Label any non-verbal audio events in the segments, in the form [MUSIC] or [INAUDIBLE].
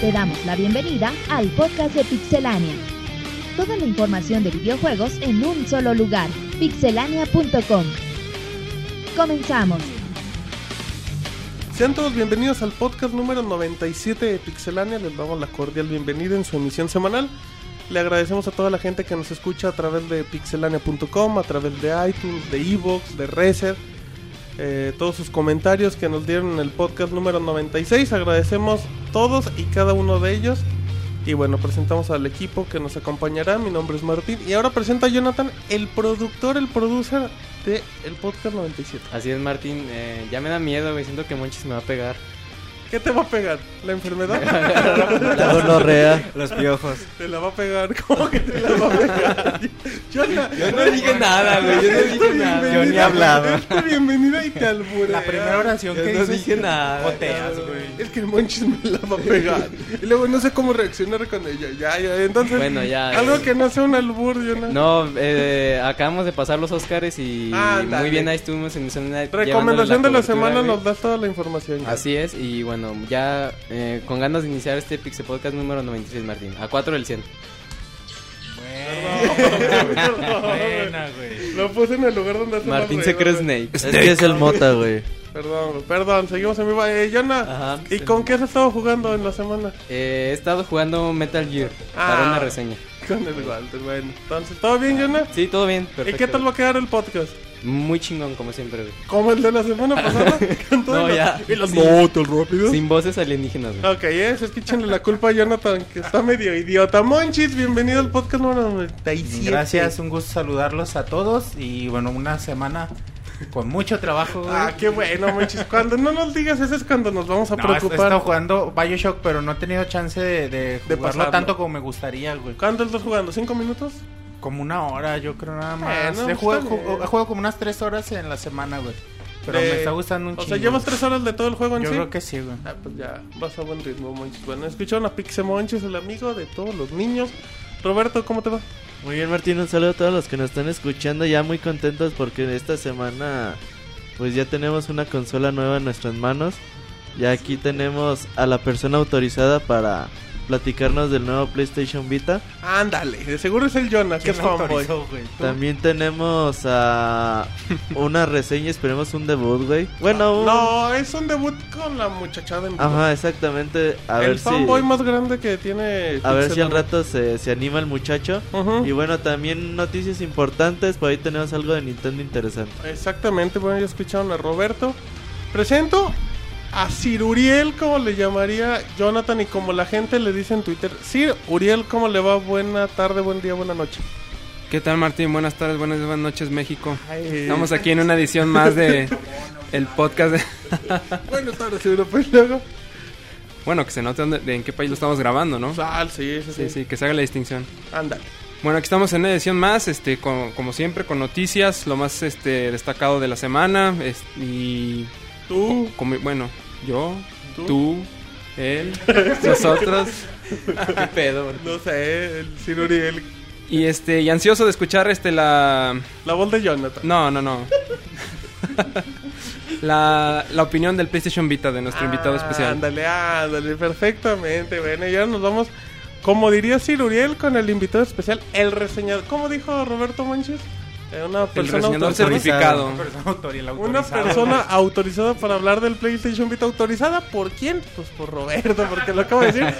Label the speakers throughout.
Speaker 1: Te damos la bienvenida al podcast de Pixelania. Toda la información de videojuegos en un solo lugar, pixelania.com. Comenzamos.
Speaker 2: Sean todos bienvenidos al podcast número 97 de Pixelania. Les damos la cordial bienvenida en su emisión semanal. Le agradecemos a toda la gente que nos escucha a través de pixelania.com, a través de iTunes, de Evox, de Rezer. eh, todos sus comentarios que nos dieron en el podcast número 96. Agradecemos todos y cada uno de ellos. Y bueno, presentamos al equipo que nos acompañará. Mi nombre es Martín. Y ahora presenta a Jonathan, el productor, el producer de el podcast 97.
Speaker 3: Así es, Martín. eh, ya me da miedo, güey. Siento que Monchis me va a pegar.
Speaker 2: ¿Qué te va a pegar? ¿La enfermedad?
Speaker 4: La gonorrea. Los piojos.
Speaker 2: Te la va a pegar. [LAUGHS] ¿Cómo que te la va a [LAUGHS] pegar? Jonathan,
Speaker 3: Yo no dije nada, güey. Yo no dije nada.
Speaker 4: Yo ni hablaba.
Speaker 2: Es tu bienvenida y te alburé.
Speaker 5: La primera oración
Speaker 3: Yo
Speaker 5: que
Speaker 3: no
Speaker 5: hizo
Speaker 3: dije nada.
Speaker 5: Boteas, güey.
Speaker 2: Es que el Monchis me la va a pegar. Y luego no sé cómo reaccionar con ella. Ya, ya. Entonces,
Speaker 3: Bueno, ya,
Speaker 2: algo
Speaker 3: ya.
Speaker 2: que no sea un albur, Jonathan.
Speaker 3: No, eh, acabamos de pasar los Oscars y
Speaker 2: Ándale.
Speaker 3: muy bien ahí estuvimos en Sunday Night
Speaker 2: Recomendación
Speaker 3: llevándole
Speaker 2: de la
Speaker 3: cobertura,
Speaker 2: semana
Speaker 3: güey.
Speaker 2: nos da toda la información. [LAUGHS]
Speaker 3: Así es, y bueno, ya eh, con ganas de iniciar este Pixel Podcast número 96, Martín. A 4 del 100.
Speaker 5: Buena, güey.
Speaker 2: Lo puse en el lugar donde hace
Speaker 3: Martín
Speaker 2: más
Speaker 3: se
Speaker 2: ruido,
Speaker 3: cree
Speaker 2: güey.
Speaker 3: Snake.
Speaker 4: Es que es el mota, güey.
Speaker 2: Perdón, perdón. Seguimos en vivo. Eh, Jonah,
Speaker 3: Ajá.
Speaker 2: ¿y con qué has estado jugando en la semana?
Speaker 3: Eh, he estado jugando Metal Gear
Speaker 2: Ah.
Speaker 3: para una reseña.
Speaker 2: Con el Walter, bueno. Entonces, ¿todo bien, Jonah?
Speaker 3: Sí, todo bien.
Speaker 2: ¿Y
Speaker 3: Perfecto.
Speaker 2: qué tal va a quedar el podcast?
Speaker 3: Muy chingón, como siempre, güey.
Speaker 2: Como el de la
Speaker 5: [LAUGHS]
Speaker 2: semana pasada. Con todo
Speaker 3: No,
Speaker 2: y los-
Speaker 3: ya.
Speaker 2: Y los
Speaker 3: Sí.
Speaker 2: votos rápidos.
Speaker 3: Sin voces alienígenas, güey.
Speaker 2: Ok, eso es que échenle la culpa a Jonathan, que está medio idiota. Monchis, bienvenido al podcast número 97.
Speaker 5: Gracias, un gusto saludarlos a todos y bueno, una semana con mucho trabajo, güey.
Speaker 2: Ah, qué bueno, Monchis. Cuando no nos digas eso es cuando nos vamos a
Speaker 5: No, he
Speaker 2: preocupar.
Speaker 5: estado jugando Bioshock, pero no he tenido chance de, de
Speaker 2: De
Speaker 5: jugarlo
Speaker 2: pasarlo.
Speaker 5: tanto como me gustaría, güey.
Speaker 2: ¿Cuánto estás jugando? ¿Cinco minutos?
Speaker 5: Como una hora, yo creo nada más.
Speaker 2: Bueno,
Speaker 5: he, jugado,
Speaker 2: Eh, pues, está bien.
Speaker 5: ju- he jugado como unas tres horas en la semana, güey. Pero
Speaker 2: De-
Speaker 5: me está gustando un
Speaker 2: O
Speaker 5: chingo.
Speaker 2: sea, llevas tres horas de todo el juego en
Speaker 5: Yo
Speaker 2: sí.
Speaker 5: creo que sí, güey.
Speaker 2: Ah, pues ya, vas a buen ritmo, Monchis. Bueno, escucharon a Pixe Monchis, el amigo de todos los niños. Roberto, ¿cómo te va?
Speaker 4: Muy bien, Martín. Un saludo a todos los que nos están escuchando. Ya muy contentos porque esta semana, pues ya tenemos una consola nueva en nuestras manos. Y aquí tenemos a la persona autorizada para platicarnos del nuevo PlayStation Vita.
Speaker 2: Ándale, de seguro es el Jonah, que es
Speaker 5: lo
Speaker 2: fanboy.
Speaker 5: autorizó, güey? ¿Tú?
Speaker 4: También tenemos a una reseña, esperemos un debut, güey. Bueno, un-
Speaker 2: No, es un debut con la muchachada en vivo.
Speaker 4: Ajá, exactamente. A
Speaker 2: el
Speaker 4: ver si...
Speaker 2: fanboy más grande que tiene.
Speaker 4: A ver
Speaker 2: Pixel
Speaker 4: si al
Speaker 2: Ania.
Speaker 4: rato se, se anima el muchacho.
Speaker 2: Ujú.
Speaker 4: Y bueno, también noticias importantes, por ahí tenemos algo de Nintendo interesante.
Speaker 2: Exactamente, bueno, ya escucharon a Roberto. Presento a Sir Uriel, como le llamaría Jonathan y como la gente le dice en Twitter. Sir Uriel, ¿cómo le va? Buena tarde, buen día, buena noche.
Speaker 6: ¿Qué tal Martín? Buenas tardes, buenas, buenas noches México.
Speaker 2: Ay.
Speaker 6: Estamos aquí en una edición más
Speaker 2: [LAUGHS]
Speaker 6: de el podcast. de- [LAUGHS]
Speaker 2: Buenas tardes, Europa. Y luego,
Speaker 6: Bueno, que se note dónde- de en qué país lo estamos grabando, ¿no?
Speaker 2: sal, Ah, sí, sí, sí.
Speaker 6: Sí, sí, que se haga la distinción.
Speaker 2: Ándale.
Speaker 6: Bueno, aquí estamos en una edición más, este, como, como siempre, con noticias, lo más este destacado de la semana, es- y
Speaker 2: Tú,
Speaker 6: como- bueno, yo,
Speaker 2: ¿Tú?
Speaker 6: tú,
Speaker 2: [LAUGHS]
Speaker 6: él, nosotros,
Speaker 3: Qué pedo, güey.
Speaker 2: no sé, el Sir Uriel.
Speaker 6: y este, y ansioso de escuchar este la
Speaker 2: La voz de Jonathan.
Speaker 6: No,
Speaker 2: [LAUGHS]
Speaker 6: no, no. la, la opinión del PlayStation Vita de nuestro invitado
Speaker 2: Ah,
Speaker 6: especial.
Speaker 2: Ándale, ándale, perfectamente. Bueno, y ahora nos vamos, como diría Sir Uriel, con el invitado especial, el reseñador. ¿Cómo dijo Roberto Manches? Eh, Una
Speaker 6: El
Speaker 2: persona
Speaker 6: reseñador
Speaker 2: autorizada.
Speaker 6: certificado.
Speaker 5: Una persona autor-
Speaker 2: Una
Speaker 5: el autorizado,
Speaker 2: persona autorizada para hablar del PlayStation Vita. ¿Autorizada por quién? Pues por Roberto, porque lo acabo de decir.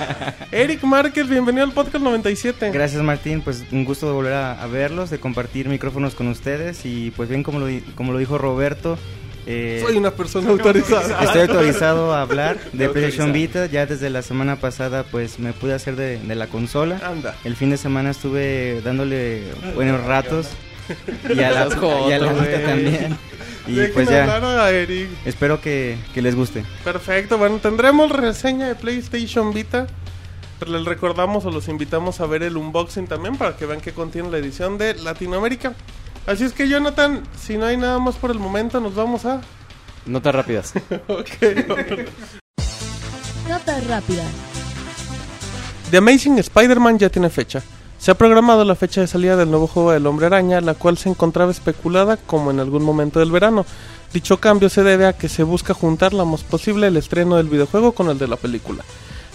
Speaker 2: Eric Márquez, bienvenido al podcast 97.
Speaker 7: Gracias Martín, pues un gusto de volver a, a verlos, de compartir micrófonos con ustedes y pues bien como lo, di- como lo dijo Roberto, eh,
Speaker 2: Soy una persona autorizada.
Speaker 7: estoy autorizado a hablar de PlayStation Vita, ya desde la semana pasada pues me pude hacer de, de la consola,
Speaker 2: Anda.
Speaker 7: el fin de semana estuve dándole buenos ratos y a la,
Speaker 3: Estás joto,
Speaker 7: y a la
Speaker 3: güey.
Speaker 7: Vita también y
Speaker 2: Dejen
Speaker 7: pues
Speaker 2: hablar
Speaker 7: ya
Speaker 2: a Eric.
Speaker 7: espero que, que les guste.
Speaker 2: Perfecto, bueno, tendremos reseña de PlayStation Vita. Les recordamos o los invitamos a ver el unboxing también para que vean qué contiene la edición de Latinoamérica. Así es que Jonathan, si no hay nada más por el momento, nos vamos a...
Speaker 3: Notas rápidas.
Speaker 2: Ok.
Speaker 1: Notas rápidas.
Speaker 2: The Amazing Spider-Man ya tiene fecha. Se ha programado la fecha de salida del nuevo juego del Hombre Araña, la cual se encontraba especulada como en algún momento del verano. Dicho cambio se debe a que se busca juntar lo más posible el estreno del videojuego con el de la película.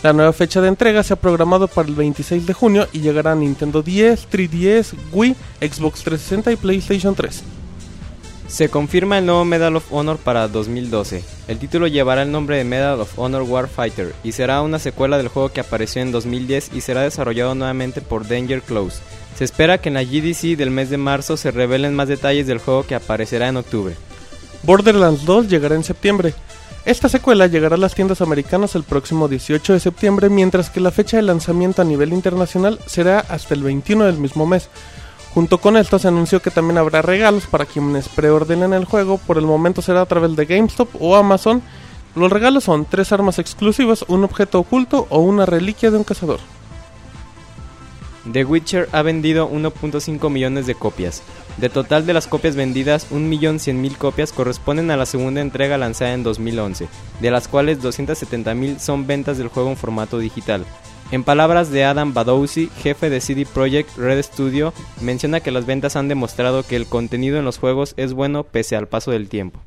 Speaker 2: La nueva fecha de entrega se ha programado para el 26 de junio y llegará a Nintendo 10, 3DS, Wii, Xbox 360 y PlayStation 3.
Speaker 3: Se confirma el nuevo Medal of Honor para 2012. El título llevará el nombre de Medal of Honor Warfighter y será una secuela del juego que apareció en 2010 y será desarrollado nuevamente por Danger Close. Se espera que en la GDC del mes de marzo se revelen más detalles del juego que aparecerá en octubre.
Speaker 2: Borderlands 2 llegará en septiembre. Esta secuela llegará a las tiendas americanas el próximo 18 de septiembre, mientras que la fecha de lanzamiento a nivel internacional será hasta el 21 del mismo mes. Junto con esto se anunció que también habrá regalos para quienes preordenen el juego, por el momento será a través de GameStop o Amazon. Los regalos son tres armas exclusivas, un objeto oculto o una reliquia de un cazador.
Speaker 3: The Witcher ha vendido 1.5 millones de copias. De total de las copias vendidas, 1.100.000 copias corresponden a la segunda entrega lanzada en 2011, de las cuales 270.000 son ventas del juego en formato digital. En palabras de Adam Badowsi, jefe de CD Projekt Red Studio, menciona que las ventas han demostrado que el contenido en los juegos es bueno pese al paso del tiempo.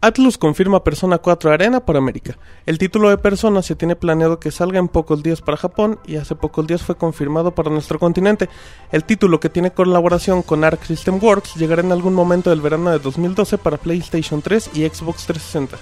Speaker 2: Atlus confirma Persona 4 Arena para América. El título de Persona se tiene planeado que salga en pocos días para Japón y hace pocos días fue confirmado para nuestro continente. El título que tiene colaboración con Arc System Works llegará en algún momento del verano de 2012 para PlayStation 3 y Xbox 360.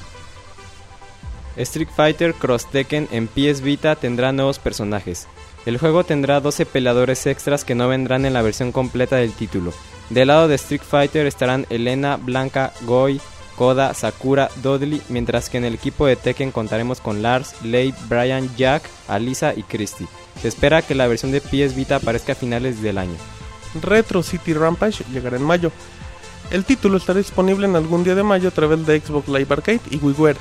Speaker 3: Street Fighter Cross Tekken en PS Vita tendrá nuevos personajes. El juego tendrá 12 peleadores extras que no vendrán en la versión completa del título. Del lado de Street Fighter estarán Elena, Blanca, Goi, Koda, Sakura, Dudley, mientras que en el equipo de Tekken contaremos con Lars, Late, Brian, Jack, Alisa y Christy. Se espera que la versión de PS Vita aparezca a finales del año.
Speaker 2: Retro City Rampage llegará en mayo. El título estará disponible en algún día de mayo a través de Xbox Live Arcade y WiiWare.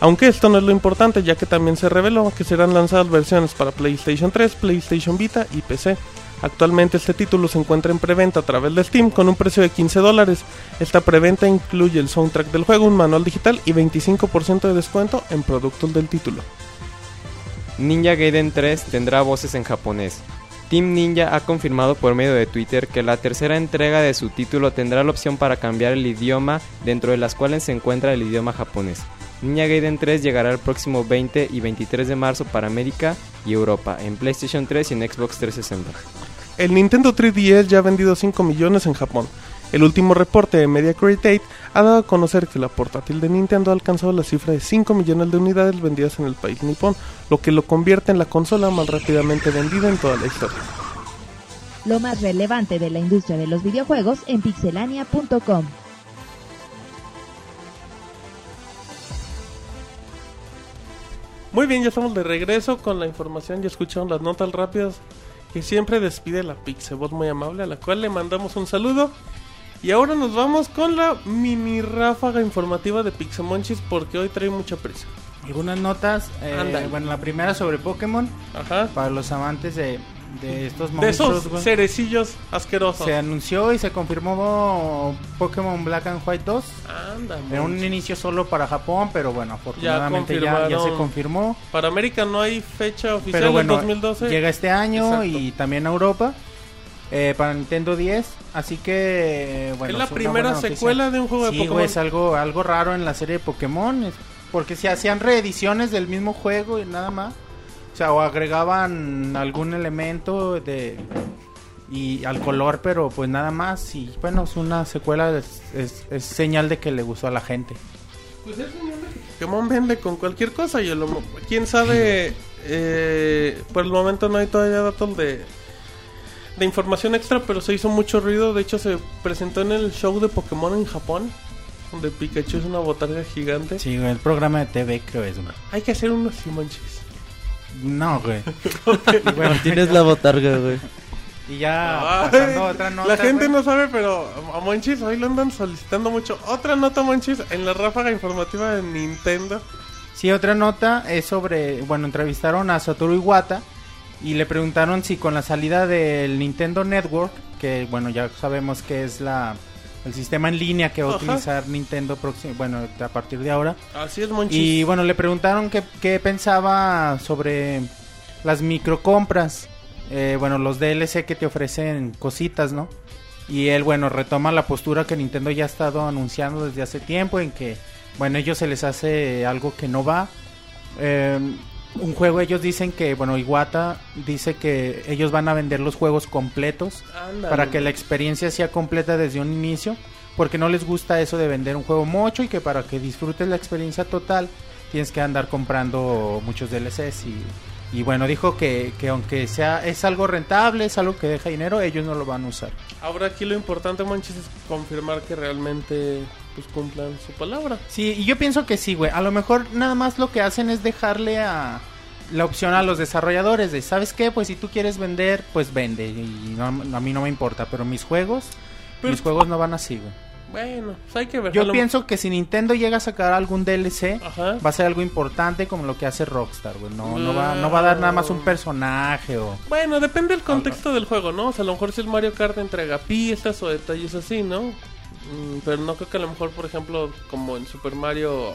Speaker 2: Aunque esto no es lo importante ya que también se reveló que serán lanzadas versiones para PlayStation 3, PlayStation Vita y PC. Actualmente este título se encuentra en preventa a través de Steam con un precio de 15 dólares. Esta preventa incluye el soundtrack del juego, un manual digital y 25% de descuento en productos del título.
Speaker 3: Ninja Gaiden 3 tendrá voces en japonés. Team Ninja ha confirmado por medio de Twitter que la tercera entrega de su título tendrá la opción para cambiar el idioma dentro de las cuales se encuentra el idioma japonés. Ninja Gaiden 3 llegará el próximo 20 y 23 de marzo para América y Europa, en PlayStation 3 y en Xbox 360.
Speaker 2: El Nintendo 3DS ya ha vendido 5 millones en Japón. El último reporte de Metacritic ha dado a conocer que la portátil de Nintendo ha alcanzado la cifra de 5 millones de unidades vendidas en el país nipón, lo que lo convierte en la consola más rápidamente vendida en toda la historia.
Speaker 1: Lo más relevante de la industria de los videojuegos en pixelania.com.
Speaker 2: Muy bien, ya estamos de regreso con la información. Ya escucharon las notas rápidas que siempre despide la Pixebot muy amable, a la cual le mandamos un saludo. Y ahora nos vamos con la mini ráfaga informativa de Pixemonchis porque hoy trae mucha prisa.
Speaker 5: Algunas notas.
Speaker 2: Ándale.
Speaker 5: Eh, bueno, la primera sobre Pokémon.
Speaker 2: Ajá.
Speaker 5: Para los amantes de, de estos
Speaker 2: De
Speaker 5: monstruos.
Speaker 2: esos
Speaker 5: güey.
Speaker 2: cerecillos asquerosos.
Speaker 5: se anunció y se confirmó Pokémon Black and White 2.
Speaker 2: Anda,
Speaker 5: En un
Speaker 2: monchis.
Speaker 5: inicio solo para Japón, pero bueno, afortunadamente ya, ya se
Speaker 2: confirmaron.
Speaker 5: confirmó.
Speaker 2: Para América no hay fecha oficial
Speaker 5: Pero bueno,
Speaker 2: en 2012.
Speaker 5: llega este año
Speaker 2: Exacto.
Speaker 5: y también a Europa eh, para Nintendo 10. Así que, eh, bueno,
Speaker 2: es la
Speaker 5: una
Speaker 2: primera
Speaker 5: buena noticia.
Speaker 2: secuela de un juego de
Speaker 5: Sí,
Speaker 2: Pokémon.
Speaker 5: güey, es algo, algo raro en la serie de Pokémon. es- porque se hacían reediciones del mismo juego y nada más. O sea, o agregaban algún elemento de y al color, pero pues nada más. Y bueno, es una secuela, es, es- es señal de que le gustó a la gente.
Speaker 2: Pues es un hombre que Pokémon vende con cualquier cosa. Y el homo- quién sabe. eh, por el momento no hay todavía datos de, de información extra, pero se hizo mucho ruido. De hecho, se presentó en el show de Pokémon en Japón, donde Pikachu es una botarga gigante.
Speaker 5: Sí, güey, el programa de TV creo es, güey.
Speaker 2: Hay que hacer unos Simonches.
Speaker 5: No, güey. Y bueno,
Speaker 4: [LAUGHS] Martínez la botarga, güey.
Speaker 5: Y ya
Speaker 2: Ay,
Speaker 5: pasando a otra nota.
Speaker 2: la gente
Speaker 5: güey.
Speaker 2: no sabe, pero a Monchis hoy lo andan solicitando mucho. Otra nota, Monchis, en la ráfaga informativa de Nintendo.
Speaker 5: Sí, otra nota es sobre, bueno, entrevistaron a Satoru Iwata y le preguntaron si con la salida del Nintendo Network, que bueno, ya sabemos que es la el sistema en línea que va a
Speaker 2: Ajá.
Speaker 5: utilizar Nintendo próximo, bueno, a partir de ahora.
Speaker 2: Así es, Monchis.
Speaker 5: Y bueno, le preguntaron qué, qué pensaba sobre las microcompras, eh, bueno, los DLC que te ofrecen cositas, ¿no? Y él, bueno, retoma la postura que Nintendo ya ha estado anunciando desde hace tiempo, en que, bueno, ellos se les hace algo que no va. Eh, un juego, ellos dicen que, bueno, Iwata dice que ellos van a vender los juegos completos
Speaker 2: Ándale.
Speaker 5: para que la experiencia sea completa desde un inicio, porque no les gusta eso de vender un juego mucho y que para que disfrutes la experiencia total tienes que andar comprando muchos DLCs y, y bueno, dijo que, que aunque sea es algo rentable, es algo que deja dinero, ellos no lo van a usar.
Speaker 2: Ahora aquí lo importante, manches, es confirmar que realmente pues cumplan su palabra.
Speaker 5: Sí, y yo pienso que sí, güey. A lo mejor nada más lo que hacen es dejarle a la opción a los desarrolladores de, ¿sabes qué? Pues si tú quieres vender, pues vende. Y no- a mí no me importa, pero mis juegos,
Speaker 2: Pero-
Speaker 5: mis juegos no van así, güey.
Speaker 2: Bueno, pues hay que ver. a
Speaker 5: Yo
Speaker 2: lo-
Speaker 5: pienso que si Nintendo llega a sacar algún DLC,
Speaker 2: Ajá.
Speaker 5: va a ser algo importante como lo que hace Rockstar, güey. No, no, va, no va a dar nada más un personaje o...
Speaker 2: Bueno, depende
Speaker 3: Ah,
Speaker 2: del contexto del juego, ¿no? O sea, a lo mejor si el Mario Kart entrega piezas o detalles así, ¿no? Mm, Pero no creo que a lo mejor, por ejemplo, como en Super Mario...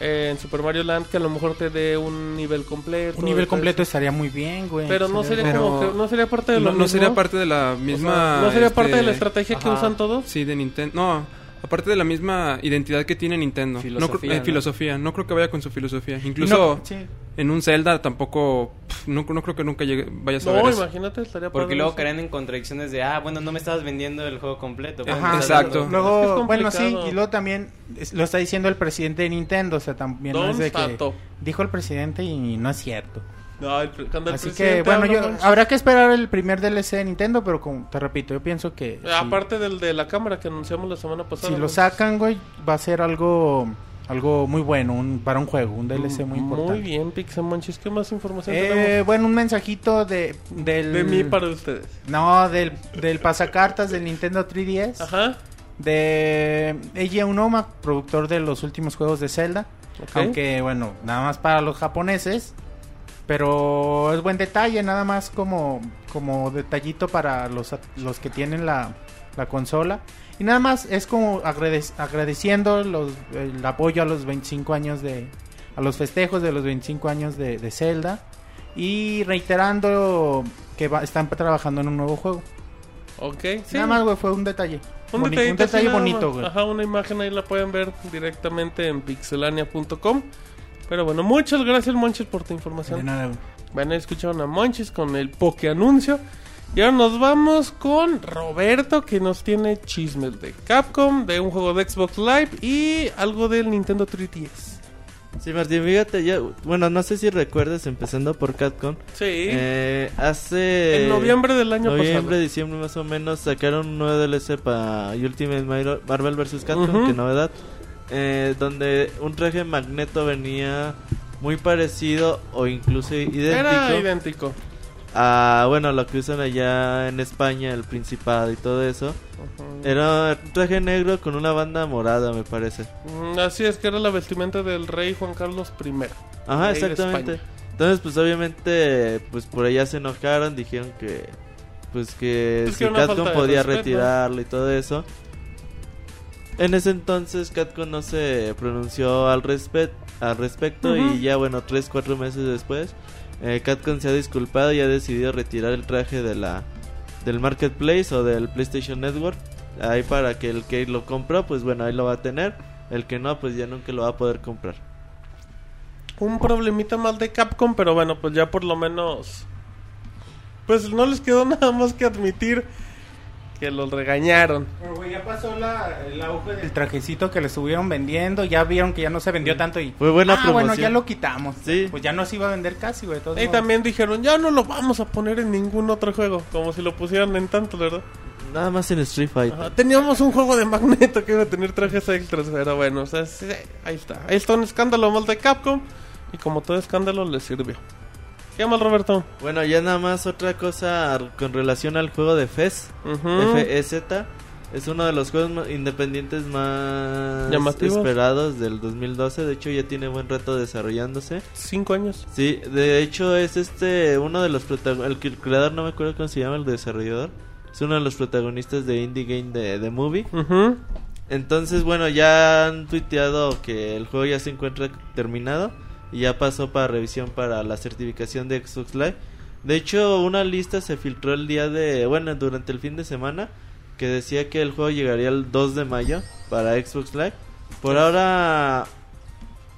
Speaker 2: eh, en Super Mario Land, que a lo mejor te dé un nivel completo.
Speaker 5: Un nivel
Speaker 2: detalles-
Speaker 5: completo estaría muy bien, güey.
Speaker 2: Pero no sería
Speaker 6: Pero-
Speaker 2: como que- no sería parte de lo
Speaker 6: No, no sería
Speaker 2: mismo.
Speaker 6: parte de la
Speaker 2: O sea,
Speaker 6: misma.
Speaker 2: no sería parte
Speaker 6: este,
Speaker 2: de la estrategia que
Speaker 8: ajá.
Speaker 2: usan todos.
Speaker 6: Sí, de Nintendo. No, aparte de la misma identidad que tiene Nintendo. No creo-
Speaker 8: Filosofía,
Speaker 6: eh,
Speaker 8: ¿no?
Speaker 6: filosofía. No creo que vaya con su filosofía.
Speaker 5: No,
Speaker 6: Incluso
Speaker 5: sí.
Speaker 6: en un Zelda tampoco. pf, no, no creo que nunca llegue, vayas a
Speaker 2: No,
Speaker 6: ver eso.
Speaker 2: imagínate, estaría
Speaker 3: Porque
Speaker 2: padre
Speaker 3: luego
Speaker 2: eso.
Speaker 3: caen en contradicciones de, ah, bueno, no me estabas vendiendo el juego completo. pues,
Speaker 5: Ajá,
Speaker 3: me estás
Speaker 6: exacto.
Speaker 2: Es
Speaker 3: dando-
Speaker 2: que
Speaker 5: Luego,
Speaker 2: es
Speaker 5: bueno, sí,
Speaker 2: complicado.
Speaker 5: y luego también es- lo está diciendo el presidente de Nintendo, o sea, también no
Speaker 2: Don
Speaker 5: es de que
Speaker 2: Sato.
Speaker 5: dijo el presidente y no es cierto.
Speaker 2: No, el pre- cuando el
Speaker 5: Así que
Speaker 2: presidente
Speaker 5: bueno,
Speaker 2: habla
Speaker 5: yo
Speaker 2: con-
Speaker 5: habrá que esperar el primer DLC de Nintendo, pero como te repito, yo pienso que si-
Speaker 2: Ah, Aparte del de la cámara que anunciamos la semana
Speaker 5: si,
Speaker 2: pasada.
Speaker 5: lo
Speaker 2: ¿no?
Speaker 5: sacan, güey, va a ser algo algo muy bueno un- para un juego, un DLC muy importante.
Speaker 2: Mm, Muy bien, Pixamonchis. ¿Qué más información
Speaker 5: Eh,
Speaker 2: tenemos?
Speaker 5: bueno, un mensajito de del
Speaker 2: De mí para ustedes.
Speaker 5: No, del, del pasacartas del Nintendo 3DS.
Speaker 2: Ajá.
Speaker 5: de Eiji Unoma, productor de los últimos juegos de Zelda.
Speaker 2: Ok.
Speaker 5: Aunque, bueno, nada más para los japoneses. Pero es buen detalle, nada más como, como detallito para los, los que tienen la, la consola. Y nada más es como agradec- agradeciendo los- el apoyo a los 25 años de... a los festejos de los 25 años de, de Zelda. Y reiterando que va- están trabajando en un nuevo juego.
Speaker 2: Ok, sí.
Speaker 5: Nada más, güey, fue un detalle.
Speaker 2: Un,
Speaker 5: Boni-
Speaker 2: detallito
Speaker 5: un
Speaker 2: así
Speaker 5: detalle
Speaker 2: nada
Speaker 5: bonito,
Speaker 2: más.
Speaker 5: güey.
Speaker 2: Ajá, una imagen ahí la pueden ver directamente en pixelania.com. Pero bueno, muchas gracias, Monchis, por tu
Speaker 5: De
Speaker 2: información.
Speaker 5: nada, güey.
Speaker 2: Bueno, escucharon a Monchis con el poke anuncio. Y ahora nos vamos con Roberto, que nos tiene chismes de Capcom, de un juego de Xbox Live y algo del Nintendo 3DS.
Speaker 4: Sí, Martín, fíjate, yo, bueno, no sé si recuerdes, empezando por Capcom,
Speaker 2: Sí.
Speaker 4: eh, hace...
Speaker 2: en noviembre del año
Speaker 4: Noviembre, diciembre más o menos sacaron un nuevo DLC para Ultimate Mar- Marvel vs. Capcom,
Speaker 2: Ujú.
Speaker 4: que novedad, eh, donde un traje magneto venía muy parecido o incluso idéntico
Speaker 2: pasado. Era idéntico.
Speaker 4: a, bueno, lo que usan allá en España, el Principado y todo eso. Era un traje negro con una banda morada, me parece.
Speaker 2: Mm, Así es que era la vestimenta del rey Juan Carlos I.
Speaker 4: Ajá,
Speaker 2: Rey de
Speaker 4: exactamente.
Speaker 2: España.
Speaker 4: Entonces, pues obviamente, pues por allá se enojaron, dijeron que, pues que
Speaker 2: Pues que
Speaker 4: si
Speaker 2: era una
Speaker 4: Catcon
Speaker 2: falta de
Speaker 4: podía
Speaker 2: respeto.
Speaker 4: retirarlo y todo eso. En ese entonces Catcon no se pronunció al, respet al respecto
Speaker 2: Ujú.
Speaker 4: y ya bueno, tres, cuatro meses después, eh, Catcon se ha disculpado y ha decidido retirar el traje de la del Marketplace o del PlayStation Network. Ahí para que el que lo compró, pues bueno, ahí lo va a tener. El que no, pues ya nunca lo va a poder comprar.
Speaker 2: Un problemita más de Capcom, pero bueno, pues ya por lo menos. Pues no les quedó [LAUGHS] nada más que admitir que los regañaron.
Speaker 5: Pero, güey, ya pasó la, el auge del trajecito que le estuvieron vendiendo. Ya vieron que ya no se vendió tanto y.
Speaker 4: Fue buena
Speaker 5: ah, bueno,
Speaker 4: promoción.
Speaker 5: ya lo quitamos.
Speaker 4: Sí.
Speaker 5: Pues ya no se iba a vender casi, güey. de todos
Speaker 2: Y
Speaker 5: modos.
Speaker 2: también dijeron, ya no lo vamos a poner en ningún otro juego, como si lo pusieran en tanto, ¿verdad?
Speaker 4: Nada más en Street Fighter.
Speaker 2: Ajá, Teníamos un juego de Magneto que iba a tener trajes extras, pero bueno, o sea, sí, ahí está. Ahí está un escándalo más de Capcom y como todo escándalo le sirvió. ¿Qué mal, Roberto?
Speaker 4: Bueno, ya nada más otra cosa con relación al juego de Fez,
Speaker 2: Ujú.
Speaker 4: E, FEZ. Es uno de los juegos ma- independientes más
Speaker 2: Llamativos.
Speaker 4: esperados del 2012. De hecho, ya tiene buen rato desarrollándose.
Speaker 2: Cinco años.
Speaker 4: Sí, de hecho es este uno de los protagonistas, el creador no me acuerdo cómo se llama el desarrollador, es uno de los protagonistas de Indie Game de, de Movie.
Speaker 2: Ujú.
Speaker 4: Entonces, bueno, ya han tuiteado que el juego ya se encuentra terminado y ya pasó para revisión para la certificación de Xbox Live. De hecho, una lista se filtró el día de, bueno, durante el fin de semana que decía que el juego llegaría el 2 de mayo para Xbox Live. Por ahora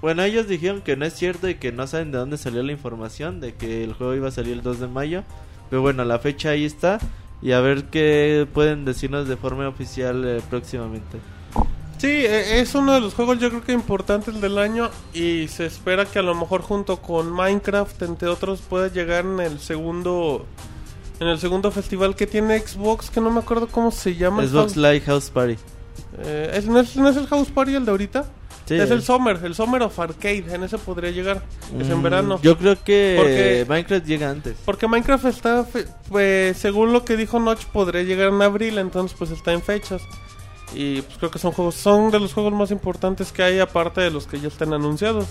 Speaker 4: Bueno, ellos dijeron que no es cierto y que no saben de dónde salió la información de que el juego iba a salir el 2 de mayo. Pero bueno, la fecha ahí está. Y a ver qué pueden decirnos de forma oficial eh, próximamente.
Speaker 2: Sí, eh, es uno de los juegos yo creo que importantes del año y se espera que a lo mejor junto con Minecraft, entre otros, pueda llegar en el segundo en el segundo festival que tiene Xbox, que no me acuerdo cómo se llama. el
Speaker 4: Xbox
Speaker 2: house-
Speaker 4: Live House Party.
Speaker 2: eh, ¿es- no, es, no es el House Party el de ahorita?
Speaker 4: Sí.
Speaker 2: Es el Summer, el Summer of Arcade, en ese podría llegar, es en
Speaker 4: Mm,
Speaker 2: verano.
Speaker 4: Yo creo que
Speaker 2: Porque-
Speaker 4: Minecraft llega antes.
Speaker 2: Porque Minecraft está, fe- pues, según lo que dijo Notch, podría llegar en abril, entonces pues está en fechas. Y pues creo que son juegos, son de los juegos más importantes que hay aparte de los que ya están anunciados.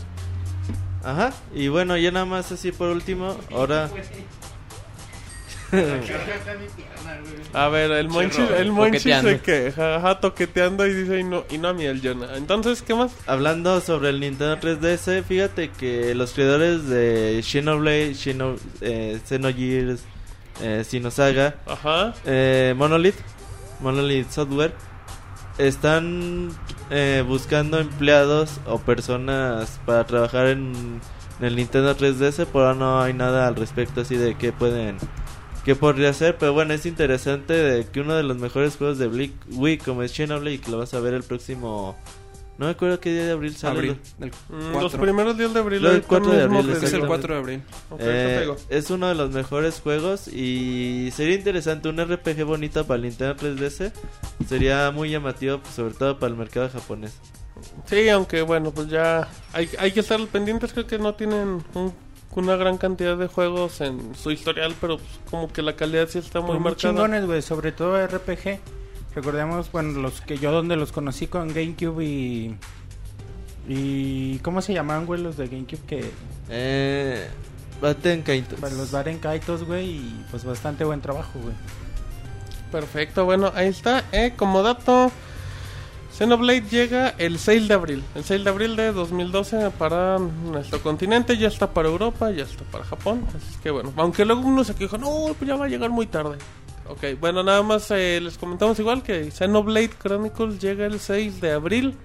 Speaker 4: Ajá. Y bueno, ya nada más así por último. Ahora.
Speaker 2: A ver, el Monchi,
Speaker 8: Robert,
Speaker 2: el Monchi se
Speaker 8: toqueteando.
Speaker 2: queja, ajá, toqueteando y dice, y no, y no a mí el Jonah. Entonces, ¿qué más?
Speaker 4: Hablando sobre el Nintendo 3DS, fíjate que los creadores de Xenoblade, Xeno, eh, Xenogears, eh, Xenosaga,
Speaker 2: Ajá.
Speaker 4: eh, Monolith, Monolith Software, están eh, buscando empleados o personas para trabajar en, en el Nintendo 3DS, por ahora no hay nada al respecto así de qué pueden, qué podría hacer, pero bueno, es interesante de que uno de los mejores juegos de Bli- Wii como es Xenoblade, que lo vas a ver el próximo... No me acuerdo qué día de abril sale.
Speaker 6: Abril. El
Speaker 2: Mm,
Speaker 6: cuatro.
Speaker 2: los primeros días de abril.
Speaker 4: Los
Speaker 2: ahorita
Speaker 4: cuatro de
Speaker 2: mismo
Speaker 4: abril,
Speaker 2: te
Speaker 6: Es el
Speaker 2: digo.
Speaker 4: exactamente.
Speaker 6: 4 de abril.
Speaker 2: Ok,
Speaker 4: Eh,
Speaker 2: te digo.
Speaker 4: es uno de los mejores juegos y sería interesante un RPG bonito para el Nintendo 3DS. Sería muy llamativo, pues, sobre todo para el mercado japonés.
Speaker 2: Sí, aunque bueno, pues ya hay, hay que estar pendientes, creo que no tienen un- una gran cantidad de juegos en su historial, pero pues, como que la calidad sí está muy
Speaker 5: Pues Muy,
Speaker 2: marcada.
Speaker 5: chingones, güey, sobre todo RPG. Recordemos, bueno, los que yo donde los conocí con GameCube y... y ¿Cómo se llamaban, güey, los de GameCube? Que
Speaker 4: Eh, Baten Kaitos.
Speaker 5: para los Baren Kaitos, güey, y pues bastante buen trabajo, güey.
Speaker 2: Perfecto, bueno, ahí está, eh, como dato Xenoblade llega el 6 de abril, el 6 de abril de 2012 para nuestro continente, ya está para Europa, ya está para Japón, así que bueno, aunque luego uno se quejó, no, pues ya va a llegar muy tarde. Ok, bueno, nada más eh, les comentamos igual que Xenoblade Chronicles llega el 6 de abril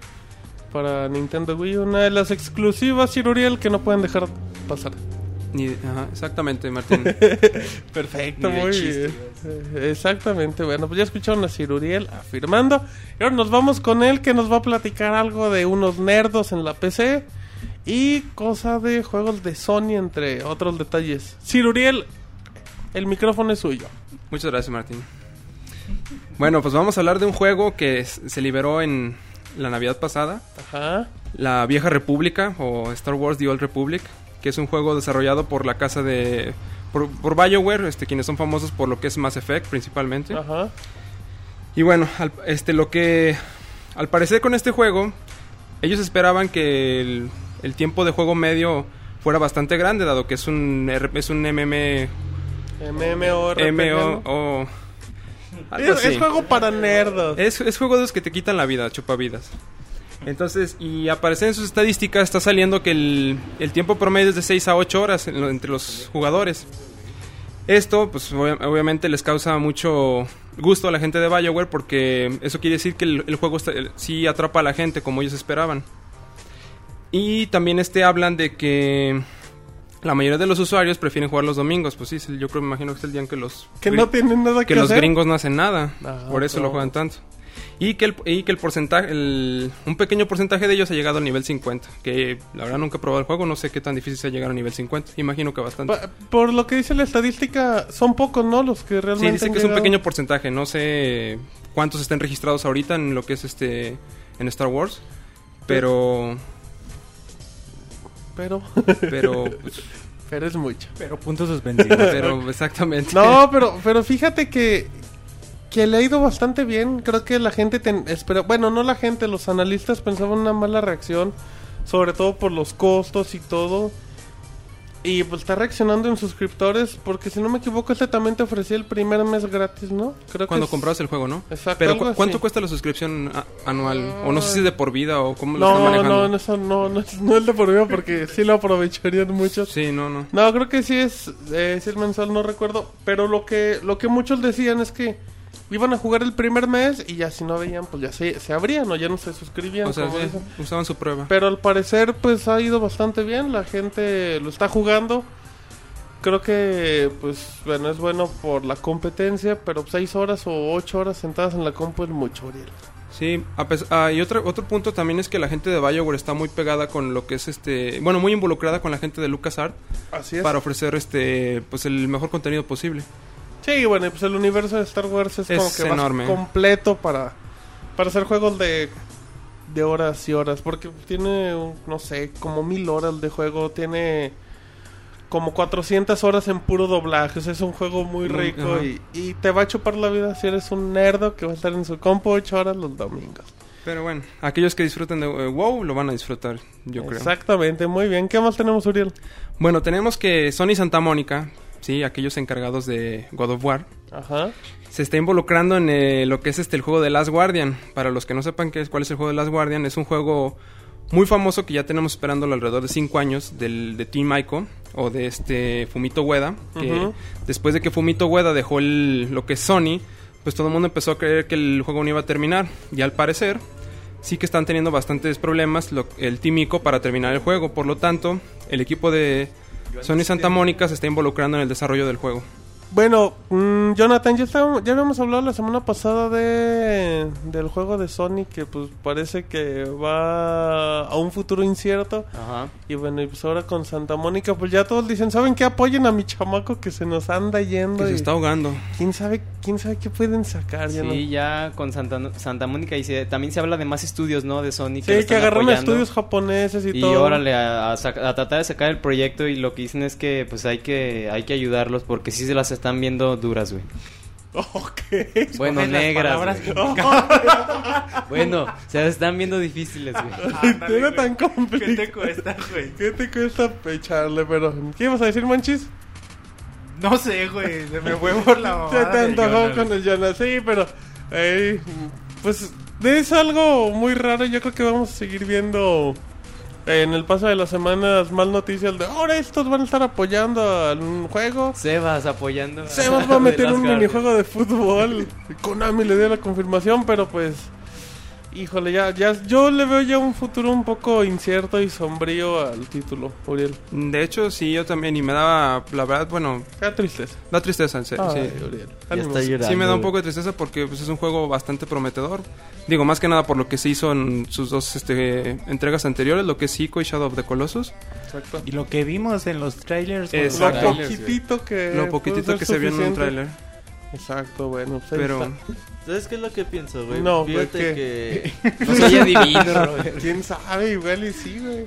Speaker 2: para Nintendo Wii, una de las exclusivas Iruriel que no pueden dejar pasar.
Speaker 6: Ni- ajá, exactamente,
Speaker 2: [LAUGHS]
Speaker 6: Martín.
Speaker 2: Perfecto,
Speaker 6: Ni de
Speaker 2: muy
Speaker 6: chiste,
Speaker 2: bien. Eh, Exactamente, bueno, pues ya escucharon a Ciruriel afirmando. Y ahora nos vamos con él que nos va a platicar algo de unos nerdos en la PC y cosa de juegos de Sony, entre otros detalles. Ciruriel, el micrófono es suyo.
Speaker 6: Muchas gracias, Martín. Bueno, pues vamos a hablar de un juego que s- se liberó en la Navidad pasada.
Speaker 2: Ajá.
Speaker 6: La Vieja República o Star Wars The Old Republic, que es un juego desarrollado por la casa de... por, por BioWare, este, quienes son famosos por lo que es Mass Effect principalmente.
Speaker 2: Ajá.
Speaker 6: Y bueno, al- este, lo que... Al parecer con este juego, ellos esperaban que el, el tiempo de juego medio fuera bastante grande, dado que es un, R- es un MM...
Speaker 2: MMORPG.
Speaker 6: MO...
Speaker 2: ¿no?
Speaker 6: o- algo
Speaker 2: Es, es
Speaker 6: así.
Speaker 2: juego para nerdos.
Speaker 6: Es, es juego de los que te quitan la vida, chupavidas. Entonces, y aparece en sus estadísticas, está saliendo que el, el tiempo promedio es de 6 a 8 horas en lo- entre los jugadores. Esto, pues obvia- obviamente les causa mucho gusto a la gente de Bioware porque eso quiere decir que el, el juego está- el- sí atrapa a la gente como ellos esperaban. Y también este hablan de que la mayoría de los usuarios prefieren jugar los domingos. Pues sí, es el- yo creo, me imagino que es el día en que los...
Speaker 2: que no tienen nada que,
Speaker 6: que los
Speaker 2: hacer.
Speaker 6: gringos no hacen nada.
Speaker 2: Ah,
Speaker 6: por eso
Speaker 2: no.
Speaker 6: lo juegan tanto. Y que, el, y que el porcentaje, el- un pequeño porcentaje de ellos ha llegado al nivel 50. Que la verdad nunca he probado el juego, no sé qué tan difícil sea llegar al nivel 50. Imagino que bastante.
Speaker 2: Pa- por lo que dice la estadística, son pocos, ¿no? Los que realmente.
Speaker 6: sí, dice
Speaker 2: han
Speaker 6: que es un
Speaker 2: llegado.
Speaker 6: pequeño porcentaje. No sé cuántos estén registrados ahorita en lo que es este. en Star Wars. Pero.
Speaker 2: [LAUGHS] Pero, [LAUGHS]
Speaker 6: Pero. pues,
Speaker 2: pero es mucho.
Speaker 5: Pero puntos [LAUGHS] suspensivos.
Speaker 6: pero exactamente.
Speaker 2: No, pero, pero fíjate que, que le ha ido bastante bien. Creo que la gente ten- espera, bueno, no la gente, los analistas pensaban una mala reacción, sobre todo por los costos y todo. Y pues está reaccionando en suscriptores, porque si no me equivoco, este también te ofrecía el primer mes gratis, ¿no? Creo que
Speaker 6: [LAUGHS] Cuando
Speaker 2: es-
Speaker 6: comprabas el juego, ¿no?
Speaker 2: pues, Exacto,
Speaker 6: Pero
Speaker 2: algo
Speaker 6: cu- ¿cuánto
Speaker 2: así.
Speaker 6: cuesta la suscripción a- anual? O no sé si es de por vida o cómo lo están
Speaker 2: No,
Speaker 6: manejando.
Speaker 2: no, no, eso no, no, es, no es de por vida, porque sí lo aprovecharían muchos.
Speaker 6: Sí, no, no.
Speaker 2: No, creo que sí es, eh, es el mensual, no recuerdo. Pero lo que, lo que muchos decían es que Iban a jugar el primer mes y ya si no veían, pues ya se, se abrían o ya no se suscribían.
Speaker 6: O sea,
Speaker 2: como
Speaker 6: sí,
Speaker 2: dicen.
Speaker 6: usaban su prueba.
Speaker 2: Pero al parecer, pues ha ido bastante bien. La gente lo está jugando. Creo que, pues, bueno, es bueno por la competencia, pero seis horas o ocho horas sentadas en la compu es mucho, Uriel.
Speaker 6: Sí, a pes- ah, y otro, otro punto también es que la gente de Bioware está muy pegada con lo que es este. Bueno, muy involucrada con la gente de LucasArts
Speaker 2: Así es.
Speaker 6: para ofrecer este pues el mejor contenido posible.
Speaker 2: Sí, bueno, y pues el universo de Star Wars es,
Speaker 6: Es
Speaker 2: como que más
Speaker 6: enorme.
Speaker 2: completo para, para hacer juegos de, de horas y horas. Porque tiene, un- no sé, como mil horas de juego. Tiene como 400 horas en puro doblaje. O sea, es un juego muy
Speaker 6: Muy-
Speaker 2: rico
Speaker 6: ajá.
Speaker 2: y, y te va a chupar la vida si eres un nerdo que va a estar en su compu 8 horas los domingos.
Speaker 6: Pero bueno, aquellos que disfruten de eh, WoW lo van a disfrutar, yo creo.
Speaker 2: Exactamente, muy bien. ¿Qué más tenemos, Uriel?
Speaker 6: Bueno, tenemos que Sony Santa Mónica, sí, aquellos encargados de God of War,
Speaker 2: Ajá.
Speaker 6: se está involucrando en eh, lo que es este el juego de Last Guardian. Para los que no sepan qué es, cuál es el juego de Last Guardian, es un juego muy famoso que ya tenemos esperándolo alrededor de 5 años del, de Team Ico o de este Fumito Ueda, que
Speaker 2: Ujú.
Speaker 6: después de que Fumito Ueda dejó el- lo que es Sony, pues todo el mundo empezó a creer que el juego no iba a terminar y al parecer sí que están teniendo bastantes problemas lo- el Team Ico para terminar el juego, por lo tanto, el equipo de Sony Santa Mónica se está involucrando en el desarrollo del juego.
Speaker 2: Bueno, mm, Jonathan, ya, estábamos- ya habíamos hablado la semana pasada de del juego de Sony que pues parece que va a un futuro incierto.
Speaker 4: Ajá.
Speaker 2: Y bueno, y pues ahora con Santa Mónica, pues ya todos dicen, ¿saben qué? Apoyen a mi chamaco que se nos anda yendo.
Speaker 6: Que se
Speaker 2: y
Speaker 6: está ahogando.
Speaker 2: ¿Quién sabe quién sabe qué pueden sacar? ya no-
Speaker 3: Sí, ya con Santa, Santa Mónica y se- también se habla de más estudios, ¿no? De Sony.
Speaker 2: Sí,
Speaker 3: lo
Speaker 2: que,
Speaker 3: están
Speaker 2: agarraron
Speaker 3: apoyando.
Speaker 2: estudios japoneses y,
Speaker 3: Y
Speaker 2: todo.
Speaker 3: órale, a, a sac- a tratar de sacar el proyecto y lo que dicen es que pues hay que, hay que ayudarlos porque sí se las están viendo duras, güey.
Speaker 2: [LAUGHS] Ok.
Speaker 3: Bueno,
Speaker 5: Escoges las
Speaker 3: negras.
Speaker 5: palabras
Speaker 3: güey.
Speaker 5: que- [LAUGHS]
Speaker 3: Bueno, se las están viendo difíciles,
Speaker 5: [LAUGHS]
Speaker 3: güey.
Speaker 2: Era tan complicado.
Speaker 5: ¿Qué te cuesta, güey?
Speaker 2: ¿Qué te cuesta pecharle? Pero, ¿qué ibas a decir, Manchis?
Speaker 5: No sé, güey. Se me
Speaker 2: [LAUGHS]
Speaker 5: fue por la
Speaker 2: Se
Speaker 5: mamada
Speaker 2: te
Speaker 5: del
Speaker 2: antojó
Speaker 5: Jonathan.
Speaker 2: con el Jonas, sí, pero eh, pues es algo muy raro. Yo creo que vamos a seguir viendo eh, en el paso de las semanas más noticias de ahora estos van a estar apoyando al juego.
Speaker 3: Sebas apoyando.
Speaker 2: Sebas va
Speaker 3: [LAUGHS]
Speaker 5: [LAUGHS]
Speaker 2: a meter
Speaker 3: de
Speaker 2: un
Speaker 3: Last
Speaker 2: minijuego de fútbol. [LAUGHS] Konami le dio la confirmación, pero pues híjole, ya, ya yo le veo ya un futuro un poco incierto y sombrío al título, Uriel.
Speaker 6: De hecho, sí, yo también. Y me daba, la verdad, bueno,
Speaker 2: Qué tristeza.
Speaker 6: da tristeza, en serio.
Speaker 2: Ay,
Speaker 6: sí.
Speaker 2: Uriel.
Speaker 4: Ah. Ya
Speaker 2: Ánimos.
Speaker 4: está llorando.
Speaker 6: Sí me da un
Speaker 4: güey.
Speaker 6: poco de tristeza porque pues, es un juego bastante prometedor. Digo, más que nada por lo que se hizo en sus dos este, entregas anteriores, lo que es Ico y Shadow of the Colossus.
Speaker 2: Exacto.
Speaker 5: Y lo que vimos en los trailers. güey.
Speaker 6: Exacto.
Speaker 2: Lo
Speaker 6: trailers,
Speaker 2: poquitito que.
Speaker 6: lo poquitito
Speaker 2: puede
Speaker 6: que
Speaker 2: ser
Speaker 6: se vio en un
Speaker 2: Eh, pues, suficiente.
Speaker 6: tráiler.
Speaker 2: Exacto, bueno. pues ahí
Speaker 6: Pero [LAUGHS]
Speaker 2: está.
Speaker 4: ¿Sabes qué es lo que pienso, güey?
Speaker 2: No, güey,
Speaker 4: Fíjate que...
Speaker 3: No soy adivino,
Speaker 2: [LAUGHS] ¿Quién sabe? Igual y sí, güey.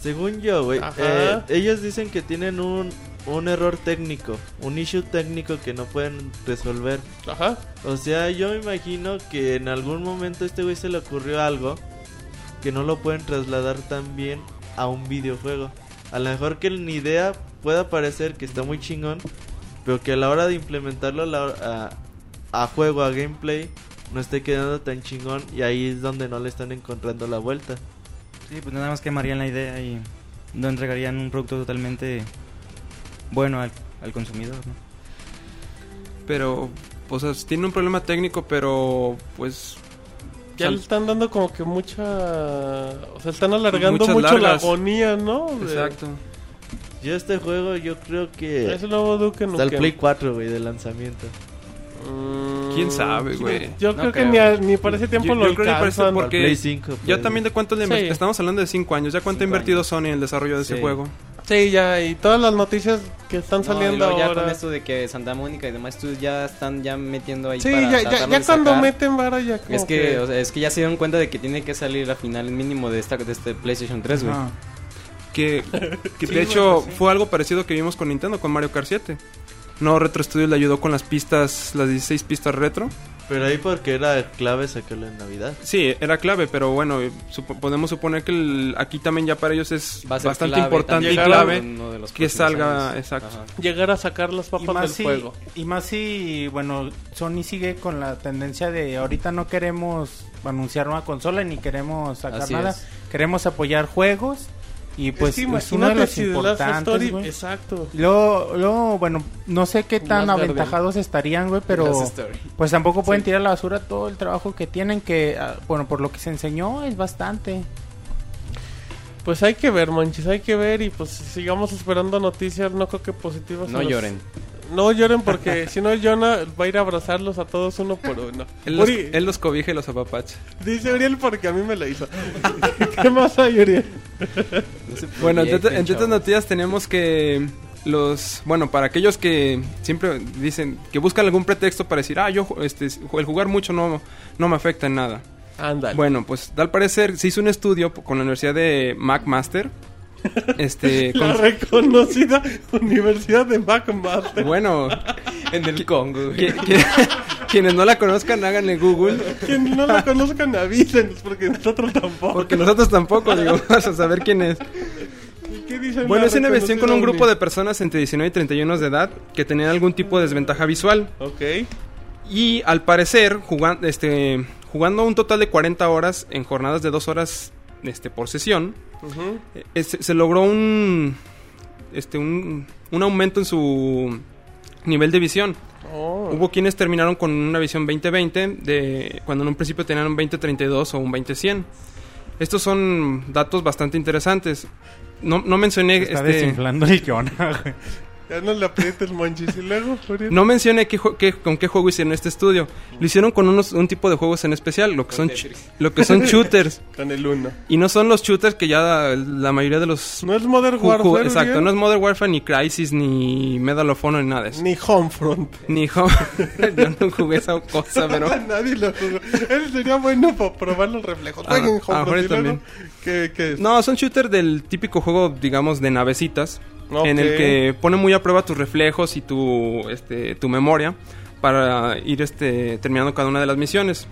Speaker 4: Según yo, güey,
Speaker 2: Ajá.
Speaker 4: eh, ellos dicen que tienen un, un error técnico, un issue técnico que no pueden resolver.
Speaker 2: Ajá.
Speaker 4: O sea, yo me imagino que en algún momento a este güey se le ocurrió algo que no lo pueden trasladar tan bien a un videojuego. A lo mejor que ni idea pueda parecer que está muy chingón, pero que a la hora de implementarlo a, la hor- a- a juego, a gameplay, no esté quedando tan chingón y ahí es donde no le están encontrando la vuelta.
Speaker 7: Sí, pues nada más quemarían la idea y no entregarían un producto totalmente bueno al, al consumidor. ¿no?
Speaker 6: pero o sea, tiene un problema técnico, pero pues
Speaker 2: Ya
Speaker 6: Sal-
Speaker 2: le están dando como que mucha. O sea, están alargando
Speaker 6: Muchas
Speaker 2: mucho la
Speaker 6: largas.
Speaker 2: agonía, ¿no? De-
Speaker 6: exacto.
Speaker 4: Yo este juego yo creo que...
Speaker 2: Es el nuevo Duque
Speaker 4: Está el
Speaker 2: Nukem.
Speaker 4: Play 4, güey, de lanzamiento.
Speaker 2: Mm,
Speaker 6: ¿Quién sabe, güey?
Speaker 2: Yo
Speaker 3: No
Speaker 2: creo que
Speaker 3: creo.
Speaker 2: ni, a- ni para ese tiempo
Speaker 6: Yo-
Speaker 2: lo
Speaker 6: yo creo que para ese
Speaker 2: alcanzan.
Speaker 6: por- Porque
Speaker 4: Al Play pues. 5.
Speaker 6: Ya también de cuánto le
Speaker 2: Sí.
Speaker 6: inver- estamos hablando de 5 años, ya cuánto ha
Speaker 3: Cinco
Speaker 6: invertido
Speaker 3: años.
Speaker 6: Sony en el desarrollo de ese
Speaker 3: Sí.
Speaker 6: juego.
Speaker 2: Sí, ya. Y todas las noticias que están saliendo
Speaker 3: ya
Speaker 2: ahora.
Speaker 3: con esto de que Santa Mónica y demás estudios ya están ya metiendo ahí
Speaker 2: Sí,
Speaker 3: para
Speaker 2: ya, ya,
Speaker 3: tratarlo
Speaker 2: ya
Speaker 3: de
Speaker 2: cuando
Speaker 3: sacar.
Speaker 2: meten vara ya como
Speaker 3: Es que, o sea, es que ya se dieron cuenta de que tiene que salir la final mínimo de esta de este PlayStation 3, güey.
Speaker 5: Ah.
Speaker 6: Que, que de hecho fue algo parecido que vimos con Nintendo, con Mario Kart 7. No, Retro Studios le ayudó con las pistas, las 16 pistas retro.
Speaker 4: Pero ahí porque era clave sacarlo en Navidad.
Speaker 6: Sí, era clave, pero bueno, supo- podemos suponer que el- aquí también ya para ellos es
Speaker 3: Va a ser
Speaker 6: bastante
Speaker 3: clave
Speaker 6: importante y
Speaker 3: también
Speaker 6: clave.
Speaker 3: uno de los
Speaker 6: que
Speaker 3: próximos
Speaker 6: salga, exacto.
Speaker 3: Ajá.
Speaker 2: llegar a sacar las
Speaker 5: Y
Speaker 2: papas
Speaker 5: más,
Speaker 2: del
Speaker 5: si,
Speaker 2: juego.
Speaker 5: y más si, bueno, Sony sigue con la tendencia de ahorita no queremos anunciar una consola ni queremos sacar
Speaker 3: Así
Speaker 5: nada.
Speaker 3: es.
Speaker 5: Queremos apoyar juegos Y pues
Speaker 2: que
Speaker 5: es, uno de
Speaker 2: imagínate
Speaker 5: los
Speaker 2: si The Last of
Speaker 5: importantes,
Speaker 2: Story-
Speaker 5: güey.
Speaker 2: Exacto.
Speaker 5: Luego, luego, bueno, no sé qué tan
Speaker 8: Más verde.
Speaker 5: aventajados estarían, güey, pero
Speaker 8: Last Story.
Speaker 5: pues tampoco pueden tirar a la basura todo el trabajo que tienen, que, ah, bueno, por lo que se enseñó es bastante.
Speaker 2: Pues hay que ver, manches, hay que ver y pues sigamos esperando noticias, no creo que positivas.
Speaker 3: No
Speaker 2: a los-
Speaker 3: lloren.
Speaker 2: No lloren porque [LAUGHS] si no Jonah va a ir a abrazarlos a todos uno por
Speaker 6: [LAUGHS]
Speaker 2: uno.
Speaker 6: Él los,
Speaker 2: Uri,
Speaker 6: él los cobija y los apapacha.
Speaker 2: Dice Uriel porque a mí me la hizo. [LAUGHS] ¿Qué más hay, Uriel?
Speaker 6: [LAUGHS] Bueno, entre,
Speaker 3: Proyecten,
Speaker 6: entre otras
Speaker 3: chavos.
Speaker 6: noticias tenemos que los, bueno, para aquellos que siempre dicen que buscan algún pretexto para decir, ah, yo ju- este, el jugar mucho no, no me afecta en nada.
Speaker 2: Ándale.
Speaker 6: Bueno, pues tal parecer se hizo un estudio p- con la Universidad de
Speaker 3: [LAUGHS]
Speaker 6: McMaster. Este,
Speaker 2: la
Speaker 6: con-
Speaker 2: reconocida [LAUGHS] Universidad de McMaster. [LAUGHS]
Speaker 6: bueno,
Speaker 3: [LAUGHS] En el Congo, güey.
Speaker 6: qui- qui- [LAUGHS] quienes no la conozcan, háganle Google.
Speaker 2: Quien no la conozcan, avísenos porque nosotros tampoco.
Speaker 6: Porque nosotros tampoco, digo, [LAUGHS] vas a saber quién es.
Speaker 2: ¿Qué dicen
Speaker 6: Bueno,
Speaker 2: la
Speaker 6: es una investigación con
Speaker 2: reconocida
Speaker 6: un grupo de
Speaker 2: uni?
Speaker 6: personas entre 19 y 31 años de edad que tenían algún tipo de desventaja visual.
Speaker 2: Ok.
Speaker 6: Y al parecer, jugando, este, jugando un total de 40 horas en jornadas de 2 horas este, por sesión,
Speaker 2: ujú.
Speaker 6: eh, eh, se, se logró un, este, un, un aumento en su nivel de visión.
Speaker 2: Oh.
Speaker 6: Hubo quienes terminaron con una visión 20-20, de, cuando en un principio tenían un 20-32 o un 20-100. Estos son datos bastante interesantes. No, no mencioné...
Speaker 5: Está
Speaker 6: este,
Speaker 5: desinflando el Jonah, [LAUGHS] güey.
Speaker 2: Ya no le aprietes, manches. Y luego, Uriel.
Speaker 6: No mencioné qué jue- qué- con qué juego hicieron este estudio. Lo hicieron con unos, un tipo de juegos en especial, lo que, son, ch- lo
Speaker 2: [LAUGHS]
Speaker 6: que son shooters.
Speaker 2: Con el uno.
Speaker 6: Y no son los shooters que ya la, la mayoría de los...
Speaker 2: No es Modern
Speaker 6: ju- ju-
Speaker 2: Warfare.
Speaker 6: exacto,
Speaker 2: Uriel,
Speaker 6: no es Modern Warfare, ni Crisis, ni Medal of Honor, ni nada de eso.
Speaker 2: Ni Homefront.
Speaker 6: Ni, Home- [LAUGHS] Yo no jugué esa cosa, pero...
Speaker 2: [LAUGHS] Nadie lo jugó. Él sería bueno para probar los reflejos.
Speaker 6: Ah,
Speaker 2: Jueguen
Speaker 6: ah,
Speaker 2: Homefront.
Speaker 6: Jorge
Speaker 2: y luego,
Speaker 6: también.
Speaker 2: ¿Qué, qué es?
Speaker 6: No, son shooters del típico juego, digamos, de navecitas.
Speaker 2: Ok.
Speaker 6: En el que pone muy a prueba tus reflejos y tu, este, tu memoria para ir este, terminando cada una de las misiones.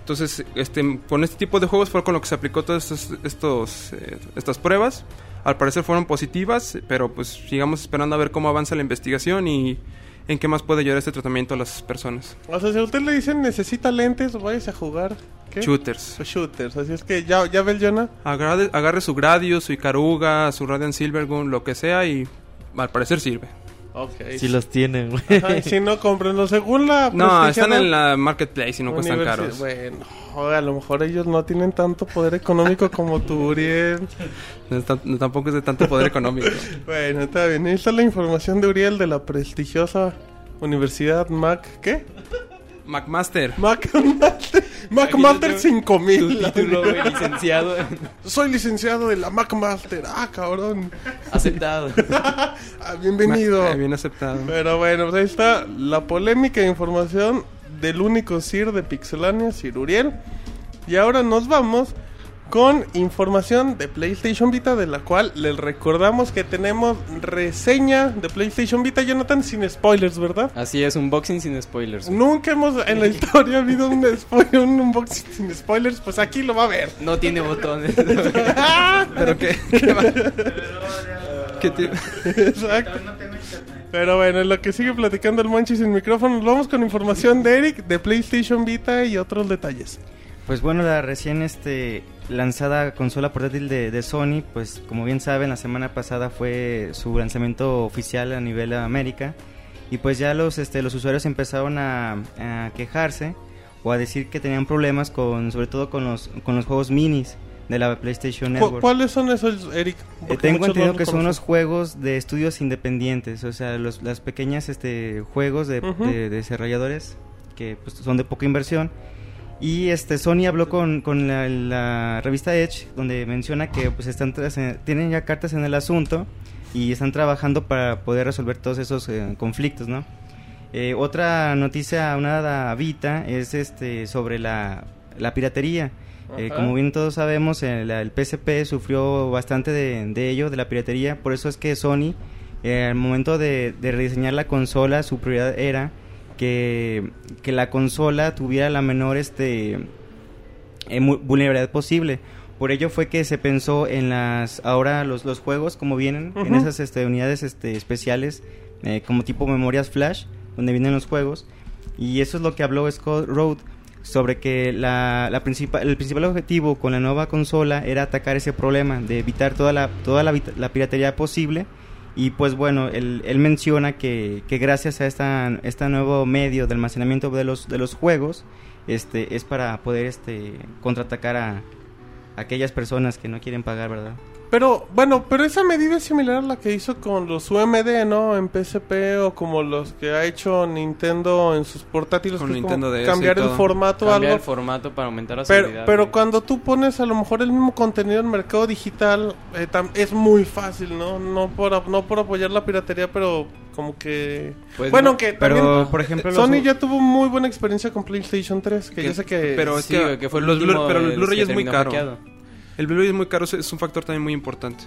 Speaker 6: Entonces, este, con este tipo de juegos fue con lo que se aplicó todas estas, estos, eh, estas pruebas. Al parecer fueron positivas, pero pues sigamos esperando a ver cómo avanza la investigación y en qué más puede ayudar este tratamiento a las personas.
Speaker 2: O sea, si a usted le dicen necesita lentes, váyase a jugar. ¿Qué? Pues
Speaker 6: Shooters.
Speaker 2: Shooters. Así es que ya, ya ve el Jonah.
Speaker 6: Agarre, agarre su Gradius, su Icaruga, su Radiant Silvergun, lo que sea y al parecer sirve.
Speaker 2: Ok.
Speaker 4: Si los tienen, güey.
Speaker 2: Ajá, y si no, comprenlo. Según la.
Speaker 6: No, están
Speaker 2: prestigiada
Speaker 6: en la marketplace y no cuestan
Speaker 2: universidad-
Speaker 6: caros.
Speaker 2: Bueno, joder, a lo mejor ellos no tienen tanto poder económico como tú, Uriel.
Speaker 6: No es tan- no, tampoco es de tanto poder económico.
Speaker 2: Bueno, está bien. Esta es la información de Uriel de la prestigiosa Universidad Mac. ¿Qué?
Speaker 6: McMaster.
Speaker 2: Mac Master, Mac Master 5000. la
Speaker 8: Título,
Speaker 2: verdad.
Speaker 8: güey, licenciado.
Speaker 2: Soy licenciado de la Mac Master. Ah, cabrón. [LAUGHS]
Speaker 8: Aceptado.
Speaker 2: Ah, bienvenido.
Speaker 6: Eh, bien aceptado.
Speaker 2: Pero bueno, pues ahí está la polémica información del único Sir de Pixelania, Sir Uriel. Y ahora nos vamos con información de PlayStation Vita, de la cual les recordamos que tenemos reseña de PlayStation Vita, Jonathan, sin spoilers, ¿verdad?
Speaker 3: Así es, unboxing sin spoilers. güey.
Speaker 2: Nunca hemos en la historia habido un, spoiler, un unboxing sin spoilers, pues aquí lo va a ver.
Speaker 3: No tiene botones. [LAUGHS]
Speaker 6: [LAUGHS] Pero qué. qué va- qué ti-
Speaker 2: Exacto. Pero bueno, en lo que sigue platicando el Monchi sin micrófono, nos vamos con información de Eric, de PlayStation Vita y otros detalles.
Speaker 7: Pues bueno, la recién este, lanzada consola portátil de, de Sony, pues como bien saben, la semana pasada fue su lanzamiento oficial a nivel América. Y pues ya los, este, los usuarios empezaron a, a quejarse o a decir que tenían problemas con, sobre todo con los, con los juegos minis de la PlayStation
Speaker 2: Cu-
Speaker 7: Network.
Speaker 2: ¿Cuáles son esos, Eric?
Speaker 7: Eh,
Speaker 2: Porque
Speaker 7: tengo
Speaker 2: muchos no
Speaker 7: entendido
Speaker 2: los
Speaker 7: que son unos
Speaker 2: conocen.
Speaker 7: juegos de estudios independientes, o sea, los, las pequeñas este, juegos de,
Speaker 2: Ujú.
Speaker 7: de- de desarrolladores que pues, son de poca inversión. Y este Sony habló con, con la, la revista Edge, donde menciona que pues están tras- tienen ya cartas en el asunto y están trabajando para poder resolver todos esos eh, conflictos, ¿no? Eh, otra noticia una Vita es este sobre la, la piratería. Eh,
Speaker 2: Ajá.
Speaker 7: como bien todos sabemos, el, el PSP sufrió bastante de, de ello, de la piratería. Por eso es que Sony, eh, al momento de, de rediseñar la consola, su prioridad era que, que la consola tuviera la menor este, eh, mu- vulnerabilidad posible. Por ello fue que se pensó en las ahora los, los juegos como vienen en
Speaker 2: Ujú.
Speaker 7: esas este, unidades este, especiales eh, como tipo memorias flash donde vienen los juegos y eso es lo que habló Scott Road sobre que la, la principal, el principal objetivo con la nueva consola era atacar ese problema, de evitar toda la, toda la, vita- la piratería posible. Y pues bueno, él, él menciona que, que gracias a esta, este nuevo medio de almacenamiento de los, de los juegos, este, es para poder este, contraatacar a aquellas personas que no quieren pagar, ¿verdad?
Speaker 2: Pero bueno, pero esa medida es similar a la que hizo con los UMD, ¿no? En PSP o como los que ha hecho Nintendo en sus portátiles.
Speaker 6: Con
Speaker 2: que es como
Speaker 6: Nintendo DS y
Speaker 2: cambiar el
Speaker 6: todo.
Speaker 2: formato o
Speaker 3: Cambiar
Speaker 2: algo.
Speaker 3: el formato para aumentar la
Speaker 2: Pero,
Speaker 3: seguridad,
Speaker 2: pero
Speaker 3: güey.
Speaker 2: cuando tú pones a lo mejor el mismo contenido en mercado digital, eh, tam- es muy fácil, ¿no? No por, ap- no por apoyar la piratería, pero como que...
Speaker 3: Pues
Speaker 2: bueno,
Speaker 3: no,
Speaker 2: que también
Speaker 7: Pero, por ejemplo, los-
Speaker 2: Sony ya tuvo muy buena experiencia con PlayStation 3, que, yo sé que...
Speaker 6: pero es
Speaker 3: Sí,
Speaker 6: que,
Speaker 3: güey, que fue el
Speaker 6: los
Speaker 3: último
Speaker 6: Blu- pero
Speaker 3: de
Speaker 6: el
Speaker 3: los
Speaker 6: Blu-ray
Speaker 3: que
Speaker 6: es muy
Speaker 3: terminó
Speaker 6: caro.
Speaker 3: hackeado.
Speaker 6: El Blu-ray es muy caro, es- es un factor también muy importante.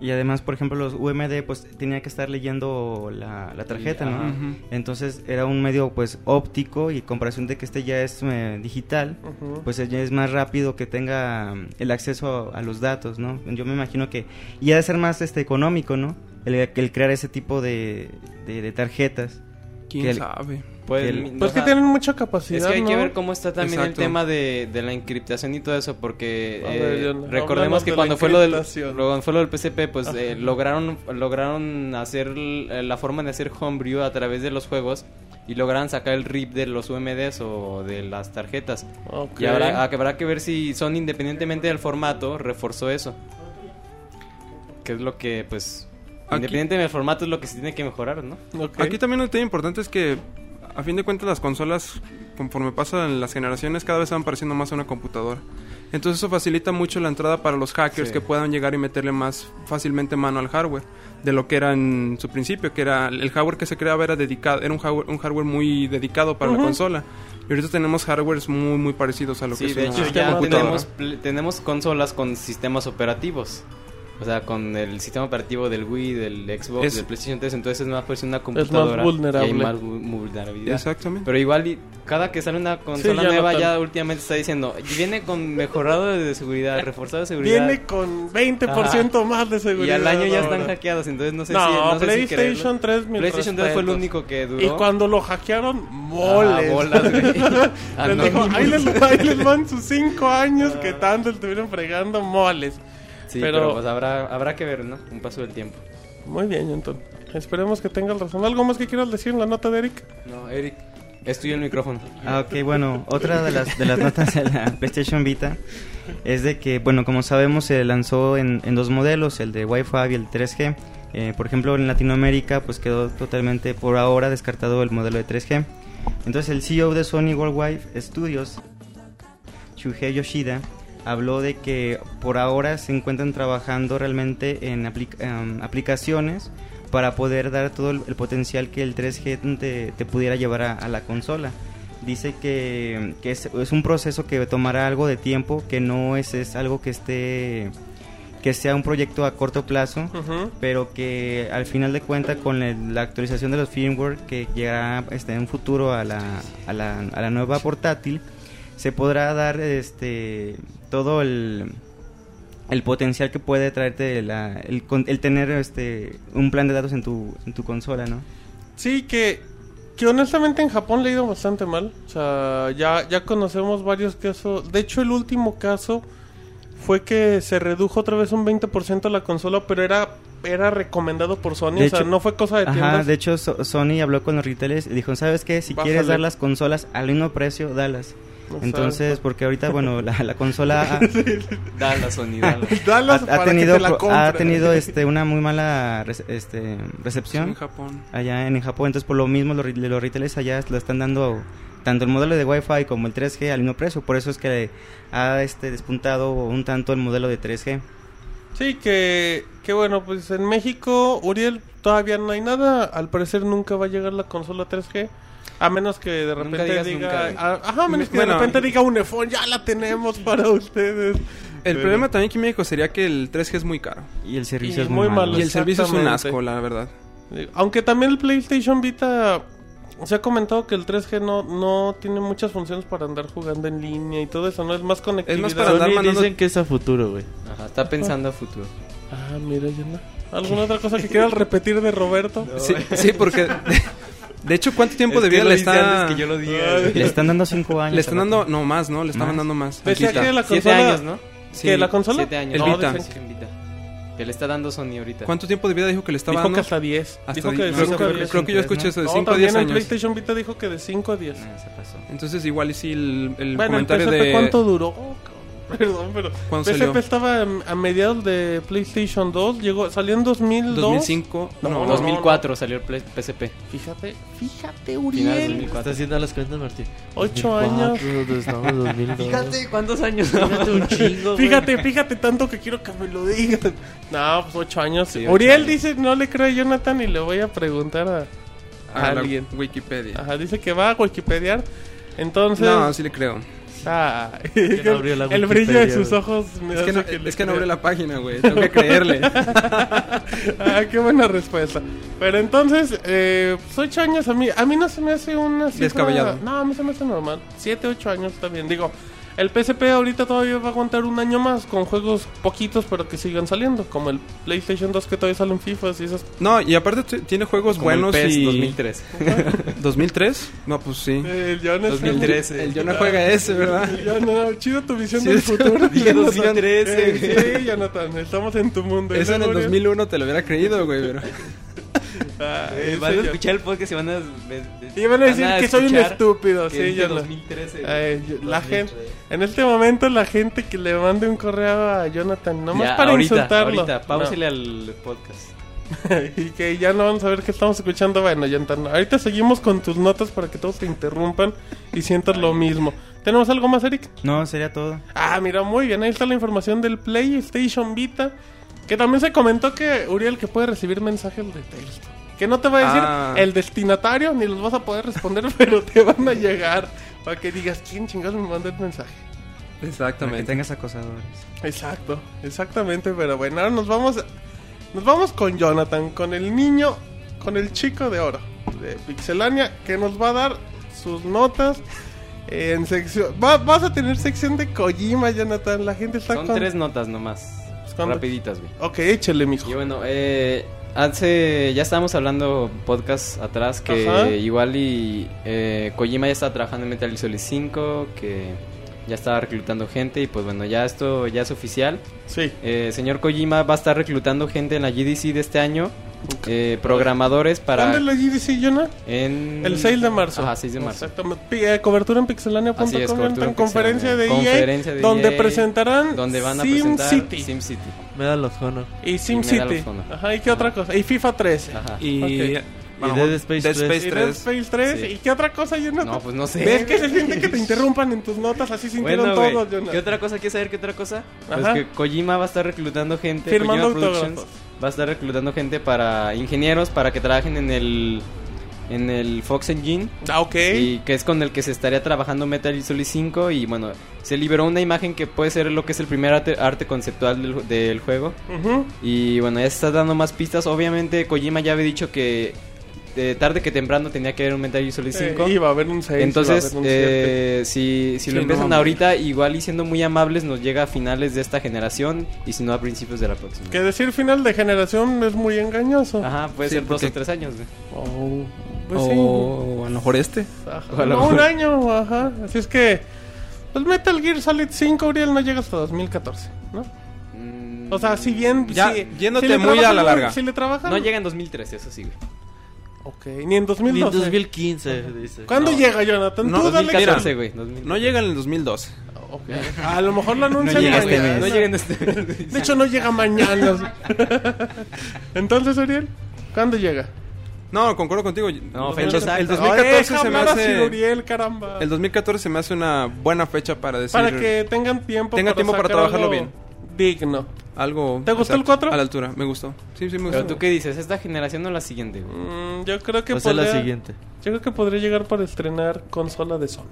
Speaker 7: Y además, por ejemplo, los UMD pues tenía que estar leyendo la, la tarjeta, ¿no?
Speaker 3: Ajá.
Speaker 6: Ujú.
Speaker 7: Entonces era un medio pues óptico y en comparación de que este ya es eh, digital,
Speaker 2: Ujú.
Speaker 7: pues ya es más rápido que tenga mm, el acceso a, a los datos, ¿no? Yo me imagino que y ha de ser más este económico, ¿no? El, el crear ese tipo de, de- de tarjetas.
Speaker 6: ¿Quién
Speaker 7: Que el-
Speaker 6: sabe?
Speaker 3: Pues,
Speaker 7: que el-
Speaker 3: mi-
Speaker 2: Pues
Speaker 3: o
Speaker 2: que
Speaker 3: sea,
Speaker 2: tienen mucha capacidad,
Speaker 3: Es que hay que
Speaker 2: ¿no?
Speaker 3: ver cómo está también
Speaker 6: Exacto.
Speaker 3: el tema de, de la encriptación y todo eso, porque
Speaker 2: A
Speaker 3: eh,
Speaker 2: ver, John, háblanos
Speaker 3: recordemos
Speaker 2: de
Speaker 3: que
Speaker 2: la
Speaker 3: cuando fue lo del
Speaker 2: encriptación.
Speaker 3: lo- cuando fue lo del PCP, pues eh, lograron lograron hacer l- eh, la forma de hacer homebrew a través de los juegos y lograron sacar el rip de los UMDs o de las tarjetas.
Speaker 2: Ok.
Speaker 3: Y habrá, habrá que ver si son independientemente del formato, reforzó eso. Que es lo que, pues,
Speaker 6: Aquí-
Speaker 3: independiente del formato es lo que se tiene que mejorar, ¿no?
Speaker 2: Ok.
Speaker 6: Aquí también un tema importante es que, a fin de cuentas, las consolas, conforme pasan las generaciones, cada vez se van pareciendo más a una computadora. Entonces eso facilita mucho la entrada para los hackers
Speaker 3: Sí.
Speaker 6: que puedan llegar y meterle más fácilmente mano al hardware de lo que era en su principio, que era el hardware que se creaba era dedicado, era un hardware, un hardware muy dedicado para la consola. Y ahorita tenemos hardwares muy muy parecidos a lo
Speaker 3: Sí,
Speaker 6: que es
Speaker 3: de
Speaker 6: una
Speaker 3: hecho ya
Speaker 6: computadora.
Speaker 3: tenemos, pl- tenemos consolas con sistemas operativos. O sea, con el sistema operativo del Wii, del Xbox,
Speaker 6: Es-
Speaker 3: del PlayStation 3, entonces es más parecido a una computadora.
Speaker 2: vulnerable.
Speaker 3: Y hay más vu- vulnerabilidad.
Speaker 6: Exactamente.
Speaker 3: Pero igual, y cada que sale una consola
Speaker 2: ya no
Speaker 3: nueva,
Speaker 2: tan-
Speaker 3: ya últimamente está diciendo, "Y viene con mejorado de seguridad, reforzado de seguridad.
Speaker 2: Viene con 20% más de
Speaker 3: y
Speaker 2: seguridad.
Speaker 3: al año ya
Speaker 2: ahora.
Speaker 3: están hackeados, entonces no sé si.
Speaker 2: No,
Speaker 3: No sé si
Speaker 2: PlayStation
Speaker 3: creerlo.
Speaker 2: 3 mil
Speaker 3: PlayStation 3 fue el
Speaker 2: respetos.
Speaker 3: único que duró.
Speaker 2: Y cuando lo hackearon, moles.
Speaker 3: Ah, bolas, güey.
Speaker 2: [LAUGHS]
Speaker 7: Ah,
Speaker 2: Les dijo,
Speaker 3: Anonymous.
Speaker 2: ahí les, ahí les van sus 5 años que tanto estuvieron fregando moles.
Speaker 3: Sí,
Speaker 2: pero-
Speaker 3: pero, pues habrá, habrá que ver, ¿no? Un paso del tiempo.
Speaker 2: Muy bien, Anton. Esperemos que tengas razón. ¿Algo más que quieras decir en la nota de Eric?
Speaker 3: No, Eric, es tuyo el micrófono.
Speaker 7: Ah, ok, bueno, otra de las, de las notas de la PlayStation Vita es de que, bueno, como sabemos, se lanzó en, en dos modelos, el de Wi-Fi y el 3G. Eh, por ejemplo, en Latinoamérica, pues quedó totalmente por ahora descartado el modelo de 3G. Entonces, el CEO de Sony Worldwide Studios, Shuhei Yoshida, habló de que por ahora se encuentran trabajando realmente en apli- em, aplicaciones para poder dar todo el, el potencial que el 3G te, te pudiera llevar a- a la consola dice que, que es, es un proceso que tomará algo de tiempo, que no es, es algo que esté que sea un proyecto a corto plazo,
Speaker 2: Ujú.
Speaker 7: pero que al final de cuentas con el- la actualización de los firmware que llegará este, en un futuro a la, a, la, a la nueva portátil, se podrá dar este todo el, el potencial que puede traerte la- el, con- el tener este un plan de datos en tu, en tu consola, ¿no?
Speaker 2: Sí, que, que honestamente en Japón le ha ido bastante mal. O sea, ya, ya conocemos varios casos. De hecho, el último caso fue que se redujo otra vez un 20% la consola, pero era, era recomendado por Sony.
Speaker 7: De
Speaker 2: o sea,
Speaker 7: hecho-
Speaker 2: no fue cosa de tiendas.
Speaker 7: Ajá, de hecho So- Sony habló con los retailers y dijo, ¿sabes qué? Si quieres
Speaker 2: Bájale.
Speaker 7: dar las consolas al mismo precio, dalas.
Speaker 2: O sea, pues.
Speaker 7: Entonces, porque ahorita, bueno, la,
Speaker 2: [LAUGHS]
Speaker 7: la consola ha,
Speaker 3: Da la Sony, dala.
Speaker 2: Dalas
Speaker 7: ha- ha
Speaker 2: para que
Speaker 7: tenido,
Speaker 2: te la
Speaker 7: pro- ha
Speaker 2: compren. [LAUGHS]
Speaker 7: tenido este, una muy mala rece- este,
Speaker 6: en
Speaker 7: recepción
Speaker 6: Japón.
Speaker 7: allá en Japón. Entonces, por lo mismo, los, re- los retailers allá lo están dando tanto el modelo de Wi-Fi como el 3G al mismo precio. Por eso es que ha este, despuntado un tanto el modelo de 3G.
Speaker 2: Sí, que, que bueno, pues en México, Uriel, todavía no hay nada. Al parecer nunca va a llegar la consola 3G. A menos que de
Speaker 3: Nunca
Speaker 2: repente
Speaker 3: digas
Speaker 2: diga...
Speaker 3: nunca.
Speaker 2: a- ajá, a menos que de
Speaker 6: Bueno.
Speaker 2: repente diga Unifón, ya la tenemos para ustedes.
Speaker 6: El
Speaker 2: Pero-
Speaker 6: problema también aquí en México sería que el 3G es muy caro.
Speaker 7: Y el servicio
Speaker 2: Y
Speaker 7: es muy,
Speaker 2: muy
Speaker 7: malo.
Speaker 2: malo. [LAUGHS]
Speaker 6: Y el servicio es un
Speaker 2: Exactamente.
Speaker 6: asco, la verdad.
Speaker 2: Eh, Aunque también el PlayStation Vita... Se ha comentado que el 3G no, no tiene muchas funciones para andar jugando en línea y todo eso, ¿no? Es más conectividad.
Speaker 6: para andar
Speaker 4: Sony
Speaker 6: mandando-
Speaker 4: dicen que es a futuro, güey.
Speaker 3: [LAUGHS] Ajá, está pensando a futuro.
Speaker 2: Ah, mira, Yolanda. ¿Alguna otra cosa que quieras repetir de Roberto?
Speaker 6: Sí, sí, porque De hecho, ¿cuánto tiempo
Speaker 3: Es
Speaker 6: de
Speaker 3: que
Speaker 6: vida
Speaker 3: lo
Speaker 6: le
Speaker 3: hice
Speaker 6: está...?
Speaker 3: antes que yo lo diga.
Speaker 7: Le están dando 5 años.
Speaker 6: Le están
Speaker 7: al
Speaker 6: dando...
Speaker 7: vato.
Speaker 6: No, más, ¿no? Le
Speaker 7: Más.
Speaker 6: estaban dando más.
Speaker 2: Decía
Speaker 6: Vita.
Speaker 2: que la
Speaker 3: Siete
Speaker 2: consola-
Speaker 3: años, ¿no?
Speaker 6: Sí.
Speaker 2: ¿Que la consola?
Speaker 3: Siete años.
Speaker 6: El
Speaker 2: No,
Speaker 6: Vita.
Speaker 2: dicen
Speaker 3: En Vita. Que le está dando Sony ahorita.
Speaker 6: ¿Cuánto tiempo de vida dijo que le estaba
Speaker 2: Dijo que
Speaker 6: dando?
Speaker 2: hasta 10.
Speaker 6: Hasta
Speaker 2: Dijo
Speaker 6: di-
Speaker 2: que de
Speaker 6: no,
Speaker 2: cinco
Speaker 6: creo,
Speaker 2: a
Speaker 6: creo
Speaker 2: diez.
Speaker 6: que yo
Speaker 7: ¿no?
Speaker 6: escuché eso de
Speaker 2: No,
Speaker 6: 5 a
Speaker 2: también
Speaker 6: 10
Speaker 2: en
Speaker 6: años.
Speaker 2: PlayStation Vita dijo que de 5 a 10.
Speaker 7: Ah, se pasó.
Speaker 6: Entonces igual y sí el, el
Speaker 2: bueno, el
Speaker 6: comentario
Speaker 2: PSP
Speaker 6: de...
Speaker 2: ¿cuánto duró? Oh, cabrón, [LAUGHS] Perdón, pero
Speaker 6: ¿Cuándo
Speaker 2: PSP
Speaker 6: salió?
Speaker 2: estaba en- a mediados de PlayStation 2, llegó, salió en 2002.
Speaker 6: 2005,
Speaker 2: No,
Speaker 6: no,
Speaker 2: no,
Speaker 3: 2004 salió el Play- PSP.
Speaker 2: Fíjate, fíjate
Speaker 3: Finales de
Speaker 2: Uriel,
Speaker 3: 2004.
Speaker 4: Está haciendo las cuentas, Martín.
Speaker 2: 8 años.
Speaker 4: 2004, estamos en 2002.
Speaker 3: Fíjate cuántos años. [LAUGHS]
Speaker 2: Fíjate, fíjate tanto que quiero que me lo digan. No, pues 8 años.
Speaker 6: Sí, ocho
Speaker 2: Uriel
Speaker 6: años.
Speaker 2: dice, no le creo a Jonathan y le voy a preguntar a, a
Speaker 6: a la
Speaker 2: alguien. Ah,
Speaker 6: Wikipedia.
Speaker 2: Ajá, dice que va a Wikipediar. Entonces,
Speaker 6: No, sí le creo.
Speaker 2: ah,
Speaker 4: no abrió la
Speaker 2: [LAUGHS] el brillo de
Speaker 4: Wikipedia,
Speaker 2: sus
Speaker 4: güey.
Speaker 2: ojos me
Speaker 6: Es que
Speaker 2: hace
Speaker 6: no,
Speaker 2: le
Speaker 6: es que no
Speaker 2: crea.
Speaker 6: abrió la página, güey. Tengo que creerle.
Speaker 2: Ah, qué buena respuesta. Pero entonces, eh, pues, ocho años a mí, a mí no se me hace una cifra...
Speaker 6: Descabellado.
Speaker 2: No, a mí se me hace normal. Siete, ocho años está bien. Digo, el PSP ahorita todavía va a aguantar un año más con juegos poquitos pero que sigan saliendo. Como el PlayStation 2 que todavía salen FIFAs y esas...
Speaker 6: No, y aparte t- tiene juegos buenos
Speaker 2: [LAUGHS]
Speaker 6: y...
Speaker 3: 2003.
Speaker 6: 2003. No, pues sí.
Speaker 2: El John Eh, es- [LAUGHS]
Speaker 3: 2013.
Speaker 6: El yo no juega ese, ¿verdad?
Speaker 2: El John, no, chido tu visión
Speaker 6: Sí,
Speaker 2: del
Speaker 6: es-
Speaker 2: futuro.
Speaker 6: [LAUGHS] dije
Speaker 2: Jonathan.
Speaker 6: 2013,
Speaker 2: Eh, sí, Jonathan, estamos en tu mundo.
Speaker 6: Eso en el
Speaker 2: Uriel?
Speaker 6: 2001 te lo hubiera creído, güey, pero...
Speaker 2: Ah,
Speaker 6: Eh,
Speaker 2: ese
Speaker 3: Van a
Speaker 2: John.
Speaker 3: escuchar el podcast y van a...
Speaker 2: Y van a decir que soy un estúpido.
Speaker 3: Que
Speaker 2: Sí,
Speaker 3: es de
Speaker 2: Jonathan.
Speaker 3: 2013.
Speaker 2: Ay, yo- la gente,
Speaker 3: eh.
Speaker 2: en este momento la gente que le mande un correo a Jonathan, nomás
Speaker 3: Ya,
Speaker 2: para
Speaker 3: ahorita,
Speaker 2: insultarlo.
Speaker 3: Ahorita, pausele al podcast.
Speaker 2: No. [LAUGHS] y que ya no van a saber qué estamos escuchando. Bueno, Jonathan, ahorita seguimos con tus notas para que todos te interrumpan y sientas lo mismo. ¿Tenemos algo más, Eric?
Speaker 7: No, sería todo.
Speaker 2: Ah, mira, muy bien, ahí está la información del PlayStation Vita. Que también se comentó que Uriel que puede recibir mensajes de texto. Que no te va a decir
Speaker 6: Ah.
Speaker 2: el destinatario ni los vas a poder responder, [LAUGHS] pero te van a llegar para que digas quién chingados me mandó el mensaje.
Speaker 7: Para que
Speaker 6: Exactamente.
Speaker 7: tengas acosadores.
Speaker 2: Exacto, exactamente, pero bueno, ahora nos vamos nos vamos con Jonathan, con el niño, con el chico de oro de Pixelania que nos va a dar sus notas en sección. va- vas a tener sección de Kojima, Jonathan, la gente está
Speaker 3: Son
Speaker 2: con Pues,
Speaker 3: tres notas nomás.
Speaker 2: ¿Cuántas?
Speaker 3: Rapiditas, güey.
Speaker 2: Ok, échale, mijo.
Speaker 3: Y bueno, eh, hace, ya estábamos hablando podcast atrás que
Speaker 2: Ajá.
Speaker 3: igual y eh, Kojima ya estaba trabajando en Metal Gear Solid 5, que ya estaba reclutando gente y pues bueno, ya esto ya es oficial.
Speaker 2: Sí.
Speaker 3: Eh, señor Kojima va a estar reclutando gente en la GDC de este año, eh, programadores para...
Speaker 2: ¿Dónde lo dice Jonathan?
Speaker 3: En...
Speaker 2: El 6 de marzo.
Speaker 3: Ajá, 6 de marzo.
Speaker 2: Exactamente. Pi- eh, cobertura en pixelania.com.
Speaker 3: Así es, cobertura
Speaker 2: Jonathan,
Speaker 3: en
Speaker 2: Conferencia de EA.
Speaker 3: Pixelania. Conferencia de E
Speaker 2: donde
Speaker 3: EA,
Speaker 2: presentarán
Speaker 3: Donde van a
Speaker 2: Sim
Speaker 3: presentar
Speaker 2: City.
Speaker 3: SimCity.
Speaker 4: Me dan los honor.
Speaker 2: Y
Speaker 3: Medal
Speaker 2: SimCity.
Speaker 3: of Honor.
Speaker 2: Ajá, ¿y qué otra cosa? Y FIFA 13.
Speaker 3: Ajá.
Speaker 6: Y...
Speaker 2: Ok.
Speaker 6: vamos,
Speaker 4: Dead Space
Speaker 2: Y
Speaker 4: 3.
Speaker 2: Dead
Speaker 6: 3.
Speaker 2: Space 3.
Speaker 3: Sí.
Speaker 2: ¿Y qué otra cosa, Jonathan?
Speaker 3: No, pues no sé.
Speaker 2: ¿Ves que se siente
Speaker 3: [LAUGHS]
Speaker 2: que te interrumpan en tus notas? Así sintieron
Speaker 3: Bueno, güey,
Speaker 2: todos, Jonathan.
Speaker 3: ¿Qué otra cosa quieres saber? ¿Qué otra cosa? Pues
Speaker 2: Ajá.
Speaker 3: que Kojima va a estar reclutando gente.
Speaker 2: Firmando
Speaker 3: Kojima Productions va a estar reclutando gente para ingenieros para que trabajen en el en el Fox Engine
Speaker 2: Ah, ok.
Speaker 3: y que es con el que se estaría trabajando Metal Gear Solid 5 y bueno se liberó una imagen que puede ser lo que es el primer arte, arte conceptual del, del juego
Speaker 2: Ujú.
Speaker 3: y bueno ya se está dando más pistas obviamente Kojima ya había dicho que eh, tarde que temprano tenía que haber un Metal Gear Solid 5
Speaker 2: Eh, y va a haber un 6.
Speaker 3: entonces,
Speaker 2: va a haber un siete.
Speaker 3: eh, si, si
Speaker 6: Sí,
Speaker 3: lo empiezan
Speaker 6: no,
Speaker 3: ahorita, igual y siendo muy amables, nos llega a finales de esta generación y si no a principios de la próxima.
Speaker 2: Que decir final de generación es muy engañoso.
Speaker 3: Ajá, puede
Speaker 6: Sí,
Speaker 3: ser dos
Speaker 6: porque-
Speaker 3: o tres años. güey.
Speaker 2: Oh, pues sí.
Speaker 6: O a lo mejor este.
Speaker 2: Ajá.
Speaker 3: Oh, [LAUGHS] A lo
Speaker 2: No,
Speaker 3: mejor.
Speaker 2: un año, ajá. Así es que. Pues Metal Gear Solid 5, Uriel, no llega hasta 2014, ¿no? O sea, si bien.
Speaker 6: Ya,
Speaker 2: si,
Speaker 6: yéndote
Speaker 2: le
Speaker 6: muy a
Speaker 2: trabajan-
Speaker 6: la larga.
Speaker 2: Si le trabajan.
Speaker 3: No llega en 2013, eso sí. güey.
Speaker 2: Ok, ni en 2012.
Speaker 4: 2015, dice.
Speaker 2: ¿Cuándo
Speaker 6: No.
Speaker 2: llega, Jonathan?
Speaker 6: No,
Speaker 2: Tú dale
Speaker 3: 2014, güey. 2000.
Speaker 6: No llega en el 2012.
Speaker 2: Ok. A lo mejor lo anuncian
Speaker 7: llega este
Speaker 2: mañana.
Speaker 7: mes.
Speaker 3: No llega en este.
Speaker 2: De hecho, no llega
Speaker 6: [LAUGHS]
Speaker 2: mañana. Entonces, Uriel, ¿cuándo llega?
Speaker 6: No, concuerdo contigo.
Speaker 3: No,
Speaker 6: el,
Speaker 3: fecha
Speaker 6: dos- el
Speaker 3: exacta.
Speaker 6: 2014
Speaker 2: Deja
Speaker 6: se me
Speaker 2: hablar a Sir
Speaker 6: hace...
Speaker 2: Uriel, caramba.
Speaker 6: El 2014 se me hace una buena fecha para decir
Speaker 2: Para que tengan tiempo
Speaker 6: Tenga tiempo para
Speaker 2: sacar
Speaker 6: trabajarlo
Speaker 2: algo
Speaker 6: bien.
Speaker 2: Digno.
Speaker 6: algo.
Speaker 2: ¿Te gustó el cuatro?
Speaker 6: A la altura, me gustó. Sí, sí, me
Speaker 3: [LAUGHS] Pero
Speaker 6: gustó.
Speaker 3: tú qué dices, ¿esta generación o la siguiente, güey?
Speaker 2: Mm, yo creo que
Speaker 4: Va a ser la
Speaker 2: podría-
Speaker 4: siguiente.
Speaker 2: Yo creo que podría llegar para estrenar consola de Sony.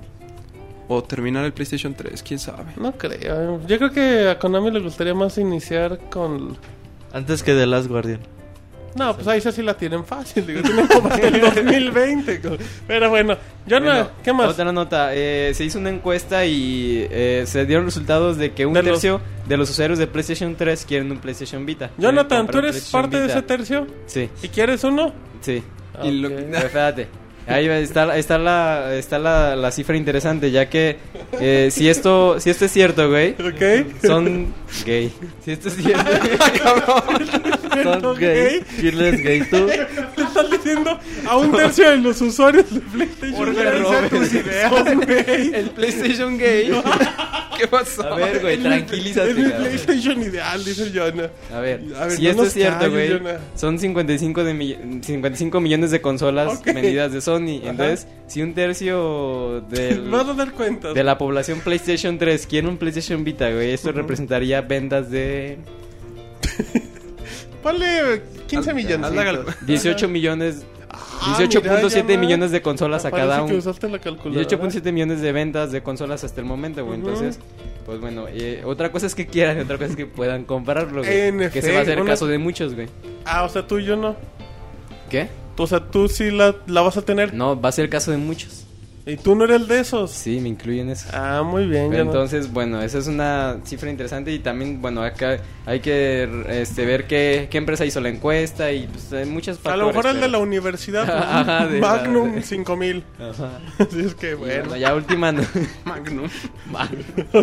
Speaker 6: O terminar el PlayStation 3, quién sabe. [LAUGHS]
Speaker 2: No creo. eh. Yo creo que a Konami le gustaría más iniciar con.
Speaker 4: Antes que The Last
Speaker 2: [LAUGHS]
Speaker 4: Guardian.
Speaker 2: No, pues ahí esa sí la tienen fácil. Digo,
Speaker 3: [LAUGHS]
Speaker 2: tienen como hasta el 2020. co- Pero bueno, yo
Speaker 3: Bueno,
Speaker 2: no. ¿Qué más?
Speaker 3: Otra nota. eh, se hizo una encuesta y eh, se dieron resultados de que un
Speaker 2: De los-
Speaker 3: tercio de los usuarios de PlayStation 3 quieren un PlayStation Vita. Quieren
Speaker 2: Jonathan,
Speaker 3: comprar
Speaker 2: ¿tú
Speaker 3: un
Speaker 2: eres
Speaker 3: PlayStation
Speaker 2: parte de
Speaker 3: Vita.
Speaker 2: ese tercio?
Speaker 3: Sí,
Speaker 2: ¿Y quieres uno?
Speaker 3: sí.
Speaker 6: Y lo-
Speaker 2: Ok.
Speaker 3: [LAUGHS] Pero espérate. Ahí va, está, está, la, está la, la cifra interesante, ya que eh, si, esto, si esto es cierto, güey,
Speaker 2: ¿Ok?
Speaker 3: son gay. Si esto
Speaker 2: [LAUGHS]
Speaker 3: es cierto,
Speaker 4: Son gay. Kirles gay tú.
Speaker 2: Te estás diciendo a un tercio de los usuarios de PlayStation.
Speaker 5: Organiza tus
Speaker 3: [LAUGHS]
Speaker 5: ideas, güey.
Speaker 6: El
Speaker 2: [LAUGHS]
Speaker 6: PlayStation gay. ¿Qué pasó?
Speaker 3: A ver, güey, tranquilízate.
Speaker 2: Es mi
Speaker 3: cabrón.
Speaker 2: PlayStation ideal, dice el Jonah.
Speaker 3: A ver,
Speaker 2: A ver,
Speaker 3: si
Speaker 2: no
Speaker 3: esto
Speaker 2: nos
Speaker 3: es cierto,
Speaker 2: calles,
Speaker 3: güey,
Speaker 2: Jonah.
Speaker 3: son 55, de mi- 55 millones de consolas
Speaker 2: Ok.
Speaker 3: vendidas de Sony.
Speaker 2: Ajá.
Speaker 3: Entonces, si un tercio
Speaker 2: [LAUGHS]
Speaker 3: del-
Speaker 2: Vas a dar cuenta.
Speaker 3: de la población PlayStation 3 quiere un PlayStation Vita, güey, esto representaría ventas de
Speaker 2: Ponle 15
Speaker 6: Al-
Speaker 2: millones.
Speaker 6: al-
Speaker 3: 18 millones,
Speaker 2: Ah, mira,
Speaker 3: 18.7
Speaker 2: ya
Speaker 3: millones
Speaker 2: me-
Speaker 3: de consolas a
Speaker 2: parece
Speaker 3: cada
Speaker 2: que
Speaker 3: uno.
Speaker 2: usaste la calculadora.
Speaker 3: 18.7 millones de ventas de consolas hasta el momento, güey.
Speaker 2: Ujú.
Speaker 3: Entonces, pues bueno, eh, otra cosa es que quieran y otra cosa es que puedan comprarlo, güey.
Speaker 2: En
Speaker 3: que se va a hacer
Speaker 2: efecto, una-
Speaker 3: caso de muchos, güey.
Speaker 2: Ah, o sea, tú y yo no.
Speaker 3: ¿Qué?
Speaker 2: O sea, tú sí la, la vas a tener.
Speaker 3: No, va a ser caso de muchos.
Speaker 2: Y tú no eres el de esos.
Speaker 3: Sí, me incluyen eso.
Speaker 2: Ah, muy bien.
Speaker 3: Pero
Speaker 2: Jonah.
Speaker 3: entonces, bueno, esa es una cifra interesante y también, bueno, acá hay que este, ver qué, qué empresa hizo la encuesta y pues, hay muchos
Speaker 2: a
Speaker 3: factores.
Speaker 2: lo mejor el de
Speaker 3: pero-
Speaker 2: la universidad.
Speaker 3: [LAUGHS] Ajá, de la-
Speaker 2: Magnum 5000.
Speaker 3: Ajá.
Speaker 2: [LAUGHS] Así es que
Speaker 3: Y bueno,
Speaker 2: bueno.
Speaker 3: ya
Speaker 2: [LAUGHS]
Speaker 3: última no.
Speaker 6: Magnum.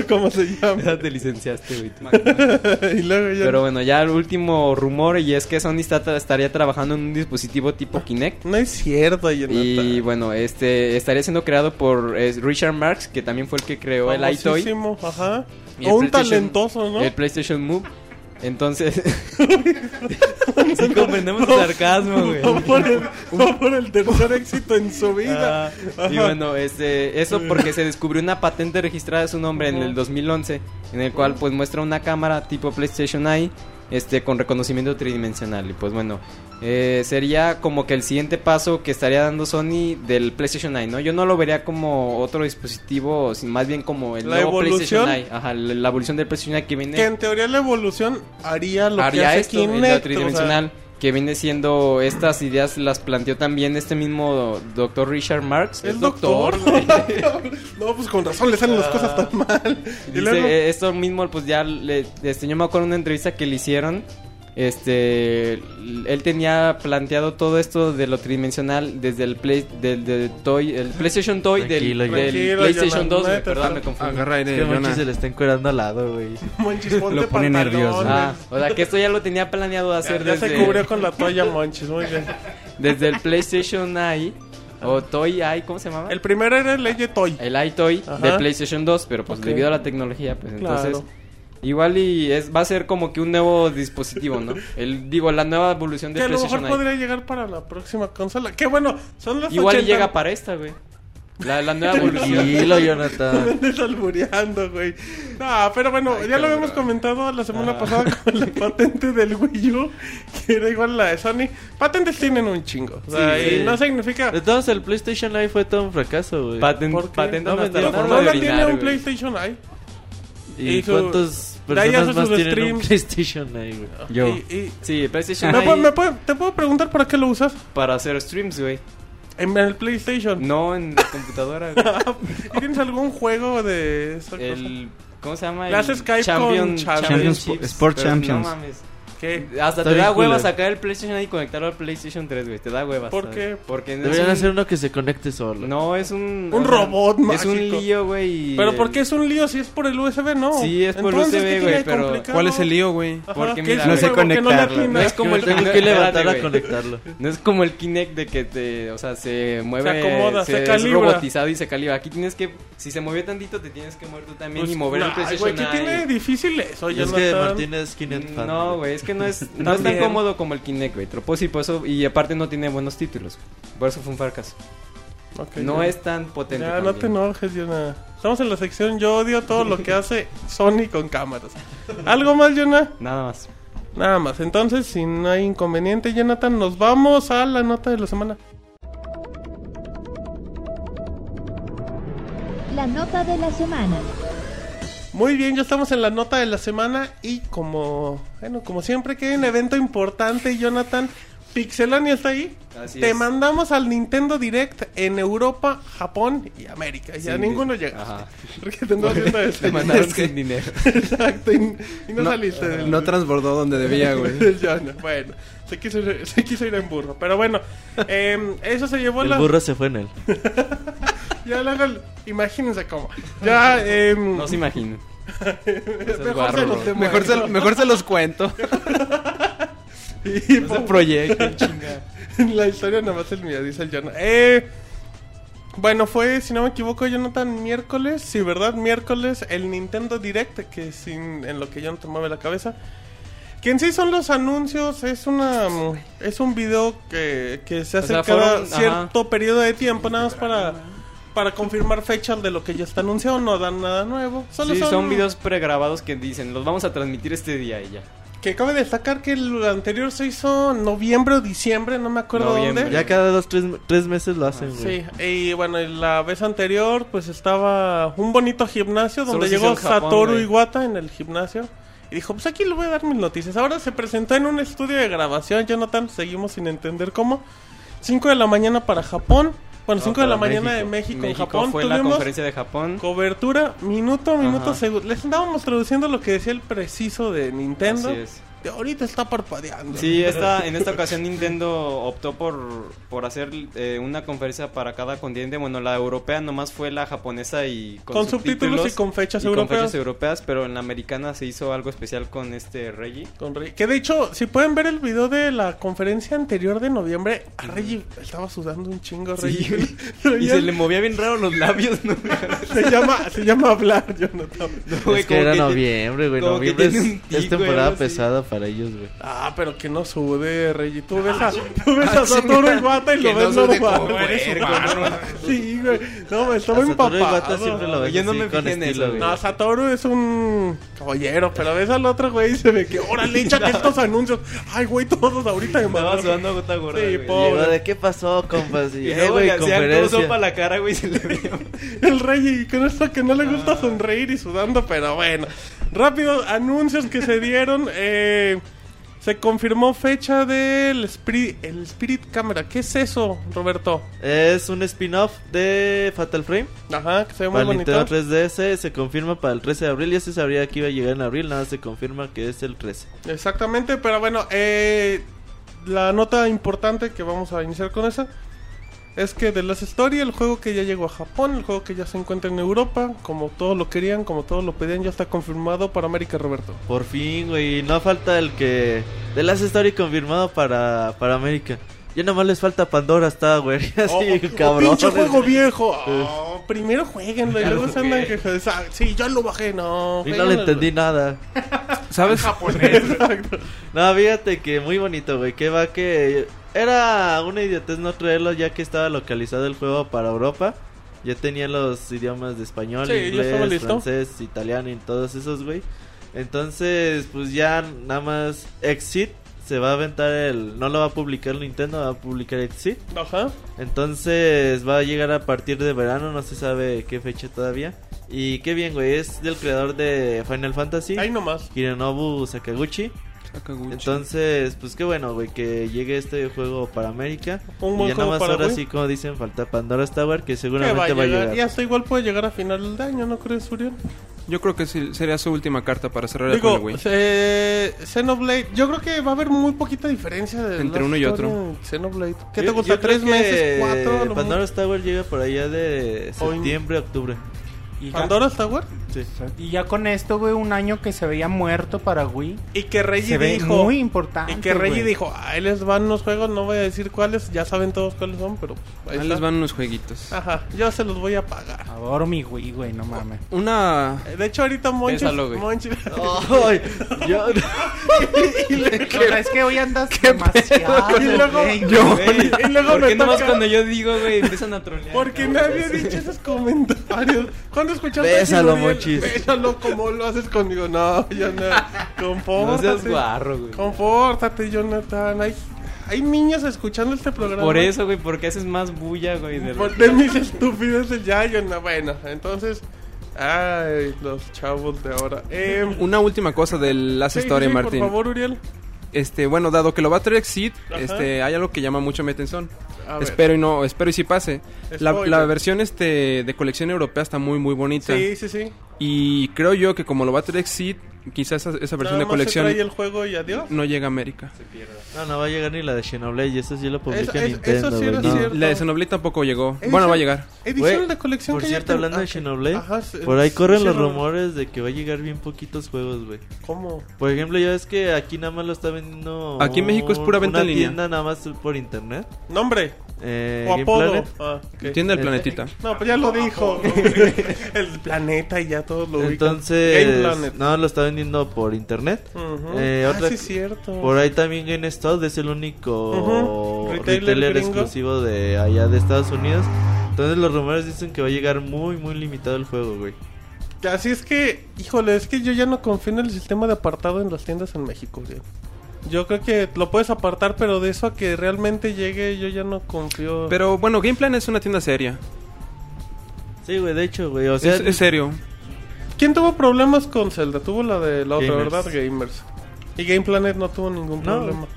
Speaker 2: ¿Cómo se llama?
Speaker 3: Ya te licenciaste, güey. tú.
Speaker 2: [LAUGHS] y luego ya.
Speaker 3: Pero bueno, ya el último rumor y es que Sony está tra- estaría trabajando en un dispositivo tipo Kinect.
Speaker 2: No es cierto, Jonathan.
Speaker 3: Y bueno, este estaría siendo creado por eh, Richard Marx, que también fue el que creó el iToy,
Speaker 2: Famosísimo, Ajá.
Speaker 3: Y el
Speaker 2: O un
Speaker 3: PlayStation-
Speaker 2: talentoso, ¿no?
Speaker 3: el
Speaker 2: [LAUGHS]
Speaker 3: PlayStation Move. Entonces, [LAUGHS] sí comprendemos el sarcasmo, güey.
Speaker 2: Fue por el, fue por el tercer éxito en su vida.
Speaker 3: Ah, y bueno, este, eso porque se descubrió una patente registrada de su nombre en el 2011, en el cual pues muestra una cámara tipo PlayStation Eye, este, con reconocimiento tridimensional. Y pues bueno, eh, sería como que el siguiente paso que estaría dando Sony del PlayStation Eye, ¿no? Yo no lo vería como otro dispositivo, sino más bien como el
Speaker 2: La
Speaker 3: nuevo
Speaker 2: evolución.
Speaker 3: PlayStation Eye. Ajá, la, la evolución del PlayStation Eye que viene
Speaker 2: que en teoría la evolución haría lo que
Speaker 3: haría
Speaker 2: hace
Speaker 3: esto en lo
Speaker 2: Kinect.
Speaker 3: tridimensional que viene siendo estas ideas las planteó también este mismo doctor Richard Marx
Speaker 2: o sea, el doctor.
Speaker 3: güey.
Speaker 2: [LAUGHS] no, pues con razón le salen las cosas tan mal. Y
Speaker 3: Dice,
Speaker 2: luego-
Speaker 3: eh, esto mismo pues ya le, este, yo me acuerdo de una entrevista que le hicieron este él tenía planteado todo esto de lo tridimensional desde el play del, del toy el PlayStation Toy del,
Speaker 4: Tranquilo,
Speaker 3: del
Speaker 2: Jonathan.
Speaker 3: PlayStation 2 güey,
Speaker 2: Tranquilo,
Speaker 3: perdón me
Speaker 2: Jonathan.
Speaker 3: confundí
Speaker 6: Agarra
Speaker 4: Es que
Speaker 6: aire,
Speaker 4: Monchi
Speaker 6: Jonah.
Speaker 4: se le está encuerando al lado, güey.
Speaker 2: Monchis, ponte
Speaker 8: Lo pone
Speaker 2: pantalones.
Speaker 8: nervioso.
Speaker 3: Ah, o sea que esto ya lo tenía planeado
Speaker 2: Ya,
Speaker 3: Ah, hacer
Speaker 2: ya
Speaker 3: desde
Speaker 2: se cubrió con la toalla, Monchis. Muy bien.
Speaker 3: desde el PlayStation Eye o Toy Eye cómo se llamaba
Speaker 2: El primero era el Eye Toy.
Speaker 3: el iToy
Speaker 2: Ajá.
Speaker 3: de PlayStation 2, pero pues
Speaker 2: Ok.
Speaker 3: debido a la tecnología, pues
Speaker 2: Claro.
Speaker 3: entonces igual y es va a ser como que un nuevo dispositivo, ¿no? El digo la nueva evolución de
Speaker 2: Que a lo mejor
Speaker 3: PlayStation. Eye.
Speaker 2: podría llegar para la próxima consola. Que bueno, son las
Speaker 3: Igual y
Speaker 2: 80.
Speaker 3: llega para esta, güey. La,
Speaker 2: [LAUGHS]
Speaker 3: la
Speaker 2: Ah,
Speaker 3: nueva evolución.
Speaker 4: Tranquilo, Jonathan.
Speaker 2: Andes albureando, güey. No, pero bueno, ya lo habíamos comentado la semana
Speaker 3: Ah.
Speaker 2: pasada
Speaker 3: [LAUGHS]
Speaker 2: con la patente del Wii U, que era igual a la de Sony. Patentes tienen un chingo. O sea,
Speaker 4: Sí,
Speaker 2: y
Speaker 4: sí.
Speaker 2: no significa.
Speaker 4: Entonces el PlayStation Live fue todo un fracaso, güey.
Speaker 3: Paten-
Speaker 2: ¿Por qué?
Speaker 3: patentan
Speaker 4: No
Speaker 3: hasta
Speaker 4: vendieron
Speaker 3: la
Speaker 2: No,
Speaker 3: forma
Speaker 2: no
Speaker 3: de
Speaker 2: la
Speaker 3: orinar,
Speaker 2: tiene un
Speaker 3: güey.
Speaker 2: PlayStation Eye.
Speaker 4: ¿Y
Speaker 2: y su-
Speaker 4: cuántas
Speaker 2: De ahí hace
Speaker 4: personas más
Speaker 2: sus
Speaker 4: tienen un
Speaker 2: streams.
Speaker 4: PlayStation Live, güey?
Speaker 3: Yo.
Speaker 2: Y- y-
Speaker 3: Sí, PlayStation
Speaker 2: ¿Me
Speaker 3: Eye
Speaker 2: puedo- me puedo- ¿Te puedo preguntar para qué lo usas?
Speaker 3: para hacer streams, güey.
Speaker 2: En el PlayStation.
Speaker 3: No en la
Speaker 2: [LAUGHS]
Speaker 3: computadora, güey.
Speaker 2: ¿Y tienes algún juego de esa cosa?
Speaker 3: El ¿Cómo se llama?
Speaker 2: Le
Speaker 3: El
Speaker 2: haces Skype con Champions,
Speaker 3: Championships,
Speaker 8: Sport
Speaker 3: pero
Speaker 8: Champions.
Speaker 3: No mames.
Speaker 2: ¿Qué?
Speaker 3: Hasta
Speaker 4: Está
Speaker 3: te
Speaker 4: bien
Speaker 3: da hueva
Speaker 4: culero.
Speaker 3: sacar el PlayStation Eye y conectarlo al PlayStation 3, güey. Te da hueva.
Speaker 2: ¿Por
Speaker 3: ¿sabes?
Speaker 2: qué?
Speaker 3: Porque no es
Speaker 4: Deberían
Speaker 3: un-
Speaker 4: hacer uno que se conecte solo.
Speaker 3: No, es un...
Speaker 2: Un
Speaker 3: o sea,
Speaker 2: robot
Speaker 3: Es
Speaker 2: mágico.
Speaker 3: un lío, güey. y
Speaker 2: ¿Pero
Speaker 3: el-
Speaker 2: por qué es un lío si es por el USB, no?
Speaker 3: Sí, es por
Speaker 2: Entonces,
Speaker 3: USB,
Speaker 2: ¿qué tiene
Speaker 3: güey,
Speaker 2: de
Speaker 3: pero-
Speaker 2: complicado?
Speaker 6: ¿Cuál es el lío, güey?
Speaker 2: Ajá,
Speaker 3: Porque
Speaker 2: ¿qué es
Speaker 3: mira,
Speaker 2: un
Speaker 3: no sé
Speaker 2: juego que no le
Speaker 8: conectarlo.
Speaker 2: atina?
Speaker 3: No es como el
Speaker 4: tengo
Speaker 3: Kinect.
Speaker 4: que levantar
Speaker 3: espérate,
Speaker 4: a
Speaker 3: güey.
Speaker 4: conectarlo.
Speaker 3: No es como el Kinect de que te... O sea, se mueve...
Speaker 2: acomoda, se
Speaker 3: es
Speaker 2: calibra.
Speaker 3: robotizado y se calibra. Aquí tienes que... Si se movió tantito, te tienes que mover tú también y mover el
Speaker 2: nah,
Speaker 3: PlayStation
Speaker 2: Pues, güey, ¿qué
Speaker 3: Eye.
Speaker 2: tiene de difícil eso?
Speaker 4: Y es
Speaker 2: Jonathan?
Speaker 4: que Martín es Kinect fan.
Speaker 3: Mm, No, güey, es que
Speaker 2: [LAUGHS]
Speaker 3: no es, no es tan
Speaker 2: También.
Speaker 3: cómodo como el Kinect, güey. Tropo, sí, por eso, y aparte no tiene buenos títulos. güey. Por eso fue un fracaso.
Speaker 2: Ok,
Speaker 3: No
Speaker 2: ya.
Speaker 3: es tan potente.
Speaker 2: Ya, no te
Speaker 3: también.
Speaker 2: enojes, Jonah. Estamos en la sección Yo odio todo lo que hace Sony con cámaras. ¿Algo más, Jonah?
Speaker 3: Nada más.
Speaker 2: Nada más. Entonces, si no hay inconveniente, Jonathan, nos vamos a la nota de la semana.
Speaker 1: La nota de la semana.
Speaker 2: Muy bien, ya estamos en la nota de la semana y como, bueno, como siempre que hay un evento importante, Jonathan, Pixelania está ahí.
Speaker 3: Así
Speaker 2: Te
Speaker 3: es.
Speaker 2: mandamos al Nintendo Direct en Europa, Japón y América. Ya
Speaker 3: Sí.
Speaker 2: ninguno llega.
Speaker 3: Ajá.
Speaker 2: [LAUGHS] Porque te andas
Speaker 3: [LAUGHS]
Speaker 2: viendo este.
Speaker 3: Te mandaron
Speaker 2: Es que-
Speaker 3: sin dinero.
Speaker 2: [LAUGHS] Exacto. Y, y no, saliste. del- [LAUGHS]
Speaker 8: No transbordó donde debía,
Speaker 6: [LAUGHS]
Speaker 8: güey.
Speaker 2: Ya no, bueno, se quiso, ir, se quiso ir en burro. Pero
Speaker 3: [LAUGHS]
Speaker 2: bueno, em, eso se llevó la.
Speaker 4: El burro se fue en él.
Speaker 2: Ya luego, el- imagínense cómo. Ya, em,
Speaker 3: No se imaginen.
Speaker 2: [LAUGHS] mejor se
Speaker 3: barro.
Speaker 2: los demuestro.
Speaker 8: Mejor se, mejor se los cuento.
Speaker 2: Y por-
Speaker 8: Proyecto,
Speaker 2: En [LAUGHS] la historia nada más el mío, dice el Jonah. Eh, bueno, fue, si no me equivoco, Jonathan, miércoles, sí, ¿verdad? Miércoles, el Nintendo Direct, que sin, en lo que yo no tomaba la cabeza. Que en sí son los anuncios, es una mm, es un video que, que se hace
Speaker 3: sea,
Speaker 2: cada
Speaker 3: fueron- ajá.
Speaker 2: cierto periodo de tiempo, nada más para, para confirmar fechas de lo que ya está anunciado, no dan nada nuevo. Solo
Speaker 3: Sí, son videos pregrabados que dicen, los vamos a transmitir este día y ya.
Speaker 2: Que cabe destacar que el anterior se hizo en noviembre o diciembre, no me acuerdo
Speaker 3: Noviembre.
Speaker 2: dónde.
Speaker 4: Ya cada dos, tres, tres meses lo hacen, güey.
Speaker 2: Sí, y bueno, y la vez anterior pues estaba un bonito gimnasio
Speaker 3: Solo
Speaker 2: donde
Speaker 3: se hizo
Speaker 2: llegó
Speaker 3: en Japón,
Speaker 2: Satoru
Speaker 3: güey.
Speaker 2: Iwata en el gimnasio y dijo, pues aquí le voy a dar mis noticias. Ahora se presentó en un estudio de grabación, Jonathan, seguimos sin entender cómo. 5 de la mañana para Japón, bueno,
Speaker 3: No,
Speaker 2: 5 de la
Speaker 3: para
Speaker 2: mañana de México,
Speaker 3: México
Speaker 2: en Japón.
Speaker 3: fue la
Speaker 2: Tuvimos
Speaker 3: conferencia de Japón.
Speaker 2: cobertura, minuto, minuto,
Speaker 3: Ajá.
Speaker 2: segundo. Les andábamos traduciendo lo que decía el preciso de Nintendo.
Speaker 3: Así es.
Speaker 2: De ahorita está parpadeando.
Speaker 3: Sí, esta, en esta ocasión Nintendo optó por, por hacer eh, una conferencia para cada continente. Bueno, la europea nomás fue la japonesa y
Speaker 2: Con, subtítulos, y con fechas
Speaker 3: y con
Speaker 2: europeas.
Speaker 3: fechas europeas, pero en la americana se hizo algo especial con este Reggie.
Speaker 2: Con Reggie. Que de hecho, si pueden ver el video de la conferencia anterior de noviembre, a Reggie estaba sudando un chingo. Reggie. [LAUGHS] Lo
Speaker 3: y
Speaker 2: veía-
Speaker 3: se le movía bien raro los labios, ¿no? [LAUGHS]
Speaker 2: se llama, se llama hablar, Jonathan.
Speaker 3: Güey,
Speaker 4: es que
Speaker 3: como
Speaker 4: era
Speaker 3: que-
Speaker 4: noviembre, güey.
Speaker 3: como que
Speaker 4: Noviembre es,
Speaker 3: tiene un
Speaker 4: es
Speaker 3: tic, güey,
Speaker 4: temporada
Speaker 3: algo así.
Speaker 4: pesada para ellos, güey.
Speaker 2: Ah, pero que no sude, Reggie. Tú ves a, tú ves a Satoru Iwata y
Speaker 8: Que
Speaker 2: lo
Speaker 8: no
Speaker 2: ves
Speaker 8: sude
Speaker 2: normal.
Speaker 8: como
Speaker 2: Eres
Speaker 8: puerco,
Speaker 2: humano. Sí, güey. No, me estaba
Speaker 4: A Satoru
Speaker 2: empapado.
Speaker 4: Iwata siempre lo ves
Speaker 3: Yo no
Speaker 4: así
Speaker 3: me
Speaker 4: con
Speaker 3: fijé en
Speaker 4: estilo,
Speaker 3: eso,
Speaker 4: güey.
Speaker 2: No, Satoru es un caballero, pero ves al otro güey y se ve que, órale, échate estos anuncios. Ay, güey, todos ahorita me
Speaker 3: Estaba
Speaker 2: mandaron.
Speaker 3: sudando gota gorda.
Speaker 2: Sí,
Speaker 3: güey.
Speaker 2: pobre.
Speaker 4: Llegó de qué pasó,
Speaker 3: [LAUGHS]
Speaker 4: compas. Y,
Speaker 3: Y
Speaker 4: eh,
Speaker 3: luego le
Speaker 4: güey,
Speaker 3: hacían todo
Speaker 4: conferencia.
Speaker 3: sopa a la cara, güey, y se le veía.
Speaker 2: [LAUGHS] El rey y con esto que no le gusta sonreír y sudando, pero bueno. Rápido, anuncios que se dieron. eh, se confirmó fecha del Spirit, el Spirit Camera. ¿Qué es eso, Roberto?
Speaker 4: Es un spin-off de Fatal Frame.
Speaker 2: Ajá, que se ve muy
Speaker 4: Para el
Speaker 2: bonito.
Speaker 4: Nintendo 3DS se confirma para el 13 de abril. Ya se sabría que iba a llegar en abril. Nada, se confirma que es el 13.
Speaker 2: Exactamente, pero bueno, eh, la nota importante que vamos a iniciar con esa es que The Last Story, el juego que ya llegó a Japón, el juego que ya se encuentra en Europa, como todos lo querían, como todos lo pedían, ya está confirmado para América, Roberto.
Speaker 4: Por fin, güey. No falta el que. De Last Story confirmado para, para América. Ya nada más les falta Pandora, está, güey. [LAUGHS]
Speaker 2: [LAUGHS]
Speaker 4: Así,
Speaker 2: Oh, oh,
Speaker 4: cabrón.
Speaker 2: Pinche juego viejo. Oh, primero jueguenlo y luego se andan quejando. Sa- "Ah, Sí, yo lo bajé, no.
Speaker 4: Y no le entendí nada.
Speaker 6: ¿Sabes?
Speaker 2: [LAUGHS] Exacto.
Speaker 4: No, fíjate que muy bonito, güey. Que va que. Era una idiotez no traerlo ya que estaba localizado el juego para Europa. Ya tenía los idiomas de español,
Speaker 2: Sí, ya estaba
Speaker 4: inglés,
Speaker 2: listo.
Speaker 4: francés, italiano y todos esos, güey. Entonces, pues ya nada más Exit se va a aventar el. No lo va a publicar Nintendo, va a publicar Exit.
Speaker 2: Ajá.
Speaker 4: Entonces va a llegar a partir de verano, no se sabe qué fecha todavía. Y qué bien, güey. Es del creador de Final Fantasy,
Speaker 2: Ahí nomás.
Speaker 4: Hironobu Sakaguchi. Entonces, pues qué bueno, güey, que llegue este juego para América.
Speaker 2: Un
Speaker 4: y
Speaker 2: buen
Speaker 4: ya nada
Speaker 2: juego
Speaker 4: más
Speaker 2: para
Speaker 4: ahora
Speaker 2: Wii.
Speaker 4: sí, como dicen, falta Pandora's Tower, que
Speaker 2: Que
Speaker 4: seguramente
Speaker 2: va a llegar. Y
Speaker 4: llegar.
Speaker 2: hasta igual puede llegar a final de año, ¿no crees, Uriel?
Speaker 6: Yo creo que sí- sería su última carta para cerrar el
Speaker 2: Digo,
Speaker 6: juego, güey.
Speaker 2: eh, Xenoblade. Yo creo que va a haber muy poquita diferencia de
Speaker 6: Entre
Speaker 2: la
Speaker 6: uno y
Speaker 2: historia
Speaker 6: otro.
Speaker 2: en Xenoblade. ¿Qué te
Speaker 4: Yo-
Speaker 2: gusta?
Speaker 4: yo creo
Speaker 2: ¿Tres meses?
Speaker 4: que
Speaker 2: ¿Cuatro? a lo
Speaker 4: Pandora's Tower llega por allá de
Speaker 2: Hoy-
Speaker 4: septiembre, octubre.
Speaker 5: Y
Speaker 2: mucho?
Speaker 5: ya-
Speaker 2: ¿Pandora's Tower?
Speaker 4: Sí.
Speaker 5: Y ya con esto, güey, un año que se veía muerto para Wii.
Speaker 2: Y que Reggie
Speaker 5: se ve
Speaker 2: dijo.
Speaker 5: muy importante.
Speaker 2: Y que Reggie
Speaker 5: güey.
Speaker 2: dijo, "Ah, ahí les van los juegos, no voy a decir cuáles, ya saben todos cuáles son, pero pues, ahí
Speaker 6: Ahí
Speaker 2: está. Ah.
Speaker 6: les van unos jueguitos.
Speaker 2: Ajá, yo se los voy a pagar.
Speaker 5: Adoro mi Wii, güey, no
Speaker 2: [LAUGHS]
Speaker 5: mames.
Speaker 6: Una...
Speaker 2: De hecho, ahorita Monchis...
Speaker 3: Piénsalo, güey.
Speaker 2: Monchis-
Speaker 4: Ay, [LAUGHS] yo-
Speaker 5: O sea, es que hoy andas demasiado.
Speaker 2: [LAUGHS] Y luego-
Speaker 5: güey.
Speaker 2: yo-
Speaker 3: Güey,
Speaker 2: y luego
Speaker 3: ¿Por
Speaker 2: me
Speaker 3: qué nomás
Speaker 2: toca-
Speaker 3: cuando yo digo, güey, empiezan a trolear?
Speaker 2: [LAUGHS] Porque
Speaker 3: cabrón?
Speaker 2: nadie ha dicho esos comentarios. ¿Cuándo escuchaste
Speaker 4: Bésalo,
Speaker 2: Uriel?
Speaker 4: Monchis.
Speaker 2: Bésalo como lo haces conmigo. No, Jonathan.
Speaker 3: No
Speaker 2: Confórtate.
Speaker 3: seas guarro, güey.
Speaker 2: Confórtate, Jonathan. Hay, hay niños escuchando este programa.
Speaker 3: Por eso, güey, porque haces más bulla, güey. De
Speaker 2: Por- de mis estupideces ya, Jonathan. Bueno, entonces... Ay, los chavos de ahora. Eh,
Speaker 6: Una última cosa del Last
Speaker 2: sí, sí,
Speaker 6: Story,
Speaker 2: sí,
Speaker 6: Martín.
Speaker 2: Por favor, Uriel.
Speaker 6: este, bueno, dado que lo va a traer Exit,
Speaker 2: Ajá.
Speaker 6: este, hay algo que llama mucho mi atención.
Speaker 2: A ver.
Speaker 6: Espero y no, espero y si pase. La,
Speaker 2: Spoiler.
Speaker 6: la versión este de colección europea está muy muy bonita
Speaker 2: Sí, sí, sí.
Speaker 6: y creo yo que como lo va a traer Exit, quizás esa, esa versión
Speaker 2: Nada
Speaker 6: de
Speaker 2: más
Speaker 6: colección
Speaker 2: Se trae el juego y adiós.
Speaker 6: no llega a América.
Speaker 4: No, no va a llegar ni la de Xenoblade. y Eso sí lo publica
Speaker 2: Es- es-
Speaker 4: Nintendo.
Speaker 2: eso sí
Speaker 4: güey,
Speaker 2: era
Speaker 4: no.
Speaker 2: cierto.
Speaker 6: La de Xenoblade tampoco llegó. Bueno, va a llegar.
Speaker 2: Edición
Speaker 4: Güey,
Speaker 2: de colección
Speaker 4: Por
Speaker 2: que ya
Speaker 4: cierto,
Speaker 2: ten-
Speaker 4: hablando de
Speaker 2: ah,
Speaker 4: Xenoblade,
Speaker 2: ajá, se-
Speaker 4: por ahí corren los
Speaker 2: hicieron-
Speaker 4: rumores de que va a llegar bien poquitos juegos, güey.
Speaker 2: ¿Cómo?
Speaker 4: Por ejemplo, ya ves que aquí nada más lo está vendiendo.
Speaker 6: Aquí en México es pura venta
Speaker 4: una
Speaker 6: en línea.
Speaker 4: tienda nada más por internet.
Speaker 2: Nombre
Speaker 4: Eh,
Speaker 2: o
Speaker 4: Game
Speaker 2: apodo.
Speaker 4: Planet. Oh.
Speaker 2: Ah, ok.
Speaker 6: Tienda del planetita.
Speaker 2: No, pues ya
Speaker 4: [LAUGHS]
Speaker 2: lo dijo. [LAUGHS] el planeta y ya todos lo ubican. Game
Speaker 4: Entonces,
Speaker 2: Planet.
Speaker 4: no, lo está vendiendo por internet.
Speaker 2: Ujú.
Speaker 4: eh,
Speaker 2: Ah,
Speaker 4: otra-
Speaker 2: sí, es cierto.
Speaker 4: Por ahí también GameStop es el único
Speaker 2: Ujú, retailer
Speaker 4: retailer,
Speaker 2: gringo.
Speaker 4: exclusivo de allá de Estados Unidos. Entonces los rumores dicen que va a llegar muy, muy limitado el juego, güey.
Speaker 2: Así es que, híjole, es que yo ya no confío en el sistema de apartado en las tiendas en México. güey. Yo creo que lo puedes apartar, pero de eso a que realmente llegue, yo ya no confío.
Speaker 6: Pero bueno, Game Plan es una tienda seria.
Speaker 4: Sí, güey, de hecho, güey. O sea,
Speaker 6: es, es serio.
Speaker 2: ¿Quién tuvo problemas con Zelda? Tuvo la de la otra,
Speaker 4: Gamers.
Speaker 2: ¿verdad? Gamers. Y Game Planet no tuvo ningún
Speaker 4: No.
Speaker 2: problema.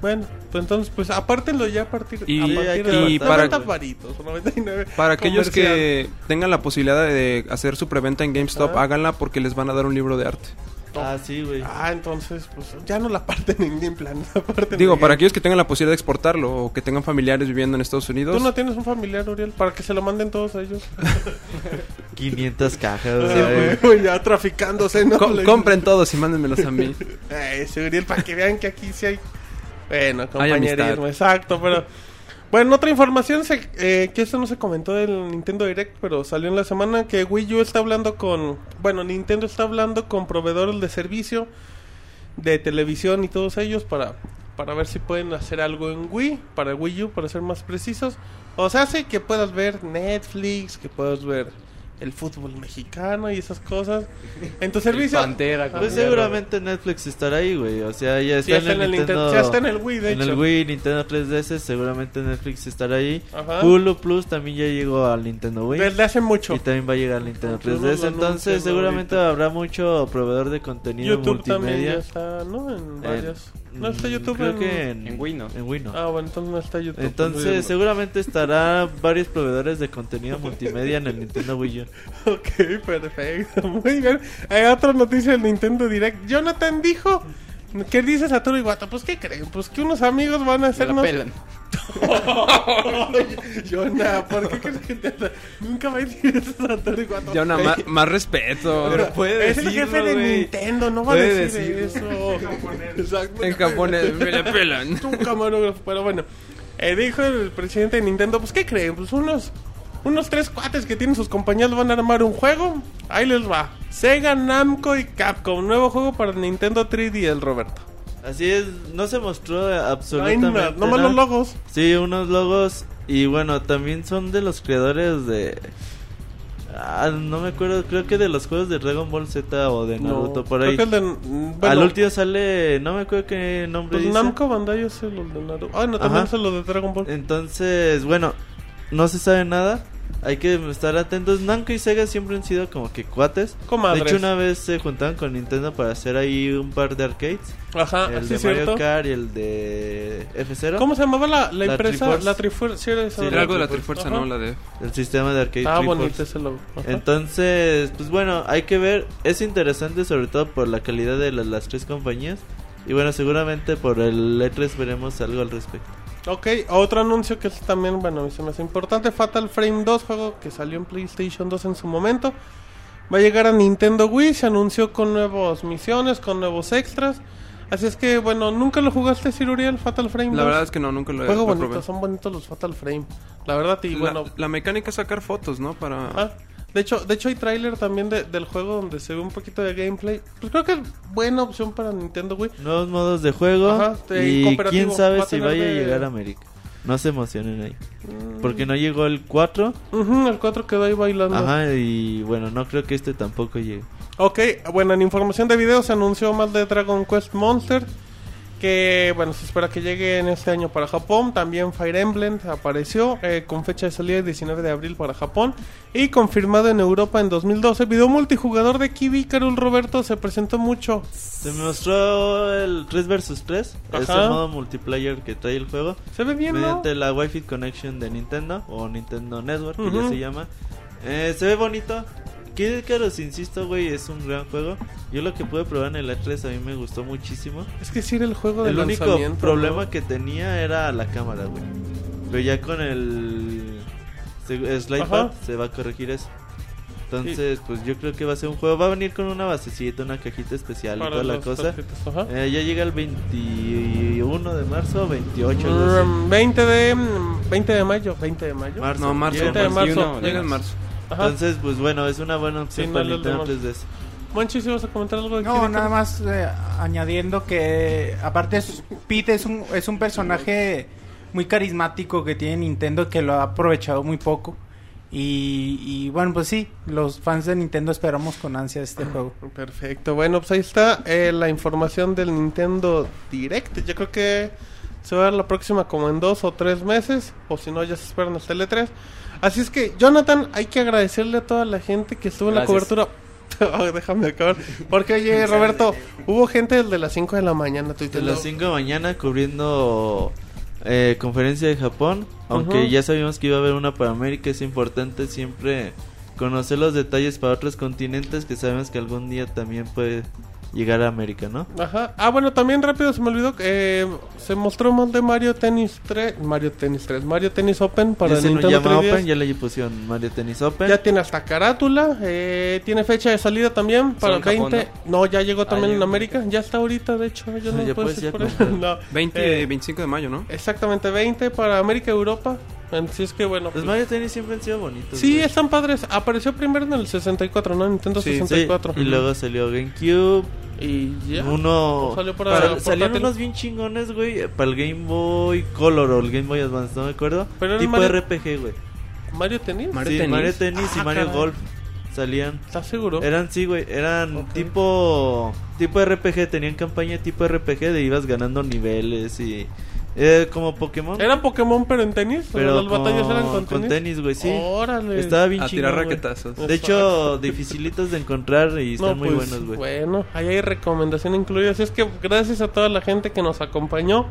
Speaker 2: Bueno, pues entonces, pues apártenlo ya a partir,
Speaker 6: Y-
Speaker 2: a
Speaker 6: y
Speaker 2: partir
Speaker 4: hay que
Speaker 2: de
Speaker 6: para-
Speaker 2: 90 varitos, 99.
Speaker 6: Para aquellos
Speaker 2: Comercial.
Speaker 6: que tengan la posibilidad de hacer su preventa en GameStop,
Speaker 2: Ajá.
Speaker 6: háganla porque les van a dar un libro de arte.
Speaker 4: ah, sí, güey.
Speaker 2: Ah, entonces, pues ya no la aparten en Game Planet. [LAUGHS] aparten
Speaker 6: Digo,
Speaker 2: en
Speaker 6: para
Speaker 2: Game-
Speaker 6: aquellos que tengan la posibilidad de exportarlo o que tengan familiares viviendo en Estados Unidos.
Speaker 2: Tú no tienes un familiar, Uriel, para que se lo manden todos a ellos.
Speaker 6: Ah,
Speaker 4: 500 cajas,
Speaker 2: [LAUGHS] Sí,
Speaker 4: güey.
Speaker 2: güey, ya traficándose, ¿no?
Speaker 6: Com-
Speaker 2: Le-
Speaker 6: compren todos y mándenmelos
Speaker 2: [LAUGHS]
Speaker 6: a mí.
Speaker 2: Eh, ese Uriel, para que vean que aquí sí hay. Bueno,
Speaker 6: Hay amistad.
Speaker 2: compañerismo, exacto, pero. Bueno, otra información se- eh, que esto no se comentó del Nintendo Direct, pero salió en la semana que Wii U está hablando con. Bueno, Nintendo está hablando con proveedores de servicio de televisión y todos ellos para, para ver si pueden hacer algo en Wii, para Wii U, para ser más precisos. O sea, hace que puedas ver Netflix, que puedas ver el fútbol mexicano y esas cosas. En tu servicio.
Speaker 8: Pantera, como
Speaker 4: Pues
Speaker 8: ya lo-
Speaker 4: seguramente Netflix estará ahí, güey. O sea, ya está,
Speaker 2: Sí, está en el
Speaker 4: Nintendo.
Speaker 2: Nintendo- ya está en el Wii, de
Speaker 4: en
Speaker 2: hecho.
Speaker 4: el Wii, Nintendo 3DS, seguramente Netflix estará ahí.
Speaker 2: Ajá.
Speaker 4: Hulu Plus también ya llegó al Nintendo Wii.
Speaker 2: Desde hace mucho.
Speaker 4: Y también va a llegar al Nintendo
Speaker 2: Tú nos
Speaker 4: 3DS.
Speaker 2: lo anuncian
Speaker 4: Entonces, seguramente
Speaker 2: ahorita.
Speaker 4: habrá mucho proveedor de contenido
Speaker 2: YouTube también ya
Speaker 4: multimedia.
Speaker 2: está, ¿no? En
Speaker 4: En-
Speaker 2: varias. no está
Speaker 4: mm,
Speaker 2: YouTube
Speaker 4: creo
Speaker 2: en...
Speaker 4: que en,
Speaker 3: En Wii no.
Speaker 4: en Wii no.
Speaker 2: Ah, bueno, entonces no está YouTube.
Speaker 4: Entonces, seguramente estará varios proveedores de contenido multimedia en el Nintendo Wii U.
Speaker 2: [LAUGHS] Ok, perfecto. [LAUGHS] Muy bien. Hay otra noticia del Nintendo Direct. Jonathan dijo... ¿Qué dice Satoru Iwata? Pues, ¿qué creen? Pues que unos amigos van a
Speaker 8: Me la
Speaker 2: hacernos... [LAUGHS]
Speaker 8: pelan.
Speaker 2: Jonah, ¿por qué crees que te... Nunca va a decir eso Satoru Iwata?
Speaker 6: Ya una ma- más respeto.
Speaker 8: puede
Speaker 2: es el jefe
Speaker 8: decirlo,
Speaker 2: de
Speaker 8: güey.
Speaker 2: Nintendo, no va a
Speaker 8: Puede
Speaker 2: decir eso. Exacto.
Speaker 6: En japonés me la pelan.
Speaker 2: un camarógrafo, pero bueno. Eh, dijo el presidente de Nintendo, pues ¿qué creen? Pues unos, unos tres cuates que tienen sus compañías van a armar un juego. Ahí les va. Sega, Namco y Capcom. Nuevo juego para Nintendo 3D, el Roberto.
Speaker 4: Así es, no se mostró
Speaker 2: No hay nada,
Speaker 4: absolutamente.
Speaker 2: nomás
Speaker 4: nada.
Speaker 2: los logos.
Speaker 4: Sí, unos logos. Y bueno, también son de los creadores de. Ah, no me acuerdo, creo que de los juegos de Dragon Ball Z o de Naruto,
Speaker 2: No,
Speaker 4: por
Speaker 2: creo
Speaker 4: ahí.
Speaker 2: que el de- mm, bueno,
Speaker 4: Al último sale, no me acuerdo qué nombre
Speaker 2: pues
Speaker 4: dice.
Speaker 2: Namco Bandai es el de Naruto. Ah, no, también
Speaker 4: Ajá.
Speaker 2: es el de Dragon Ball.
Speaker 4: Entonces, bueno, no se sabe nada. Hay que estar atentos. Namco y Sega siempre han sido como que cuates.
Speaker 2: Comadres.
Speaker 4: De hecho, una vez se juntaron con Nintendo para hacer ahí un par de arcades.
Speaker 2: Ajá,
Speaker 4: el
Speaker 2: Ah, sí
Speaker 4: de
Speaker 2: es cierto.
Speaker 4: Mario Kart y el de F0.
Speaker 2: ¿Cómo se llamaba la, la
Speaker 4: La
Speaker 2: empresa?
Speaker 4: Triforce.
Speaker 2: La Trifuerza. sí, era esa,
Speaker 4: Sí,
Speaker 2: ¿no?
Speaker 6: Era algo de la
Speaker 2: Ajá.
Speaker 6: Trifuerza, no la de.
Speaker 4: El sistema de arcade.
Speaker 2: Ah,
Speaker 4: Triforce.
Speaker 2: bonito ese logo. Ajá.
Speaker 4: Entonces, pues bueno, hay que ver. Es interesante sobre todo por la calidad de las, las tres compañías. Y bueno, seguramente por el E3 veremos algo al respecto.
Speaker 2: Ok, otro anuncio que es también, bueno, se me hace importante, Fatal Frame 2, juego que salió en PlayStation 2 en su momento. Va a llegar a Nintendo Wii, se anunció con nuevas misiones, con nuevos extras. Así es que, bueno, ¿nunca lo jugaste, Sir Uriel, Fatal Frame 2?
Speaker 6: La verdad es que no, nunca lo he
Speaker 2: Juego
Speaker 6: lo
Speaker 2: bonito,
Speaker 6: probé.
Speaker 2: son bonitos los Fatal Frame. La verdad, y
Speaker 6: La-
Speaker 2: bueno...
Speaker 6: la, mecánica es sacar fotos, ¿no? Para.
Speaker 2: ah, de hecho, de hecho hay tráiler también de- del juego donde se ve un poquito de gameplay. Pues creo que es buena opción para Nintendo Wii.
Speaker 4: Nuevos modos de juego.
Speaker 2: Ajá, de-
Speaker 4: y
Speaker 2: cooperativo.
Speaker 4: quién sabe
Speaker 2: Va a
Speaker 4: si
Speaker 2: tener
Speaker 4: vaya
Speaker 2: de- Mm.
Speaker 4: a llegar a América. No se emocionen ahí. Porque no llegó el 4.
Speaker 2: Ujú, el 4 quedó ahí bailando.
Speaker 4: Ajá, y bueno, no creo que este tampoco llegue.
Speaker 2: Ok, bueno, en información de video se anunció más de Dragon Quest Monster. Que bueno, se espera que llegue en este año para Japón. También Fire Emblem apareció eh, con fecha de salida el 19 de abril para Japón. Y confirmado en Europa en 2012. Video multijugador de Kiwi Carol Roberto se presentó mucho.
Speaker 4: Se me mostró el 3 vs 3,
Speaker 2: Ajá.
Speaker 4: es el modo multiplayer que trae el juego.
Speaker 2: Se ve bien, ¿no?
Speaker 4: mediante la Wi-Fi Connection de Nintendo o Nintendo Network, que
Speaker 2: Ujú.
Speaker 4: ya se llama. Eh, se ve bonito. Kid Icarus, insisto, güey, es un gran juego. Yo lo que pude probar en el E3 a mí me gustó muchísimo.
Speaker 2: Es que sí era el juego de
Speaker 4: El único
Speaker 2: lanzamiento,
Speaker 4: problema
Speaker 2: ¿no?
Speaker 4: que tenía era la cámara, güey. Pero ya con el se- slidepad
Speaker 2: Ajá.
Speaker 4: se va a corregir eso. Entonces, pues yo creo que va a ser un juego. Va a venir con una basecita, una cajita especial y
Speaker 2: para
Speaker 4: toda la
Speaker 2: los
Speaker 4: cosa.
Speaker 2: tarjetas, ajá.
Speaker 4: Eh, ya llega el 21 de marzo, 28 algo así.
Speaker 2: Mm, 20 de mm, 20 de mayo, 20 de mayo.
Speaker 4: Marzo.
Speaker 8: No, marzo.
Speaker 4: Llega-
Speaker 2: de marzo.
Speaker 8: Llega en marzo. Llega en marzo.
Speaker 2: Ajá.
Speaker 4: Entonces, pues bueno, es una buena opción
Speaker 2: Sí,
Speaker 4: para
Speaker 2: no,
Speaker 4: el
Speaker 2: los
Speaker 4: Nintendo
Speaker 2: demás.
Speaker 4: 3DS.
Speaker 2: Monchi, ¿sí vas a comentar algo de
Speaker 5: [LAUGHS] No,
Speaker 2: Kid
Speaker 5: nada
Speaker 2: Icarus?
Speaker 5: más eh, añadiendo que aparte es- Pete es un, es un personaje muy carismático que tiene Nintendo que lo ha aprovechado muy poco. Y, y bueno, pues sí, los fans de Nintendo esperamos con ansia este juego.
Speaker 2: Perfecto, bueno, pues ahí está eh, la información del Nintendo Direct. Yo creo que se va a dar la próxima como en dos o tres meses, o si no, ya se esperan hasta el E3. Así es que, Jonathan, hay que agradecerle a toda la gente que estuvo
Speaker 3: Gracias.
Speaker 2: en la cobertura. [LAUGHS] Oh, déjame acabar. Porque,
Speaker 4: [LAUGHS]
Speaker 2: oye, Roberto, hubo gente desde las 5 de la mañana
Speaker 4: De
Speaker 2: tuiteando.
Speaker 4: las 5 de mañana cubriendo eh, conferencia de Japón. Aunque
Speaker 2: Ujú.
Speaker 4: ya sabíamos que iba a haber una para América, es importante siempre conocer los detalles para otros continentes que sabemos que algún día también puede llegar a América, ¿no?
Speaker 2: Ajá. Ah, bueno, también rápido se me olvidó. eh, se mostró más de Mario Tennis 3. Mario Tennis 3. Mario Tennis Open para
Speaker 4: Ya se nos
Speaker 2: Nintendo
Speaker 4: llama
Speaker 2: 3DS.
Speaker 4: Open, ya le pusieron Mario Tennis Open.
Speaker 2: Ya tiene hasta carátula. eh, tiene fecha de salida también para el
Speaker 3: Solo en
Speaker 2: 20.
Speaker 3: Japón,
Speaker 2: ¿no? ya llegó también
Speaker 3: llegó
Speaker 2: en
Speaker 3: en
Speaker 2: América. Ya está ahorita, de hecho. Yo
Speaker 4: Ah,
Speaker 2: no
Speaker 4: [LAUGHS] ya
Speaker 2: puedo
Speaker 4: puedes
Speaker 2: decir
Speaker 4: ya
Speaker 2: por eso. [LAUGHS]
Speaker 4: comprar.
Speaker 2: No.
Speaker 6: 20,
Speaker 2: Eh,
Speaker 6: 25 de mayo, ¿no?
Speaker 2: Exactamente, 20 para América y Europa. Así es que bueno.
Speaker 4: Los
Speaker 2: pues-
Speaker 4: Mario pues, Tennis siempre han sido bonitos.
Speaker 2: sí,
Speaker 4: güey.
Speaker 2: están padres. Apareció primero en el 64, ¿no? Nintendo
Speaker 4: Sí, sí.
Speaker 2: 64.
Speaker 4: Y luego salió GameCube.
Speaker 2: Y ya.
Speaker 4: Uno.
Speaker 2: O salió para
Speaker 4: para-
Speaker 2: portátil.
Speaker 4: salieron unos bien chingones, güey. eh, Para el Game Boy Color o el Game Boy Advance, no me acuerdo.
Speaker 2: Pero era
Speaker 4: tipo
Speaker 2: Mario-
Speaker 4: RPG, güey.
Speaker 2: Mario Tennis.
Speaker 8: Mario
Speaker 4: Sí,
Speaker 8: Tennis.
Speaker 4: Mario Tennis y
Speaker 2: Ah,
Speaker 4: Mario
Speaker 2: caray.
Speaker 4: Golf salían.
Speaker 2: ¿Estás seguro?
Speaker 4: Eran, sí, güey. Eran
Speaker 2: Ok.
Speaker 4: tipo. Tipo RPG. Tenían campaña tipo RPG de ibas ganando niveles y. eh, como Pokémon.
Speaker 2: ¿Era Pokémon pero en tenis?
Speaker 4: pero
Speaker 2: ¿Las batallas
Speaker 4: con-
Speaker 2: eran con tenis?
Speaker 4: con tenis, güey, sí.
Speaker 2: Órale.
Speaker 4: Estaba bien
Speaker 8: A
Speaker 4: chingón.
Speaker 8: tirar
Speaker 4: güey.
Speaker 8: raquetazos.
Speaker 4: De hecho, [LAUGHS] dificilitos de encontrar y están
Speaker 2: No,
Speaker 4: muy
Speaker 2: pues,
Speaker 4: buenos, güey.
Speaker 2: Bueno, ahí hay recomendación incluida. Así es que gracias a toda la gente que nos acompañó.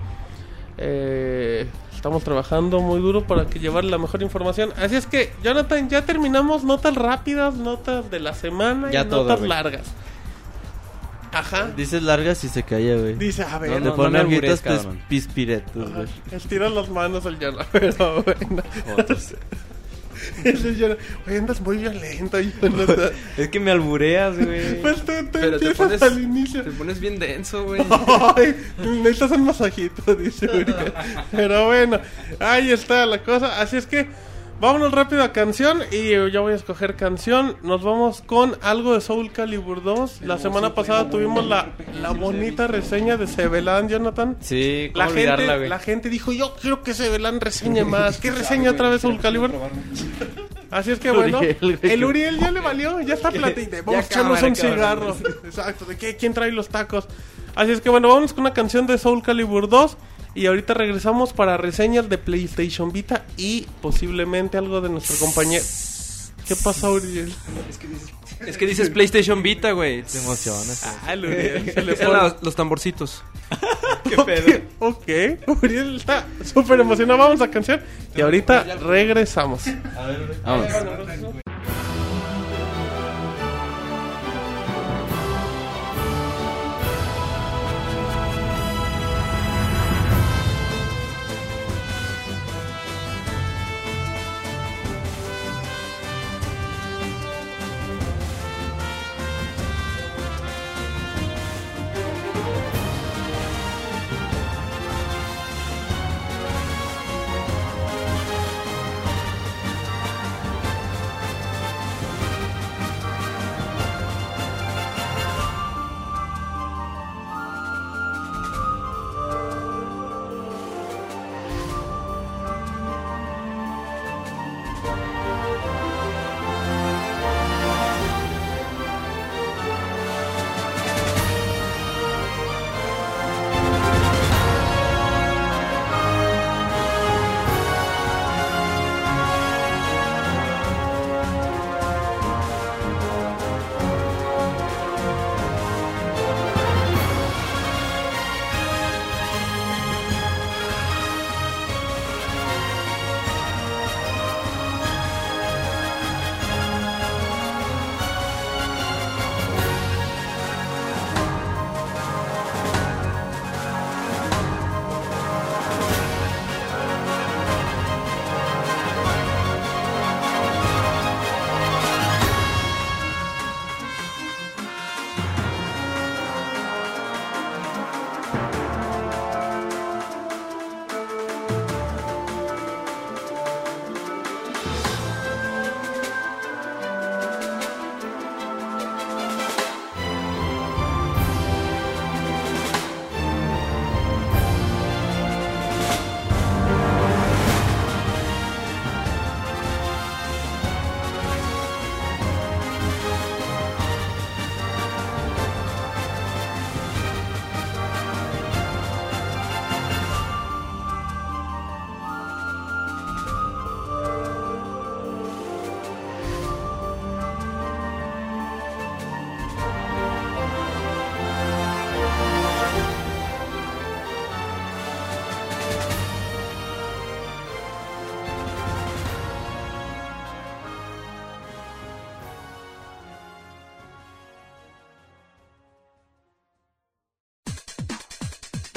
Speaker 2: Eh, estamos trabajando muy duro para que llevar la mejor información. Así es que, Jonathan, ya terminamos notas rápidas, notas de la semana y
Speaker 3: Ya todo,
Speaker 2: notas
Speaker 3: güey.
Speaker 2: largas. Ajá.
Speaker 4: Dices largas y se calla, güey.
Speaker 2: Dice, a ver.
Speaker 4: Te
Speaker 3: No, no,
Speaker 4: ponen
Speaker 3: no me
Speaker 4: gritos
Speaker 3: augures, cabrón.
Speaker 4: pispiretos, güey.
Speaker 2: Estira las manos el Jonathan. [LAUGHS] Pero bueno. El Jonathan, Oye, andas muy violento,
Speaker 8: [LAUGHS]
Speaker 2: Jonathan.
Speaker 3: Es que me albureas,
Speaker 2: [LAUGHS]
Speaker 3: güey.
Speaker 2: Pues tú, tú
Speaker 8: Pero te
Speaker 2: empiezas
Speaker 8: pones,
Speaker 2: al inicio.
Speaker 8: te pones bien denso, güey.
Speaker 2: Ay, [LAUGHS] necesitas un masajito, [LAUGHS] dice Uriel. Pero bueno, ahí está la cosa. Así es que vámonos rápido a canción. Y yo voy a escoger canción. Nos vamos con algo de Soul Calibur 2. La semana pasada tuvimos la, la bonita reseña de Sebelan, Jonathan.
Speaker 3: Sí, ¿cómo
Speaker 2: La
Speaker 3: olvidarla,
Speaker 2: gente,
Speaker 3: güey?
Speaker 2: la gente dijo, yo quiero que Sebelan reseñe más. ¿Qué reseña otra vez Soul Calibur? Así es que bueno,
Speaker 4: Uriel, güey.
Speaker 2: el Uriel ya le valió, ya está platita. Vamos a echarnos un cigarro. Exacto, ¿de qué? ¿Quién trae los tacos? Así es que bueno, vamos con una canción de Soul Calibur 2 y ahorita regresamos para reseñas de PlayStation Vita y posiblemente algo de nuestro compañero. ¿Qué pasa, Uriel?
Speaker 8: Es que dices PlayStation Vita, güey.
Speaker 4: Te emocionas.
Speaker 2: Ah, el Uriel se le
Speaker 8: Eran
Speaker 2: pone-
Speaker 8: los, los tamborcitos.
Speaker 2: [LAUGHS] Ok, ok, Uriel está súper emocionado. Vamos a canción y ahorita regresamos.
Speaker 3: Vamos.
Speaker 9: 「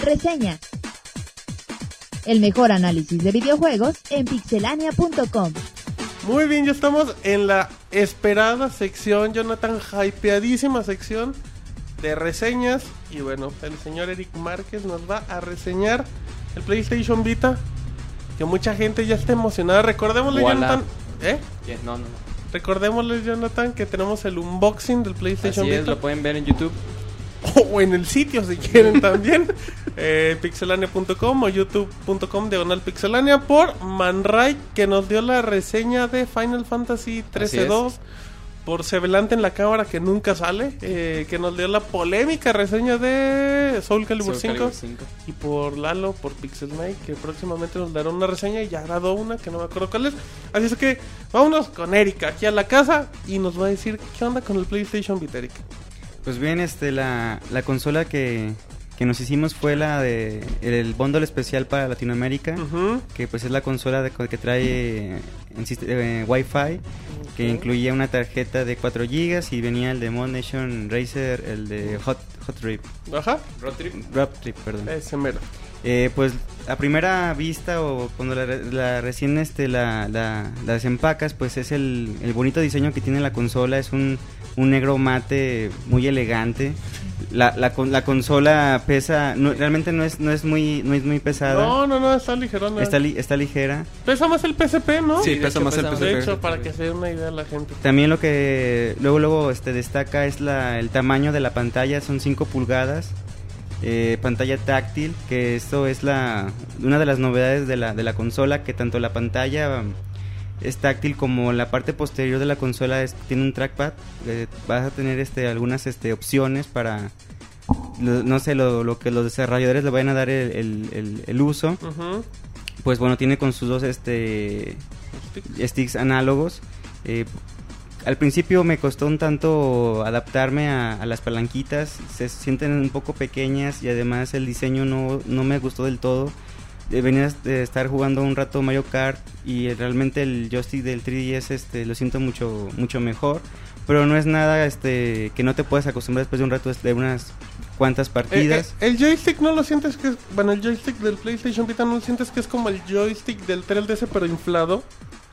Speaker 1: Reseña. El mejor análisis de videojuegos en pixelania.com.
Speaker 2: Muy bien, ya estamos en la esperada sección, Jonathan, hypeadísima sección de reseñas. Y bueno, el señor Eric Márquez nos va a reseñar el PlayStation Vita. Que mucha gente ya está emocionada. Recordémosle,
Speaker 3: Voilà.
Speaker 2: Jonathan. ¿Eh?
Speaker 3: Bien, No, no, no.
Speaker 2: Recordémosle, Jonathan, que tenemos el unboxing del
Speaker 7: ¿Este
Speaker 2: PlayStation
Speaker 3: Así es,
Speaker 2: Vita.
Speaker 3: lo pueden ver en YouTube.
Speaker 2: o en el sitio si quieren también eh, pixelania.com o youtube.com diagonal pixelania por Manray que nos dio la reseña de Final Fantasy 13 2 por Sevelante en la cámara que nunca sale eh, que nos dio la polémica reseña de Soul Calibur
Speaker 3: Soul
Speaker 2: 5
Speaker 3: Calibur 5.
Speaker 2: y por Lalo por Pixelmake que próximamente nos dará una reseña y ya grabó una que no me acuerdo cuál es así es que vámonos con Erika aquí a la casa y nos va a decir qué onda con el PlayStation Vita Erika
Speaker 7: Pues bien, este, la, la consola que, que nos hicimos fue la de el bundle especial para Latinoamérica,
Speaker 2: Ujú.
Speaker 7: que pues es la consola de- que trae en, sist- eh, Wi-Fi, que
Speaker 2: Ok.
Speaker 7: incluía una tarjeta de 4 GB y venía el de Mod Nation Racer, el de Hot, Hot Trip,
Speaker 2: ajá
Speaker 7: Road Trip, perdón.
Speaker 2: Ese mero.
Speaker 7: Eh, pues a primera vista o cuando la, re- la recién este, la, la- la desempacas, pues es el, el bonito diseño que tiene la consola, es un, un negro mate muy elegante. La, la, con- la consola pesa, no- realmente no es, no es muy, no es muy pesada,
Speaker 2: No, no, no, está ligerona.
Speaker 7: está, li- está ligera.
Speaker 2: Pesa más el PSP, ¿no?
Speaker 8: Sí,
Speaker 3: de
Speaker 8: pesa
Speaker 3: hecho,
Speaker 8: más el
Speaker 3: pesa más.
Speaker 2: De
Speaker 8: PSP.
Speaker 2: hecho, para que se dé una idea la gente.
Speaker 7: También lo que luego luego este destaca es la, el tamaño de la pantalla, son 5 pulgadas, eh, pantalla táctil, que esto es la una de las novedades de la, de la consola, que tanto la pantalla mm, es táctil como la parte posterior de la consola es- tiene un trackpad, eh, vas a tener este algunas este opciones para lo- no sé lo, lo que los desarrolladores le vayan a dar el, el- el- el uso
Speaker 2: Ujú.
Speaker 7: pues bueno tiene con sus dos este sticks análogos. Eh, al principio me costó un tanto adaptarme a, a las palanquitas, se sienten un poco pequeñas y además el diseño no, no me gustó del todo. Eh, venía de estar jugando un rato Mario Kart y eh, realmente el joystick del 3DS este, lo siento mucho, mucho mejor. Pero no es nada este, que no te puedas acostumbrar después de un rato de unas cuantas
Speaker 2: Eh,
Speaker 7: partidas.
Speaker 2: eh, el joystick no lo sientes que es. Bueno, el joystick del PlayStation Vita no lo sientes que es como el joystick del 3DS, pero inflado.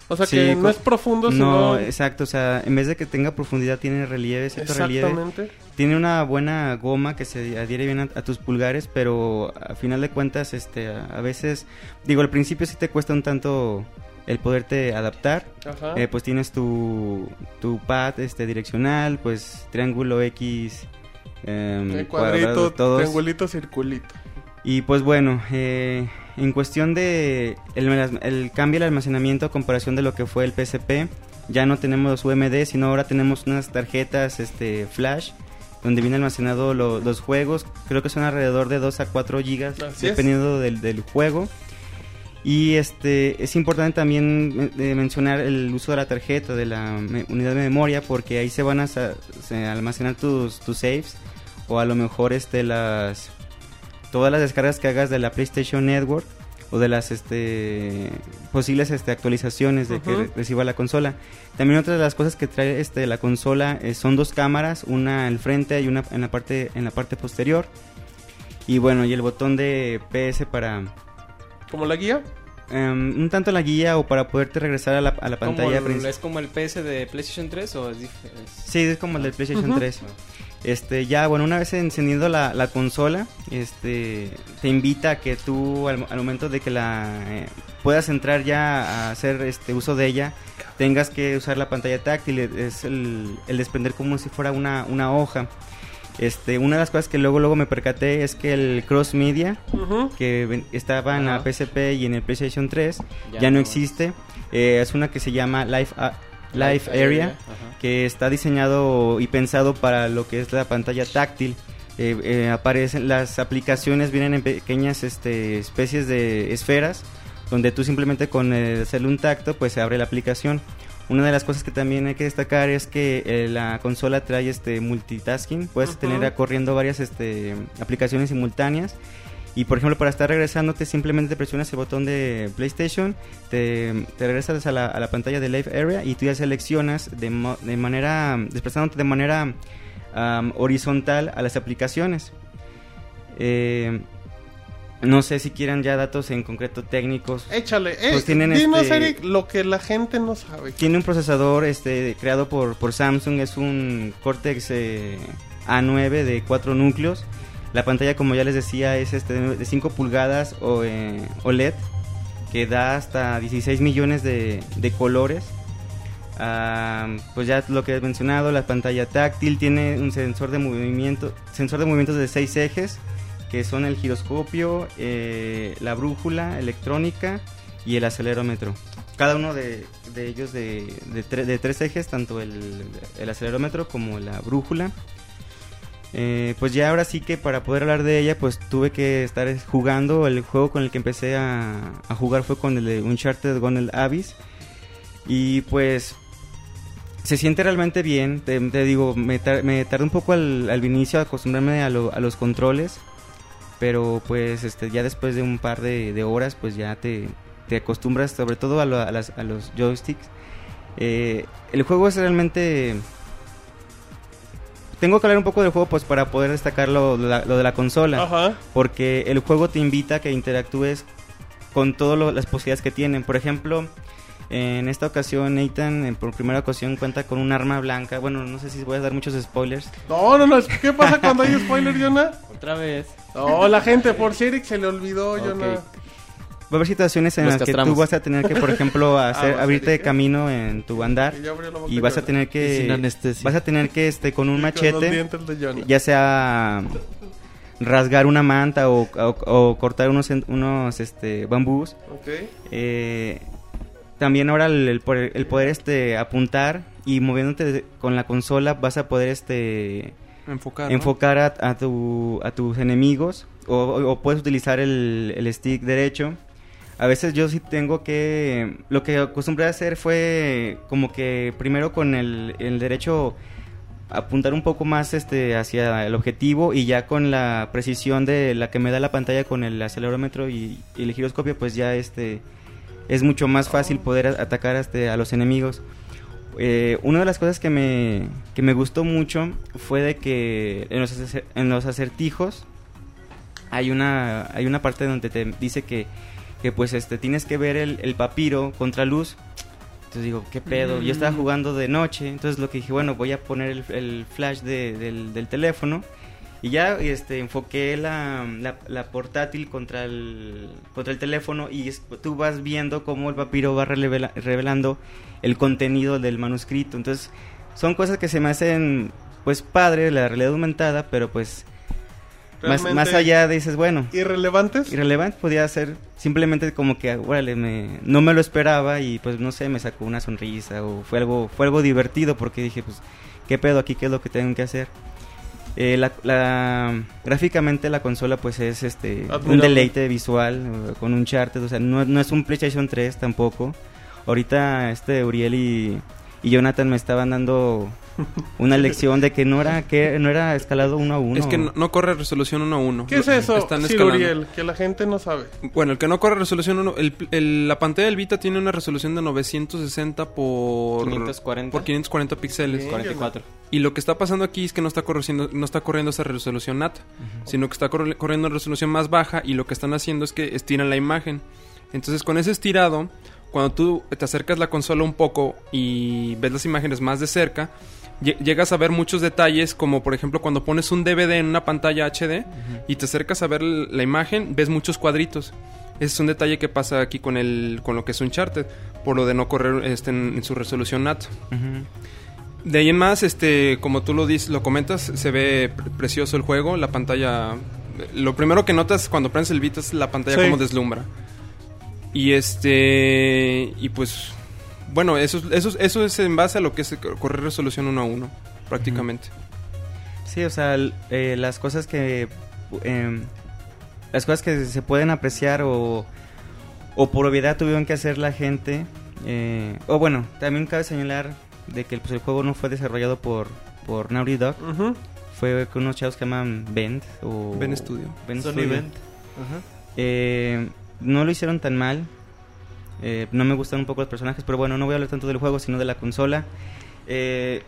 Speaker 2: O sea, que
Speaker 7: Sí,
Speaker 2: no
Speaker 7: co-
Speaker 2: es profundo, sino.
Speaker 7: no, exacto, o sea, en vez de que tenga profundidad tiene relieve, cierto relieve.
Speaker 2: Exactamente.
Speaker 7: Tiene una buena goma que se adhiere bien a, a tus pulgares, pero a final de cuentas, este, a, a veces, digo, al principio sí te cuesta un tanto el poderte adaptar.
Speaker 2: Ajá.
Speaker 7: Eh, pues tienes tu, tu pad este, direccional, pues triángulo X, em,
Speaker 2: Eh,
Speaker 7: cuadrado,
Speaker 2: cuadrito,
Speaker 7: todos.
Speaker 2: triangulito, circulito.
Speaker 7: Y pues bueno, eh, en cuestión de el, el cambio del almacenamiento a comparación de lo que fue el PSP, ya no tenemos UMD, sino ahora tenemos unas tarjetas este, flash donde viene almacenado lo- los juegos. Creo que son alrededor de 2 a 4 gigas,
Speaker 2: Así es.
Speaker 7: dependiendo del, del juego. Y este es importante también eh, mencionar el uso de la tarjeta, de la me- unidad de memoria, porque ahí se van a sa- se almacenar tus, tus saves o a lo mejor este las todas las descargas que hagas de la PlayStation Network o de las este posibles este actualizaciones de que
Speaker 2: Ujú.
Speaker 7: re- reciba la consola. También otra de las cosas que trae este la consola eh, son dos cámaras, una al frente y una en la parte en la parte posterior. Y bueno, y el botón de PS para
Speaker 2: Como la guía.
Speaker 7: em, un tanto la guía o para poderte regresar a la, a la
Speaker 3: Como
Speaker 7: pantalla
Speaker 3: el-
Speaker 7: principal.
Speaker 3: ¿Es como el PS de PlayStation 3 o es diferente?
Speaker 7: Sí, es como el del PlayStation
Speaker 2: Ujú.
Speaker 7: 3. Este, ya, bueno, una vez encendiendo la, la consola, este, te invita a que tú, al, al momento de que la eh, puedas entrar ya a hacer este uso de ella, tengas que usar la pantalla táctil, e- es el, el desprender como si fuera una, una hoja. Este, una de las cosas que luego, luego me percaté es que el cross media,
Speaker 2: Ujú.
Speaker 7: que ven- estaba en la
Speaker 3: Ajá.
Speaker 7: PSP y en el PlayStation 3,
Speaker 3: Ya
Speaker 7: ya,
Speaker 3: no
Speaker 7: no
Speaker 3: es.
Speaker 7: existe. Eh, es una que se llama Life, A- Life Area
Speaker 3: Ajá.
Speaker 7: que está diseñado y pensado para lo que es la pantalla táctil. Eh, eh, aparecen las aplicaciones vienen en pequeñas este, especies de esferas donde tú simplemente con eh, hacerle un tacto pues se abre la aplicación. Una de las cosas que también hay que destacar es que eh, la consola trae este multitasking, puedes
Speaker 2: Ujú.
Speaker 7: tener a- corriendo varias este, aplicaciones simultáneas. Y por ejemplo, para estar regresándote, simplemente presionas el botón de PlayStation, te, te regresas a la, a la pantalla de Live Area y tú ya seleccionas de, mo- de manera, desplazándote de manera am, horizontal a las aplicaciones. Eh, No sé si quieran ya datos en concreto técnicos.
Speaker 2: Échale, eh,
Speaker 7: Pues tienen
Speaker 2: dinos,
Speaker 7: este-
Speaker 2: Eric, lo que la gente no sabe.
Speaker 7: Tiene un procesador este, creado por, por Samsung, es un Cortex eh, A9 de 4 núcleos. La pantalla, como ya les decía, es este, de 5 pulgadas o, eh, OLED, que da hasta 16 millones de, de colores. Ah, pues ya lo que he mencionado, la pantalla táctil tiene un sensor de movimiento, sensor de movimientos de 6 ejes, que son el giroscopio, eh, la brújula electrónica y el acelerómetro cada uno de, de ellos de, de, tre- de tres ejes, tanto el, el acelerómetro como la brújula. Eh, pues ya ahora sí que para poder hablar de ella, pues tuve que estar es- jugando. El juego con el que empecé a, a jugar fue con el de Uncharted Gone Abyss. Y pues se siente realmente bien. Te, te digo, me, tar- me tardé un poco al, al inicio a acostumbrarme a, lo- a los controles. Pero pues este, ya después de un par de, de horas, pues ya te, te acostumbras sobre todo a, lo- a las- a los joysticks. Eh, el juego es realmente... Tengo que hablar un poco del juego pues para poder destacar lo, lo de la- lo de la consola.
Speaker 2: Ajá.
Speaker 7: Porque el juego te invita a que interactúes con todas las posibilidades que tienen. Por ejemplo, en esta ocasión Nathan eh, por primera ocasión cuenta con un arma blanca. Bueno, no sé si voy a dar muchos spoilers.
Speaker 2: No, no, no. ¿Qué pasa cuando hay spoiler, Jonah?
Speaker 3: Otra vez.
Speaker 2: No, la gente, por si Eric se le olvidó,
Speaker 7: Ok.
Speaker 2: Jonah.
Speaker 7: Va a haber situaciones en
Speaker 3: Nos
Speaker 7: las que tú
Speaker 3: castramos.
Speaker 7: vas a tener que, por ejemplo, hacer,
Speaker 2: vas a
Speaker 7: abrirte
Speaker 2: tener que-
Speaker 7: camino en tu andar.
Speaker 2: Y ya abrió la boca
Speaker 7: Y vas a
Speaker 2: Jonah.
Speaker 7: tener que...
Speaker 4: Y sin anestesia.
Speaker 7: Vas a tener que, este, con un
Speaker 2: Y con los
Speaker 7: machete,
Speaker 2: dientes de Jonah.
Speaker 7: ya sea rasgar una manta o, o- o cortar unos, en- unos este, bambús.
Speaker 2: Ok.
Speaker 7: Eh, también ahora el, el poder, el poder, este, apuntar y moviéndote de- con la consola vas a poder este,
Speaker 6: Enfocar. ¿no?
Speaker 7: enfocar a, a tu- a tus enemigos o, o- o puedes utilizar el, el stick derecho. A veces yo sí tengo que... Lo que acostumbré a hacer fue como que primero con el, el derecho apuntar un poco más este hacia el objetivo y ya con la precisión de la que me da la pantalla con el acelerómetro y, y el giroscopio pues ya este es mucho más fácil poder a- atacar este, a los enemigos. Eh, una de las cosas que me, que me gustó mucho fue de que en los, ace- en los acertijos hay una, hay una parte donde te dice que, que pues este, tienes que ver el, el papiro contra luz. Entonces digo, ¿qué pedo? Yo estaba jugando de noche, entonces lo que dije, bueno, voy a poner el, el flash de- del, del teléfono. Y ya este, enfoqué la, la- la portátil contra el, contra el teléfono y es- tú vas viendo cómo el papiro va revela- revelando el contenido del manuscrito. Entonces, son cosas que se me hacen, pues, padre, la realidad aumentada, pero pues, más,
Speaker 2: Realmente
Speaker 7: más allá dices, bueno,
Speaker 2: ¿Irrelevantes?
Speaker 7: irrelevante podía ser simplemente como que, órale, me, no me lo esperaba y pues, no sé, me sacó una sonrisa o fue algo, fue algo divertido porque dije, pues, ¿qué pedo aquí? ¿Qué es lo que tengo que hacer? Eh, la, la- gráficamente la consola pues es este un
Speaker 2: Admirable.
Speaker 7: deleite visual eh, con un chart, o sea, no, no es un PlayStation 3 tampoco. Ahorita este Uriel y, y Jonathan me estaban dando una lección de que no era que no era escalado uno a uno.
Speaker 6: Es que no, no corre resolución 1 a 1.
Speaker 2: ¿Qué es eso,
Speaker 6: Están
Speaker 2: Sir
Speaker 6: escalando.
Speaker 2: Uriel? Que la gente no sabe.
Speaker 6: Bueno, el que no corre resolución 1. El, el- la pantalla del Vita tiene una resolución de 960 por
Speaker 3: 540.
Speaker 6: por 540 píxeles.
Speaker 2: Bien.
Speaker 3: 44.
Speaker 6: Y lo que está pasando aquí es que no está corriendo, no está corriendo esa resolución nata, sino que está corri- corriendo una resolución más baja y lo que están haciendo es que estiran la imagen. Entonces con ese estirado, cuando tú te acercas la consola un poco y ves las imágenes más de cerca, lle- llegas a ver muchos detalles como por ejemplo cuando pones un DVD en una pantalla HD y te acercas a ver l- la imagen, ves muchos cuadritos. Ese es un detalle que pasa aquí con, el, con lo que es Uncharted, por lo de no correr este, en, en su resolución nata.
Speaker 7: Ujú.
Speaker 6: De ahí en más, este, como tú lo dices, lo comentas, se ve pre- precioso el juego, la pantalla. eh, Lo primero que notas cuando prendes el Vita es la pantalla
Speaker 2: Sí.
Speaker 6: como deslumbra. Y este, y pues, bueno, eso, es- eso, es- eso es en base a lo que es correr resolución 1 a 1, prácticamente.
Speaker 7: Sí, o sea, l- eh, las cosas que em, las cosas que se pueden apreciar o, o por obviedad tuvieron que hacer la gente. eh, o bueno, también cabe señalar de que pues, el juego no fue desarrollado por, por Naughty Dog,
Speaker 2: Ujú.
Speaker 7: fue con unos chavos que llaman Bend o
Speaker 6: Bend Studio.
Speaker 7: Bend
Speaker 4: Sony
Speaker 7: Studio.
Speaker 4: Vent.
Speaker 7: Eh, no lo hicieron tan mal. Eh, no me gustan un poco los personajes, pero bueno, no voy a hablar tanto del juego, sino de la consola. Eh,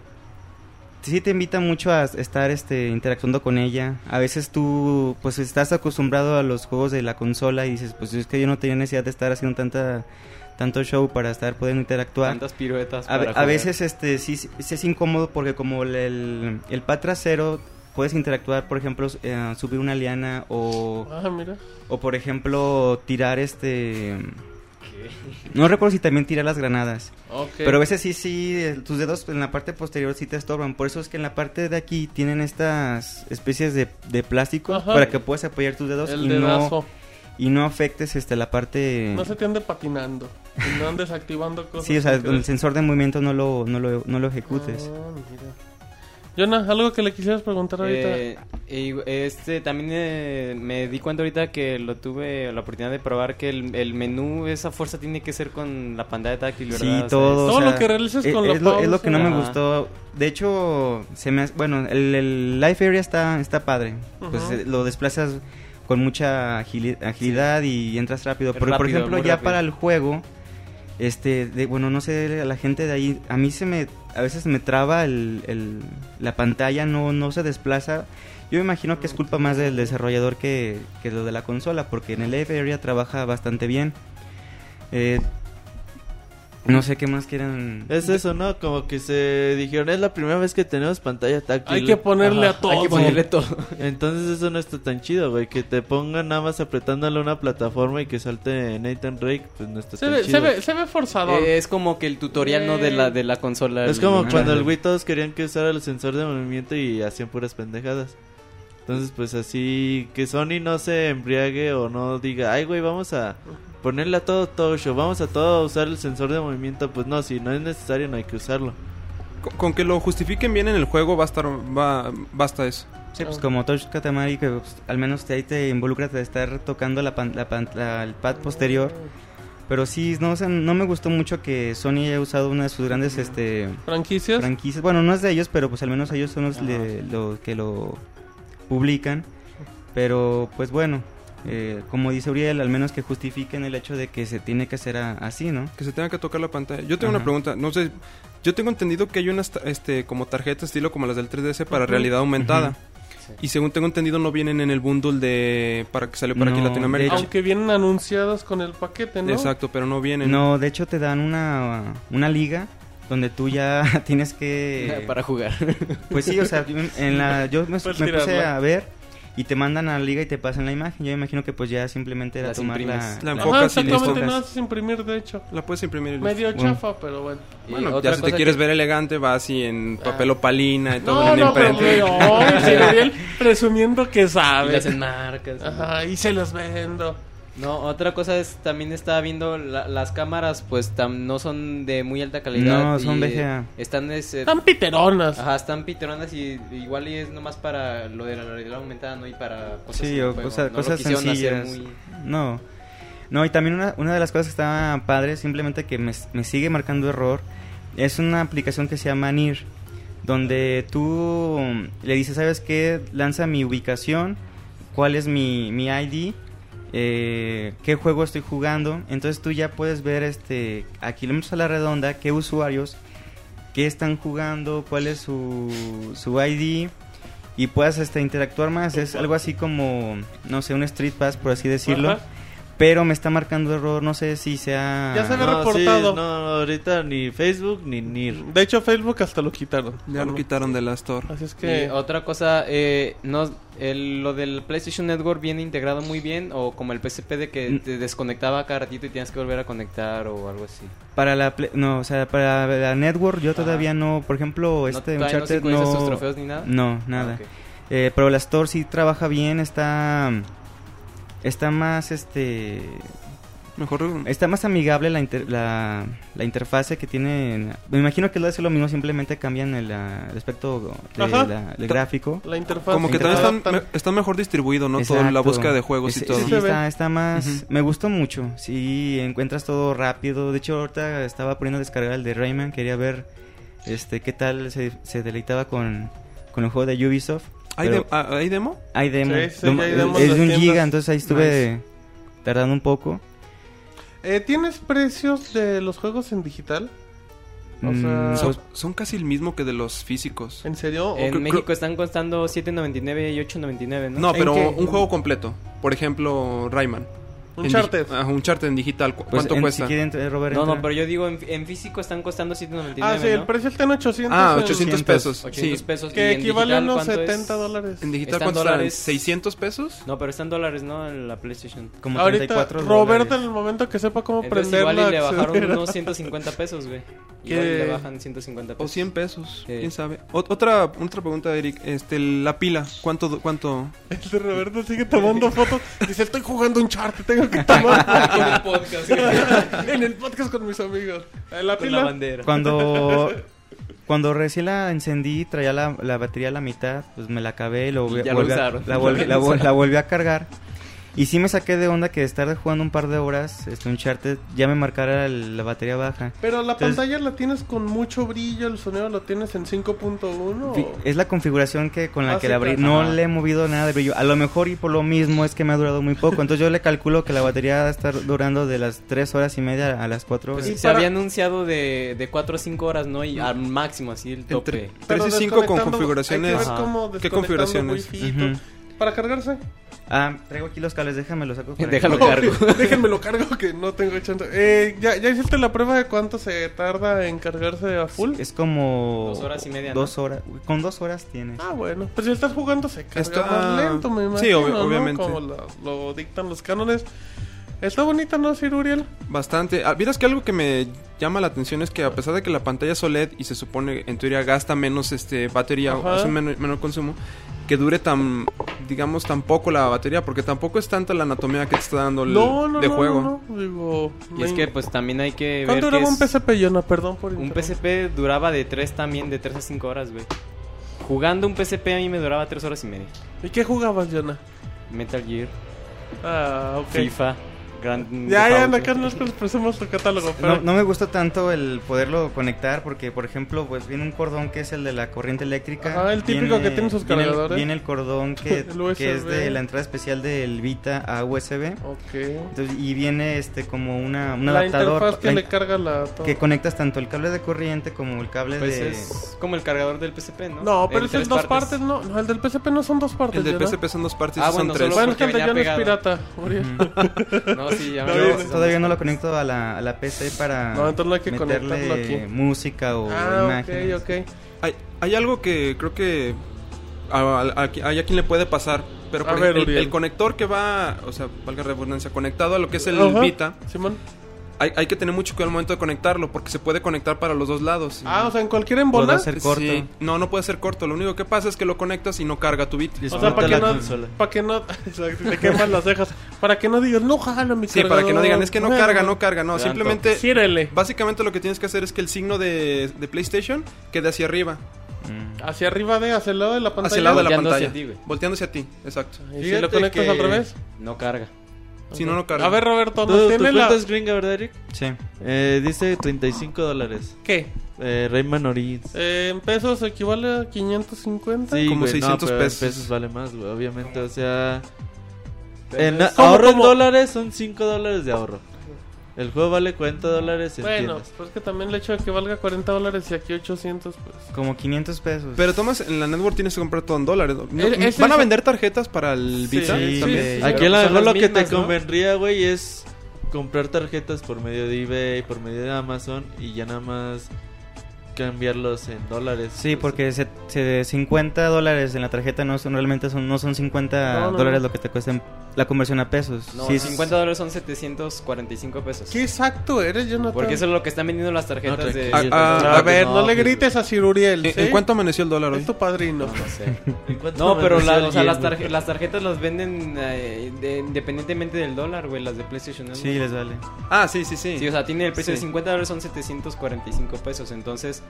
Speaker 7: sí te invita mucho a estar este, interactuando con ella. A veces tú pues estás acostumbrado a los juegos de la consola y dices, pues es que yo no tenía necesidad de estar haciendo tanta tanto show para estar pudiendo interactuar.
Speaker 3: Tantas piruetas.
Speaker 7: A,
Speaker 3: para
Speaker 7: a
Speaker 3: jugar.
Speaker 7: veces este sí, sí es incómodo porque como el, el, el pad trasero puedes interactuar, por ejemplo, s- eh, subir una liana o,
Speaker 2: Ah, mira.
Speaker 7: o por ejemplo tirar este... No recuerdo si también tirar las granadas.
Speaker 2: Ok.
Speaker 7: Pero a veces sí, sí, eh, tus dedos en la parte posterior sí te estorban. Por eso es que en la parte de aquí tienen estas especies de, de plástico
Speaker 2: Ajá.
Speaker 7: para que puedas apoyar tus dedos y
Speaker 2: el
Speaker 7: no,
Speaker 2: dedazo.
Speaker 7: y no afectes este, la parte...
Speaker 2: No, se te ande patinando. Y no andes activando cosas.
Speaker 7: Mm. Sí, o sea,
Speaker 2: sin querer.
Speaker 7: el sensor de movimiento no lo, no lo, no lo ejecutes.
Speaker 2: Ah, mira. Jonah, algo que le quisieras preguntar ahorita.
Speaker 3: Eh, y, este también eh, me di cuenta ahorita que lo tuve la oportunidad de probar que el, el menú esa fuerza tiene que ser con la pantalla táctil, ¿verdad?
Speaker 7: Sí,
Speaker 3: O sea,
Speaker 7: todo.
Speaker 2: Todo
Speaker 7: o sea,
Speaker 2: lo que realices
Speaker 7: es,
Speaker 2: con la
Speaker 7: es lo, es lo
Speaker 2: pausa.
Speaker 7: que no me
Speaker 3: Ajá.
Speaker 7: gustó. De hecho, se me hace- bueno, el, el Life Area está, está padre. Pues
Speaker 2: Ujú.
Speaker 7: eh, lo desplazas con mucha agili- agilidad y entras rápido.
Speaker 3: Es
Speaker 7: Pero, por
Speaker 3: rápido,
Speaker 7: ejemplo,
Speaker 3: muy
Speaker 7: ya
Speaker 3: rápido.
Speaker 7: para el juego, este, de- bueno, no sé, a la gente de ahí, a mí se me, a veces me traba el, el- la pantalla, no, no se desplaza. Yo me imagino que es culpa más del desarrollador que, que lo de la consola, porque en el Life Area trabaja bastante bien. Eh, no sé qué más quieran.
Speaker 4: Es eso, ¿no? Como que se dijeron, es la primera vez que tenemos pantalla táctil.
Speaker 2: Hay que ponerle a todo.
Speaker 3: Hay que ponerle todo.
Speaker 4: Entonces eso no está tan chido, güey. Que te pongan nada más apretándole una plataforma y que salte Nathan Drake, pues no está
Speaker 2: Se
Speaker 4: tan
Speaker 2: ve, se
Speaker 4: chido.
Speaker 2: ve, se ve forzado.
Speaker 3: Eh, es como que el tutorial no de la de la consola.
Speaker 4: Es como
Speaker 3: el-
Speaker 4: cuando el
Speaker 3: Ajá.
Speaker 4: Wii todos querían que usara el sensor de movimiento y hacían puras pendejadas. Entonces, pues así, que Sony no se embriague o no diga, ay, güey, vamos a ponerle a todo Tosho, vamos a todo usar el sensor de movimiento. Pues no, si no es necesario, no hay que usarlo.
Speaker 6: Con, con que lo justifiquen bien en el juego va a estar, va, basta eso.
Speaker 7: Sí, pues como Touch Katamari, que pues, al menos te, ahí te involucra de estar tocando la pan- la pan- la- el pad posterior. Pero sí, no, o sea, no me gustó mucho que Sony haya usado una de sus grandes este,
Speaker 2: Franquicias.
Speaker 7: franquicias. Bueno, no es de ellos, pero pues al menos ellos son los, le- lo- que lo publican. Pero pues bueno, eh, como dice Uriel, al menos que justifiquen el hecho de que se tiene que hacer a- así, ¿no?
Speaker 6: Que se tenga que tocar la pantalla. Yo tengo una
Speaker 7: Ajá.
Speaker 6: pregunta, no sé, yo tengo entendido que hay unas ta- este como tarjeta estilo como las del 3DS para realidad aumentada. Y según tengo entendido no vienen en el bundle de para que salió para aquí en
Speaker 7: No,
Speaker 6: Latinoamérica.
Speaker 7: de hecho-
Speaker 2: Aunque vienen anunciadas con el paquete, ¿no?
Speaker 6: Exacto, pero no vienen.
Speaker 7: No, de hecho te dan una, una liga donde tú ya [LAUGHS] tienes que...
Speaker 3: [LAUGHS] para jugar.
Speaker 7: Pues sí, o sea, yo- en la, yo me,
Speaker 2: Puedes
Speaker 7: me puse
Speaker 2: tirarla.
Speaker 7: a ver y te mandan a la liga y te pasan la imagen. Yo me imagino que pues ya simplemente era
Speaker 3: Las
Speaker 7: tomar la,
Speaker 3: imprimes.
Speaker 6: La
Speaker 2: Ajá,
Speaker 6: enfocas y
Speaker 2: exactamente.
Speaker 6: listo.
Speaker 2: Nada más es imprimir, de hecho.
Speaker 6: La puedes imprimir. y listo.
Speaker 2: Medio
Speaker 7: Bueno.
Speaker 2: chafa, pero bueno.
Speaker 3: Y
Speaker 6: Bueno,
Speaker 3: otra
Speaker 6: ya si te
Speaker 3: cosa
Speaker 6: quieres
Speaker 3: que-
Speaker 6: ver elegante va así en papel opalina y todo
Speaker 2: No,
Speaker 6: en una
Speaker 2: no, pero
Speaker 6: imprenta.
Speaker 2: pero,
Speaker 6: [LAUGHS]
Speaker 2: ay, se le ve el presumiendo que
Speaker 3: y
Speaker 2: sabe.
Speaker 3: las enmarcas.
Speaker 2: Ajá, y se las vendo.
Speaker 3: No, otra cosa es también estaba viendo la- las cámaras, pues tam- no son de muy alta calidad.
Speaker 7: No, son
Speaker 3: y,
Speaker 7: VGA.
Speaker 3: Están es, eh,
Speaker 2: Están piteronas.
Speaker 3: Ajá, están piteronas y igual y es nomás para lo de la realidad aumentada, no y para cosas
Speaker 7: Sí,
Speaker 3: del
Speaker 7: o
Speaker 3: juego.
Speaker 7: cosa-
Speaker 3: No lo
Speaker 7: cosas
Speaker 3: quisieron hacer
Speaker 7: sencillas.
Speaker 3: muy-
Speaker 7: No. No, y también una, una de las cosas que estaba padre, simplemente que me, me sigue marcando error, es una aplicación que se llama NIR, donde tú mm, le dices, ¿sabes qué? Lanza mi ubicación, cuál es mi, mi ID, eh, qué juego estoy jugando. Entonces tú ya puedes ver este, a kilómetros a la redonda qué usuarios, qué están jugando, cuál es su, su ID, y puedas hasta interactuar más. Es algo así como, no sé, un Street Pass, por así decirlo.
Speaker 2: Ajá.
Speaker 7: Pero me está marcando error, no sé si sea...
Speaker 2: Ya se ve
Speaker 4: no,
Speaker 2: reportado.
Speaker 4: sí, no, ahorita ni Facebook ni NIR.
Speaker 2: De hecho, Facebook hasta lo quitaron.
Speaker 6: Ya lo quitaron de la store.
Speaker 2: Así es
Speaker 3: Y
Speaker 2: que.
Speaker 3: otra cosa, eh, no, el- lo del PlayStation Network viene integrado muy bien o como el PSP de que
Speaker 7: Mm.
Speaker 3: te desconectaba cada ratito y tienes que volver a conectar o algo así.
Speaker 7: Para la... ple- No, o sea, para la network yo
Speaker 3: Ajá.
Speaker 7: todavía no... Por ejemplo,
Speaker 3: Ah.
Speaker 7: este
Speaker 3: ¿No, todavía no
Speaker 7: Uncharted
Speaker 3: sincronizas
Speaker 7: no...
Speaker 3: tus trofeos ni nada?
Speaker 7: No, nada.
Speaker 3: Ah, ok.
Speaker 7: Eh, pero la Store sí trabaja bien, está... Está más, este...
Speaker 6: Mejor
Speaker 7: Está más amigable la, inter- la, la interfase que tiene... en- Me imagino que lo hace lo mismo, simplemente cambian el, ah, el aspecto de
Speaker 2: Ajá.
Speaker 7: la- del gráfico.
Speaker 2: La interfaz.
Speaker 6: como que
Speaker 2: te
Speaker 6: también están,
Speaker 2: adaptan.
Speaker 6: me- está mejor distribuido, ¿no? Todo la
Speaker 7: Exacto.
Speaker 6: búsqueda de juegos y
Speaker 7: Ese-
Speaker 6: todo.
Speaker 7: ese
Speaker 2: Sí
Speaker 7: sí
Speaker 2: se ve.
Speaker 7: está, está más...
Speaker 6: Ujú.
Speaker 7: Me gustó mucho. Sí, encuentras todo rápido. De hecho, ahorita estaba poniendo a descargar el de Rayman. Quería ver este qué tal se, se deleitaba con, con el juego de Ubisoft.
Speaker 6: ¿Hay,
Speaker 7: Pero
Speaker 6: de- ah, ¿Hay demo?
Speaker 7: hay demo.
Speaker 2: Sí, sí,
Speaker 7: Lo-
Speaker 2: hay demos
Speaker 7: es
Speaker 2: en
Speaker 7: de un
Speaker 2: las
Speaker 7: giga,
Speaker 2: tiendas.
Speaker 7: entonces ahí estuve tardando un poco.
Speaker 2: Eh, ¿Tienes precios de los juegos en digital? O sea,
Speaker 7: Mm,
Speaker 6: Son, son casi el mismo que de los físicos.
Speaker 2: ¿en serio?
Speaker 3: En
Speaker 6: creo-
Speaker 3: México están costando 7.99 y 8.99, ¿no?
Speaker 6: No,
Speaker 2: ¿En
Speaker 6: pero
Speaker 2: qué?
Speaker 6: un juego completo. Por ejemplo, Rayman.
Speaker 2: Un
Speaker 6: En ah,
Speaker 2: charter.
Speaker 6: dig- Ajá, un charter en digital. ¿Cu-
Speaker 7: pues,
Speaker 6: ¿Cuánto
Speaker 7: en-
Speaker 6: cuesta?
Speaker 7: Si quieren, eh, Robert,
Speaker 3: No, no,
Speaker 7: entra.
Speaker 3: pero yo digo, en, en físico están costando 7.99,
Speaker 2: Ah, sí,
Speaker 3: ¿no?
Speaker 2: el precio está en 800.
Speaker 6: Ah,
Speaker 2: el-
Speaker 6: 800 pesos.
Speaker 3: 800
Speaker 6: sí.
Speaker 3: pesos. ¿Y
Speaker 2: Que
Speaker 3: en
Speaker 2: equivale a
Speaker 3: digital
Speaker 2: unos
Speaker 3: cuánto es?
Speaker 2: 70 dólares.
Speaker 6: En digital,
Speaker 3: Están
Speaker 6: ¿cuánto estarán?
Speaker 3: dólares.
Speaker 6: ¿600 pesos?
Speaker 3: No, pero están dólares, ¿no? En la PlayStation.
Speaker 7: Como
Speaker 2: Ahorita,
Speaker 7: 34
Speaker 2: Roberto, en
Speaker 7: dólares.
Speaker 2: el momento que sepa cómo
Speaker 3: Entonces
Speaker 2: prenderla.
Speaker 3: igual y le bajaron
Speaker 2: accederá.
Speaker 3: unos 150 pesos, güey.
Speaker 2: ¿Qué?
Speaker 3: Igual y le bajan 150 pesos.
Speaker 6: O 100 pesos,
Speaker 3: Sí.
Speaker 6: quién sabe. Ot- otra, otra pregunta, Eric. Este, la pila, ¿cuánto? cuánto?
Speaker 2: [LAUGHS] El de Roberto sigue tomando fotos. Dice, estoy jugando un chart, tengo
Speaker 3: [LAUGHS]
Speaker 2: que tomar.
Speaker 3: Con el podcast, güey.
Speaker 2: [LAUGHS] en el podcast con mis amigos. Eh, La
Speaker 3: Con la
Speaker 2: pila.
Speaker 3: bandera.
Speaker 7: Cuando, cuando recién la encendí, traía la, la batería a la mitad, pues me la acabé y lo
Speaker 3: Y
Speaker 7: volví-
Speaker 3: ya lo
Speaker 7: volví a-
Speaker 3: usaron.
Speaker 7: la,
Speaker 3: [LAUGHS]
Speaker 7: volví, la vol- la volví a cargar. Y sí me saqué de onda que de estar jugando un par de horas, este Uncharted, ya me marcara el- la batería baja.
Speaker 2: Pero la
Speaker 7: Entonces-
Speaker 2: pantalla la tienes con mucho brillo, el sonido lo tienes en 5.1.
Speaker 7: Fi-
Speaker 2: o-
Speaker 7: Es la configuración que con la
Speaker 2: Ah, sí,
Speaker 7: que la abrí.
Speaker 2: claro.
Speaker 7: No
Speaker 2: Ajá.
Speaker 7: le he movido nada de brillo. A lo mejor y por lo mismo es que me ha durado muy poco. Entonces yo le calculo que la batería va a estar durando de las 3 horas y media a las 4 horas.
Speaker 3: Pues,
Speaker 2: Y
Speaker 3: se
Speaker 2: para- Mm.
Speaker 3: había anunciado de, de 4 a 5 horas, ¿no? Y al máximo, así el tope.
Speaker 6: Entre
Speaker 2: Pero
Speaker 6: 3 y 5 con
Speaker 2: desconectando- hay
Speaker 6: configuraciones.
Speaker 2: que ver
Speaker 3: Ajá.
Speaker 2: cómo
Speaker 6: ¿Qué
Speaker 2: desconectando
Speaker 6: configuraciones?
Speaker 2: wifi y todo.
Speaker 7: Ujú.
Speaker 2: Para cargarse.
Speaker 7: Ah, traigo aquí los cables, déjame los saco. para que-
Speaker 3: Déjalo
Speaker 2: No,
Speaker 3: cargo.
Speaker 2: [LAUGHS] Déjenme lo cargo que no tengo chance. Eh, ¿ya, ¿Ya hiciste la prueba de cuánto se tarda en cargarse a full?
Speaker 7: Es como...
Speaker 3: Dos horas y media,
Speaker 7: Dos horas. Uy, Con dos horas tiene.
Speaker 2: Ah, bueno. Pues si estás jugando se carga
Speaker 6: Está-
Speaker 2: más lento, me imagino.
Speaker 6: Sí, obvi-
Speaker 2: ¿no?
Speaker 6: obviamente.
Speaker 2: Como la- lo dictan los cánones. Está bonita, ¿no, Sir Uriel?
Speaker 6: Bastante. Ah, Vieras que algo que me llama la atención es que a pesar de que la pantalla es OLED y se supone en teoría gasta menos este batería, o
Speaker 2: Ajá.
Speaker 6: hace menor, menor consumo, que dure tan, digamos, tan poco la batería, porque tampoco es tanta la anatomía que te está dando el,
Speaker 2: No, no,
Speaker 6: de
Speaker 2: no,
Speaker 6: juego.
Speaker 2: no, no. Digo,
Speaker 3: Y es
Speaker 2: me-
Speaker 3: que pues también hay que ver
Speaker 2: ¿Cuánto
Speaker 3: que
Speaker 2: duraba un
Speaker 3: es-
Speaker 2: PSP, Yona? Perdón por
Speaker 3: Un
Speaker 2: interrumpir.
Speaker 3: PCP duraba de 3 también, de 3 a 5 horas, güey. Jugando un PCP a mí me duraba 3 horas y media.
Speaker 2: ¿Y qué jugabas, Yona?
Speaker 3: Metal Gear,
Speaker 2: Ah, ok.
Speaker 3: FIFA, Grand
Speaker 2: Ya,
Speaker 3: Theft
Speaker 2: ya,
Speaker 3: Auto.
Speaker 2: acá no expresemos tu catálogo, pero...
Speaker 7: No, no me gusta tanto el poderlo conectar porque, por ejemplo, pues viene un cordón que es el de la corriente eléctrica.
Speaker 2: Ajá, el típico que tiene sus
Speaker 7: viene el-
Speaker 2: cargadores.
Speaker 7: Viene el, cordón que,
Speaker 2: [LAUGHS] El USB.
Speaker 7: que es de la entrada especial del Vita a USB.
Speaker 2: Ok.
Speaker 7: Entonces, y viene este como una, un
Speaker 2: La
Speaker 7: adaptador
Speaker 2: interfaz que
Speaker 7: la-
Speaker 2: le carga la...
Speaker 7: que conectas tanto el cable de corriente como el cable
Speaker 3: Pues
Speaker 7: de...
Speaker 3: es como el cargador del PCP, ¿no?
Speaker 2: No, pero
Speaker 3: En
Speaker 2: ese es
Speaker 3: tres
Speaker 2: dos partes. no. No, el del PSP no son dos partes,
Speaker 6: El del
Speaker 2: Yona.
Speaker 6: PSP son dos partes,
Speaker 3: Ah,
Speaker 6: y son
Speaker 3: bueno,
Speaker 6: tres.
Speaker 3: solo-
Speaker 2: Bueno, es que el de
Speaker 3: Porque
Speaker 2: Yona
Speaker 3: venía
Speaker 2: es pirata, Uriel. [LAUGHS]
Speaker 7: Ujú.
Speaker 3: No, sí, ya
Speaker 2: No,
Speaker 3: me
Speaker 2: yo
Speaker 3: lo-
Speaker 2: no-
Speaker 7: Todavía no lo conecto a la, a la PC para
Speaker 2: No, entonces no hay que conectarlo
Speaker 7: meterle
Speaker 2: aquí.
Speaker 7: música o
Speaker 2: Ah,
Speaker 7: imágenes.
Speaker 2: ok, ok.
Speaker 6: Hay, hay algo que creo que a, a- a- hay a quien le puede pasar, pero
Speaker 2: A
Speaker 6: por
Speaker 2: ver,
Speaker 6: ejemplo, el,
Speaker 2: Uriel.
Speaker 6: el conector que va, o sea, valga la redundancia, conectado a lo que es el
Speaker 2: Ajá.
Speaker 6: Vita,
Speaker 2: Simón.
Speaker 6: hay, hay que tener mucho cuidado al momento de conectarlo, porque se puede conectar para los dos lados.
Speaker 2: Ah, o sea, en cualquier
Speaker 7: Puedo
Speaker 2: embolada.
Speaker 7: hacer corto.
Speaker 6: Sí. No, no puede ser corto. Lo único que pasa es que lo conectas y no carga tu bit.
Speaker 2: O sea,
Speaker 4: Disfruta
Speaker 2: para que
Speaker 4: la
Speaker 2: no.
Speaker 4: consola.
Speaker 2: Para que no. [LAUGHS] Exacto, te queman las cejas. Para que no digas, no jala mi
Speaker 6: Sí, para que no digan, es que no carga, no carga. No,
Speaker 3: Te dan
Speaker 6: simplemente...
Speaker 2: Sírele.
Speaker 6: Básicamente lo que tienes que hacer es que el signo de, de PlayStation quede hacia arriba,
Speaker 7: Mm.
Speaker 2: Hacia arriba de, hacia el lado de la pantalla.
Speaker 6: hacia el lado de la
Speaker 3: Volteando hacia
Speaker 6: pantalla.
Speaker 3: ti, güey.
Speaker 6: volteándose a ti, exacto.
Speaker 2: ¿Y si
Speaker 4: Fíjate
Speaker 2: lo conectas
Speaker 4: que-
Speaker 2: al revés?
Speaker 3: No carga.
Speaker 6: Si no, no carga.
Speaker 2: A ver, Roberto,
Speaker 4: ¿Tú,
Speaker 2: ¿nos
Speaker 4: tu
Speaker 2: tiene la.
Speaker 4: cuenta es gringa, verdad, Eric?
Speaker 7: Sí.
Speaker 4: Eh, dice 35 dólares.
Speaker 2: ¿Qué?
Speaker 4: Eh, Rayman Origins.
Speaker 2: Eh, en pesos equivale a 550.
Speaker 4: Sí,
Speaker 6: como
Speaker 4: güey, no,
Speaker 6: 600
Speaker 4: pero en
Speaker 6: pesos.
Speaker 4: vale más, güey, obviamente, o sea... En
Speaker 2: ¿Cómo,
Speaker 4: ahorro en
Speaker 2: cómo?
Speaker 4: dólares son 5 dólares de ahorro. El juego vale 40 dólares en
Speaker 2: Bueno,
Speaker 4: tiendas.
Speaker 2: pues que también el hecho de que valga 40 dólares y aquí 800, pues.
Speaker 7: Como 500 pesos.
Speaker 6: Pero tomas, en la network tienes que comprar todo en dólares. ¿no?
Speaker 2: Eh, ese
Speaker 6: ¿Van a
Speaker 2: es-
Speaker 6: vender tarjetas para el
Speaker 2: Sí,
Speaker 6: Vita?
Speaker 7: sí,
Speaker 6: también?
Speaker 4: Aquí
Speaker 7: sí.
Speaker 3: pero
Speaker 4: a lo
Speaker 3: pues son
Speaker 4: mejor lo
Speaker 3: las
Speaker 4: que te
Speaker 3: mismas, ¿no?
Speaker 4: convendría, güey, es comprar tarjetas por medio de eBay, por medio de Amazon y ya nada más cambiarlos en dólares. Pues,
Speaker 7: Sí, porque se, se- 50 dólares en la tarjeta no son realmente son, no son 50
Speaker 2: No, no,
Speaker 7: dólares
Speaker 2: no.
Speaker 7: lo que te cuesta en- la conversión a pesos.
Speaker 3: No,
Speaker 7: sí, es-
Speaker 3: 50 dólares son 745 pesos.
Speaker 2: ¿Qué exacto eres, Jonathan?
Speaker 3: Porque eso es lo que están vendiendo las tarjetas
Speaker 4: No,
Speaker 3: de...
Speaker 4: tranquilo.
Speaker 6: Ah,
Speaker 2: A ver, no, le grites a Sir Uriel.
Speaker 6: ¿En-
Speaker 2: ¿sí?
Speaker 6: ¿En cuánto amaneció el dólar hoy?
Speaker 2: Es tu padrino.
Speaker 3: No, no sé.
Speaker 4: ¿En cuánto
Speaker 3: No, pero
Speaker 4: me
Speaker 3: la-
Speaker 4: sale
Speaker 3: o sea,
Speaker 4: el
Speaker 3: las,
Speaker 4: yen, güey?
Speaker 3: tarje- las tarjetas las venden eh, de- independientemente del dólar, güey, las de PlayStation. ¿no?
Speaker 7: sí, les vale.
Speaker 6: Ah, sí, sí, sí.
Speaker 3: Sí, o sea, tiene el precio de
Speaker 6: Sí.
Speaker 3: 50 dólares, son 745 pesos. Entonces,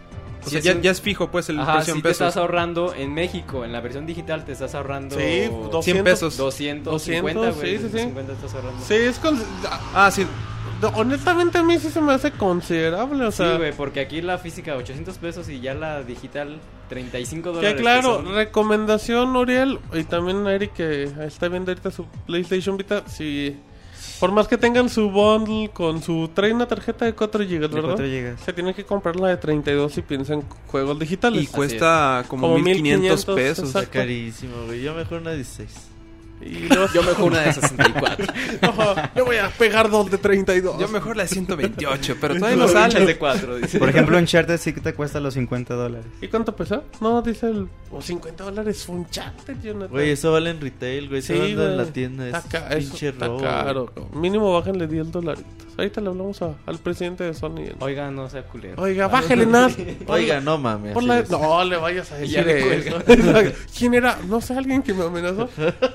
Speaker 6: O
Speaker 3: si
Speaker 6: sea,
Speaker 3: es
Speaker 6: ya,
Speaker 3: un-
Speaker 6: ya es fijo, pues, el
Speaker 3: Ajá,
Speaker 6: precio
Speaker 3: si
Speaker 6: en
Speaker 3: te
Speaker 6: pesos.
Speaker 3: estás ahorrando en México, en la versión digital te estás ahorrando
Speaker 2: Sí, 200
Speaker 6: 100 pesos.
Speaker 3: 250,
Speaker 2: 200,
Speaker 3: güey.
Speaker 2: sí, sí, sí.
Speaker 3: 250 estás ahorrando.
Speaker 2: Sí, es con...
Speaker 6: Ah, sí.
Speaker 3: Pues,
Speaker 2: no, honestamente a mí sí se me hace considerable, o
Speaker 3: Sí,
Speaker 2: sea,
Speaker 3: güey, porque aquí la física 800 pesos y ya la digital 35 dólares.
Speaker 2: que claro,
Speaker 3: son- [LAUGHS]
Speaker 2: recomendación Uriel y también Eric que está viendo ahorita su PlayStation Vita, si Por más que tengan su bundle con su... Trae una tarjeta de 4 GB,
Speaker 7: De
Speaker 2: ¿verdad?
Speaker 7: 4 GB.
Speaker 2: Se tienen que comprar la de 32 si piensan en juegos digitales.
Speaker 8: Y cuesta como, 1500 pesos.
Speaker 2: exacto.
Speaker 4: Carísimo, güey. Yo mejor una 16.
Speaker 2: Y luego-
Speaker 9: Yo mejor una
Speaker 2: [LAUGHS]
Speaker 9: de 64.
Speaker 2: yo voy a pegar dos de 32.
Speaker 8: Yo mejor la de 128, pero todavía
Speaker 9: Todavía no
Speaker 8: no
Speaker 9: sale.
Speaker 8: sale.
Speaker 9: de 4, dice.
Speaker 7: Por ejemplo, Uncharted sí que te cuesta los 50 dólares.
Speaker 2: ¿Y cuánto pesó? No, dice el... O 50 dólares fue un charter, Jonathan.
Speaker 4: Güey, eso vale en retail, güey. Eso vale en la tienda. Es
Speaker 2: Está, ca- eso
Speaker 4: pinche
Speaker 2: está
Speaker 4: robo.
Speaker 2: caro. cabrón. Mínimo bájenle 10 dolaritos. Ahorita le hablamos a- al presidente de Sony.
Speaker 3: Oiga, no sea culero.
Speaker 2: Oiga, bájale nada.
Speaker 4: Oiga, no mames.
Speaker 2: Por
Speaker 4: así
Speaker 2: la-
Speaker 4: es.
Speaker 2: No le vayas a
Speaker 9: ya
Speaker 2: decir
Speaker 9: le
Speaker 2: eso. Exacto. [LAUGHS] ¿Quién era? No sé, alguien que me amenazó.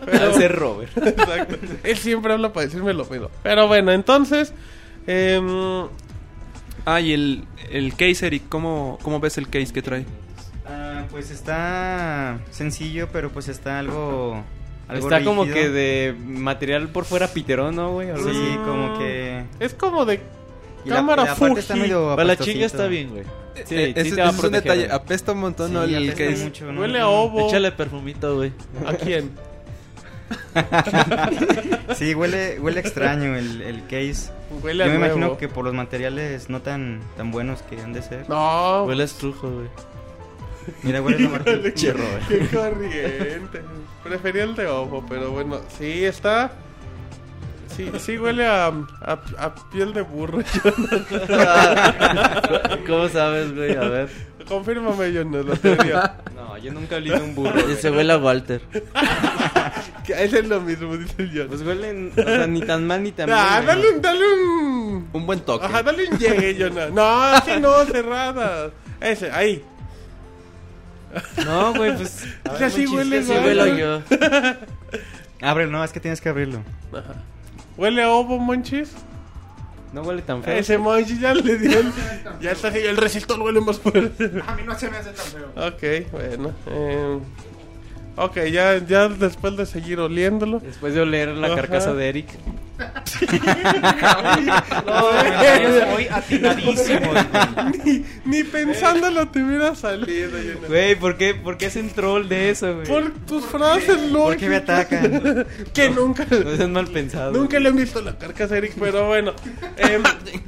Speaker 2: Pero,
Speaker 9: Ser
Speaker 2: [LAUGHS]
Speaker 9: Robert.
Speaker 2: exacto. Él siempre habla para decirme lo mismo. Pero bueno, entonces. em,
Speaker 8: Ah, y el, el case, Eric, ¿cómo, ¿cómo ves el case que trae?
Speaker 7: Ah, pues está sencillo, pero pues está algo. algo
Speaker 3: Está como
Speaker 7: rígido.
Speaker 3: que de material por fuera piterón, ¿no, güey? Algo así.
Speaker 7: Sí, como que.
Speaker 2: es como de.
Speaker 7: y la-
Speaker 2: Cámara
Speaker 7: la parte
Speaker 2: Fuji.
Speaker 7: está medio
Speaker 4: Para Pues la
Speaker 7: apestosito.
Speaker 4: chinga está bien, güey.
Speaker 3: Sí,
Speaker 8: Eh,
Speaker 3: sí
Speaker 8: ese-
Speaker 3: te va a
Speaker 8: ese es un
Speaker 3: proteger,
Speaker 8: detalle.
Speaker 3: güey.
Speaker 8: Apesta un montón
Speaker 7: Sí,
Speaker 8: ¿no? el
Speaker 7: apesta
Speaker 8: case.
Speaker 7: mucho, ¿no?
Speaker 2: Huele a ovo.
Speaker 4: Échale perfumito, güey.
Speaker 2: ¿A quién?
Speaker 7: Sí, huele, huele extraño el, el case.
Speaker 2: Huele
Speaker 7: Yo
Speaker 2: a
Speaker 7: me
Speaker 2: nuevo.
Speaker 7: imagino que por los materiales no tan, tan buenos que han de ser.
Speaker 2: No.
Speaker 4: Huele a estrujo, güey. [LAUGHS]
Speaker 7: Mira, huele como
Speaker 2: [LAUGHS]
Speaker 7: Pinche Robert.
Speaker 2: Qué corriente. Prefería el de ojo, pero bueno, sí está. Sí, sí huele a, a, a piel de burro. [LAUGHS]
Speaker 4: ¿Cómo sabes, güey? A ver.
Speaker 2: Confírmame, yo no la teoría.
Speaker 3: No, yo nunca olí de un burro. güey.
Speaker 4: Se huele a Walter.
Speaker 2: Que es lo mismo, dice el John.
Speaker 3: Pues huelen, o sea, ni tan mal ni tan
Speaker 2: Ah,
Speaker 3: bien, güey.
Speaker 2: dale un, dale un.
Speaker 8: Un buen toque.
Speaker 2: Ajá, dale un llegue, Jonah. No, así no, cerrada. Ese, ahí.
Speaker 3: No, güey, pues.
Speaker 2: [LAUGHS] Es que así huele,
Speaker 4: Sí,
Speaker 2: güey.
Speaker 4: huelo yo.
Speaker 7: Ábrelo, no, es que tienes que abrirlo.
Speaker 2: Huele a ovo, monchis.
Speaker 3: No huele tan feo.
Speaker 2: Ese monchis ya le dio el. Ya está así, el resistor huele más fuerte.
Speaker 5: A mí no se me hace tan feo.
Speaker 2: Ok, bueno. eh, ok, ya, ya después de seguir oliéndolo.
Speaker 3: Después de oler la
Speaker 2: Ajá.
Speaker 3: carcasa de Eric.
Speaker 5: Soy
Speaker 2: [LAUGHS]
Speaker 5: atinadísimo.
Speaker 2: ni, ni pensándolo te hubiera salido. yo no-
Speaker 3: Güey, ¿por qué, ¿por qué hacen troll de eso, güey?
Speaker 2: Por tus frases lógicas.
Speaker 7: ¿Por qué me atacan?
Speaker 2: [LAUGHS] Que nunca.
Speaker 3: No sean mal pensados.
Speaker 2: Nunca le han visto la carcasa a Eric, pero bueno.
Speaker 8: [LAUGHS]
Speaker 2: Em,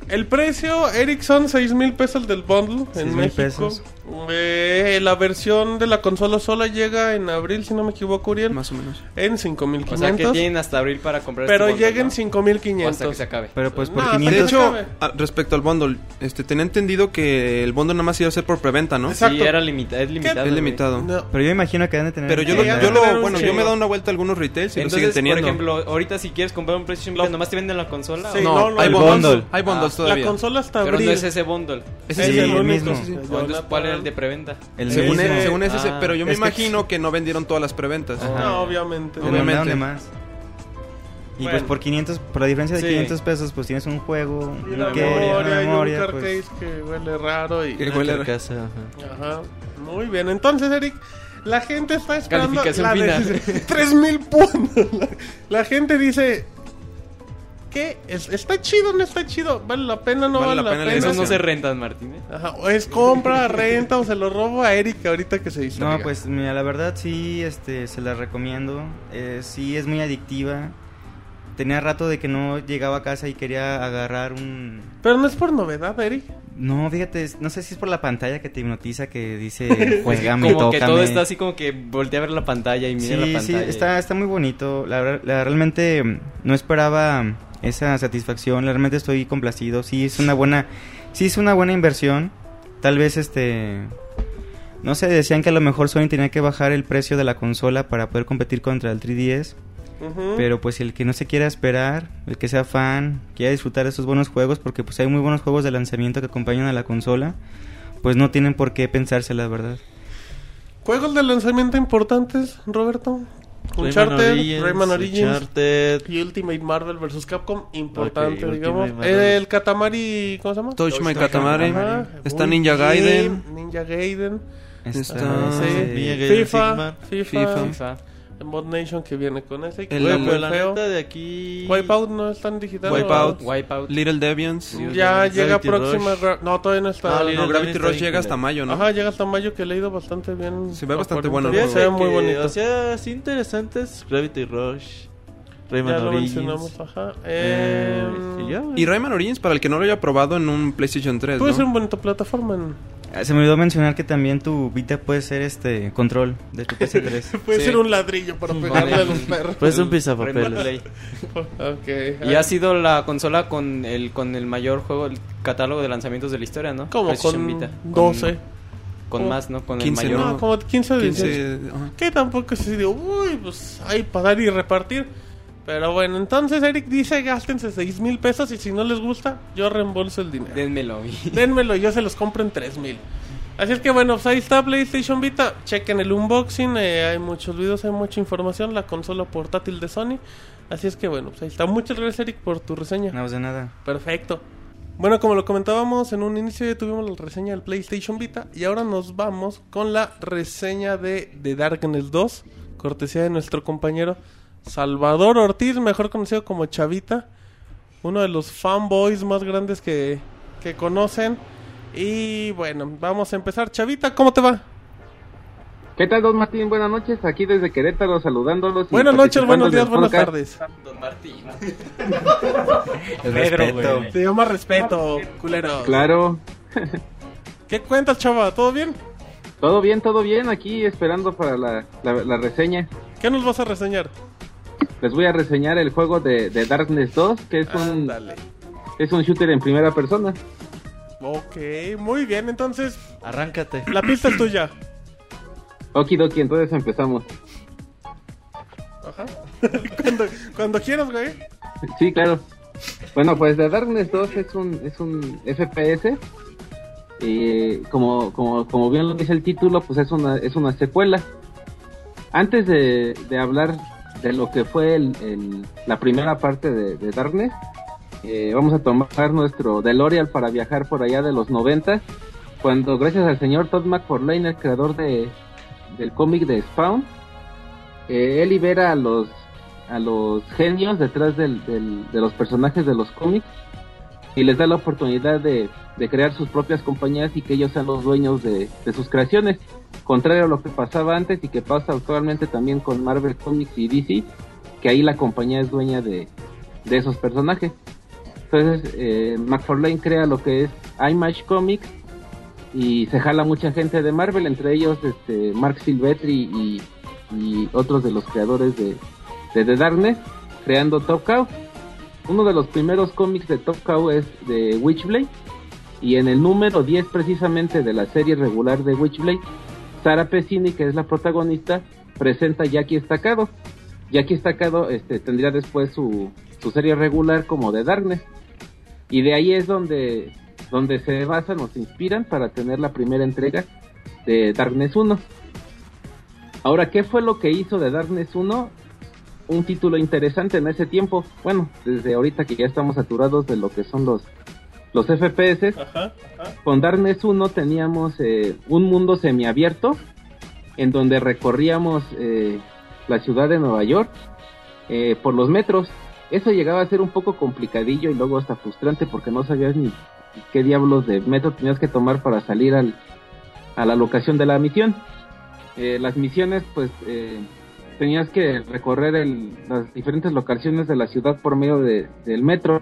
Speaker 2: el precio, Eric, son 6 mil pesos del bundle
Speaker 7: Seis
Speaker 2: en
Speaker 7: mil
Speaker 2: México.
Speaker 7: pesos.
Speaker 2: Eh, la versión de la consola sola llega en abril, si no me equivoco, Uriel.
Speaker 8: Más o menos.
Speaker 2: En 5500.
Speaker 3: O sea, que tienen hasta abril para comprar
Speaker 2: Pero
Speaker 3: este bundle,
Speaker 2: lleguen
Speaker 3: ¿no?
Speaker 2: 5500.
Speaker 3: O hasta que se acabe.
Speaker 7: Pero pues por
Speaker 2: No,
Speaker 7: 500.
Speaker 8: De
Speaker 2: Entonces,
Speaker 8: hecho,
Speaker 2: cabe.
Speaker 8: a- respecto al bundle, este, tenía entendido que el bundle nada más iba a ser por preventa, ¿no?
Speaker 2: Exacto.
Speaker 3: Sí, era limitado, es limitado.
Speaker 8: Es
Speaker 3: güey.
Speaker 8: limitado.
Speaker 2: No,
Speaker 7: Pero yo me imagino que han de tener.
Speaker 8: Pero yo lo,
Speaker 2: ya
Speaker 8: yo lo-
Speaker 2: tener un
Speaker 8: bueno, yo me he
Speaker 2: chingo.
Speaker 8: dado una vuelta a algunos retails y lo siguen
Speaker 3: Entonces, por
Speaker 8: teniendo.
Speaker 3: ejemplo, ahorita si quieres comprar un PlayStation Plus, nomás te venden la consola.
Speaker 2: Sí,
Speaker 3: o-
Speaker 2: no,
Speaker 8: no,
Speaker 2: no,
Speaker 8: hay
Speaker 2: el
Speaker 8: bundles.
Speaker 7: bundle.
Speaker 8: Hay bundles
Speaker 2: La
Speaker 8: todavía.
Speaker 2: consola hasta
Speaker 3: pero
Speaker 2: abril.
Speaker 3: no es ese bundle.
Speaker 8: Ese
Speaker 7: Sí,
Speaker 8: es el
Speaker 7: el
Speaker 8: único.
Speaker 7: mismo.
Speaker 2: sí, sí.
Speaker 3: O entonces, ¿cuál era el de preventa?
Speaker 7: El
Speaker 8: Según,
Speaker 7: mismo.
Speaker 8: e- según ese,
Speaker 3: Ah.
Speaker 8: pero yo me
Speaker 7: Es que-
Speaker 8: imagino que no vendieron todas las preventas.
Speaker 7: Ajá.
Speaker 2: No, obviamente.
Speaker 7: Te lo
Speaker 8: Obviamente.
Speaker 7: mandaron de más. Y pues
Speaker 2: Bueno.
Speaker 7: por 500, por la diferencia de
Speaker 3: Sí.
Speaker 7: 500 pesos, pues tienes un juego,
Speaker 2: Y
Speaker 7: un
Speaker 2: la
Speaker 7: que-
Speaker 2: memoria,
Speaker 7: una
Speaker 2: y
Speaker 7: memoria,
Speaker 2: un carcase
Speaker 7: pues,
Speaker 2: que huele raro y...
Speaker 8: Que huele-
Speaker 4: Carcasa, ajá.
Speaker 2: Ajá. Muy bien. Entonces, Eric, la gente está esperando...
Speaker 3: Calificación
Speaker 2: la
Speaker 3: final.
Speaker 2: [LAUGHS] decisión. 3000 puntos. La, la gente dice... ¿Qué? ¿Es- ¿Está chido o no está chido? ¿Vale la pena o no vale, la pena?
Speaker 3: Esos no
Speaker 8: inversión.
Speaker 3: se rentan, Martín. ¿eh?
Speaker 2: Ajá, o es compra, renta o se lo robo a Eric ahorita que se distraiga.
Speaker 7: No, pues mira, la verdad sí, este, se la recomiendo. Eh, sí es muy adictiva. Tenía rato de que no llegaba a casa y quería agarrar un...
Speaker 2: Pero no es por novedad, Eric.
Speaker 7: No, fíjate, es- no sé si es por la pantalla que te hipnotiza que dice, juegame,
Speaker 3: Como que todo
Speaker 7: tócame".
Speaker 3: está así como que voltea a ver la pantalla y mira la
Speaker 7: Sí, sí,
Speaker 3: pantalla.
Speaker 7: está, está muy bonito. La, verdad- la- realmente mm, no esperaba mm, esa satisfacción. Realmente estoy complacido. Sí, es una buena, sí es una buena inversión. Tal vez este, no sé, decían que a lo mejor Sony tenía que bajar el precio de la consola para poder competir contra el 3DS.
Speaker 2: Ujú.
Speaker 7: Pero pues el que no se quiera esperar, el que sea fan, quiera disfrutar de esos buenos juegos, porque pues hay muy buenos juegos de lanzamiento que acompañan a la consola, pues no tienen por qué pensárselas, ¿verdad?
Speaker 2: Juegos de lanzamiento importantes, Roberto.
Speaker 4: Rayman
Speaker 2: Uncharted,
Speaker 4: Origins,
Speaker 2: Rayman Origins
Speaker 4: Uncharted,
Speaker 2: y Ultimate Marvel vs. Capcom, importante,
Speaker 4: Ok, Ultimate
Speaker 2: digamos.
Speaker 4: Marvel.
Speaker 2: El Katamari, ¿cómo se llama?
Speaker 8: Touch My Katamari.
Speaker 2: Ajá,
Speaker 8: Está
Speaker 2: muy
Speaker 8: Ninja
Speaker 2: bien,
Speaker 8: Gaiden.
Speaker 2: Ninja Gaiden.
Speaker 8: Ah,
Speaker 2: sí.
Speaker 7: ese-
Speaker 4: Ninja Gaiden
Speaker 2: FIFA, FIFA,
Speaker 8: FIFA.
Speaker 3: Fa.
Speaker 2: Mod Nation que viene con ese.
Speaker 8: El-
Speaker 2: Güey,
Speaker 4: Güey,
Speaker 8: el-
Speaker 2: muy
Speaker 4: pues la
Speaker 2: feo.
Speaker 4: neta de aquí.
Speaker 2: Wipeout no es tan digital.
Speaker 8: Wipeout.
Speaker 3: Wipeout.
Speaker 8: Little Deviants.
Speaker 2: ¿no? Ya
Speaker 4: Gravity
Speaker 2: llega
Speaker 4: Rush.
Speaker 2: próxima. gra- No, todavía no está.
Speaker 4: Ah, Little
Speaker 8: No, Gravity
Speaker 4: Deviants
Speaker 8: Rush
Speaker 4: está
Speaker 8: llega hasta
Speaker 4: bien
Speaker 8: mayo, ¿no?
Speaker 2: Ajá, llega hasta mayo que le he leído bastante bien.
Speaker 8: Se ve bastante
Speaker 2: Aparentemente
Speaker 8: bueno el
Speaker 4: Fíjate
Speaker 8: juego.
Speaker 2: Se ve muy
Speaker 4: que,
Speaker 2: bonito.
Speaker 4: O sea, sí interesantes Gravity Rush. Rayman
Speaker 2: ya lo
Speaker 4: Origins.
Speaker 2: mencionamos, ajá.
Speaker 4: Eh,
Speaker 2: Em,
Speaker 4: y ya, güey.
Speaker 8: Y Rayman Origins, para el que no lo haya probado en un PlayStation 3,
Speaker 2: Puede
Speaker 8: ¿no?
Speaker 2: ser una bonita plataforma. en-
Speaker 7: Ah, Se me olvidó mencionar que también tu Vita puede ser este control de tu
Speaker 2: [LAUGHS]
Speaker 4: [LAUGHS]
Speaker 7: PS3.
Speaker 2: Puede
Speaker 8: Sí.
Speaker 2: ser un ladrillo para pegarle a los perros.
Speaker 4: Pues un
Speaker 3: Rayman
Speaker 4: pisapapeles.
Speaker 3: Play.
Speaker 2: ok.
Speaker 3: Y ha sido la consola con el con el mayor juego, el catálogo de lanzamientos de la historia, ¿no?
Speaker 2: Como
Speaker 3: PlayStation
Speaker 2: con
Speaker 3: Vita.
Speaker 2: 12.
Speaker 3: Pues Con,
Speaker 2: Como-
Speaker 3: más, ¿no? Con
Speaker 8: 15,
Speaker 3: el
Speaker 2: No,
Speaker 3: mayor.
Speaker 8: ¿no?
Speaker 2: como 15 o 18.
Speaker 8: 15, ajá.
Speaker 2: Que tampoco se dio, uy, pues hay para dar y repartir. Pero bueno, entonces Eric dice, gástense 6 mil pesos y si no les gusta, yo reembolso el dinero.
Speaker 3: [LAUGHS] Denmelo. y-
Speaker 2: Denmelo, yo se los compro en 3 mil. Así es que bueno, pues ahí está PlayStation Vita. Chequen el unboxing, eh, hay muchos videos, hay mucha información, la consola portátil de Sony. Así es que bueno, pues ahí está. Muchas gracias Eric por tu reseña.
Speaker 7: No, pues de nada.
Speaker 2: Perfecto. Bueno, como lo comentábamos en un inicio, ya tuvimos la reseña del PlayStation Vita y ahora nos vamos con la reseña de The Darkness 2, cortesía de nuestro compañero Salvador Ortiz, mejor conocido como Chavita, uno de los fanboys más grandes que, que conocen. Y bueno, vamos a empezar. Chavita, ¿cómo te va?
Speaker 9: ¿Qué tal, don Martín? Buenas noches, aquí desde Querétaro saludándolos. y
Speaker 2: Buenas noches,
Speaker 9: participando
Speaker 2: buenos días,
Speaker 9: del
Speaker 2: buenas
Speaker 9: podcast.
Speaker 2: tardes.
Speaker 7: El
Speaker 5: Pedro,
Speaker 7: respeto.
Speaker 5: güey.
Speaker 2: Te llama respeto, culero.
Speaker 9: Claro,
Speaker 2: ¿Qué cuentas, chava? ¿Todo bien?
Speaker 9: todo bien, todo bien, aquí esperando para la, la- la reseña.
Speaker 2: ¿Qué nos vas a reseñar?
Speaker 9: Les voy a reseñar el juego de, de Darkness 2, que es un,
Speaker 2: Ándale.
Speaker 9: es un shooter en primera persona.
Speaker 2: Ok, muy bien, entonces
Speaker 4: Arráncate.
Speaker 2: la pista es tuya.
Speaker 9: Okidoki, entonces empezamos.
Speaker 2: Ajá. cuando, cuando quieras, güey.
Speaker 9: Sí, claro. Bueno, pues The Darkness 2 es un, es un FPS. Y como, como, como bien lo dice el título, pues es una, es una secuela. Antes de, de hablar de lo que fue el- el- la primera parte de, de Darkness, eh, vamos a tomar nuestro DeLorean para viajar por allá de los 90, cuando gracias al señor Todd McFarlane, el creador de, del cómic de Spawn, eh, él libera a los a los genios detrás del- del- de los personajes de los cómics y les da la oportunidad de, de crear sus propias compañías y que ellos sean los dueños de, de sus creaciones, contrario a lo que pasaba antes y que pasa actualmente también con Marvel Comics y DC, que ahí la compañía es dueña de, de esos personajes. Entonces, eh, McFarlane crea lo que es Image Comics y se jala mucha gente de Marvel, entre ellos este, Mark Silvestri y, y otros de los creadores de, de The Darkness, creando Top Cow. Uno de los primeros cómics de Top Cow es de Witchblade. Y en el número 10 precisamente de la serie regular de Witchblade, Sara Pesini, que es la protagonista, presenta a Jackie Estacado. Jackie Estacado este, tendría después su, su serie regular como The Darkness. Y de ahí es donde, donde se basan o se inspiran para tener la primera entrega de Darkness 1. Ahora, ¿qué fue lo que hizo de Darkness 1? un título interesante en ese tiempo. Bueno, desde ahorita que ya estamos saturados de lo que son los, los FPS,
Speaker 2: Ajá.
Speaker 9: con Darkness 1 teníamos eh, un mundo semiabierto en donde recorríamos eh, la ciudad de Nueva York eh, por los metros. Eso llegaba a ser un poco complicadillo y luego hasta frustrante porque no sabías ni qué diablos de metro tenías que tomar para salir al, a la locación de la misión. Eh, las misiones, pues, eh, tenías que recorrer el- las diferentes locaciones de la ciudad por medio de- del metro.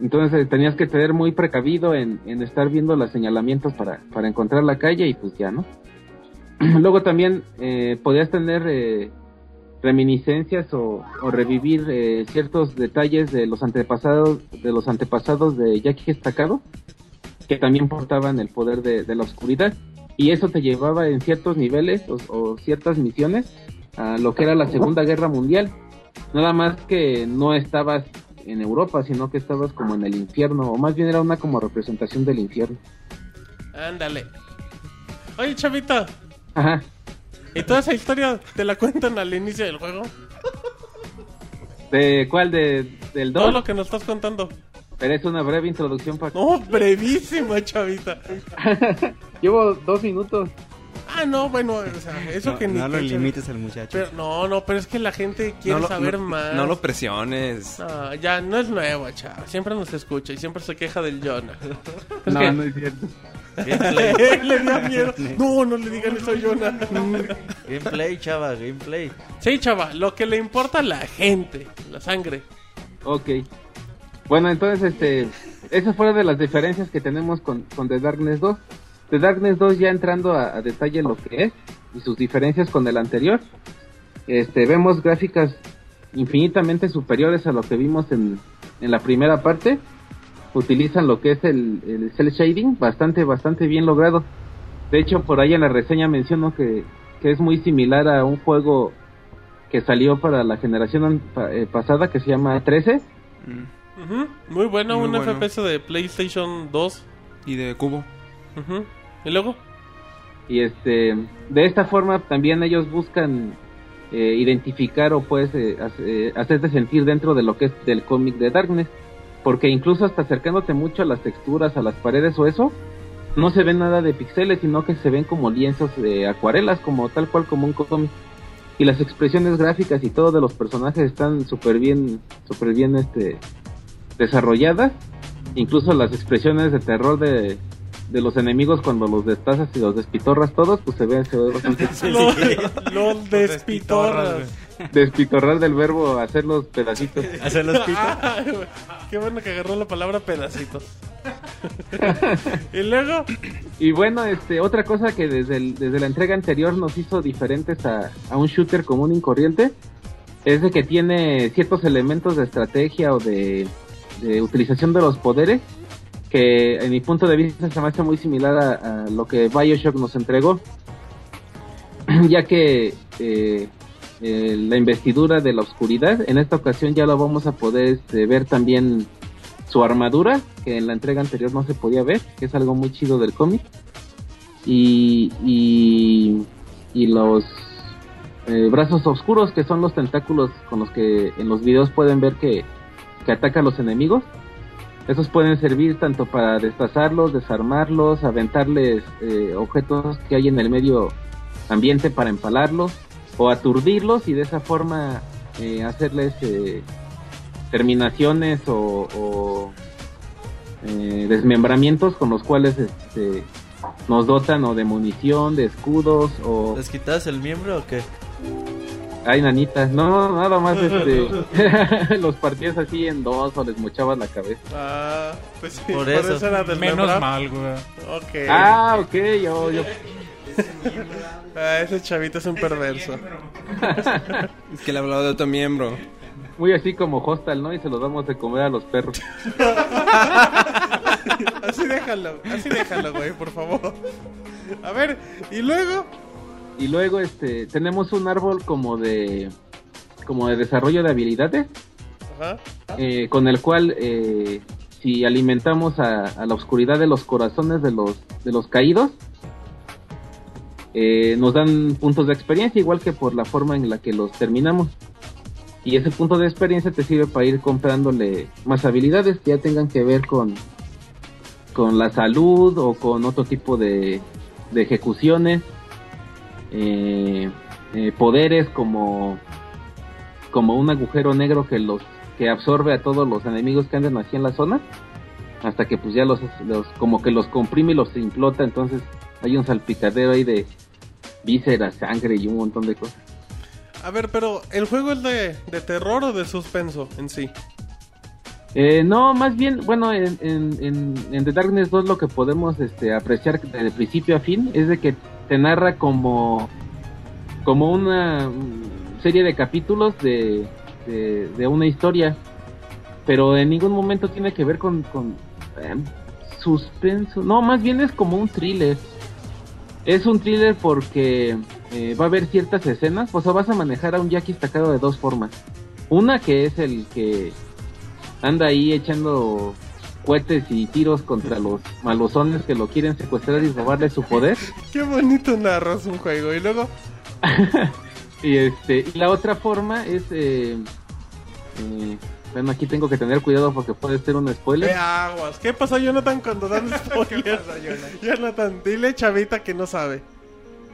Speaker 9: Entonces eh, tenías que tener muy precavido en, en estar viendo los señalamientos para, para encontrar la calle y pues ya, ¿no? [CLEARS THROAT] Luego también eh, podías tener eh, reminiscencias o, o revivir eh, ciertos detalles de los antepasados de los antepasados de Jackie Estacado, que también portaban el poder de, de la oscuridad. Y eso te llevaba en ciertos niveles o- o ciertas misiones a lo que era la Segunda Guerra Mundial. Nada más que no estabas en Europa, sino que estabas como en el infierno, o más bien era una como representación del infierno.
Speaker 2: Ándale. Oye, Chavita,
Speaker 9: Ajá.
Speaker 2: ¿y toda esa historia te la cuentan al inicio del juego?
Speaker 9: ¿De cuál? De, ¿Del
Speaker 2: Todo lo
Speaker 9: 2?
Speaker 2: que nos estás contando.
Speaker 9: Pero es una breve introducción para...
Speaker 2: No, brevísima, Chavita.
Speaker 9: Llevo dos minutos.
Speaker 2: Ah, no, bueno, o sea, eso
Speaker 7: no,
Speaker 2: que ni
Speaker 7: no lo
Speaker 2: cacha.
Speaker 7: limites al muchacho.
Speaker 2: Pero, no, no, pero es que la gente quiere
Speaker 8: no lo,
Speaker 2: saber
Speaker 8: no-
Speaker 2: más.
Speaker 8: no lo presiones.
Speaker 2: No, ya no es nuevo, chava. Siempre nos escucha y siempre se queja del Jonah. Es
Speaker 9: No,
Speaker 2: que-
Speaker 9: no es cierto.
Speaker 2: [LAUGHS] le da miedo. No, no le digan eso a Jonah.
Speaker 4: Gameplay, chava, gameplay.
Speaker 2: Sí, chava, lo que le importa a la gente, la sangre.
Speaker 9: Ok. Bueno, entonces, este, esa fue de las diferencias que tenemos con, con The Darkness 2. The Darkness 2 ya entrando a, a detalle lo que es y sus diferencias con el anterior. Este, vemos gráficas infinitamente superiores a lo que vimos en, en la primera parte. Utilizan lo que es el, el cel shading bastante, bastante bien logrado. De hecho, por ahí en la reseña menciono que, que es muy similar a un juego que salió para la generación an- pa- eh, pasada que se llama 13.
Speaker 2: Ujú, Muy bueno,
Speaker 8: Muy
Speaker 2: un
Speaker 8: bueno.
Speaker 2: FPS de PlayStation 2.
Speaker 8: Y de cubo.
Speaker 2: Ujú. ¿Y luego?
Speaker 9: Y este, de esta forma también ellos buscan eh, identificar o pues eh, hace- eh, hacerte sentir dentro de lo que es del cómic de Darkness. Porque incluso hasta acercándote mucho a las texturas, a las paredes o eso, no se ven nada de pixeles, sino que se ven como lienzos de acuarelas, como tal cual como un cómic. Y las expresiones gráficas y todo de los personajes están súper bien, súper bien este, desarrolladas. Incluso las expresiones de terror de, de los enemigos cuando los destazas y los despitorras todos, pues se ven, se ve bastante
Speaker 2: [LAUGHS] Los, los despitorras.
Speaker 5: despitorras,
Speaker 9: despitorrar del verbo hacer los pedacitos.
Speaker 7: Hacer los pitos.
Speaker 2: Ay, Ah, güey, Qué bueno que agarró la palabra pedacitos. y luego,
Speaker 9: Y bueno, este, otra cosa que desde, el- desde la entrega anterior nos hizo diferentes a, a un shooter común y corriente es de que tiene ciertos elementos de estrategia o de, de utilización de los poderes que en mi punto de vista se me hace muy similar a, a lo que Bioshock nos entregó, [CLEARS THROAT] ya que eh, eh, la investidura de la oscuridad, en esta ocasión ya lo vamos a poder este, ver también su armadura, que en la entrega anterior no se podía ver, que es algo muy chido del cómic. Y, y, y los eh, brazos oscuros, que son los tentáculos con los que en los videos pueden ver que, que ataca a los enemigos. Esos pueden servir tanto para destazarlos, desarmarlos, aventarles eh, objetos que hay en el medio ambiente para empalarlos o aturdirlos y de esa forma eh, hacerles eh, terminaciones o, o, eh, desmembramientos con los cuales este, nos dotan o de munición, de escudos o...
Speaker 4: ¿Les quitabas el miembro o qué?
Speaker 9: Ay, nanita, no, nada más este, [LAUGHS] los partías así en dos o les mochabas la cabeza.
Speaker 2: ah, pues sí,
Speaker 4: Por
Speaker 2: por
Speaker 4: eso.
Speaker 2: eso, era del
Speaker 5: Menos
Speaker 2: Membra.
Speaker 5: mal, güey.
Speaker 2: Ok.
Speaker 9: Ah, ok, yo, yo
Speaker 2: Ah, ese chavito es un perverso.
Speaker 8: Es que le hablaba de otro miembro.
Speaker 9: muy así como hostal, ¿no? Y se los damos de comer a los perros.
Speaker 2: Así déjalo, así déjalo, güey, por favor. A ver, y luego.
Speaker 9: Y luego este tenemos un árbol como de como de desarrollo de habilidades
Speaker 2: Ajá.
Speaker 9: eh, con el cual eh, si alimentamos a, a la oscuridad de los corazones de los de los caídos eh, nos dan puntos de experiencia igual que por la forma en la que los terminamos y ese punto de experiencia te sirve para ir comprándole más habilidades que ya tengan que ver con con la salud o con otro tipo de, de ejecuciones eh, eh, poderes como como un agujero negro que los que absorbe a todos los enemigos que andan así en la zona hasta que pues ya los, los- como que los comprime y los implota entonces hay un salpicadero ahí de vísceras sangre y un montón de cosas
Speaker 2: A ver, pero ¿el juego es de, de terror o de suspenso en sí?
Speaker 9: Eh, no más bien bueno en, en, en- en The Darkness 2 lo que podemos este, apreciar de principio a fin es de que te narra como como una mm, serie de capítulos de, de, de una historia pero en ningún momento tiene que ver con, con eh, suspenso no más bien es como un thriller es un thriller porque eh, va a haber ciertas escenas o sea vas a manejar a un Jackie estacado de dos formas una que es el que anda ahí echando cohetes y tiros contra los malosones que lo quieren secuestrar y robarle su poder
Speaker 2: Qué bonito narras un juego. Y luego,
Speaker 9: Y este, y la otra forma es eh, eh, bueno aquí tengo que tener cuidado porque puede ser un
Speaker 2: ¿qué
Speaker 9: spoiler.
Speaker 2: aguas? ¿Qué
Speaker 9: [LAUGHS]
Speaker 2: pasó, Jonathan, cuando dan spoilers? Jonathan, dile chavita que no sabe.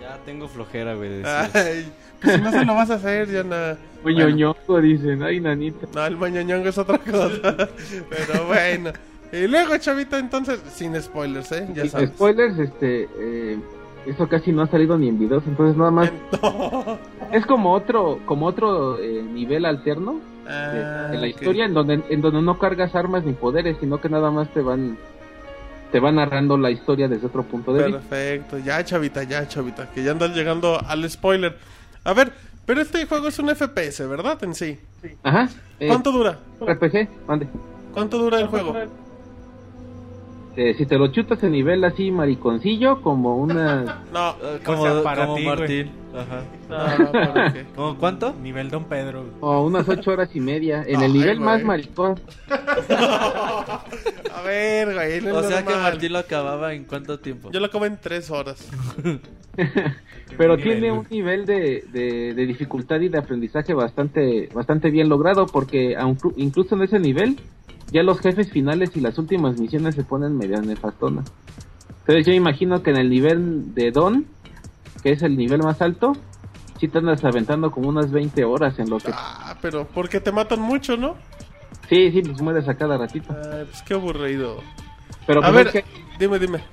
Speaker 4: Ya,
Speaker 3: Ya tengo flojera, güey. de decir.
Speaker 2: Ay, pues si no se lo vas a hacer, ya nada.
Speaker 9: Muñoñoco, dicen. Ay, nanita.
Speaker 2: No, el mañañongo es otra cosa. Pero bueno. Y luego, chavito, entonces, sin spoilers, ¿eh? Ya
Speaker 9: Y
Speaker 2: sabes.
Speaker 9: Spoilers, este. eh, eso casi no ha salido ni en videos, entonces nada más. [LAUGHS]
Speaker 2: No.
Speaker 9: Es como otro como otro eh, nivel alterno de, de la
Speaker 2: Ah, ok.
Speaker 9: historia en donde en donde no cargas armas ni poderes, sino que nada más te van te van narrando la historia desde otro punto de vista.
Speaker 2: Perfecto, ya chavita, ya chavita, que ya andan llegando al spoiler. A ver, pero este juego es un FPS, ¿verdad? En sí.
Speaker 9: Ajá. eh,
Speaker 2: ¿Cuánto dura?
Speaker 9: RPG, mande.
Speaker 2: ¿Cuánto dura el juego?
Speaker 9: Eh, si te lo chutas en nivel así mariconcillo, como
Speaker 2: [LAUGHS]
Speaker 9: una...
Speaker 2: No,
Speaker 4: Como,
Speaker 5: O sea, para
Speaker 4: como
Speaker 5: ti, güey.
Speaker 4: Martín. Ajá.
Speaker 2: no, ¿para [LAUGHS] qué?
Speaker 4: ¿Cómo cuánto?
Speaker 5: Nivel Don Pedro. güey.
Speaker 9: o unas ocho horas y media, en
Speaker 2: Ay,
Speaker 9: el nivel
Speaker 2: güey.
Speaker 9: más maricón.
Speaker 2: A ver, güey. no es
Speaker 4: O sea que
Speaker 2: normal.
Speaker 4: Martín lo acababa en cuánto tiempo.
Speaker 2: Yo lo como en tres horas.
Speaker 9: Pero tiene un nivel de, de- de dificultad y de aprendizaje bastante, bastante bien logrado, porque aun- incluso en ese nivel, ya los jefes finales y las últimas misiones se ponen medio nefastonas. Entonces yo imagino que en el nivel de Don, que es el nivel más alto, si te andas aventando como unas 20 horas en lo que...
Speaker 2: Ah, pero porque te matan mucho, ¿no?
Speaker 9: Sí, sí, pues mueres a cada ratito.
Speaker 2: Ay, pues qué aburrido.
Speaker 9: Pero
Speaker 2: A
Speaker 9: pues
Speaker 2: ver,
Speaker 9: es que
Speaker 2: dime, dime.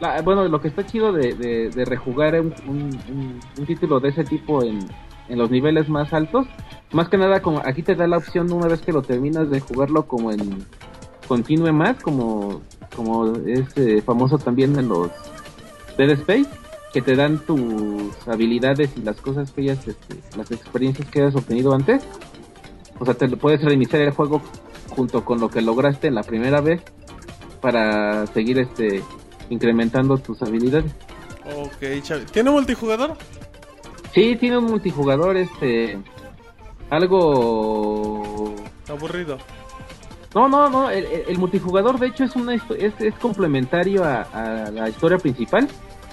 Speaker 9: La- Ah, bueno, lo que está chido de, de- de rejugar un, un- un- un título de ese tipo en, en los niveles más altos, más que nada como aquí te da la opción una vez que lo terminas de jugarlo como en continue más, como, como es eh, famoso también en los Dead Space, que te dan tus habilidades y las cosas que hayas, este, las experiencias que hayas obtenido antes. O sea, te lo- puedes reiniciar el juego junto con lo que lograste en la primera vez para seguir este incrementando tus habilidades.
Speaker 2: Ok, chavi. ¿Tiene multijugador?
Speaker 9: Sí, tiene un multijugador, este, algo...
Speaker 2: Aburrido.
Speaker 9: No, no, no, el, el- el multijugador de hecho es, una, histo- es, es complementario a, a la historia principal.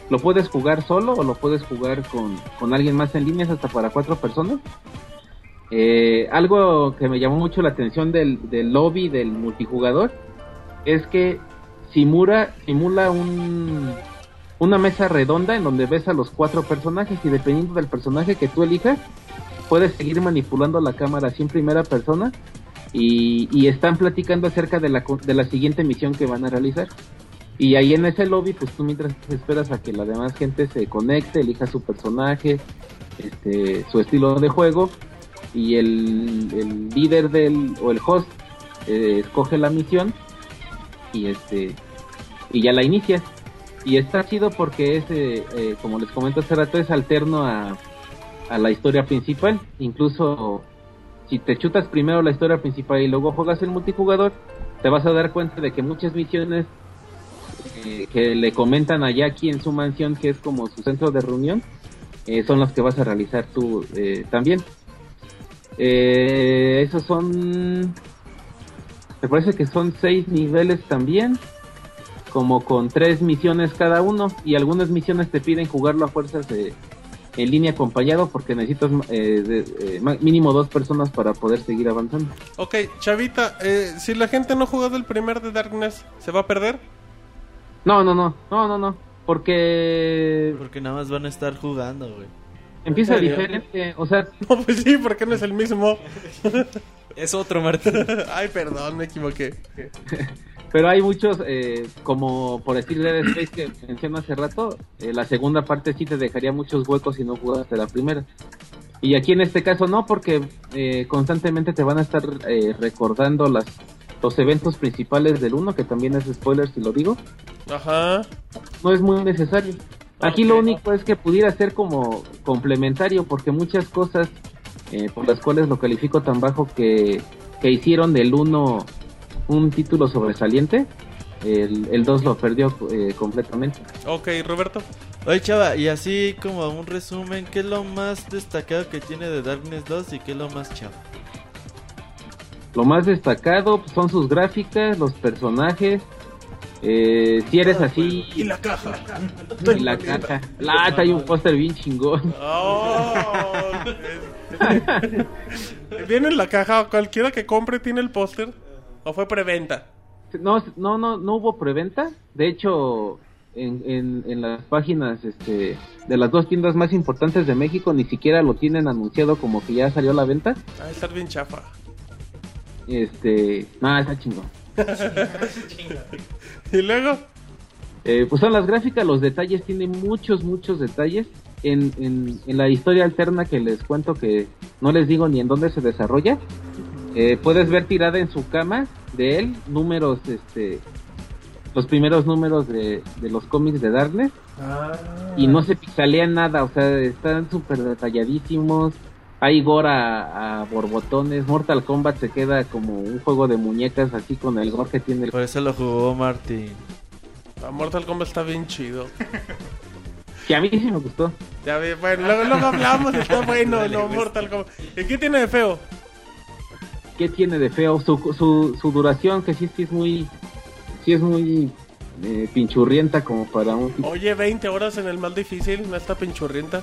Speaker 9: Lo puedes jugar solo o lo puedes jugar con, con alguien más en línea, es hasta para cuatro personas. Eh, algo que me llamó mucho la atención del, del lobby del multijugador es que simula, simula un, una mesa redonda en donde ves a los cuatro personajes y dependiendo del personaje que tú elijas, puedes seguir manipulando la cámara así en primera persona y, y están platicando acerca de la, co- de la siguiente misión que van a realizar. Y ahí en ese lobby, pues tú mientras esperas a que la demás gente se conecte, elija su personaje, este, su estilo de juego, y el, el líder del, o el host eh, escoge la misión y este y ya la inicia. Y está chido porque es, eh, eh, como les comento hace rato, es alterno a, a la historia principal. Incluso si te chutas primero la historia principal y luego juegas el multijugador, te vas a dar cuenta de que muchas misiones eh, que le comentan allá aquí en su mansión, que es como su centro de reunión, eh, son las que vas a realizar tú eh, también. Eh, esos son... Me parece que son seis niveles también, como con tres misiones cada uno, y algunas misiones te piden jugarlo a fuerzas de, en línea acompañado porque necesitas eh, de- eh, ma- mínimo dos personas para poder seguir avanzando.
Speaker 2: Ok, chavita, eh, si la gente no ha jugado el primer de Darkness, ¿se va a perder? [LAUGHS]
Speaker 9: No, no, no, no, no, no, porque
Speaker 4: Porque nada más van a estar jugando, güey.
Speaker 9: empieza
Speaker 2: ¿En serio?
Speaker 9: diferente, o sea,
Speaker 2: No, pues sí, porque no es el mismo.
Speaker 3: Es otro, Martín.
Speaker 2: [LAUGHS] Ay, perdón, me equivoqué.
Speaker 9: pero hay muchos, eh, como por decir Dead Space que mencioné hace rato, eh, la segunda parte sí te dejaría muchos huecos si no jugaste la primera. Y aquí en este caso no, porque eh, constantemente te van a estar eh, recordando las los eventos principales del uno, que también es spoiler si lo digo.
Speaker 2: Ajá.
Speaker 9: no es muy necesario. Aquí lo único es que pudiera ser como complementario, porque muchas cosas eh, por las cuales lo califico tan bajo que, que hicieron del 1 un título sobresaliente, el 2 lo perdió eh, completamente.
Speaker 2: Ok, Roberto.
Speaker 4: Oye, chava, y así como un resumen, ¿qué es lo más destacado que tiene de Darkness 2 y qué es lo más chavo?
Speaker 9: Lo más destacado pues, son sus gráficas, los personajes. eh, si eres así,
Speaker 2: pues, Y la caja.
Speaker 9: y la caja. La, hay un póster bien chingón.
Speaker 2: Oh, es- [LAUGHS] Viene en la caja, cualquiera que compre tiene el póster. ¿O fue preventa?
Speaker 9: No, no, no, no hubo preventa. De hecho, en, en, en las páginas este, de las dos tiendas más importantes de México ni siquiera lo tienen anunciado como que ya salió a la venta.
Speaker 2: Ah, estar bien chafa.
Speaker 9: Este, no, está chingón.
Speaker 2: y luego,
Speaker 9: Eh, pues son las gráficas, los detalles, tiene muchos, muchos detalles. En, en, en la historia alterna que les cuento que no les digo ni en dónde se desarrolla, eh, puedes ver tirada en su cama de él números, este, los primeros números de, de los cómics de Darkness y no se pixelea nada, o sea, están súper detalladísimos. Hay gore a, a borbotones, Mortal Kombat se queda como un juego de muñecas así con el gore que tiene el
Speaker 4: Por eso lo jugó Martín.
Speaker 2: a Ah, Mortal Kombat está bien chido.
Speaker 9: que a mí sí me gustó.
Speaker 2: Ya ve, bueno, luego, luego hablamos, está bueno, no, Mortal Kombat. ¿Y qué tiene de feo?
Speaker 9: ¿qué tiene de feo? Su, su, su duración, que sí, sí es muy, sí es muy eh, pinchurrienta como para un...
Speaker 2: Oye, 20 horas en el más difícil, no está pinchurrienta.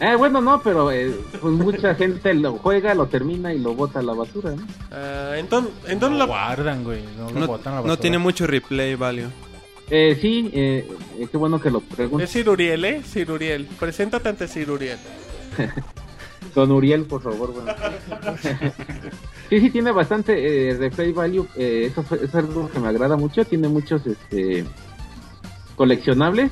Speaker 9: Eh, bueno, no, pero eh, pues mucha gente lo juega, lo termina y lo bota a la basura, ¿no?
Speaker 2: Ah, entonces,
Speaker 5: No
Speaker 2: entonces la-
Speaker 5: lo guardan, güey. No, lo
Speaker 8: No,
Speaker 5: botan a
Speaker 8: no
Speaker 5: la basura.
Speaker 8: tiene mucho replay value.
Speaker 9: Eh, sí, eh, eh, qué bueno que lo
Speaker 2: es
Speaker 9: preguntes
Speaker 2: Ciruriel, ¿eh? Ciruriel. Preséntate ante Ciruriel.
Speaker 9: con Uriel, por favor, bueno. sí, sí, tiene bastante eh, replay value, eh, eso, fue- es algo que me agrada mucho, tiene muchos este coleccionables,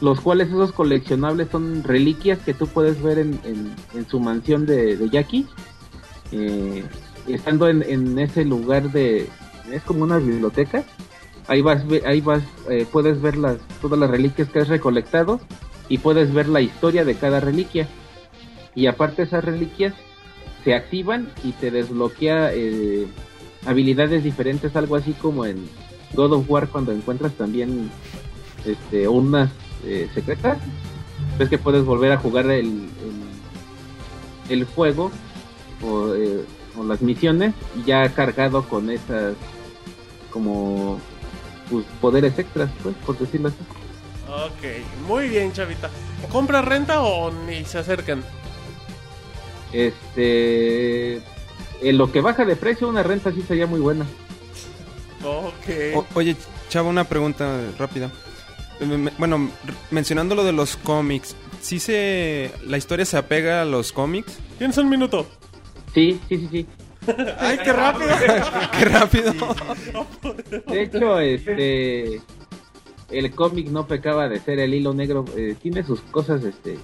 Speaker 9: los cuales esos coleccionables son reliquias que tú puedes ver en, en- en su mansión de, de Jackie, eh, estando en, en ese lugar de, es como una biblioteca, ahí vas, ve- ahí vas, eh, puedes ver las, todas las reliquias que has recolectado y puedes ver la historia de cada reliquia y aparte esas reliquias se activan y te desbloquea eh, habilidades diferentes, algo así como en God of War cuando encuentras también este, unas eh, secretas, ves que puedes volver a jugar el, el- el juego o, eh, o las misiones y ya cargado con esas como pues, poderes extras, pues, por decirlo así.
Speaker 2: Ok, muy bien, chavita. ¿Compra renta o ni se acercan?
Speaker 9: Este, en lo que baja de precio una renta sí sería muy buena.
Speaker 2: Ok.
Speaker 8: O- oye, Chava, una pregunta rápida. Me- me- Bueno, r- mencionando lo de los cómics, ¿sí se... la historia se apega a los
Speaker 2: [LAUGHS]
Speaker 8: cómics?
Speaker 2: Tienes un minuto.
Speaker 9: Sí, sí, sí, sí.
Speaker 2: ¡Ay, qué rápido! Ah,
Speaker 8: ¡Qué rápido!
Speaker 9: De hecho, este el cómic no pecaba de ser el hilo negro, eh, tiene sus cosas este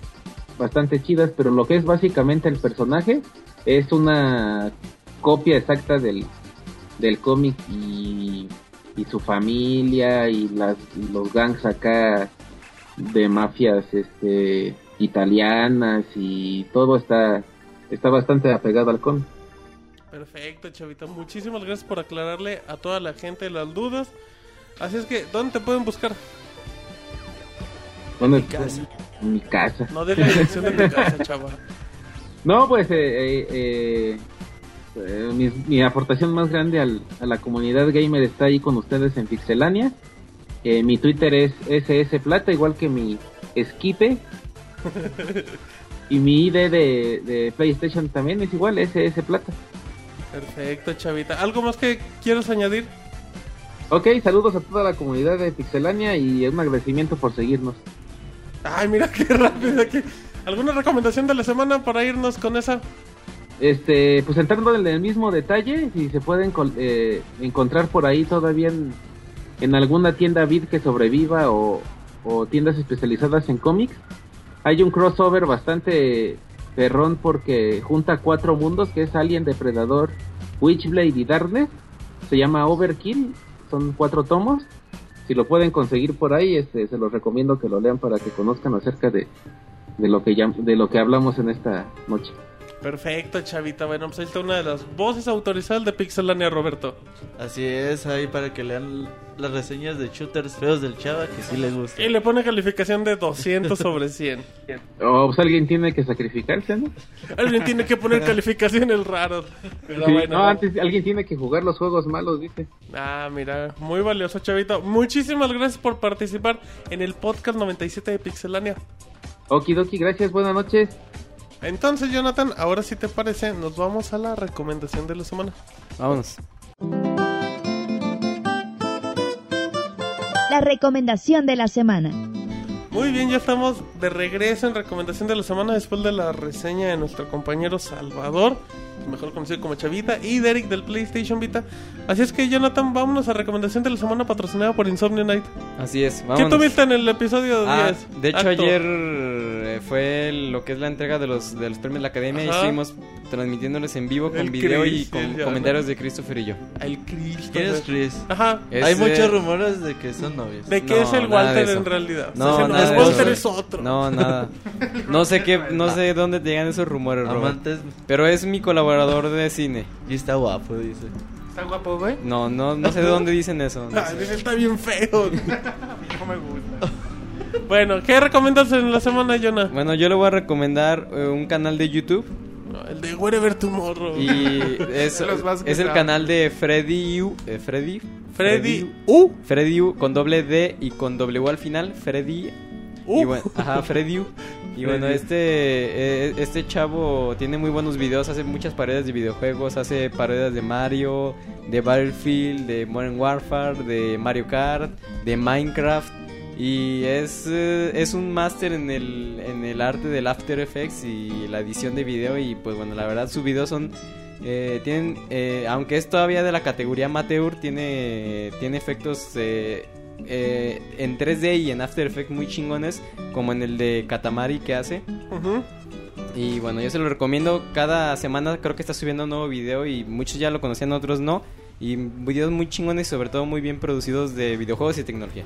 Speaker 9: bastante chidas, pero lo que es básicamente el personaje es una copia exacta del, del cómic y, y su familia y, las, y los gangs acá de mafias este italianas y todo está está bastante apegado al cómic.
Speaker 2: Perfecto, chavita. Muchísimas gracias por aclararle a toda la gente las dudas. Así es que, ¿dónde te pueden buscar?
Speaker 9: Bueno, en mi casa.
Speaker 2: No de la dirección de tu casa, chava.
Speaker 9: No, pues eh, eh, eh, eh, mi, mi aportación más grande al- a la comunidad gamer está ahí con ustedes en Pixelania. Eh, mi Twitter es ssplata, igual que mi esquipe. y mi ID de, de PlayStation también es igual, ssplata.
Speaker 2: Perfecto, chavita. ¿Algo más que quieras añadir?
Speaker 9: Ok, saludos a toda la comunidad de Pixelania y un agradecimiento por seguirnos.
Speaker 2: Ay, mira qué rápido aquí. ¿Alguna recomendación de la semana para irnos con esa?
Speaker 9: Este, pues entrando en el mismo detalle, si se pueden col- eh, encontrar por ahí todavía en, en alguna tienda vid que sobreviva o, o tiendas especializadas en cómics, hay un crossover bastante perrón porque junta cuatro mundos que es Alien, Depredador, Witchblade y Darkness. Se llama Overkill, son cuatro tomos. Si lo pueden conseguir por ahí, este, se los recomiendo que lo lean para que conozcan acerca de, de lo que llam- de lo que hablamos en esta noche.
Speaker 2: Perfecto, chavita. Bueno, pues ahí está una de las voces autorizadas de Pixelania, Roberto.
Speaker 4: Así es, ahí para que lean las reseñas de shooters feos del chava que sí les gusta.
Speaker 2: Y le pone calificación de 200 sobre 100.
Speaker 9: O pues alguien tiene que sacrificarse, ¿no?
Speaker 2: Alguien tiene que poner calificaciones raras. Pero
Speaker 9: Sí,
Speaker 2: bueno,
Speaker 9: no, antes alguien tiene que jugar los juegos malos, dice.
Speaker 2: Ah, mira, muy valioso, chavito. Muchísimas gracias por participar en el podcast 97 de Pixelania.
Speaker 9: Okidoki, gracias, buenas noches.
Speaker 2: Entonces, Jonathan, ahora sí te parece, nos vamos a la recomendación de la semana.
Speaker 3: Vámonos.
Speaker 1: la recomendación de la semana.
Speaker 2: Muy bien, ya estamos de regreso en recomendación de la semana después de la reseña de nuestro compañero Salvador, mejor conocido como Chavita, y Derek del PlayStation Vita. Así es que Jonathan, vámonos a recomendación de la semana patrocinada por Insomnia Night.
Speaker 3: Así es,
Speaker 2: ¿Qué
Speaker 3: vámonos.
Speaker 2: tuviste en el episodio
Speaker 3: Ah,
Speaker 2: 10?
Speaker 3: de hecho,
Speaker 2: Acto.
Speaker 3: ayer eh, fue el- lo que es la entrega de los, de los premios de la academia y
Speaker 2: Ajá.
Speaker 3: estuvimos transmitiéndoles en vivo con
Speaker 2: El
Speaker 3: video
Speaker 2: Chris,
Speaker 3: y con
Speaker 2: el ya-
Speaker 3: comentarios de Christopher y yo.
Speaker 2: El Cristo.
Speaker 4: ¿Quién es Chris?
Speaker 2: Ajá.
Speaker 3: Es,
Speaker 4: Hay
Speaker 3: eh,
Speaker 4: muchos rumores de que son novios.
Speaker 2: ¿De qué
Speaker 3: No,
Speaker 2: es el
Speaker 3: nada de
Speaker 2: Walter
Speaker 3: eso.
Speaker 2: en realidad?
Speaker 3: No,
Speaker 2: es el-
Speaker 3: nada
Speaker 2: el
Speaker 3: de
Speaker 2: Walter
Speaker 3: eso, güey.
Speaker 2: es otro.
Speaker 3: No, nada. No sé qué, no
Speaker 2: Ah.
Speaker 3: sé dónde te llegan esos rumores, Robert.
Speaker 4: Amantes.
Speaker 3: Pero es mi colaborador de cine.
Speaker 4: Y está guapo, dice.
Speaker 5: Está guapo, güey.
Speaker 3: No, no, no sé de dónde dicen eso.
Speaker 2: [LAUGHS]
Speaker 3: no
Speaker 2: Ah,
Speaker 3: sé.
Speaker 2: ese está bien
Speaker 3: [LAUGHS]
Speaker 2: feo.
Speaker 5: No me gusta.
Speaker 2: bueno, ¿qué recomiendas en la semana, Jonah?
Speaker 3: Bueno, yo le voy a recomendar eh, un canal de YouTube
Speaker 2: No, el de Wherever Tomorrow.
Speaker 3: y es,
Speaker 5: [LAUGHS] Los vas a
Speaker 3: es el
Speaker 5: escuchar.
Speaker 3: canal de Freddy U, eh, Freddy
Speaker 2: Freddy U.
Speaker 3: Freddy U con doble D y con W al final, Freddy
Speaker 2: U.
Speaker 5: Uh.
Speaker 3: Y bueno, ajá, Freddy U. Y bueno,
Speaker 2: Freddy.
Speaker 3: este, eh, este chavo tiene muy buenos videos, hace muchas parodias de videojuegos, hace parodias de Mario, de Battlefield, de Modern Warfare, de Mario Kart, de Minecraft. Y es, eh, es un máster en el, en el arte del After Effects y la edición de video. Y pues bueno, la verdad sus videos son... eh, tienen, eh, aunque es todavía de la categoría amateur, tiene, tiene efectos eh, eh, en 3D y en After Effects muy chingones, como en el de Katamari que hace.
Speaker 2: Ujú.
Speaker 3: Y bueno, yo se lo recomiendo. Cada semana creo que está subiendo un nuevo video y muchos ya lo conocían, otros no. Y videos muy chingones, sobre todo muy bien producidos de videojuegos y tecnología.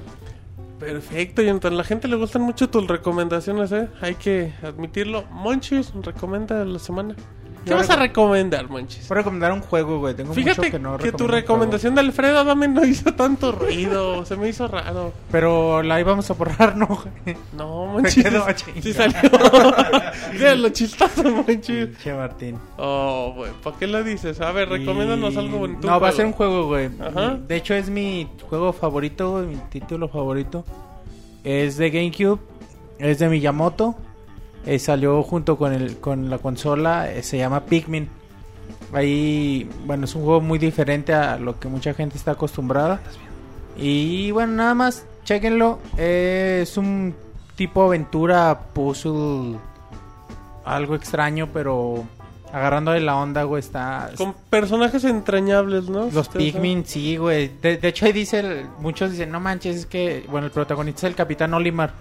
Speaker 2: Perfecto, y entonces a la gente le gustan mucho tus recomendaciones, ¿eh? Hay que admitirlo. Monchis, recomienda la semana. ¿Qué
Speaker 5: Yo
Speaker 2: vas a recomendar, Monchis?
Speaker 5: Voy a recomendar un juego, güey. Tengo
Speaker 2: Fíjate
Speaker 5: mucho
Speaker 2: que,
Speaker 5: que no
Speaker 2: tu
Speaker 5: recomiendo un juego.
Speaker 2: recomendación de Alfredo Adame no hizo tanto ruido, se me hizo raro.
Speaker 5: Pero la íbamos a borrar, [LAUGHS] ¿no, güey?
Speaker 2: No, Monchis.
Speaker 5: quedó a chingar.
Speaker 2: sí salió.
Speaker 5: [LAUGHS]
Speaker 2: Mira lo chistoso, Monchis.
Speaker 5: Che, Martín.
Speaker 2: Oh, güey, ¿para qué lo dices? A ver, recomiéndanos
Speaker 5: Y-
Speaker 2: algo bonito.
Speaker 5: No, va a ser un juego, güey.
Speaker 2: Ajá.
Speaker 5: De hecho, es mi juego favorito, güey, mi título favorito. Es de GameCube, es de Miyamoto. eh, salió junto con, el, con la consola, eh, se llama Pikmin. Ahí, bueno, es un juego muy diferente a lo que mucha gente está acostumbrada. Y bueno, nada más, chequenlo. es un tipo aventura, puzzle, algo extraño, pero agarrando de la onda, güey, está...
Speaker 2: Con personajes entrañables, ¿no? Este,
Speaker 5: Los
Speaker 2: Ustedes saben.
Speaker 5: Pikmin, sí, güey. De, de hecho, ahí dice, el- muchos dicen, no manches, es que, bueno, el protagonista es el capitán Olimar.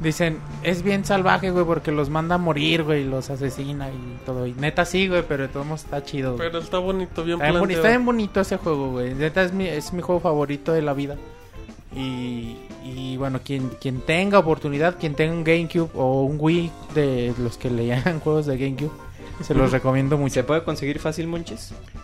Speaker 5: Dicen, es bien salvaje, güey, porque los manda a morir, güey, los asesina y todo. Y neta sí, güey, pero de todos modos está chido. güey.
Speaker 2: Pero está bonito, bien
Speaker 5: Está bien, boni-
Speaker 2: planteado.
Speaker 5: está bien bonito ese juego, güey. Neta es mi, es mi juego favorito de la vida. Y, y bueno, quien, quien tenga oportunidad, quien tenga un GameCube o un Wii de los que leían [LAUGHS] juegos de GameCube, se los recomiendo mucho.
Speaker 3: ¿Se puede conseguir fácil, Monches?
Speaker 6: Uh.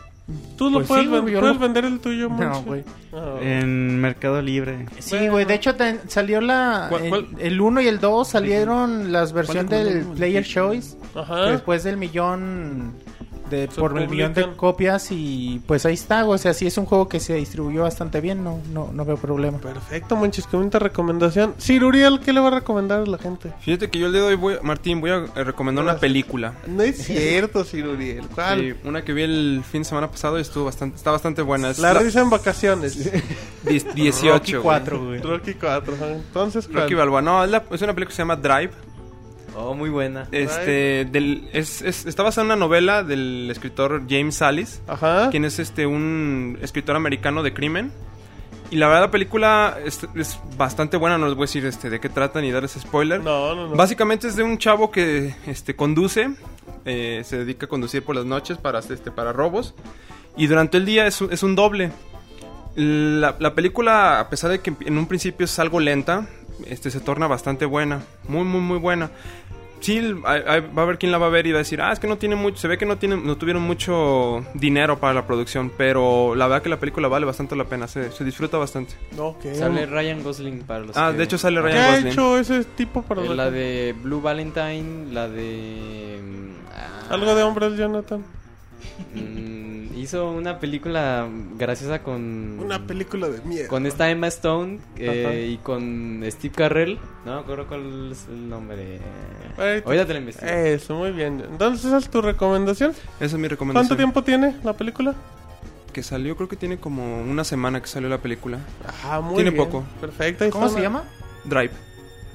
Speaker 2: Tú lo
Speaker 5: Pues
Speaker 2: puedes,
Speaker 5: sí, güey,
Speaker 2: ven-
Speaker 5: yo
Speaker 2: puedes
Speaker 5: lo-
Speaker 2: vender el tuyo, Monchis.
Speaker 5: No, güey. Eh,
Speaker 2: Ah.
Speaker 7: En Mercado Libre.
Speaker 5: Sí,
Speaker 2: Bueno.
Speaker 5: güey, de hecho ten- salió la
Speaker 10: ¿Cuál-
Speaker 5: el-
Speaker 10: cuál?
Speaker 5: el 1 y el 2 salieron las
Speaker 10: ¿Cuál
Speaker 5: versiones
Speaker 10: te
Speaker 5: del
Speaker 10: comentamos?
Speaker 5: Player Choice que
Speaker 2: Ajá.
Speaker 5: después del millón de
Speaker 2: Se
Speaker 5: por el millón de
Speaker 2: publican.
Speaker 5: copias y pues ahí está, güey, o sea, sí es un juego que se distribuyó bastante bien, no no no veo problema.
Speaker 2: Perfecto, Monchis, qué bonita recomendación. Sir Uriel, ¿qué le va a recomendar a la gente?
Speaker 6: Fíjate que yo el día de hoy, voy, Martín, voy a eh, recomendar una película.
Speaker 2: No es cierto, Sir Uriel. ¿Cuál?
Speaker 6: Sí, una que vi el fin de semana pasado y estuvo bastante, está bastante buena. Es
Speaker 2: La risa en vacaciones.
Speaker 6: die- 18. güey.
Speaker 5: Cuatro, güey.
Speaker 2: Rocky 4. ajá. Entonces, ¿cuál?
Speaker 6: Rocky Balboa. No, es, la- es una película que se llama Drive.
Speaker 3: Oh, muy buena.
Speaker 6: Este, del, es, es- está basada en una novela del escritor James Ellis,
Speaker 2: Ajá.
Speaker 6: quien es este un escritor americano de crimen. Y la verdad la película es, es bastante buena, no les voy a decir este, de qué tratan y darles spoiler.
Speaker 2: No, no, no.
Speaker 6: Básicamente es de un chavo que este, conduce, eh, se dedica a conducir por las noches para, este, para robos y durante el día es, un- es un doble. La, la película, a pesar de que en un principio es algo lenta, este, se torna bastante buena, muy, muy, muy buena. Sí, el- hay- hay- va a ver quién la va a ver y va a decir, ah, es que no tiene mucho, se ve que no, tiene, no tuvieron mucho dinero para la producción, pero la verdad que la película vale bastante la pena, se, se disfruta bastante.
Speaker 2: No, ¿qué?
Speaker 3: Sale Ryan Gosling para los
Speaker 6: Ah,
Speaker 3: que-
Speaker 6: de hecho sale
Speaker 2: ¿Qué
Speaker 6: Ryan
Speaker 2: ha
Speaker 6: Gosling.
Speaker 2: hecho ese tipo para
Speaker 3: Eh,
Speaker 2: la-
Speaker 3: La de Blue Valentine, la de... mm, ah,
Speaker 2: Algo de hombres, Jonathan.
Speaker 3: mm, hizo una película graciosa con...
Speaker 2: Una película de miedo.
Speaker 3: Con esta Emma Stone eh,
Speaker 2: Ajá.
Speaker 3: y con Steve Carrell. No me acuerdo cuál es el nombre.
Speaker 2: Ahorita-
Speaker 3: Ahorita te lo investigo.
Speaker 2: Eh. Eso, muy bien. Entonces, esa es tu recomendación.
Speaker 6: Esa es mi recomendación.
Speaker 2: ¿Cuánto tiempo tiene la película?
Speaker 8: que salió, creo que tiene como una semana que salió la película.
Speaker 2: Ajá, muy
Speaker 8: Tiene
Speaker 2: bien.
Speaker 8: poco.
Speaker 2: Perfecto. ahí
Speaker 5: ¿Cómo
Speaker 2: está
Speaker 5: se
Speaker 2: la-
Speaker 5: llama?
Speaker 8: Drive.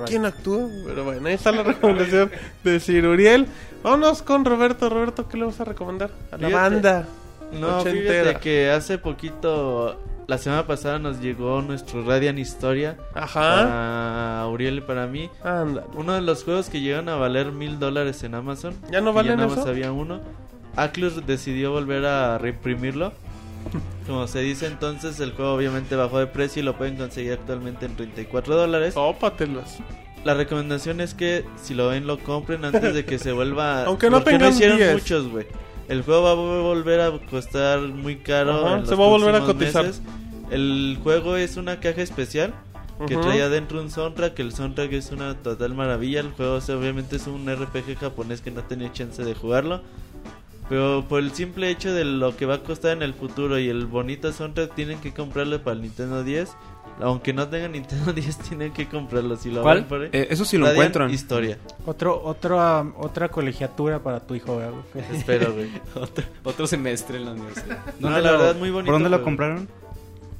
Speaker 2: ¿Quién actúa? Pero bueno, ahí está la [LAUGHS] recomendación de Sir Uriel. Vámonos con Roberto. Roberto, ¿qué le vas a recomendar? A la
Speaker 4: Fíjate.
Speaker 2: banda.
Speaker 4: No,
Speaker 2: Ochentera.
Speaker 4: fíjate que hace poquito, la semana pasada nos llegó nuestro Radiant Historia
Speaker 2: Ajá.
Speaker 4: para Uriel y para mí.
Speaker 2: Ándale.
Speaker 4: Uno de los juegos que llegan a valer mil dólares en Amazon.
Speaker 2: ¿Ya no
Speaker 4: que
Speaker 2: valen
Speaker 4: nada más
Speaker 2: eso?
Speaker 4: había uno. Atlus decidió volver
Speaker 2: [LAUGHS]
Speaker 4: a reimprimirlo. Como se dice entonces, el juego obviamente bajó de precio y lo pueden conseguir actualmente en 34 dólares.
Speaker 2: Oh. Tópatelas.
Speaker 4: La recomendación es que si lo ven lo compren antes
Speaker 2: [LAUGHS]
Speaker 4: de que se vuelva...
Speaker 2: Aunque no
Speaker 4: porque
Speaker 2: tengan
Speaker 4: hicieron
Speaker 2: 10.
Speaker 4: muchos, güey. El juego va a volver a costar muy caro.
Speaker 2: Ajá,
Speaker 4: en
Speaker 2: se
Speaker 4: los
Speaker 2: va a volver a
Speaker 4: próximos
Speaker 2: cotizar.
Speaker 4: meses. El juego es una caja especial que
Speaker 2: Ujú.
Speaker 4: traía dentro un soundtrack. El soundtrack es una total maravilla. El juego o sea, obviamente es un RPG japonés que no tenía chance de jugarlo. Pero por el simple hecho de lo que va a costar en el futuro y el bonito soundtrack tienen que comprarlo para el Nintendo 10. Aunque no tengan Nintendo [LAUGHS] 10 tienen que comprarlo si lo
Speaker 6: ¿Cuál?
Speaker 4: ven por ahí.
Speaker 8: Eh, eso sí lo
Speaker 4: Radiant
Speaker 8: encuentran.
Speaker 4: Historia.
Speaker 5: Otro, otra, otra colegiatura para tu hijo, ¿verdad, güey?
Speaker 8: [LAUGHS]
Speaker 4: Espero, güey.
Speaker 3: Otro, otro semestre en la universidad.
Speaker 4: No,
Speaker 7: ¿Dónde
Speaker 4: la
Speaker 7: lo-
Speaker 4: verdad, muy bonito.
Speaker 7: ¿Por dónde lo
Speaker 4: juego.
Speaker 7: compraron?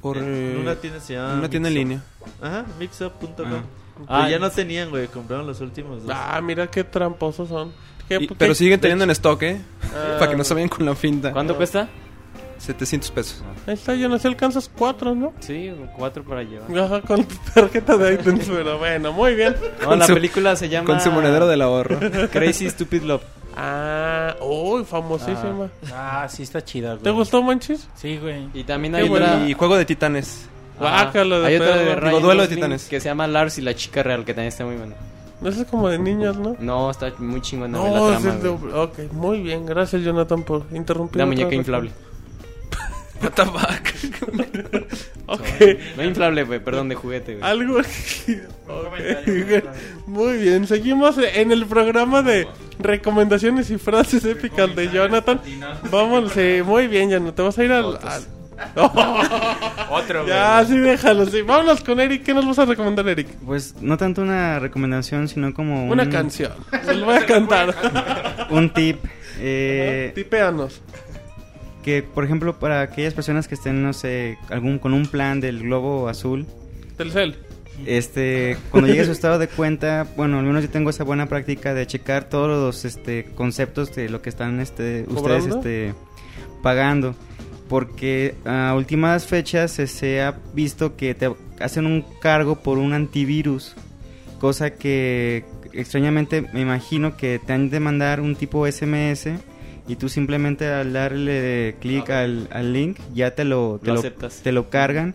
Speaker 8: Por
Speaker 4: En
Speaker 8: eh,
Speaker 4: una tienda se llama.
Speaker 8: una tienda en
Speaker 4: Mixup.
Speaker 8: línea.
Speaker 4: Ajá, mixup.com.
Speaker 3: Ah.
Speaker 4: Pero
Speaker 3: Ah,
Speaker 4: ya no tenían, güey. Compraron los últimos dos.
Speaker 2: Ah, mira qué tramposos son. ¿Qué-
Speaker 8: Y-
Speaker 2: qué-
Speaker 8: pero siguen teniendo en stock, ¿eh?
Speaker 2: Ah,
Speaker 8: Para que no se vayan con la finta.
Speaker 3: ¿Cuánto cuesta?
Speaker 8: 700 pesos.
Speaker 2: Ahí está, yo no sé, alcanzas cuatro, ¿no?
Speaker 3: Sí, cuatro para llevar.
Speaker 2: Ajá, con tu tarjeta de iTunes, pero bueno, muy bien.
Speaker 3: No,
Speaker 8: Con
Speaker 3: la
Speaker 8: su-
Speaker 3: película se llama...
Speaker 8: Con su monedero del ahorro.
Speaker 3: Crazy Stupid Love.
Speaker 2: Ah, uy, famosísima.
Speaker 5: Ah, sí está chida, güey.
Speaker 2: ¿Te gustó, Manchis?
Speaker 5: Sí, güey.
Speaker 3: Y también
Speaker 2: Qué
Speaker 3: hay otra...
Speaker 8: Y juego de titanes.
Speaker 3: Ajá.
Speaker 2: Guácala de
Speaker 3: Hay otra
Speaker 2: perro.
Speaker 3: de
Speaker 2: Digo,
Speaker 3: Ryan
Speaker 8: duelo de
Speaker 3: Gosling
Speaker 8: titanes.
Speaker 3: Que se llama Lars y la chica real, que también está muy buena.
Speaker 2: No es como de niños, ¿no?
Speaker 3: No, está muy chingona güey,
Speaker 2: No,
Speaker 3: la
Speaker 2: es
Speaker 3: trama,
Speaker 2: el de...
Speaker 3: güey.
Speaker 2: Ok, muy bien. Gracias, Jonathan, por interrumpir.
Speaker 3: Una
Speaker 2: otra
Speaker 3: muñeca
Speaker 2: vez. [LAUGHS]
Speaker 3: inflable.
Speaker 8: What the fuck?
Speaker 2: Ok.
Speaker 3: No inflable, güey, perdón, de juguete, güey.
Speaker 2: [LAUGHS] Algo. Ok. Muy bien, seguimos en el programa de recomendaciones y frases épicas de Jonathan. Vamos, sí, muy bien, Jonathan. Te vas a ir al. [LAUGHS] al-
Speaker 6: Otro,
Speaker 2: ya, sí, déjalo. Sí. Vámonos con Eric. ¿Qué nos vas a recomendar, Eric?
Speaker 7: Pues no tanto una recomendación, sino como un,
Speaker 2: Una [LAUGHS] canción. Se lo voy a [LAUGHS] cantar.
Speaker 7: un tip. eh,
Speaker 2: Tipeanos.
Speaker 7: que, por ejemplo, para aquellas personas que estén, no sé, algún, con un plan del globo azul,
Speaker 2: Telcel.
Speaker 7: Este, cuando llegue a su estado de cuenta, bueno, al menos yo tengo esa buena práctica de checar todos los este, conceptos de lo que están este, ustedes
Speaker 2: ¿Cobrando?
Speaker 7: este, pagando. Porque a últimas fechas se, se ha visto que te hacen un cargo por un antivirus, cosa que extrañamente me imagino que te han de mandar un tipo SMS y tú simplemente al darle clic al, al link ya te lo, te
Speaker 3: Lo
Speaker 7: lo-
Speaker 3: aceptas.
Speaker 7: te lo cargan.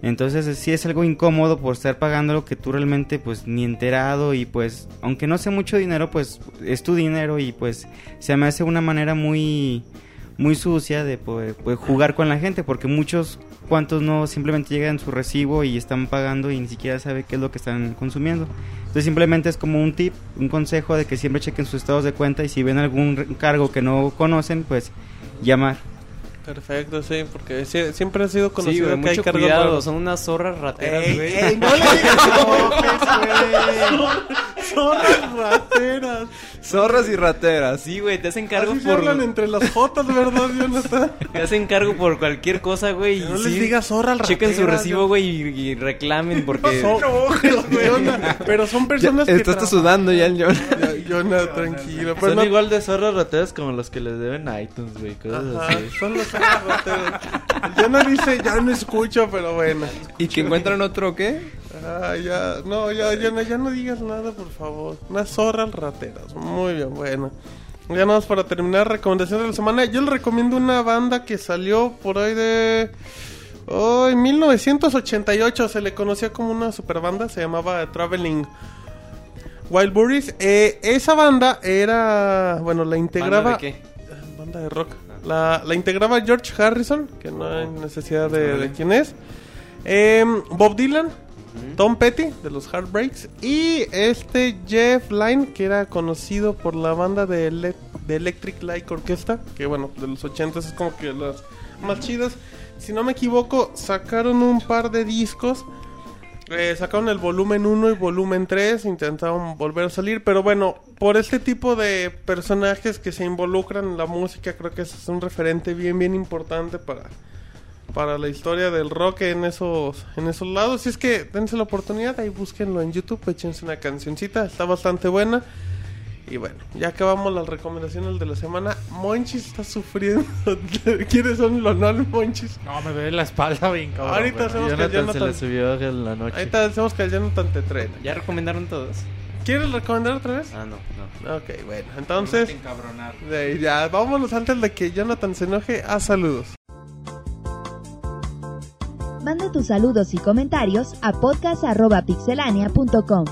Speaker 7: Entonces eh, sí es algo incómodo por estar pagando lo que tú realmente pues ni enterado y pues aunque no sea mucho dinero pues es tu dinero y pues se me hace una manera muy muy sucia de poder, pues, jugar con la gente porque muchos cuantos no simplemente llegan su recibo y están pagando y ni siquiera sabe qué es lo que están consumiendo. Entonces simplemente es como un tip, un consejo de que siempre chequen sus estados de cuenta y si ven algún re- cargo que no conocen pues llamar.
Speaker 2: Perfecto, sí, porque sie- siempre ha sido
Speaker 3: Sí,
Speaker 2: conocido
Speaker 3: güey,
Speaker 2: que hay
Speaker 3: mucho
Speaker 2: cargos
Speaker 3: cuidado,
Speaker 2: raros.
Speaker 3: son unas zorras rateras,
Speaker 2: Ey,
Speaker 3: güey.
Speaker 2: ey, no le [LAUGHS] digas, güey. Zorras rateras.
Speaker 3: Zorras y rateras. Sí, güey, te hacen cargo
Speaker 2: Así se
Speaker 3: por...
Speaker 2: hablan entre las jotas, ¿verdad, Jonathan?
Speaker 3: Te hacen cargo por cualquier cosa, güey. y
Speaker 2: No les
Speaker 3: sí,
Speaker 2: digas zorra al
Speaker 3: Chequen su
Speaker 2: ratero,
Speaker 3: recibo, güey, y,
Speaker 2: [LAUGHS]
Speaker 3: y reclamen porque...
Speaker 2: Son- [LAUGHS] ¿Qué onda? Eh, Pero son personas
Speaker 8: Ya-
Speaker 2: que.
Speaker 8: esto está sudando ya el John.
Speaker 2: trabajan. Ya, Jonah, tranquilo. Pero
Speaker 4: Son
Speaker 2: no-
Speaker 4: igual de zorros rateros como los que les deben a iTunes, güey. Cosas
Speaker 2: Ajá,
Speaker 4: así.
Speaker 2: son los zorras rateros. Ya no dice, ya no escucho, pero bueno.
Speaker 8: ¿Y que encuentran otro qué?
Speaker 2: Ah, ya, no, ya, ya, no, ya no digas nada, por favor. Unas zorras rateras. Muy bien, bueno. Ya nada más para terminar, recomendación de la semana. Yo le recomiendo una banda que salió por ahí de. Oh, en 1988 se le conocía como una super banda, se llamaba Traveling Wildberries. Eh, esa banda era. Bueno, la integraba.
Speaker 3: ¿Banda de qué?
Speaker 2: Banda de rock. La, la integraba George Harrison, que
Speaker 3: Oh.
Speaker 2: no hay necesidad de, de quién es. Em, Bob Dylan, Tom Petty, de los Heartbreaks. Y este Jeff Lynne, que era conocido por la banda de, Ele- de Electric Light Orchestra, que bueno, de los 80 es como que las más chidas. Si no me equivoco, sacaron un par de discos. Eh, sacaron el volumen 1 y volumen 3, intentaron volver a salir, pero bueno, por este tipo de personajes que se involucran en la música, creo que ese es un referente bien, bien importante para, para la historia del rock en esos, en esos lados. Si es que dense la oportunidad, ahí búsquenlo en YouTube, échense una cancioncita, está bastante buena. Y bueno, ya acabamos las recomendaciones de la semana. Monchis está sufriendo. [LAUGHS] ¿Quiénes son los no Monchis?
Speaker 5: No, me duele la espalda bien, cabrón.
Speaker 2: Ahorita
Speaker 5: güey.
Speaker 2: hacemos que el
Speaker 4: Jonathan se le
Speaker 2: Jonathan.
Speaker 4: subió en la noche.
Speaker 2: Ahorita hacemos que el Jonathan te traen.
Speaker 3: ¿Ya recomendaron todos?
Speaker 2: ¿Quieres recomendar otra vez?
Speaker 3: Ah, no, no.
Speaker 2: Ok, bueno, entonces.
Speaker 5: Encabronar.
Speaker 2: de ahí ya, vámonos antes de que Jonathan se enoje. A saludos.
Speaker 1: Manda tus saludos y comentarios a podcast.pixelania.com.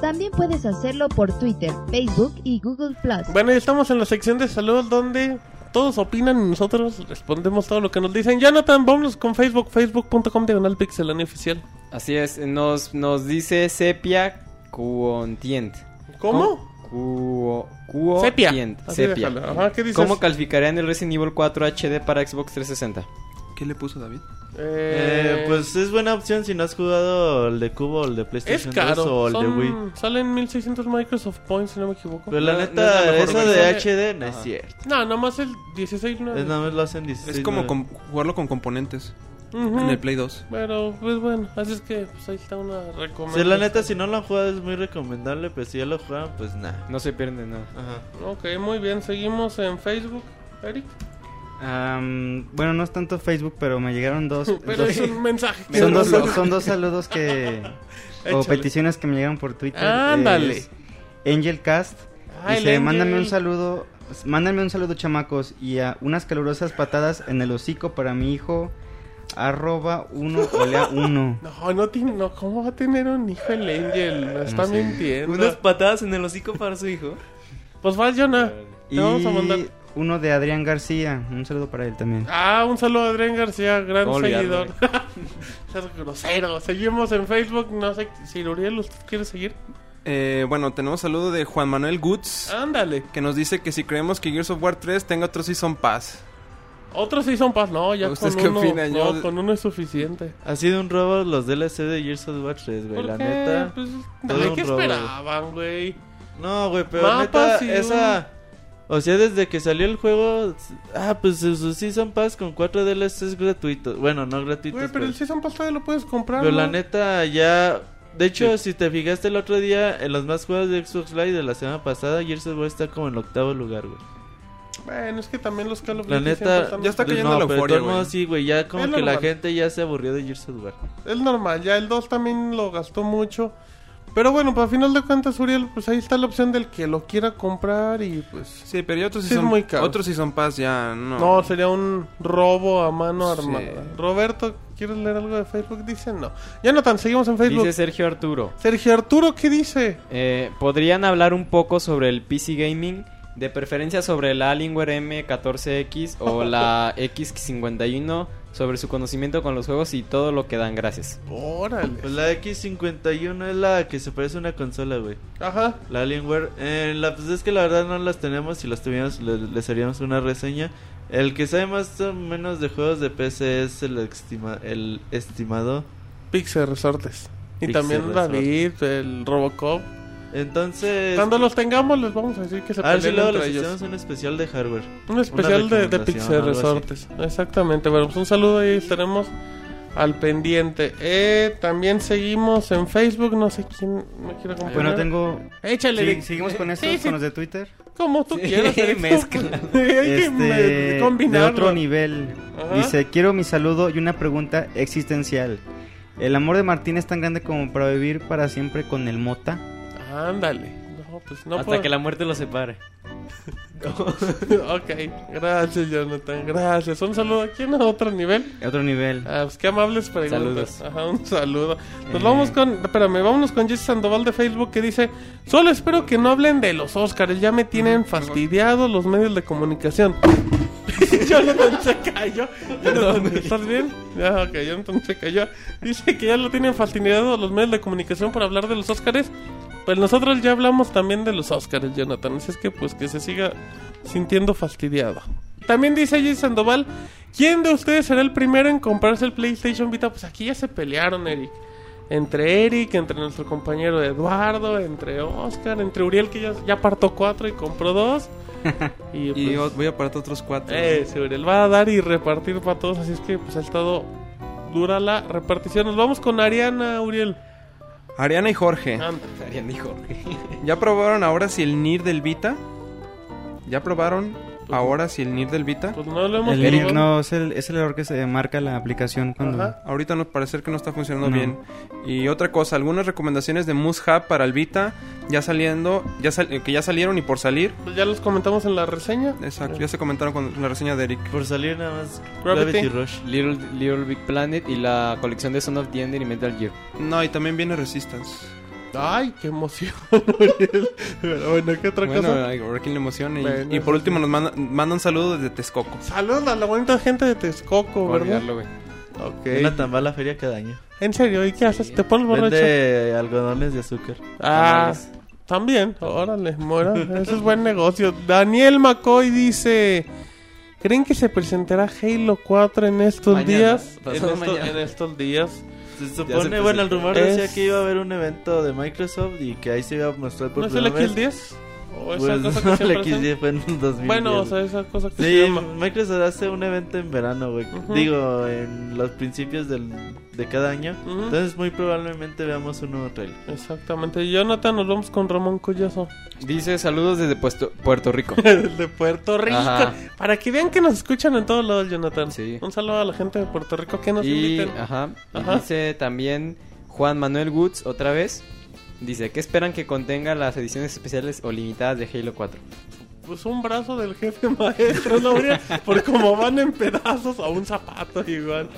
Speaker 1: También puedes hacerlo por Twitter, Facebook y Google Plus.
Speaker 2: Bueno, ya estamos en la sección de saludos donde todos opinan y nosotros respondemos todo lo que nos dicen. Jonathan, vámonos con Facebook, facebook.com diagonal pixelania oficial.
Speaker 3: Así es, nos, nos dice Sepia Cuontient.
Speaker 2: ¿Cómo?
Speaker 3: Cuo, cuo
Speaker 2: Sepia.
Speaker 3: tient,
Speaker 2: Así
Speaker 3: Sepia.
Speaker 2: déjalo. Ajá, ¿qué dices?
Speaker 3: ¿Cómo calificarían el Resident Evil 4 HD para Xbox 360?
Speaker 8: ¿Qué le puso David?
Speaker 2: Eh,
Speaker 4: Eh, pues es buena opción si no has jugado el de Cubo, el de
Speaker 2: es
Speaker 4: PlayStation 2
Speaker 2: caro.
Speaker 4: o el de
Speaker 2: Son-
Speaker 4: Wii.
Speaker 2: Salen 1600 Microsoft Points, si no me equivoco.
Speaker 4: Pero la
Speaker 3: No, no es
Speaker 4: neta,
Speaker 3: la mejor
Speaker 4: eso
Speaker 2: opción.
Speaker 4: de HD no es
Speaker 3: Ajá.
Speaker 4: cierto.
Speaker 2: No, nomás el 16 no.
Speaker 4: Es nada más lo hacen 16.
Speaker 8: es como
Speaker 4: no-
Speaker 8: com- jugarlo con componentes
Speaker 2: Ujú.
Speaker 8: en el Play 2.
Speaker 2: Pero, pues bueno, así es que pues, ahí está una recomendación.
Speaker 4: Sí, la neta, si no lo han jugado es muy recomendable, pero si ya lo juegan, pues nada.
Speaker 3: No se pierden nada.
Speaker 4: Ajá.
Speaker 2: Ok, muy bien, seguimos en Facebook. Eric,
Speaker 7: Am, bueno, no es tanto Facebook, pero me llegaron dos.
Speaker 2: [LAUGHS]
Speaker 4: Pues,
Speaker 2: pero
Speaker 7: dos-
Speaker 2: es un mensaje. que
Speaker 7: [LAUGHS] son, dos
Speaker 2: no-
Speaker 7: son dos
Speaker 2: [LAUGHS]
Speaker 7: saludos que. o
Speaker 2: Échale.
Speaker 7: peticiones que me llegaron por Twitter.
Speaker 2: Ándale.
Speaker 4: Eh,
Speaker 7: Es Angel Cast.
Speaker 2: Ah, el
Speaker 7: dice,
Speaker 2: Angel.
Speaker 7: mándame un saludo. Mándame un saludo, chamacos. Y a unas calurosas patadas en el hocico para mi hijo. Arroba uno
Speaker 2: [LAUGHS]
Speaker 7: olea uno.
Speaker 2: No, no tiene, no, ¿cómo va a tener un hijo el Angel? No está
Speaker 7: sé.
Speaker 2: mintiendo.
Speaker 4: Pues
Speaker 3: patadas en el hocico para su hijo.
Speaker 2: Pues vas, Jonah. Te
Speaker 7: Y
Speaker 2: vamos a mandar.
Speaker 7: uno de Adrián García. Un saludo para él también.
Speaker 2: Ah, un saludo a Adrián García, gran
Speaker 3: Olvidarlo,
Speaker 2: seguidor. [LAUGHS] Seas grosero. Seguimos en Facebook, no sé si Uriel usted quiere seguir.
Speaker 8: Eh, bueno, tenemos saludo de Juan Manuel Goods.
Speaker 2: Ándale.
Speaker 8: Que nos dice que si creemos que Gears of War 3 tenga otro Season Pass.
Speaker 2: Otros sí son paz, no, ya con
Speaker 8: ¿Ustedes qué
Speaker 2: uno,
Speaker 8: opinan?
Speaker 2: no,
Speaker 8: Yo-
Speaker 2: con uno es suficiente.
Speaker 4: Ha sido un robo los DLC de Gears of War 3, güey,
Speaker 2: ¿Por
Speaker 4: la
Speaker 2: qué?
Speaker 4: neta.
Speaker 2: Pues,
Speaker 4: todo
Speaker 2: ay,
Speaker 4: un
Speaker 2: ¿Qué
Speaker 4: robo.
Speaker 2: esperaban, güey?
Speaker 4: No, güey, pero
Speaker 2: Mapas
Speaker 4: neta,
Speaker 2: y
Speaker 4: esa... O sea, desde que salió el juego... Ah, pues su Season Pass con 4 DLCs gratuitos. Bueno, no gratuitos,
Speaker 2: Güey, pero
Speaker 4: pero...
Speaker 2: el Season Pass todavía lo puedes comprar.
Speaker 4: pero la
Speaker 2: ¿no?
Speaker 4: neta, ya... De hecho, si te fijaste el otro día, en los más juegos de Xbox Live de la semana pasada, Gears of War está como en el octavo lugar, güey.
Speaker 2: Bueno, es que también los Call of
Speaker 4: La
Speaker 2: Duty siempre
Speaker 4: neta, pues,
Speaker 2: están-
Speaker 8: ya está
Speaker 4: de-
Speaker 8: cayendo la
Speaker 4: pero de
Speaker 8: euforia,
Speaker 4: todos
Speaker 8: güey.
Speaker 4: modos, sí, güey, ya como
Speaker 2: Es
Speaker 4: que la
Speaker 2: normal.
Speaker 4: gente ya se aburrió de Gears of War.
Speaker 2: Es normal, ya el 2 también lo gastó mucho. Pero bueno, para final de cuentas, Uriel, pues ahí está la opción del que lo quiera comprar y pues...
Speaker 8: Sí, pero ya otro
Speaker 2: Sí, es
Speaker 8: Season,
Speaker 2: muy caro.
Speaker 8: otro season Pass ya no.
Speaker 2: No, sería un robo a mano
Speaker 8: Sí.
Speaker 2: armada. Roberto, ¿quieres leer algo de Facebook? Dice no. Ya no tan, seguimos en Facebook.
Speaker 3: Dice Sergio Arturo.
Speaker 2: Sergio Arturo, ¿qué dice?
Speaker 3: Eh, ¿Podrían hablar un poco sobre el PC Gaming? De preferencia sobre la Alienware M14X
Speaker 2: [LAUGHS]
Speaker 3: o la X51, sobre su conocimiento con los juegos y todo lo que dan, gracias.
Speaker 2: Órale.
Speaker 4: Pues la X51 es la que se parece a una consola, güey.
Speaker 2: Ajá.
Speaker 4: La Alienware. Eh, la, pues es que la verdad no las tenemos. Si las tuviéramos, le- les haríamos una reseña. El que sabe más o menos de juegos de PC es el, estima- el estimado.
Speaker 2: Pixel Resortes. Y
Speaker 4: Pixel
Speaker 2: también David, el Robocop.
Speaker 4: Entonces.
Speaker 2: Cuando los tengamos les vamos a decir que se
Speaker 4: a ver si
Speaker 2: peleen
Speaker 4: luego
Speaker 2: entre
Speaker 4: les
Speaker 2: ellos.
Speaker 4: hacemos un especial de hardware.
Speaker 2: Un especial de, de
Speaker 4: recomendación,
Speaker 2: Pixel
Speaker 4: algo así.
Speaker 2: Resortes. Exactamente. Bueno, pues un saludo y estaremos al pendiente. Eh, también seguimos en Facebook. No sé quién me quiere acompañar.
Speaker 7: Bueno, tengo.
Speaker 2: Échale.
Speaker 7: sí,
Speaker 2: Eric.
Speaker 7: seguimos con estos,
Speaker 2: Sí, sí,
Speaker 7: con los de Twitter.
Speaker 2: Como tú quieras.
Speaker 7: [LAUGHS]
Speaker 2: Eric.
Speaker 7: mezcla.
Speaker 2: [LAUGHS] Hay que
Speaker 7: Este,
Speaker 2: me-
Speaker 7: de
Speaker 2: combinarlo.
Speaker 7: otro nivel.
Speaker 2: Ajá.
Speaker 7: Dice, quiero mi saludo y una pregunta existencial. ¿El amor de Martín es tan grande como para vivir para siempre con el mota?
Speaker 2: Ándale. No, pues no
Speaker 3: Hasta
Speaker 2: puedo-
Speaker 3: que la muerte los separe.
Speaker 2: [LAUGHS] ok, gracias Jonathan, gracias. Un saludo aquí en otro nivel.
Speaker 7: A Otro nivel.
Speaker 2: Ah, pues qué amables preguntas.
Speaker 3: Saludos.
Speaker 2: Ajá, un saludo. Nos
Speaker 7: Eh.
Speaker 2: vamos con, espérame, vámonos con Jesse Sandoval de Facebook que dice, solo espero que no hablen de los Oscars, ya me tienen fastidiados los medios de comunicación. [LAUGHS] Jonathan se cayó. Jonathan, ¿Estás bien? Ya, ok, Jonathan se cayó. Dice que ya lo tienen fastidiados los medios de comunicación por hablar de los Oscars. Pues nosotros ya hablamos también de los Oscars, Jonathan. Así es que pues que se siga sintiendo fastidiado. También dice Jesse Sandoval, ¿quién de ustedes será el primero en comprarse el PlayStation Vita? Pues aquí ya se pelearon, Eric. Entre Eric, entre nuestro compañero Eduardo, entre Oscar, entre Uriel que ya, ya partó cuatro y compró dos.
Speaker 11: Y,
Speaker 6: Y
Speaker 11: pues,
Speaker 6: o- voy a apartar otros cuatro.
Speaker 2: Eh, Uriel va a dar y repartir para todos, así es que pues ha estado dura la repartición. Nos vamos con Ariana, Uriel.
Speaker 6: Ariana y Jorge.
Speaker 2: Anda.
Speaker 6: ¿Ya probaron ahora si el NIR del Vita? ¿Ya probaron ahora si el NIR del Vita?
Speaker 2: Pues no lo hemos
Speaker 7: El Eric
Speaker 2: probado.
Speaker 7: no es el, es el error que se marca la aplicación cuando.
Speaker 2: Ajá.
Speaker 6: Ahorita nos parece que no está funcionando
Speaker 7: No.
Speaker 6: bien. Y otra cosa, algunas recomendaciones de Moose Hub para el Vita ya saliendo, ya sal- eh, que ya salieron y por salir.
Speaker 2: Pues ya los comentamos en la reseña.
Speaker 6: Exacto,
Speaker 2: Eh,
Speaker 6: ya se comentaron con la reseña de Eric.
Speaker 4: Por salir nada más
Speaker 2: Gravity.
Speaker 4: Gravity, Rush.
Speaker 3: Little, Little Big Planet y la colección de Son of the Ender y Metal Gear.
Speaker 6: No, y también viene Resistance.
Speaker 2: Ay, qué emoción, [LAUGHS] Uriel. [LAUGHS] Pero bueno, ¿qué otra
Speaker 6: bueno,
Speaker 2: cosa?
Speaker 6: ay, ahora quién le emociona. Y,
Speaker 2: Bueno,
Speaker 6: y por
Speaker 2: sí,
Speaker 6: último nos manda, manda un saludo desde Texcoco.
Speaker 2: Saludos a la bonita gente de Texcoco, Oh, ¿verdad?
Speaker 3: Olvidarlo, güey.
Speaker 4: Una
Speaker 2: Ok.
Speaker 4: tan mala feria cada año.
Speaker 2: En serio, ¿y qué haces? ¿Te pones borracho?
Speaker 4: Vende algodones de azúcar.
Speaker 2: Ah, también. Órale, mora. Eso es buen negocio. Daniel McCoy dice... ¿Creen que se presentará Halo 4 en estos
Speaker 3: Mañana,
Speaker 2: días? En,
Speaker 3: pasado
Speaker 2: esto-
Speaker 3: mañana.
Speaker 2: en estos días.
Speaker 4: Se
Speaker 3: Ya se
Speaker 4: supone, bueno, el rumor decía
Speaker 2: Es-
Speaker 4: que iba a haber un evento de Microsoft y que ahí se iba a mostrar por
Speaker 2: ¿No es el
Speaker 4: primera Pues vez.
Speaker 2: X10? ¿O esa
Speaker 4: Pues [LAUGHS]
Speaker 2: cosa que
Speaker 4: no, el
Speaker 2: siempre hacen?
Speaker 4: X10 fue en 2010.
Speaker 2: Bueno, o sea, esa cosa que
Speaker 4: Sí,
Speaker 2: se llama...
Speaker 4: Microsoft hace un evento en verano, güey.
Speaker 2: Ujú.
Speaker 4: Digo, en los principios del, de cada año.
Speaker 2: Ujú.
Speaker 4: Entonces, muy probablemente veamos un nuevo trailer.
Speaker 2: Exactamente. Jonathan, nos vamos con Ramón Collazo.
Speaker 3: Dice saludos desde Puesto- Puerto Rico.
Speaker 2: El de Puerto Rico.
Speaker 3: Ajá.
Speaker 2: Para que vean que nos escuchan en todos lados, Jonathan.
Speaker 3: Sí.
Speaker 2: Un saludo a la gente de Puerto Rico que [LAUGHS] nos
Speaker 3: Y,
Speaker 2: inviten.
Speaker 6: ah.
Speaker 3: ajá, y
Speaker 2: Ajá.
Speaker 3: dice también Juan Manuel Woods otra vez. Dice, ¿qué esperan que contenga las ediciones especiales o limitadas de Halo 4?
Speaker 2: Pues un brazo del jefe [LAUGHS] maestro, ¿no? Uriel? Por como van en pedazos a un zapato igual.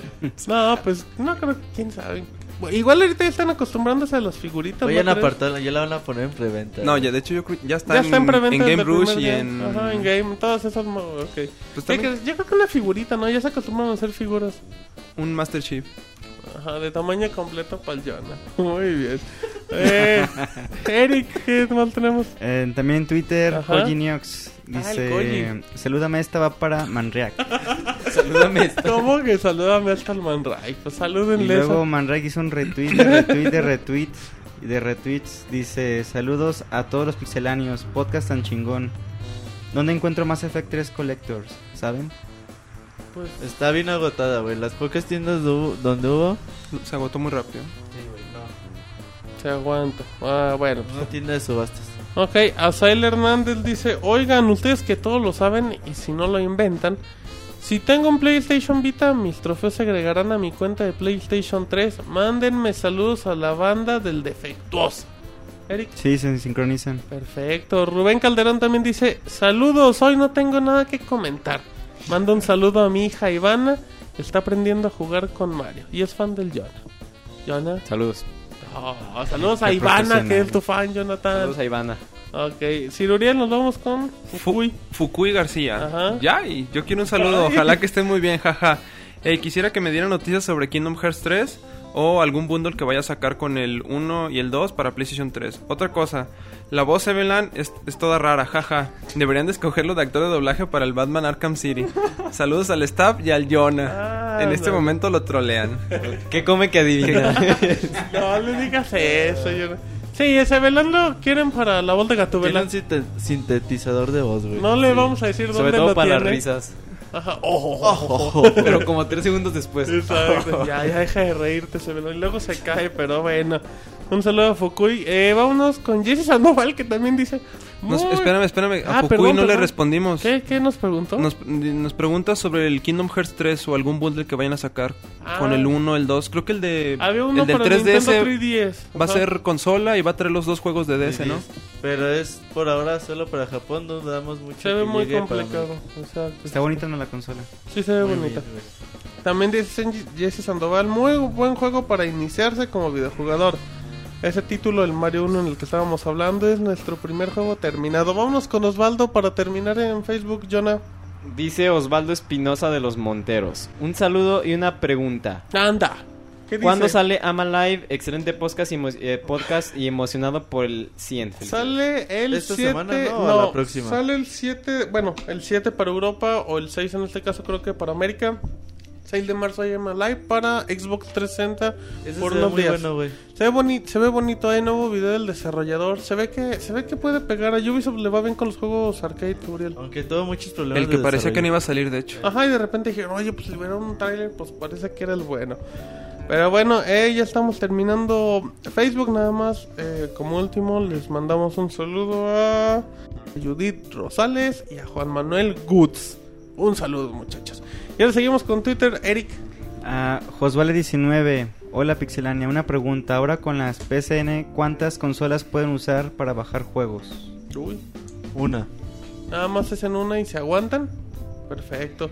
Speaker 2: No, pues no creo, quién sabe. Igual ahorita ya están acostumbrándose a las figuritas.
Speaker 4: Vayan
Speaker 2: ¿no
Speaker 4: a
Speaker 2: crees?
Speaker 4: apartarla, ya la van a poner en preventa.
Speaker 6: No, ya de hecho yo creo ya está,
Speaker 2: Ya está en preventa
Speaker 6: en
Speaker 2: desde
Speaker 6: Game
Speaker 2: el
Speaker 6: Rush
Speaker 2: primer
Speaker 6: y
Speaker 2: día.
Speaker 6: en
Speaker 2: Ajá, en Game, todas esas... mo- ok.
Speaker 6: Pues
Speaker 2: ¿Qué
Speaker 6: también-
Speaker 2: crees? Yo creo que una figurita, ¿no? Ya se acostumbran a hacer figuras.
Speaker 6: un Master Chief.
Speaker 2: Ajá, de tamaño completo para el Jonah. [LAUGHS] Muy bien. Eh, Eric, ¿qué mal tenemos?
Speaker 7: Eh, también en Twitter,
Speaker 2: Ajá. Ah,
Speaker 7: Neox
Speaker 2: el
Speaker 7: dice:
Speaker 2: Koji.
Speaker 7: Salúdame, esta va
Speaker 2: [LAUGHS]
Speaker 7: para Manriac.
Speaker 3: Salúdame.
Speaker 2: ¿Cómo que salúdame hasta el Manray? Pues
Speaker 7: Y
Speaker 2: salúdenle
Speaker 7: luego
Speaker 2: eso.
Speaker 7: Manrique hizo un [LAUGHS] retweet, de retweet, de retweet, y de retweets. Dice, saludos a todos los pixeláneos, podcast tan chingón. ¿Dónde encuentro más Effect 3 Collectors? ¿Saben?
Speaker 4: Está bien agotada, güey. Las pocas tiendas do- donde hubo,
Speaker 6: Se agotó muy rápido.
Speaker 2: Se aguanta. Ah, bueno.
Speaker 4: una tienda de subastas.
Speaker 2: Ok, Azael Hernández dice, oigan, ustedes que todos lo saben y si no lo inventan, si tengo un PlayStation Vita, mis trofeos se agregarán a mi cuenta de PlayStation 3. Mándenme saludos a la banda del defectuoso. Eric.
Speaker 7: Sí, se sincronizan.
Speaker 2: Perfecto. Rubén Calderón también dice, saludos, hoy no tengo nada que comentar. Mando un saludo a mi hija Ivana, está aprendiendo a jugar con Mario y es fan del Jonah. Jonah.
Speaker 3: Saludos.
Speaker 2: Oh, saludos a
Speaker 7: Qué
Speaker 2: Ivana,
Speaker 7: profesional.
Speaker 2: que es tu fan, Jonathan.
Speaker 3: Saludos a Ivana.
Speaker 2: Ok, Ciruriel, nos vamos con...
Speaker 6: Fukui. Fukui García.
Speaker 2: Ajá.
Speaker 6: Ya, y yo quiero un saludo.
Speaker 2: Ay.
Speaker 6: Ojalá que estén muy bien, jaja. Eh, quisiera que me dieran noticias sobre Kingdom Hearts 3 o algún bundle que vaya a sacar con el 1 y el 2 para PlayStation 3. Otra cosa, la voz Evelan es, es toda rara, jaja. Deberían de escogerlo de actor de doblaje para el Batman Arkham
Speaker 2: [LAUGHS]
Speaker 6: City. Saludos al staff y al Jonah.
Speaker 2: Ah,
Speaker 6: en este
Speaker 2: no.
Speaker 6: momento lo trolean.
Speaker 3: ¿Qué come que adivina? [LAUGHS]
Speaker 2: No le digas eso, Jonah. Sí, ese velón lo quieren para la voz de
Speaker 4: Tiene
Speaker 2: Gatubela.
Speaker 4: un sinte- sintetizador de voz, güey.
Speaker 2: No le vamos a decir dónde
Speaker 3: Sobre
Speaker 2: lo
Speaker 3: todo para las
Speaker 2: tiene.
Speaker 3: risas.
Speaker 2: Ajá. Oh, Ojo, [LAUGHS] ojo.
Speaker 3: Pero como tres segundos después.
Speaker 2: Exacto. [LAUGHS] ya, ya deja de reírte, se me lo- y luego se cae, pero bueno. Un saludo a Fukui. Eh, vámonos con Jesse Sandoval, que también dice.
Speaker 6: Nos-
Speaker 2: muy-
Speaker 6: espérame, espérame. A
Speaker 2: Ah,
Speaker 6: Fukui
Speaker 2: perdón,
Speaker 6: no le
Speaker 2: perdón.
Speaker 6: respondimos.
Speaker 2: ¿Qué, qué nos preguntó?
Speaker 6: Nos, nos pregunta sobre el Kingdom Hearts 3 o algún bundle que vayan a sacar
Speaker 2: Ah.
Speaker 6: con el 1, el 2. Creo que el de
Speaker 2: Había uno
Speaker 6: el del
Speaker 2: para
Speaker 6: 3DS
Speaker 2: Nintendo 3DS.
Speaker 6: va a
Speaker 2: Ajá.
Speaker 6: ser consola y va a traer los dos juegos de DS, ¿no?
Speaker 4: Pero es por ahora solo para Japón, no damos mucho.
Speaker 2: Se ve
Speaker 4: que
Speaker 2: muy
Speaker 4: llegue para América.
Speaker 2: complicado. Exacto.
Speaker 7: Está bonita no la consola.
Speaker 2: Sí, se ve
Speaker 4: Muy
Speaker 2: bonita.
Speaker 4: bien, güey.
Speaker 2: También dicen Jesse Sandoval, muy buen juego para iniciarse como videojugador. Ese título, el Mario 1 en el que estábamos hablando, es nuestro primer juego terminado. Vámonos con Osvaldo para terminar en Facebook, Jonah.
Speaker 3: [LAUGHS] Dice Osvaldo Espinosa de los Monteros. Un saludo y una pregunta.
Speaker 2: Anda. ¿Qué dice?
Speaker 3: ¿Cuándo sale Ama Live? Excelente podcast y, emo- eh, podcast y emocionado por el 100.
Speaker 2: Sale el
Speaker 4: ¿Esta
Speaker 2: 7,
Speaker 4: semana, no? ¿O
Speaker 2: no,
Speaker 4: la próxima?
Speaker 2: Sale el 7, bueno, el 7 para Europa o el 6 en este caso creo que para América. 6 de marzo I Am Alive para Xbox 360
Speaker 4: Ese
Speaker 2: por
Speaker 4: se ve
Speaker 2: unos
Speaker 4: muy
Speaker 2: días.
Speaker 4: bueno, güey.
Speaker 2: Se ve, boni- se ve bonito, hay nuevo video del desarrollador. Se ve que se ve que puede pegar a Ubisoft, le va bien con los juegos arcade, Uriel.
Speaker 4: Aunque tuvo muchos problemas.
Speaker 8: El que
Speaker 4: de
Speaker 8: parecía que no
Speaker 4: desarrollo.
Speaker 8: iba a salir, de hecho.
Speaker 2: Ajá, y de repente dijeron, oye, pues liberaron un tráiler, pues parece que era el bueno. Pero bueno, eh, ya estamos terminando Facebook nada más. eh, como último, les mandamos un saludo a Judith Rosales y a Juan Manuel Goods. Un saludo, muchachos. Y ahora seguimos con Twitter, Eric.
Speaker 7: A Josvale19, Ah, hola Pixelania, una pregunta. Ahora con las PCN, ¿cuántas consolas pueden usar para bajar juegos?
Speaker 2: Uy.
Speaker 4: Una.
Speaker 2: Nada más es en una y se aguantan. Perfecto.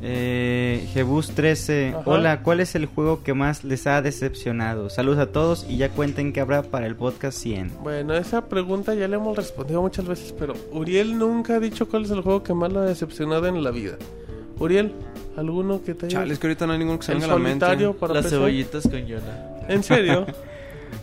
Speaker 7: Eh, Jebus13,
Speaker 2: Ajá.
Speaker 7: hola, ¿cuál es el juego que más les ha decepcionado? Saludos a todos y ya cuenten qué habrá para el podcast 100.
Speaker 2: Bueno, esa pregunta ya le hemos respondido muchas veces, pero Uriel nunca ha dicho cuál es el juego que más lo ha decepcionado en la vida. Uriel, ¿alguno que te haya...
Speaker 8: Chale, es que ahorita no hay ninguno que se
Speaker 2: El
Speaker 8: venga a la mente.
Speaker 2: solitario para
Speaker 4: Las
Speaker 2: PC.
Speaker 4: cebollitas con Yona.
Speaker 8: [LAUGHS]
Speaker 2: ¿En serio?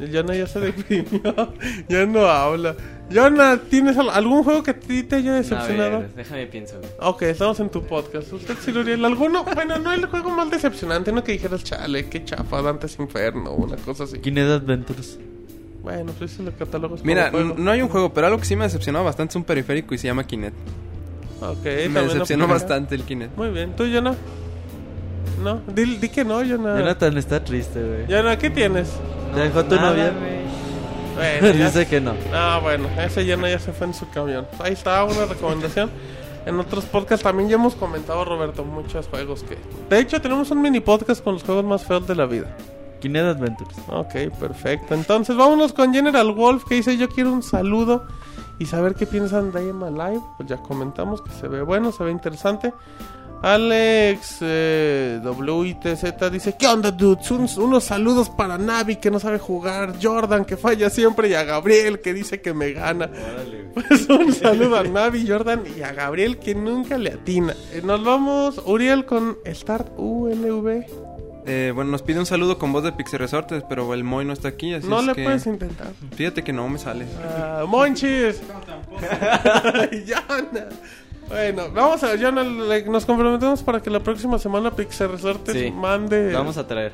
Speaker 2: Yona ya se deprimió. [LAUGHS] ya no habla. Yona, ¿tienes al- algún juego que a ti te haya decepcionado?
Speaker 3: A ver, déjame pienso. güey.
Speaker 2: Ok, estamos en tu podcast. ¿Usted, sí, Uriel, alguno? Bueno, no el juego más decepcionante, no que dijeras, chale, qué chafa, Dantes Inferno, una cosa así.
Speaker 4: Kinect Adventures.
Speaker 2: Bueno, pues eso lo catalogas como
Speaker 8: Mira,
Speaker 2: juego.
Speaker 8: n- no hay un juego, pero algo que sí me decepcionó bastante es un periférico y se llama Kinect.
Speaker 2: Ok,
Speaker 8: me
Speaker 2: también lo
Speaker 8: decepcionó
Speaker 2: primero.
Speaker 8: bastante el Kinect.
Speaker 2: Muy bien, ¿tú, Yona? No, di, di que no, Yona.
Speaker 4: Jonathan está triste, güey.
Speaker 2: Yona, ¿qué tienes?
Speaker 4: ¿Te dejó tu novia?
Speaker 2: Bueno, ya-
Speaker 4: [LAUGHS] Dice que no.
Speaker 2: Ah, bueno, ese ya no ya se fue en su camión. Ahí está una recomendación. En otros podcasts también ya hemos comentado, Roberto, muchos juegos que... De hecho, tenemos un mini podcast con los juegos más feos de la vida.
Speaker 4: Kinect Adventures.
Speaker 2: Ok, perfecto. Entonces, vámonos con General Wolf, que dice, yo quiero un saludo y saber qué piensan de IM Alive. Pues ya comentamos que se ve bueno, se ve interesante. Alex eh, WITZ dice, ¿qué onda, dudes? Un- unos saludos para Navi, que no sabe jugar, Jordan, que falla siempre, y a Gabriel, que dice que me gana. [LAUGHS] Pues un saludo a Navi, Jordan y a Gabriel, que nunca le atina. Eh, nos vamos, Uriel, con Start ULV.
Speaker 8: Eh, bueno, nos pide un saludo con voz de Pixie Resortes, pero el Moy no está aquí, así
Speaker 2: no
Speaker 8: Pues es
Speaker 2: le
Speaker 8: que...
Speaker 2: puedes intentar.
Speaker 8: Fíjate que no me sale.
Speaker 2: Ah,
Speaker 3: [LAUGHS]
Speaker 2: Monchis. [LAUGHS] Yana. Bueno, vamos a Yana, le- nos comprometemos para que la próxima semana Pixel Resortes
Speaker 3: Sí.
Speaker 2: mande.
Speaker 3: Lo vamos a traer.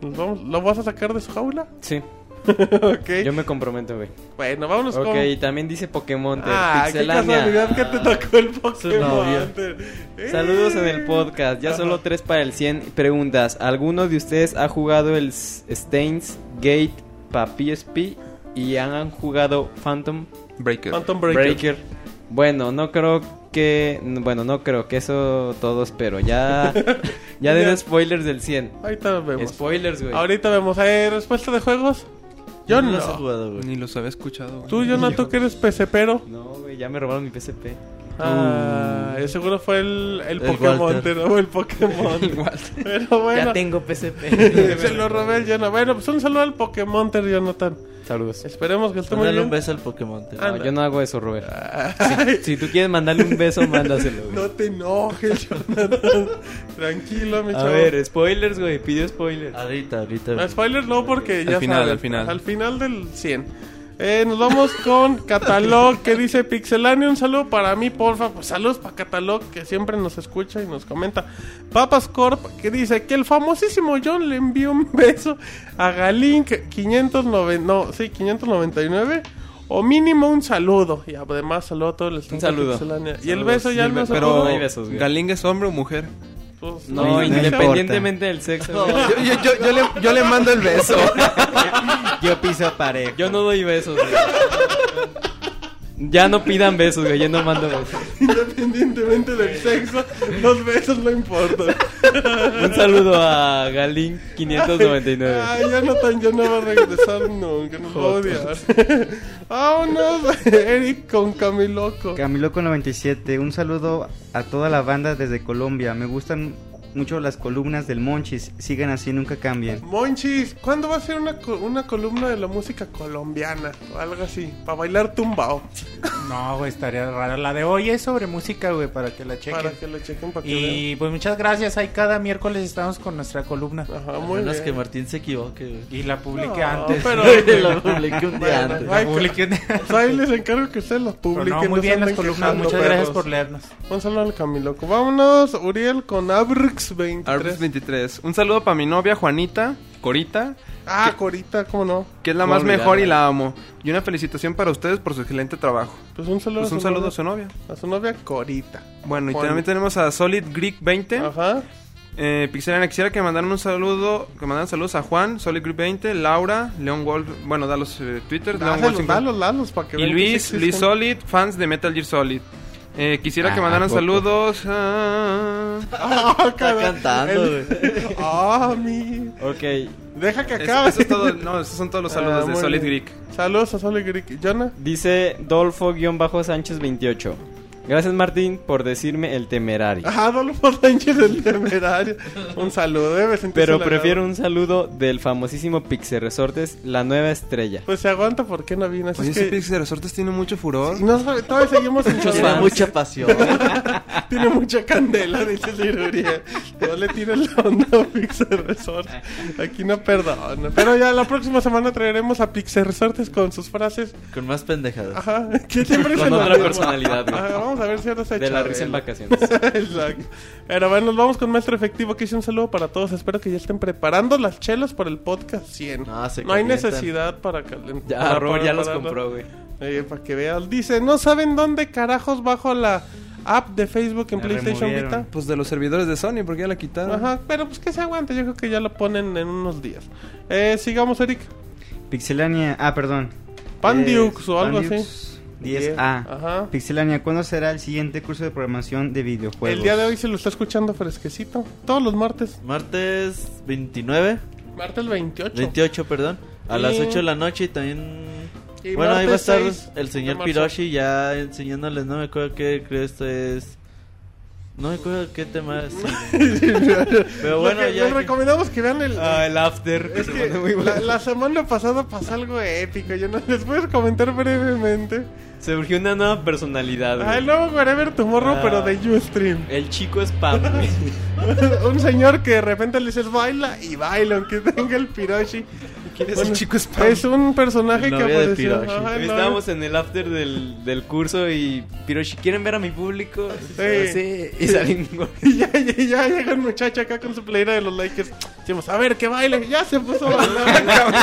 Speaker 2: Nos vamos- ¿Lo vas a sacar de su jaula?
Speaker 3: Sí,
Speaker 2: ok.
Speaker 3: yo me comprometo, güey.
Speaker 2: Bueno, vámonos
Speaker 3: Ok,
Speaker 2: con.
Speaker 3: y también dice Pokémon. Ter,
Speaker 2: Ah, qué
Speaker 3: Pixelania.
Speaker 2: casualidad que te tocó el Pokémon.
Speaker 4: novia.
Speaker 2: Eh.
Speaker 3: Saludos en el podcast. Ya solo tres para el 100 preguntas. ¿Alguno de ustedes ha jugado el S- Stains Gate para PSP y han jugado Phantom
Speaker 8: Breaker.
Speaker 2: Phantom Breaker.
Speaker 3: Breaker. Bueno, no creo que. Bueno, no creo que eso todos, pero
Speaker 2: [LAUGHS]
Speaker 3: ya. ya den spoilers del 100.
Speaker 2: Ahorita vemos.
Speaker 3: Spoilers, güey.
Speaker 2: Ahorita vemos. ¿Hay respuesta de juegos? Yo no.
Speaker 4: las he jugado, güey.
Speaker 8: Ni los había escuchado. güey.
Speaker 2: Tú,
Speaker 3: [LAUGHS]
Speaker 2: Jonah, tú que eres pecepero.
Speaker 3: No, güey, ya me robaron mi PSP.
Speaker 2: Ah, seguro fue el, el
Speaker 4: El
Speaker 2: Pokémon,
Speaker 4: Walter.
Speaker 2: de nuevo el Pokémon. Pero bueno.
Speaker 3: Ya tengo
Speaker 2: [LAUGHS]
Speaker 3: PSP.
Speaker 2: Se lo robé el Jonah. Bueno, pues un saludo al Pokémon, Jonathan.
Speaker 3: Saludos.
Speaker 2: Esperemos que esté muy
Speaker 4: Mándale
Speaker 2: bien.
Speaker 4: un beso al Pokémon. te-
Speaker 2: Ah,
Speaker 3: No, yo no hago eso, Robert.
Speaker 2: Ay,
Speaker 3: Si tú quieres mandarle un beso, mándaselo. güey.
Speaker 2: Ah. no te enojes, Jonathan. [LAUGHS] Tranquilo, mi
Speaker 3: A
Speaker 2: chavo.
Speaker 3: ver, spoilers, güey. Pidió spoilers.
Speaker 4: Ahorita, ahorita.
Speaker 2: No,
Speaker 3: Eh,
Speaker 4: güey.
Speaker 2: spoilers no, porque
Speaker 8: Al
Speaker 2: ya
Speaker 8: final,
Speaker 2: saben.
Speaker 8: al final.
Speaker 2: Al final del 100. Eh, nos vamos
Speaker 3: [LAUGHS]
Speaker 2: con Catalog, que dice Pixelania. Un saludo para mí, porfa. Pues saludos para Catalog, que siempre nos escucha y nos comenta. Papas Corp, que dice que el famosísimo John le envió un [LAUGHS] beso a Galink 509, no, sí, 599. O mínimo un saludo. Y además, saludo a todo el staff de
Speaker 3: saludo.
Speaker 2: Pixelania. Y el
Speaker 3: Saludos.
Speaker 2: beso ya
Speaker 3: Y el
Speaker 2: no
Speaker 3: be-
Speaker 2: se
Speaker 8: Pero,
Speaker 3: No hay besos, güey.
Speaker 8: ¿Galinga es hombre o mujer?
Speaker 2: Pues,
Speaker 3: No,
Speaker 2: [LAUGHS]
Speaker 7: No
Speaker 3: independientemente del sexo. güey.
Speaker 8: Yo, yo- yo- yo le, yo le mando el beso.
Speaker 7: [LAUGHS] Yo piso parejo.
Speaker 3: Yo no doy besos, güey. Ya no pidan besos, güey. Yo no mando besos.
Speaker 2: Independientemente del sexo, los besos no importan.
Speaker 3: Un saludo a Galín 599.
Speaker 2: Ay, Jonathan ya no va a regresar nunca, nos va a odiar. Vámonos, [LAUGHS] Eric con Camiloco.
Speaker 7: Camiloco97, un saludo a toda la banda desde Colombia. Me gustan mucho las columnas del Monchis. Sigan así, nunca cambien.
Speaker 2: Monchis, ¿cuándo va a ser una, co- una columna de la música colombiana? O algo así, para bailar tumbao.
Speaker 5: No, güey, estaría raro. La de hoy es sobre música, güey, para que la chequen.
Speaker 2: Para que lo chequen, para que
Speaker 5: Y pues muchas gracias. Ahí cada miércoles estamos con nuestra columna.
Speaker 2: vean. Ajá,
Speaker 4: A
Speaker 2: muy
Speaker 4: menos
Speaker 2: bien.
Speaker 4: que Martín se equivoque,
Speaker 5: [LAUGHS]
Speaker 4: güey.
Speaker 5: Y la publiqué
Speaker 2: No, [LAUGHS]
Speaker 5: antes.
Speaker 2: pero-
Speaker 4: la publiqué un día
Speaker 2: Bueno,
Speaker 4: antes.
Speaker 2: ay,
Speaker 5: La publiqué un día
Speaker 2: pues [LAUGHS] ahí les encargo que ustedes los
Speaker 5: Pero
Speaker 2: publiquen.
Speaker 5: no, muy pues,
Speaker 2: se
Speaker 5: bien las
Speaker 2: anden
Speaker 5: columnas.
Speaker 2: quejando,
Speaker 5: Muchas gracias
Speaker 2: perros.
Speaker 5: por leernos.
Speaker 2: Un saludo al Camiloco. Vámonos, Uriel con Abrx. 23.
Speaker 8: Arbus 23. Un saludo para mi novia Juanita, Corita,
Speaker 2: Ah, Corita, ¿cómo no?
Speaker 8: que es la
Speaker 2: No
Speaker 8: más
Speaker 2: olvidar,
Speaker 8: mejor y
Speaker 2: ¿no?
Speaker 8: la amo. Y una felicitación para ustedes por su excelente trabajo.
Speaker 2: Pues un saludo,
Speaker 8: Pues un saludo a su novia.
Speaker 2: novia. A su novia Corita.
Speaker 8: Bueno, y
Speaker 2: Juan.
Speaker 8: también tenemos a Solid Greek 20.
Speaker 2: Ajá.
Speaker 8: Eh, Pixelania, quisiera que mandaran un saludo, que mandaran saludos a Juan, Solid Group 20, Laura, Leon Wolf, bueno, da los eh, Twitter, Leon Wolf
Speaker 2: Dáselos,
Speaker 8: 50.
Speaker 2: dalos, dalos, para que
Speaker 8: y
Speaker 2: vean que sí
Speaker 8: Luis,
Speaker 2: existen.
Speaker 8: Luis Solid, fans de Metal Gear Solid. Eh, quisiera que
Speaker 7: Ah,
Speaker 8: mandaran
Speaker 7: poco.
Speaker 8: saludos
Speaker 2: [LAUGHS]
Speaker 8: a...
Speaker 2: [LAUGHS] Ah,
Speaker 4: Está
Speaker 2: caray.
Speaker 4: cantando,
Speaker 2: El-
Speaker 4: güey.
Speaker 2: [LAUGHS] Ah, mi.
Speaker 3: Ok,
Speaker 2: Deja que
Speaker 8: Es-
Speaker 2: acabe.
Speaker 8: eso es todo, no, esos son todos
Speaker 2: [LAUGHS]
Speaker 8: los saludos
Speaker 2: Ah,
Speaker 8: de
Speaker 2: muy
Speaker 8: Solid
Speaker 2: bien.
Speaker 8: Greek.
Speaker 2: Saludos a Solid Greek. Jonah.
Speaker 3: dice Dolfo-Sánchez28. Gracias Martín por decirme el temerario.
Speaker 2: Ah, Adolfo Sánchez del temerario. Un saludo, debe sentirse
Speaker 3: Pero
Speaker 2: halagado.
Speaker 3: prefiero un saludo del famosísimo Pixel Resortes, la nueva estrella.
Speaker 2: Pues se aguanta porque no vino. Así
Speaker 8: Oye,
Speaker 2: Pues es
Speaker 8: ese
Speaker 2: que-
Speaker 8: Pixel Resortes tiene mucho furor.
Speaker 2: Y no sabe- todavía seguimos sin
Speaker 4: Tiene
Speaker 2: saber.
Speaker 4: mucha pasión.
Speaker 2: Tiene mucha candela, dice Liruría. No le tires la onda a Pixel Resort. Aquí no perdona. Pero ya la próxima semana traeremos a Pixel Resortes con sus frases.
Speaker 4: Con más pendejadas.
Speaker 2: Ajá. Que siempre
Speaker 3: Con
Speaker 2: se lo
Speaker 3: otra
Speaker 2: mismo.
Speaker 3: personalidad, güey.
Speaker 2: Ajá, vamos a ver si ahora se
Speaker 3: De la
Speaker 2: Chabelo.
Speaker 3: risa
Speaker 8: [LAUGHS]
Speaker 3: en vacaciones.
Speaker 2: [LAUGHS] Exacto. Pero bueno, nos vamos con Maestro Efectivo que hizo un saludo para todos. Espero que ya estén preparando las chelas para el podcast 100.
Speaker 4: No, Ah, se
Speaker 2: hay
Speaker 4: calientan.
Speaker 2: necesidad para calentar.
Speaker 3: Ya,
Speaker 2: para-
Speaker 3: Robert
Speaker 2: para-
Speaker 3: ya los
Speaker 2: para-
Speaker 3: compró, güey.
Speaker 2: eh, para que vean. Dice, ¿no saben dónde carajos bajo la app de Facebook en
Speaker 7: La
Speaker 2: PlayStation
Speaker 7: removieron.
Speaker 2: Vita?
Speaker 8: Pues de los servidores de Sony, porque ya la quitaron.
Speaker 2: Ajá, pero pues que se aguante, yo creo que ya lo ponen en unos días. Eh, sigamos, Eric.
Speaker 7: Pixelania, ah, perdón.
Speaker 2: Pandiux o algo Ah.
Speaker 7: Pandiux 10A.
Speaker 4: Ah,
Speaker 2: Ajá.
Speaker 7: Pixelania, ¿cuándo será el siguiente curso de programación de videojuegos?
Speaker 2: El día de hoy se lo está escuchando fresquecito. Todos los martes.
Speaker 4: Martes 29,
Speaker 2: Martes 28.
Speaker 4: 28, perdón, a las
Speaker 2: Y-
Speaker 4: 8 de la noche y también...
Speaker 2: Y
Speaker 4: bueno, ahí va a
Speaker 2: martes
Speaker 4: estar
Speaker 2: 6
Speaker 4: el
Speaker 2: de
Speaker 4: señor
Speaker 2: marzo.
Speaker 4: Piroshi ya enseñándoles, no me acuerdo qué, creo esto es... No me acuerdo qué tema
Speaker 2: [LAUGHS]
Speaker 4: es. Pero bueno,
Speaker 2: Lo que-
Speaker 4: ya... Ah,
Speaker 2: Les recomendamos que vean el... [LAUGHS]
Speaker 3: Ah, el after.
Speaker 2: Es que la, la semana pasada pasó algo épico. Yo no les puedo comentar brevemente.
Speaker 3: Se surgió una nueva personalidad,
Speaker 2: Ah,
Speaker 3: güey.
Speaker 2: el nuevo Wherever Tomorrow,
Speaker 3: Ah.
Speaker 2: pero de Ustream.
Speaker 3: El chico
Speaker 2: [LAUGHS]
Speaker 3: spam, güey.
Speaker 2: un señor que de repente le dices baila y baila, aunque tenga el Piroshi.
Speaker 3: ¿Quién es
Speaker 2: Bueno,
Speaker 3: el chico spam?
Speaker 2: Es un personaje
Speaker 4: El
Speaker 2: que
Speaker 4: novio de
Speaker 2: apareció.
Speaker 4: Piroshi.
Speaker 2: Ajá, el novio.
Speaker 3: Estábamos en el after del, del curso y Piroshi, ¿quieren ver a mi público?
Speaker 2: Sí. [LAUGHS]
Speaker 3: Y salimos.
Speaker 2: Y ya, ya, ya llega un muchacho acá con su playera de los Lakers. Decimos, a ver, que baile. Ya se puso a
Speaker 3: [LAUGHS]
Speaker 2: bailar. cabrón.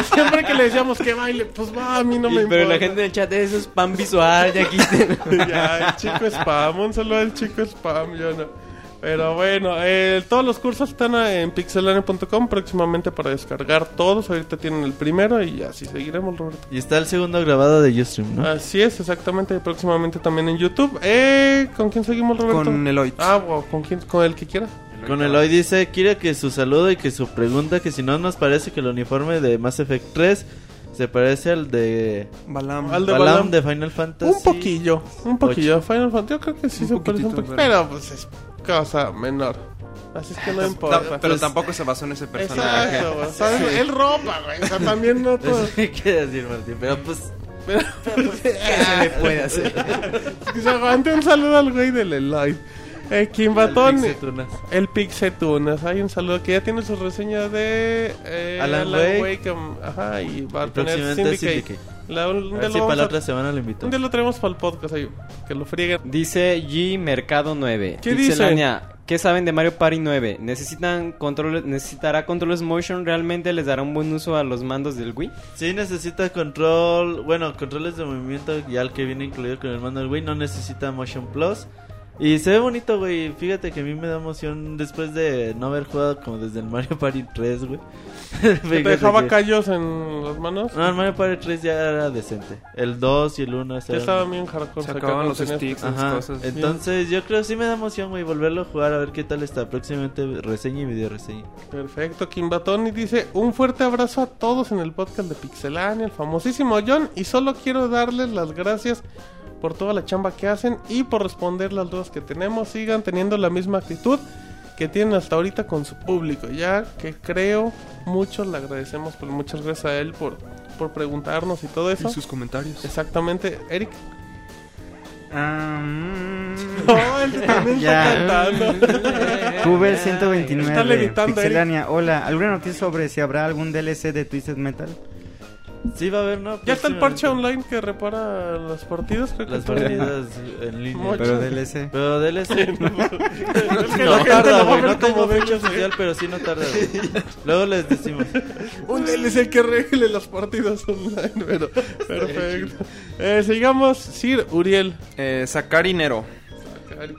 Speaker 2: Y siempre que le decíamos que baile, pues va, a mí no
Speaker 3: Y-
Speaker 2: me importa.
Speaker 3: pero la gente en el chat, eso es spam visual, ya quiten.
Speaker 2: [LAUGHS] ya, el chico spam, un saludo al chico spam, yo no. Pero bueno, eh, todos los cursos están en pixelane.com próximamente para descargar todos. Ahorita tienen el primero y así seguiremos, Roberto.
Speaker 4: Y está el segundo grabado de Ustream, ¿no?
Speaker 2: Así es, exactamente. Próximamente también en YouTube. Eh, ¿Con quién seguimos, Roberto?
Speaker 8: Con Eloy.
Speaker 2: Ah, wow, con, quién, con el que quiera.
Speaker 4: Con el hoy dice, quiere que su saludo y que su pregunta, que si no nos parece que el uniforme de Mass Effect 3 se parece al de...
Speaker 8: Balam.
Speaker 2: Al de
Speaker 4: Balam,
Speaker 2: Balam.
Speaker 4: de Final Fantasy.
Speaker 2: Un
Speaker 4: [LAUGHS]
Speaker 2: poquillo, un poquillo. Final Fantasy, yo creo que sí
Speaker 8: Un
Speaker 2: se parece un
Speaker 8: poquitito,
Speaker 2: poquillo.
Speaker 8: pero-
Speaker 2: Pero pues es cosa menor. Así es
Speaker 8: [LAUGHS]
Speaker 2: que no importa.
Speaker 8: Ta- Pero tampoco se basó en ese personaje.
Speaker 2: Exacto, güey. ¿sabes? Él ropa, güey. O sea, también
Speaker 8: [LAUGHS]
Speaker 2: no todo.
Speaker 4: Pues, ¿Qué decir, Martín? Pero pues...
Speaker 2: [LAUGHS] Pero, [LAUGHS]
Speaker 4: se le [LAUGHS] puede hacer?
Speaker 2: que se aguante un saludo al güey del Eloy. Eh, Kimbatón,
Speaker 4: Al Pixetunas.
Speaker 2: el Pixetunas. Hay un saludo que ya tiene su reseña de eh,
Speaker 4: Alan Wake.
Speaker 2: que, ajá, y va
Speaker 4: Y
Speaker 2: a tener
Speaker 4: próximamente
Speaker 2: Syndicate.
Speaker 4: Syndicate.
Speaker 2: La, un,
Speaker 4: A
Speaker 2: día
Speaker 4: ver si
Speaker 2: lo
Speaker 4: para
Speaker 2: vamos
Speaker 4: la
Speaker 2: a-
Speaker 4: otra semana lo invito.
Speaker 2: un día lo traemos para el podcast. ahí, que lo frieguen.
Speaker 3: Dice G Mercado 9.
Speaker 2: ¿Qué
Speaker 3: Pixelania, ¿Qué saben de Mario Party 9? ¿Necesitan controles, ¿Necesitará controles motion? ¿Realmente les dará un buen uso a los mandos del Wii?
Speaker 4: Sí necesita control, bueno, controles de movimiento ya el que viene incluido con el mando del Wii, no necesita Motion Plus. Y se ve bonito, güey. Fíjate que a mí me da emoción después de no haber jugado como desde el Mario Party 3, güey. [LAUGHS]
Speaker 2: ¿Que
Speaker 4: Fíjate
Speaker 2: te dejaba
Speaker 4: que-
Speaker 2: callos en las manos?
Speaker 4: No, el Mario Party 3 ya era decente. El 2 y el 1
Speaker 2: Ya
Speaker 4: estaban-
Speaker 2: estaba bien hardcore.
Speaker 8: Se acababan
Speaker 2: sacaban
Speaker 8: los
Speaker 2: tenías-
Speaker 8: sticks, esas
Speaker 4: Ajá.
Speaker 8: cosas.
Speaker 4: Entonces, yo creo que sí me da emoción, güey, volverlo a jugar a ver qué tal está. Próximamente reseña y video reseña.
Speaker 2: Perfecto, Kimbatoni dice un fuerte abrazo a todos en el podcast de Pixelania, el famosísimo John, y solo quiero darles las gracias por toda la chamba que hacen y por responder las dudas que tenemos. Sigan teniendo la misma actitud que tienen hasta ahorita con su público, ya que creo mucho le agradecemos, pero muchas gracias a él por, por preguntarnos y todo eso.
Speaker 8: Y sus comentarios.
Speaker 2: Exactamente,
Speaker 8: [LAUGHS]
Speaker 2: Eric.
Speaker 7: Ah, mm.
Speaker 2: No, él también
Speaker 7: Ya.
Speaker 2: está
Speaker 4: [LAUGHS]
Speaker 2: cantando.
Speaker 7: Cuber 129.
Speaker 2: Está levitando,
Speaker 7: Pixelania, hola. ¿Alguna noticia sobre si habrá algún DLC de Twisted Metal?
Speaker 4: Sí, va a haber, ¿no?
Speaker 2: Ya está el parche online que repara las partidas. Creo que
Speaker 4: Las
Speaker 2: todavía-
Speaker 4: partidas en línea.
Speaker 2: Pero
Speaker 7: Pero DLC.
Speaker 2: [LAUGHS]
Speaker 4: Pero DLC. no,
Speaker 2: que la gente lo
Speaker 4: tarda,
Speaker 2: va a
Speaker 4: güey.
Speaker 2: ver
Speaker 4: No tengo
Speaker 2: como
Speaker 4: fecha oficial, pero sí no tarda.
Speaker 2: [LAUGHS]
Speaker 4: güey. Luego les decimos.
Speaker 2: Un DLC que arregle las partidas online,
Speaker 4: [LAUGHS]
Speaker 2: pero perfecto. Eh, sigamos, Sir Uriel.
Speaker 8: Eh, sacar dinero.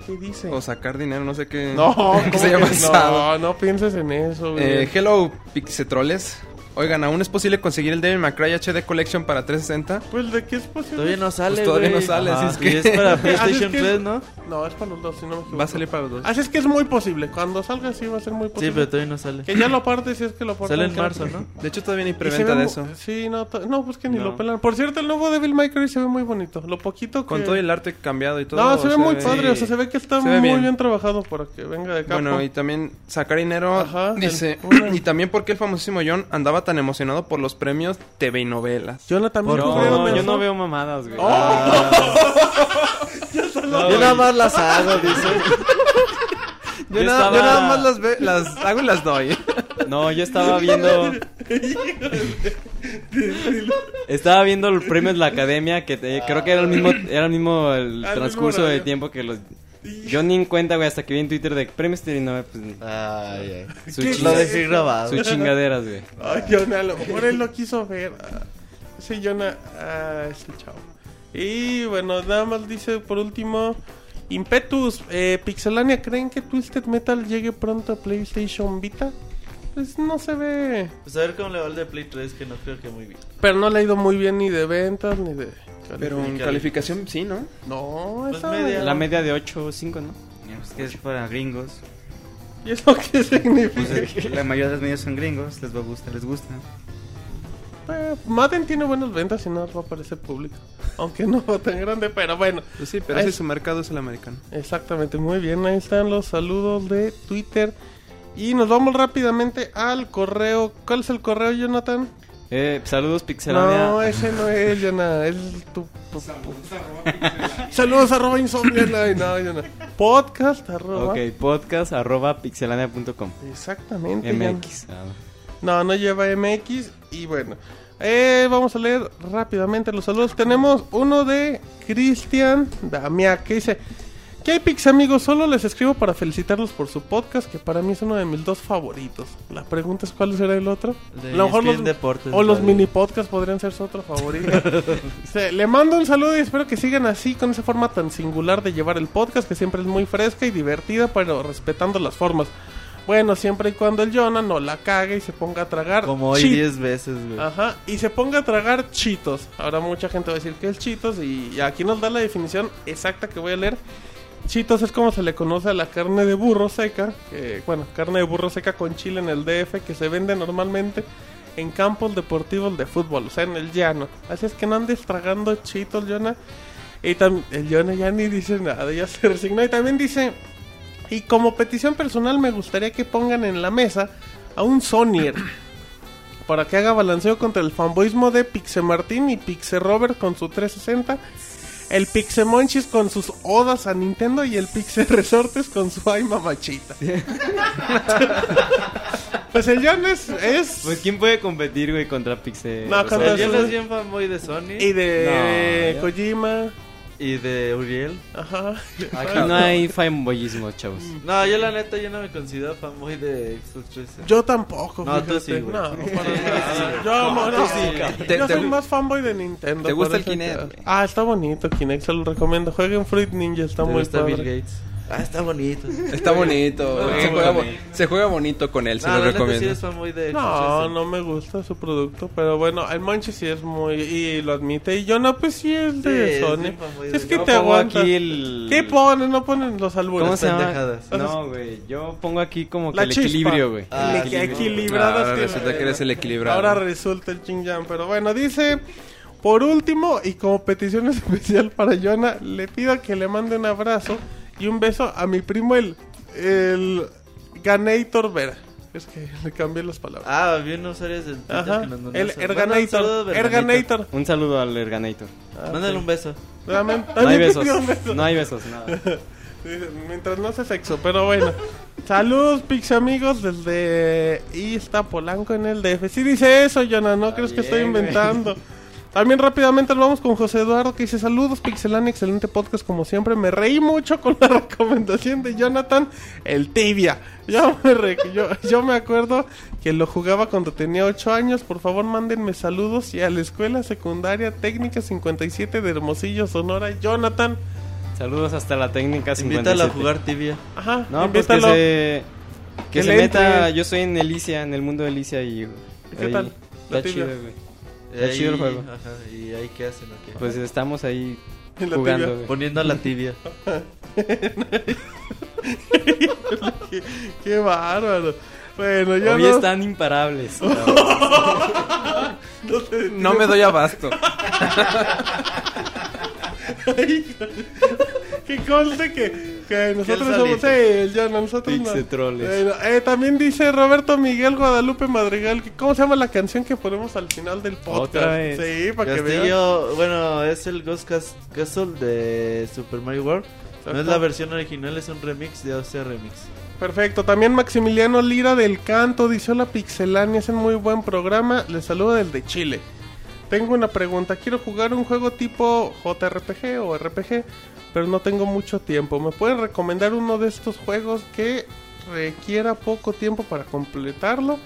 Speaker 2: ¿Qué dice?
Speaker 8: O sacar dinero, no sé qué. [LAUGHS]
Speaker 6: [LAUGHS]
Speaker 2: No, ¿cómo
Speaker 8: se llama
Speaker 2: que
Speaker 8: esa?
Speaker 2: no, no pienses en eso.
Speaker 8: Eh,
Speaker 2: Uriel.
Speaker 8: hello, Pixetroles. Oigan, ¿aún es posible conseguir el Devil May Cry HD Collection para 360?
Speaker 2: pues de qué es posible.
Speaker 4: Todavía no sale,
Speaker 8: Pues todavía
Speaker 4: güey.
Speaker 8: no sale, [LAUGHS] así es
Speaker 4: Y
Speaker 8: que-
Speaker 4: es para
Speaker 2: Así
Speaker 4: PlayStation
Speaker 2: es que-
Speaker 4: 3, ¿no?
Speaker 2: No, es para los dos, si no me equivoco.
Speaker 8: Va a salir para los dos.
Speaker 2: Así es que es muy posible. Cuando salga, sí va a ser muy
Speaker 4: Sí,
Speaker 2: posible.
Speaker 4: pero todavía no sale.
Speaker 2: Que ya lo parte, si es que lo parte.
Speaker 4: Sale en marzo, ¿no?
Speaker 8: De hecho, todavía ni preventa de eso.
Speaker 2: Sí, no, to- no, pues que ni
Speaker 4: No.
Speaker 2: lo pelan. Por cierto, el nuevo Devil May Cry se ve muy bonito. Lo poquito que...
Speaker 8: Con todo el arte cambiado y todo.
Speaker 2: No, se ve muy padre,
Speaker 4: sí.
Speaker 2: o sea, se ve que está
Speaker 8: Se ve
Speaker 2: muy
Speaker 8: bien.
Speaker 2: bien. trabajado para que venga de Capcom.
Speaker 8: eh, Bueno, y también sacar dinero.
Speaker 2: Ajá,
Speaker 8: dice.
Speaker 2: el-
Speaker 8: [CLEARS THROAT]
Speaker 2: una-
Speaker 8: y también porque el famosísimo John andaba tan emocionado por los premios TV y novelas.
Speaker 2: Jonathan,
Speaker 3: No,
Speaker 2: ¿no cubrieron
Speaker 3: no, yo
Speaker 2: eso?
Speaker 3: no veo mamadas, güey.
Speaker 8: Ah,
Speaker 4: Yo nada más las hago, dice.
Speaker 8: [LAUGHS] Yo,
Speaker 3: Yo
Speaker 8: nada,
Speaker 3: estaba-
Speaker 8: yo nada más las, ve- las hago y las doy.
Speaker 3: No, yo estaba viendo. estaba viendo los premios de la academia que te- creo que era el mismo, era el mismo el
Speaker 2: Ah, el
Speaker 3: transcurso
Speaker 2: mismo
Speaker 3: de
Speaker 2: horario.
Speaker 3: tiempo que los. Yo ni en cuenta, güey, hasta que vi en Twitter de premios y no, pues,
Speaker 4: Ay, ay.
Speaker 3: su
Speaker 2: ¿Qué?
Speaker 3: chinga-
Speaker 4: Lo dejé grabado.
Speaker 3: sus chingaderas, güey.
Speaker 2: Ay, Jonah, a lo mejor él lo quiso ver. Ah, Sí, Jonah, ah, este chavo. Y bueno, nada más dice por último: Impetus, eh, Pixelania, ¿creen que Twisted Metal llegue pronto a PlayStation Vita? Pues no se ve.
Speaker 4: Pues a ver cómo le va el de Play 3, que no creo que muy bien.
Speaker 2: Pero no le ha ido muy bien ni de ventas ni de.
Speaker 8: Pero en calificación sí, ¿no?
Speaker 2: No,
Speaker 4: Pues
Speaker 2: esa
Speaker 4: media.
Speaker 3: La media de 8 o 5, ¿no?
Speaker 7: Pues que es para gringos.
Speaker 2: ¿Y eso qué significa?
Speaker 7: Pues, eh, la mayoría de los medios son gringos, les va a gustar, les gusta.
Speaker 2: Eh, Madden tiene buenas ventas y no va a parecer público. [LAUGHS] Aunque no va tan grande, pero bueno.
Speaker 8: Pues sí, pero
Speaker 2: Ay.
Speaker 8: ese su mercado es el americano.
Speaker 2: Exactamente, muy bien. Ahí están los saludos de Twitter. Y nos vamos rápidamente al correo. ¿Cuál es el correo, Jonathan?
Speaker 3: Eh, saludos, Pixelania.
Speaker 2: No, ese no es, Jonathan. Es tu. tu- [LAUGHS] Saludos arroba insomnia. No, no, Jonah. Podcast arroba.
Speaker 3: Ok, podcast arroba pixelania.com.
Speaker 2: Exactamente. Jonah.
Speaker 3: MX. Ah,
Speaker 2: No, no lleva MX. Y bueno, eh, vamos a leer rápidamente los saludos. Tenemos uno de Cristian Damián que dice: ¿Qué hay, Pix, amigos? Solo les escribo para felicitarlos por su podcast, que para mí es uno de mis dos favoritos. La pregunta es: ¿cuál será el otro?
Speaker 4: El de
Speaker 2: A lo mejor
Speaker 4: ESPN
Speaker 2: los-
Speaker 4: Deportes,
Speaker 2: o los
Speaker 4: padre.
Speaker 2: mini podcasts podrían ser su otro favorito.
Speaker 4: [LAUGHS]
Speaker 2: Se- le mando un saludo y espero que sigan así, con esa forma tan singular de llevar el podcast, que siempre es muy fresca y divertida, pero respetando las formas. Bueno, siempre y cuando el Jonah no la cague y se ponga a [LAUGHS] tragar.
Speaker 4: Como hoy
Speaker 2: chi-
Speaker 4: 10 veces, güey.
Speaker 2: Ajá, y se ponga a tragar chitos. Ahora mucha gente va a decir que es chitos y aquí nos da la definición exacta que voy a leer. Chitos es como se le conoce a la carne de burro seca, que, bueno, carne de burro seca con chile en el DF que se vende normalmente en campos deportivos de fútbol, o sea, en el llano. Así es que no andes tragando chitos, Jonah. Y tam- el Jonah ya ni dice nada, ya se resignó. Y también dice, y como petición personal me gustaría que pongan en la mesa a un Sonyer [CLEARS THROAT] para que haga balanceo contra el fanboyismo de Pixe Martín y Pixe Robert con su 360, el Pixe Monchis con sus odas a Nintendo y el Pixe Resortes con su ay mamachita. [LAUGHS] pues el John es, es-
Speaker 3: Pues, ¿quién puede competir, güey, contra Pixel?
Speaker 2: No,
Speaker 3: o sea,
Speaker 2: contra-
Speaker 4: El Diablo es bien fanboy de Sony
Speaker 2: y
Speaker 4: y,
Speaker 2: de
Speaker 3: No, ya.
Speaker 2: Kojima,
Speaker 4: de Uriel.
Speaker 2: ajá.
Speaker 3: Aquí no hay fanboyismo, chavos.
Speaker 4: No, yo la neta, yo no me considero fanboy de Xbox 360.
Speaker 2: Yo tampoco,
Speaker 4: No, tú
Speaker 2: fíjate.
Speaker 4: sí, güey.
Speaker 2: No, para
Speaker 4: Sí,
Speaker 2: nada.
Speaker 4: sí.
Speaker 2: Yo, no,
Speaker 4: tú
Speaker 2: no.
Speaker 4: sí.
Speaker 8: Te-
Speaker 2: Yo
Speaker 8: te-
Speaker 2: soy más fanboy de Nintendo.
Speaker 8: ¿Te gusta el
Speaker 2: por eso
Speaker 8: Kinect,
Speaker 2: que-
Speaker 8: güey?
Speaker 2: Ah, está bonito Kinect, se lo recomiendo. Jueguen Fruit Ninja, está
Speaker 4: Me
Speaker 2: muy
Speaker 4: gusta
Speaker 2: padre.
Speaker 4: Bill Gates. Ah, está bonito.
Speaker 8: Está bonito.
Speaker 4: Ah,
Speaker 8: se, juega, bo-
Speaker 4: bonito.
Speaker 8: se juega bonito con él, se
Speaker 4: no,
Speaker 8: lo
Speaker 4: la neta sí
Speaker 8: recomiendo.
Speaker 4: eres fanboy de Xbox
Speaker 2: No,
Speaker 4: 360.
Speaker 2: no me gusta su producto, pero bueno, el Monchi sí es muy... y lo admite, y yo no, pues sí es de
Speaker 4: es bien
Speaker 2: Sony.
Speaker 4: fanboy
Speaker 2: Si
Speaker 4: de
Speaker 2: es que
Speaker 3: Yo
Speaker 2: te
Speaker 3: pongo
Speaker 2: aguanta.
Speaker 3: aquí el...
Speaker 2: ¿Qué ponen? No ponen los albures.
Speaker 3: ¿Cómo se llama?
Speaker 4: pendejadas.
Speaker 3: No, güey, yo pongo aquí como que
Speaker 2: La
Speaker 3: el
Speaker 2: chispa.
Speaker 3: equilibrio, güey.
Speaker 4: Ah,
Speaker 2: Le- que equilibradas
Speaker 8: Ahora
Speaker 2: que-
Speaker 8: resulta que eres el equilibrado.
Speaker 2: Ahora resulta el chingyang, pero bueno, dice... Por último, y como petición [LAUGHS] especial para Joana, le pido que le mande un abrazo y un beso a mi primo el... El... Ganator Vera. Es que [LAUGHS] le cambié las palabras.
Speaker 4: Ah, vi unos usuarios del Twitter
Speaker 2: Ajá,
Speaker 4: que nos mandaron
Speaker 2: el
Speaker 4: saludos. Manda un saludo,
Speaker 2: Erganator.
Speaker 4: Bernardito.
Speaker 2: Erganator.
Speaker 3: Un saludo al Erganator.
Speaker 2: Ah,
Speaker 4: Mándale
Speaker 2: sí.
Speaker 4: un beso.
Speaker 2: También-
Speaker 3: No
Speaker 2: [LAUGHS]
Speaker 3: hay
Speaker 2: también te
Speaker 3: besos.
Speaker 2: pido un beso.
Speaker 3: No hay besos, nada.
Speaker 2: Mientras no hace sexo, pero
Speaker 3: [LAUGHS]
Speaker 2: bueno. Saludos, pix amigos, desde Ista Polanco en el DF. Sí dice eso, Jonah, no crees que estoy inventando. También rápidamente nos vamos con José Eduardo que dice saludos Pixelani, excelente podcast como siempre. Me reí mucho con la [LAUGHS] recomendación de Jonathan, el tibia. Yo me, re- yo, yo me acuerdo que lo jugaba cuando tenía 8 años. Por favor mándenme saludos y a la escuela secundaria técnica 57 de Hermosillo, Sonora. Jonathan,
Speaker 3: Saludos hasta la técnica 57.
Speaker 4: Invítalo a jugar tibia.
Speaker 2: ajá,
Speaker 3: No, pues que
Speaker 2: invítalo.
Speaker 3: se, que
Speaker 2: Que
Speaker 3: se
Speaker 2: le
Speaker 3: meta.
Speaker 2: entre.
Speaker 3: Yo soy en Elicia, en el mundo de Elicia y.
Speaker 2: ¿Qué
Speaker 3: ahí
Speaker 2: tal? La
Speaker 3: Está
Speaker 2: tibia.
Speaker 3: chido, güey. Está chido el juego.
Speaker 4: Ajá, y ahí qué hacen, o qué?
Speaker 3: Pues estamos ahí
Speaker 2: En [LAUGHS] la tibia.
Speaker 3: jugando, güey.
Speaker 4: Poniendo a la tibia.
Speaker 2: Qué bárbaro. Bueno, yo
Speaker 3: Hoy
Speaker 2: no,
Speaker 3: están imparables.
Speaker 2: [LAUGHS] no sé.
Speaker 6: No me doy abasto.
Speaker 2: [LAUGHS] Que conste que, que nosotros
Speaker 4: él
Speaker 2: somos. Sí,
Speaker 4: solito.
Speaker 2: el Jonah, nosotros no.
Speaker 3: Pixetroles.
Speaker 2: Bueno, eh, también dice Roberto Miguel Guadalupe Madrigal. Que, ¿Cómo se llama la canción que ponemos al final del podcast?
Speaker 3: Otra vez.
Speaker 2: Sí, para que vean.
Speaker 4: Castillo, bueno, es el Ghost Cas- Castle de Super Mario World. No es la versión original, es un remix de OCR Remix.
Speaker 2: Perfecto. También Maximiliano Lira del Canto dice: Hola Pixelania, es un muy buen programa. Les saludo desde Chile. Tengo una pregunta. Quiero jugar un juego tipo JRPG o RPG, pero no tengo mucho tiempo. ¿Me pueden recomendar uno de estos juegos que requiera poco tiempo para completarlo?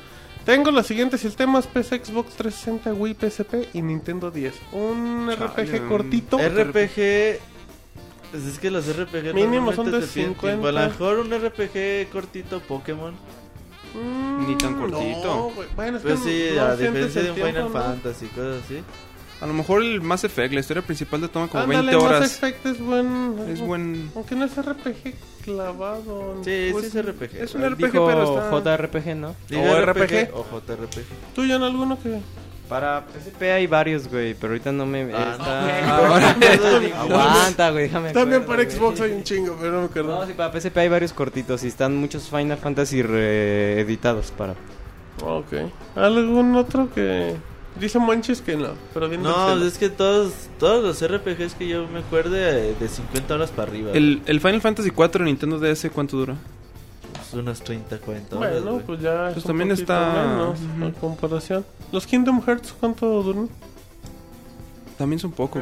Speaker 2: Tengo los siguientes sistemas: PC, Xbox 360, Wii, PSP y Nintendo 10. Un RPG cortito.
Speaker 4: RPG. Pues es que los RPG
Speaker 2: Mínimo son
Speaker 4: normalmente
Speaker 2: de
Speaker 4: te piden
Speaker 2: 50.
Speaker 4: tiempo. A lo mejor un RPG cortito Pokémon.
Speaker 2: Mm,
Speaker 6: Ni tan
Speaker 2: no,
Speaker 6: cortito.
Speaker 2: güey. bueno, es
Speaker 4: Pues
Speaker 2: que
Speaker 4: sí,
Speaker 2: no
Speaker 4: a
Speaker 2: sientes
Speaker 4: diferencia
Speaker 2: el
Speaker 4: de un
Speaker 2: tiempo,
Speaker 4: Final
Speaker 2: ¿no?
Speaker 4: Fantasy, cosas así.
Speaker 6: A lo mejor el Mass Effect, la historia principal te toma como
Speaker 2: Ándale,
Speaker 6: 20
Speaker 2: Mass
Speaker 6: horas.
Speaker 2: Effect es buen.
Speaker 6: Es buen.
Speaker 2: Aunque no es RPG clavado.
Speaker 4: Sí,
Speaker 2: Pues,
Speaker 4: sí es RPG.
Speaker 2: Es
Speaker 4: ¿no?
Speaker 2: un RPG,
Speaker 3: Dijo
Speaker 2: pero está.
Speaker 3: JRPG, ¿no?
Speaker 4: Digo
Speaker 2: o
Speaker 4: RPG
Speaker 2: RPG.
Speaker 4: o JRPG.
Speaker 2: ¿Tú ya en alguno que.?
Speaker 3: Para PSP hay varios, güey, pero ahorita no me. [LAUGHS]
Speaker 4: Ah,
Speaker 3: está-
Speaker 4: no, [LAUGHS] no, no, no,
Speaker 2: [LAUGHS]
Speaker 4: no, no, no, no, no.
Speaker 3: [LAUGHS] Aguanta, güey, déjame.
Speaker 2: También
Speaker 3: acuerdo,
Speaker 2: para
Speaker 3: güey.
Speaker 2: Xbox hay un chingo, pero no me acuerdo.
Speaker 3: No, sí, para PSP hay varios cortitos y están muchos Final Fantasy reeditados para.
Speaker 2: Ok. ¿Algún otro que.? Dice Monchis que no, pero bien
Speaker 4: No, pues
Speaker 2: del-
Speaker 4: es que todos todos los RPGs que yo me acuerde eh, de 50 horas para arriba.
Speaker 6: El, el Final Fantasy 4 en Nintendo DS, ¿cuánto dura?
Speaker 4: Pues unas 30, 40 horas.
Speaker 2: Bueno,
Speaker 4: güey.
Speaker 2: pues ya. es
Speaker 6: Pues
Speaker 2: un
Speaker 6: también
Speaker 2: poquito
Speaker 6: está-
Speaker 2: menos,
Speaker 6: Ujú.
Speaker 2: en comparación. ¿Los Kingdom Hearts cuánto duran?
Speaker 6: También es un poco.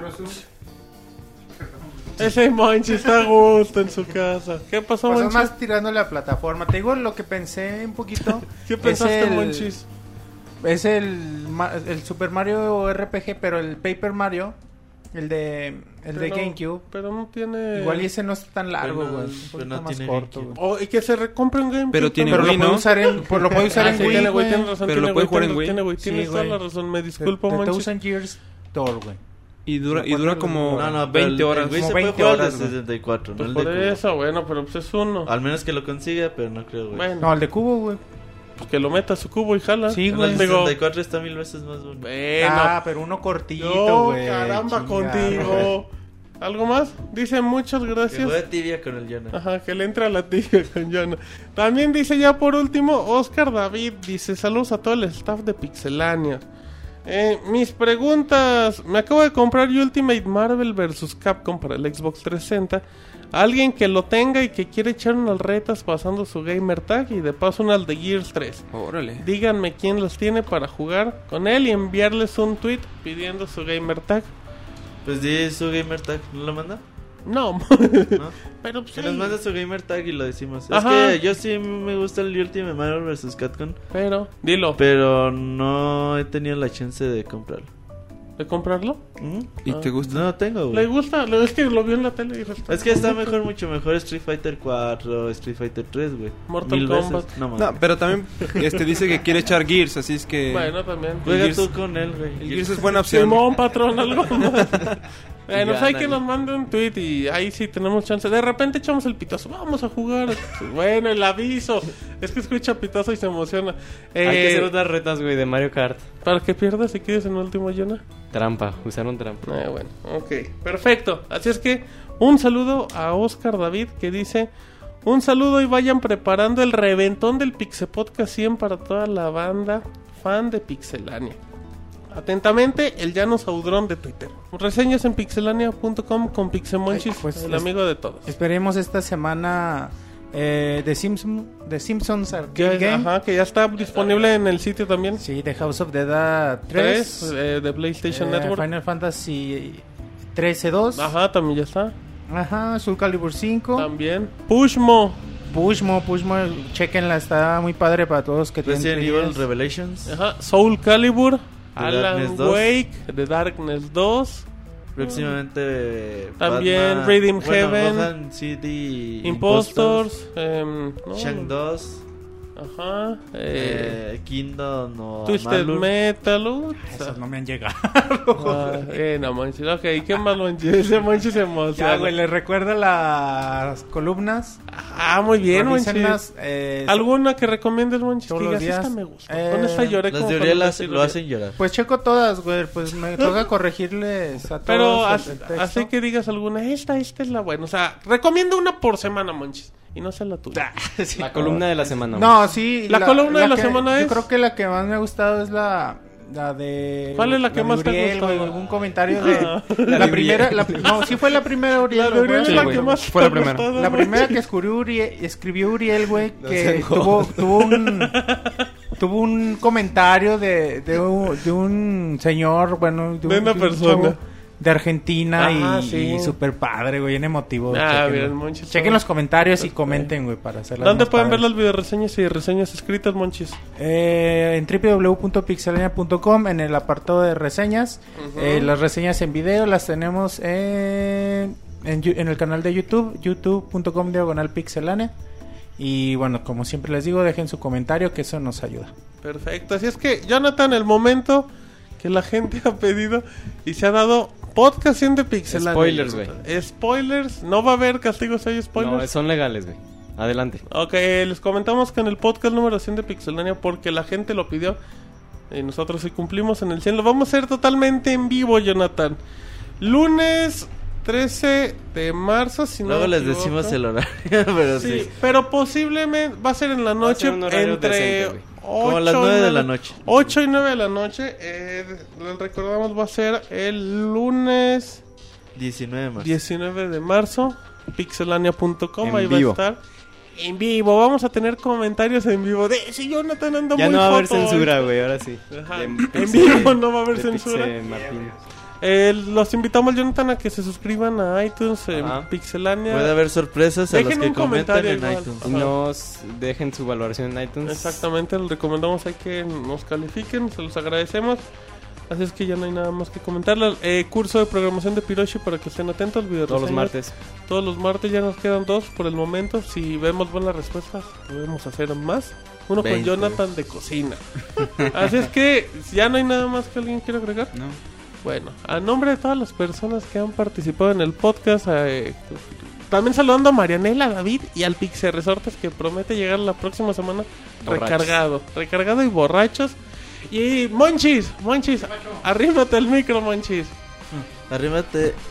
Speaker 2: Ese Monchis está a gusto en su casa. ¿Qué pasó,
Speaker 5: Pues es
Speaker 2: Monchis?
Speaker 5: más tirándole a plataforma. Te digo lo que pensé un poquito.
Speaker 2: ¿Qué
Speaker 5: es
Speaker 2: pensaste,
Speaker 5: el-
Speaker 2: Monchis?
Speaker 5: Es el, ma- el Super Mario RPG, pero el Paper Mario, el de, el de
Speaker 2: Pero-
Speaker 5: GameCube.
Speaker 2: Pero no Eh. tiene.
Speaker 5: Igual y ese no es tan largo,
Speaker 4: Pero no-
Speaker 5: güey. Es un
Speaker 4: pero
Speaker 5: poquito
Speaker 4: no
Speaker 5: más
Speaker 4: tiene
Speaker 5: corto,
Speaker 4: GameCube.
Speaker 5: güey.
Speaker 2: O, Oh, y que se re- compre un game.
Speaker 6: Pero
Speaker 2: Kit
Speaker 6: tiene
Speaker 5: Pero
Speaker 2: también.
Speaker 5: lo
Speaker 6: Wii,
Speaker 5: puede
Speaker 6: ¿no?
Speaker 5: usar en, pues lo puede usar
Speaker 2: Ah,
Speaker 5: en
Speaker 2: sí,
Speaker 5: Wii,
Speaker 2: tiene Wii,
Speaker 5: güey.
Speaker 2: tienes razón,
Speaker 6: Pero lo
Speaker 2: tiene
Speaker 6: puede
Speaker 2: Wii,
Speaker 6: jugar en
Speaker 2: tiene-
Speaker 6: Wii.
Speaker 2: tiene Wii,
Speaker 5: Sí,
Speaker 2: tienes toda
Speaker 5: güey.
Speaker 2: la razón, me disculpo,
Speaker 5: The
Speaker 2: Monchis.
Speaker 5: Thousand Years Door, güey.
Speaker 6: Y dura, y
Speaker 5: ¿Cuánto
Speaker 6: dura
Speaker 5: dura?
Speaker 6: como
Speaker 4: No, no, pero
Speaker 6: 20
Speaker 4: el-
Speaker 6: horas.
Speaker 4: El güey
Speaker 5: Como
Speaker 4: se puede
Speaker 5: 20
Speaker 4: jugar
Speaker 5: horas,
Speaker 4: de
Speaker 5: güey.
Speaker 4: 64, no
Speaker 2: Pues
Speaker 4: el de
Speaker 2: por
Speaker 4: cubo.
Speaker 2: eso, bueno, pero pues es uno.
Speaker 4: Al menos que lo consiga, pero no creo, güey.
Speaker 2: Bueno,
Speaker 5: No, el de cubo, güey.
Speaker 2: pues que lo meta a su cubo y jala.
Speaker 5: Sí,
Speaker 4: Pero el
Speaker 5: güey.
Speaker 4: de
Speaker 2: Digo,
Speaker 4: 64 está mil veces más bonito.
Speaker 2: bueno.
Speaker 5: Ah, pero uno cortito,
Speaker 2: Eh, no,
Speaker 5: güey.
Speaker 2: caramba,
Speaker 5: Chingado, güey.
Speaker 2: contigo. ¿Algo más? Dice muchas
Speaker 4: Que juega
Speaker 2: gracias.
Speaker 4: tibia con el Jonah.
Speaker 2: Ajá, que le entra la tía [LAUGHS] con Jonah. También dice ya por último, Oscar David dice saludos a todo el staff de Pixelania. Eh, mis preguntas. Me acabo de comprar Ultimate Marvel vs. Capcom para el Xbox 360. Alguien que lo tenga y que quiere echar unas retas pasando su gamer tag y de paso unas de Gears 3.
Speaker 6: Órale.
Speaker 2: Díganme quién las tiene para jugar con él y enviarles un tweet pidiendo su gamer tag.
Speaker 4: Pues di su gamer tag, ¿no lo manda?
Speaker 2: No, [LAUGHS]
Speaker 4: ¿No?
Speaker 2: pero pues,
Speaker 4: Que nos
Speaker 2: ahí-
Speaker 4: manda su gamer tag y lo decimos.
Speaker 2: Ajá.
Speaker 4: Es que yo sí me gusta el Ultimate Mario vs. Capcom,
Speaker 2: Pero, dilo,
Speaker 4: pero no he tenido la chance de comprarlo.
Speaker 2: ¿de comprarlo? Ah.
Speaker 4: ¿Mm?
Speaker 6: ¿Y te gusta?
Speaker 4: No lo tengo,
Speaker 2: Le
Speaker 4: güey.
Speaker 2: gusta, Le- es que lo vio en la tele y dijo,
Speaker 4: Es que está mejor, mucho mejor Street Fighter 4, Street Fighter 3, güey.
Speaker 2: Mortal
Speaker 4: Mil
Speaker 2: Kombat.
Speaker 4: Veces. No, mames.
Speaker 6: No, pero también este, dice que quiere echar Gears, así es que.
Speaker 2: Bueno, también.
Speaker 4: Juega
Speaker 6: el
Speaker 4: [LAUGHS]
Speaker 6: Gears-
Speaker 4: tú con él, güey.
Speaker 6: el Gears es buena opción.
Speaker 2: Simón, patrón, algo más. Bueno, pues hay
Speaker 4: Gánale.
Speaker 2: que nos mande un tweet y ahí sí tenemos chance. De repente echamos el pitazo. Vamos a jugar. [LAUGHS] Bueno, el aviso. Es que escucha pitazo y se emociona. Eh,
Speaker 3: Hay que hacer otras retas, güey, de Mario Kart.
Speaker 2: Para que pierdas si quieres en último, Jonah.
Speaker 3: Trampa, usaron trampa.
Speaker 2: Eh, bueno, ok, perfecto. Así es que un saludo a Oscar David que dice: Un saludo y vayan preparando el reventón del Pixel Podcast 100 para toda la banda fan de Pixelania. Atentamente, el Llano Saudrón de Twitter. Reseñas en pixelania.com con Pixemonchis,
Speaker 5: Ay, pues,
Speaker 2: el
Speaker 5: es-
Speaker 2: amigo de todos.
Speaker 5: Esperemos esta semana eh, The, Simpson, The Simpsons Arcade
Speaker 2: Que,
Speaker 5: Game.
Speaker 2: ajá, que ya está disponible en el sitio también.
Speaker 5: Sí, The House of the Dead 3.
Speaker 2: 3 eh, de PlayStation
Speaker 5: eh,
Speaker 2: Network.
Speaker 5: Final Fantasy 13-2. Ajá.
Speaker 2: Ajá, también ya está.
Speaker 5: Soul Calibur 5.
Speaker 2: También. Pushmo.
Speaker 5: Pushmo, Pushmo, chequenla, está muy padre para todos que
Speaker 4: Resident
Speaker 5: tienen
Speaker 4: Evil
Speaker 5: 3DS.
Speaker 4: Revelations.
Speaker 2: Ajá, Soul Calibur. Alan
Speaker 4: Darkness 2.
Speaker 2: Wake. The Darkness 2.
Speaker 4: Próximamente. eh,
Speaker 2: También Rhythm
Speaker 4: bueno,
Speaker 2: Heaven.
Speaker 4: Gotham City.
Speaker 2: Impostors. em, no,
Speaker 4: Shang 2.
Speaker 2: Ajá. eh,
Speaker 4: eh, Kingdom o
Speaker 2: Twisted
Speaker 4: Amalur.
Speaker 2: Metal. uh,
Speaker 5: Esos no me han llegado.
Speaker 2: ah, eh, no manches. Ok, qué mal manches. [LAUGHS] Ese manches se emociona.
Speaker 5: [LAUGHS] Ya, güey, les recuerda las columnas.
Speaker 2: Ah, muy bien, manches.
Speaker 5: Revísenlas, eh,
Speaker 2: ¿Alguna que recomiendes, manches?
Speaker 5: Todos
Speaker 2: Que
Speaker 5: los
Speaker 2: digas, esta
Speaker 5: días.
Speaker 2: me gusta.
Speaker 5: Eh,
Speaker 2: Con esta lloré
Speaker 4: Las
Speaker 2: como
Speaker 4: de
Speaker 2: con
Speaker 4: Uriel
Speaker 2: otra
Speaker 4: hace-
Speaker 2: sí
Speaker 4: lo
Speaker 2: lloré.
Speaker 4: hacen llorar.
Speaker 5: Pues checo todas, güey. Pues me toca corregirles a todos.
Speaker 2: Pero
Speaker 5: el
Speaker 2: as-
Speaker 5: texto.
Speaker 2: así que digas alguna, esta, esta es la buena. O sea, recomiendo una por semana, monches. Y no sea la tuya.
Speaker 5: [LAUGHS] Sí.
Speaker 3: La
Speaker 4: Ah.
Speaker 3: columna de la semana.
Speaker 5: No, sí.
Speaker 2: ¿La columna de la
Speaker 5: que-
Speaker 2: semana es?
Speaker 5: Yo creo que la que más me ha gustado es la, la de.
Speaker 2: ¿Cuál es la que
Speaker 5: de
Speaker 2: más te ha
Speaker 5: Uriel,
Speaker 2: gustado?
Speaker 5: güey,
Speaker 2: [LAUGHS]
Speaker 5: algún comentario de.
Speaker 2: Ah.
Speaker 5: La,
Speaker 3: La de
Speaker 5: primera. la- no, sí fue la primera Uriel.
Speaker 2: La de Uriel
Speaker 5: güey.
Speaker 2: es
Speaker 3: Sí,
Speaker 2: la
Speaker 3: güey.
Speaker 2: que más
Speaker 8: Fue
Speaker 2: te
Speaker 8: la
Speaker 2: ha
Speaker 8: primera.
Speaker 2: gustado,
Speaker 5: La
Speaker 2: güey.
Speaker 5: primera que escribió Uriel, escribió Uriel güey,
Speaker 3: No
Speaker 5: que
Speaker 3: sean
Speaker 5: tuvo,
Speaker 2: [LAUGHS]
Speaker 5: tuvo un tuvo un comentario de, de, un, de un señor, bueno, de, un-
Speaker 2: De una
Speaker 5: un
Speaker 2: persona.
Speaker 5: chavo de Argentina
Speaker 2: Ah,
Speaker 5: y,
Speaker 2: sí.
Speaker 5: y super padre, güey, bien emotivo.
Speaker 2: Ah,
Speaker 5: Chequenlo.
Speaker 2: mira, el Monchis.
Speaker 5: Chequen los comentarios y comenten, güey, para hacerlas
Speaker 2: ¿Dónde
Speaker 5: más
Speaker 2: pueden ver
Speaker 5: padres.
Speaker 2: las videoreseñas y reseñas escritas, monches?
Speaker 5: Eh, en www.pixelania.com en el apartado de reseñas. Eh, las reseñas en video las tenemos en, en, Yu- en el canal de YouTube, youtube.com diagonal pixelania. Y bueno, como siempre les digo, dejen su comentario que eso nos ayuda.
Speaker 2: Perfecto. Así es que, Jonathan, el momento que la gente [LAUGHS] ha pedido y se ha dado podcast de pixelania.
Speaker 3: Spoilers, güey.
Speaker 2: Spoilers. No va a haber castigos, hay spoilers.
Speaker 3: No, son legales, güey. Adelante.
Speaker 2: Ok, les comentamos que en el podcast número 100 de Pixelania, porque la gente lo pidió, y nosotros sí cumplimos en el 100, lo vamos a hacer totalmente en vivo, Jonathan. Lunes 13 de marzo, si no
Speaker 4: Luego
Speaker 2: me
Speaker 4: les
Speaker 2: equivoco.
Speaker 4: decimos el horario, [LAUGHS] pero sí.
Speaker 2: Sí, pero posiblemente va a ser en la
Speaker 3: a ser
Speaker 2: noche
Speaker 3: un horario
Speaker 2: entre
Speaker 3: decente, güey.
Speaker 4: Como a las 9 de la noche.
Speaker 2: 8 y 9 de la noche, eh, les recordamos va a ser el lunes
Speaker 4: 19 más.
Speaker 2: 19 de marzo, pixelania.com,
Speaker 3: En
Speaker 2: ahí
Speaker 3: vivo.
Speaker 2: va a estar. En vivo, vamos a tener comentarios en vivo. De si Jonathan anda
Speaker 3: Ya
Speaker 2: muy
Speaker 3: no va a haber
Speaker 2: joto hoy".
Speaker 3: censura, güey, ahora sí.
Speaker 2: Ajá.
Speaker 3: De
Speaker 2: En
Speaker 3: Pixel-
Speaker 2: vivo no va a haber
Speaker 3: de
Speaker 2: censura.
Speaker 3: Pixel Martín.
Speaker 2: Eh, los invitamos, Jonathan, a que se suscriban a iTunes, en
Speaker 3: Ajá.
Speaker 2: Pixelania.
Speaker 4: Puede haber sorpresas a
Speaker 2: Dejen
Speaker 4: los que
Speaker 2: un
Speaker 4: comentan
Speaker 2: comentario
Speaker 4: en
Speaker 2: igual.
Speaker 4: iTunes.
Speaker 3: Y nos dejen su valoración en iTunes.
Speaker 2: Exactamente, les recomendamos ahí que nos califiquen, se los agradecemos. Así es que ya no hay nada más que comentar. Eh, curso de programación de Piroshi para que estén atentos. Video
Speaker 3: Todos los martes.
Speaker 2: Todos los martes ya nos quedan dos por el momento. Si vemos buenas respuestas, podemos hacer más. Uno
Speaker 4: Veinte.
Speaker 2: con Jonathan de cocina. [LAUGHS] Así es que ya no hay nada más que alguien quiera agregar.
Speaker 7: No.
Speaker 2: Bueno, a nombre de todas las personas que han participado en el podcast, eh, también saludando a Marianela, a David y al Pixel Resortes que promete llegar la próxima semana
Speaker 3: Borrachos.
Speaker 2: recargado, recargado y borrachos. Y Monchis, Monchis, arrímate el micro, Monchis.
Speaker 4: Arrímate.
Speaker 5: [LAUGHS]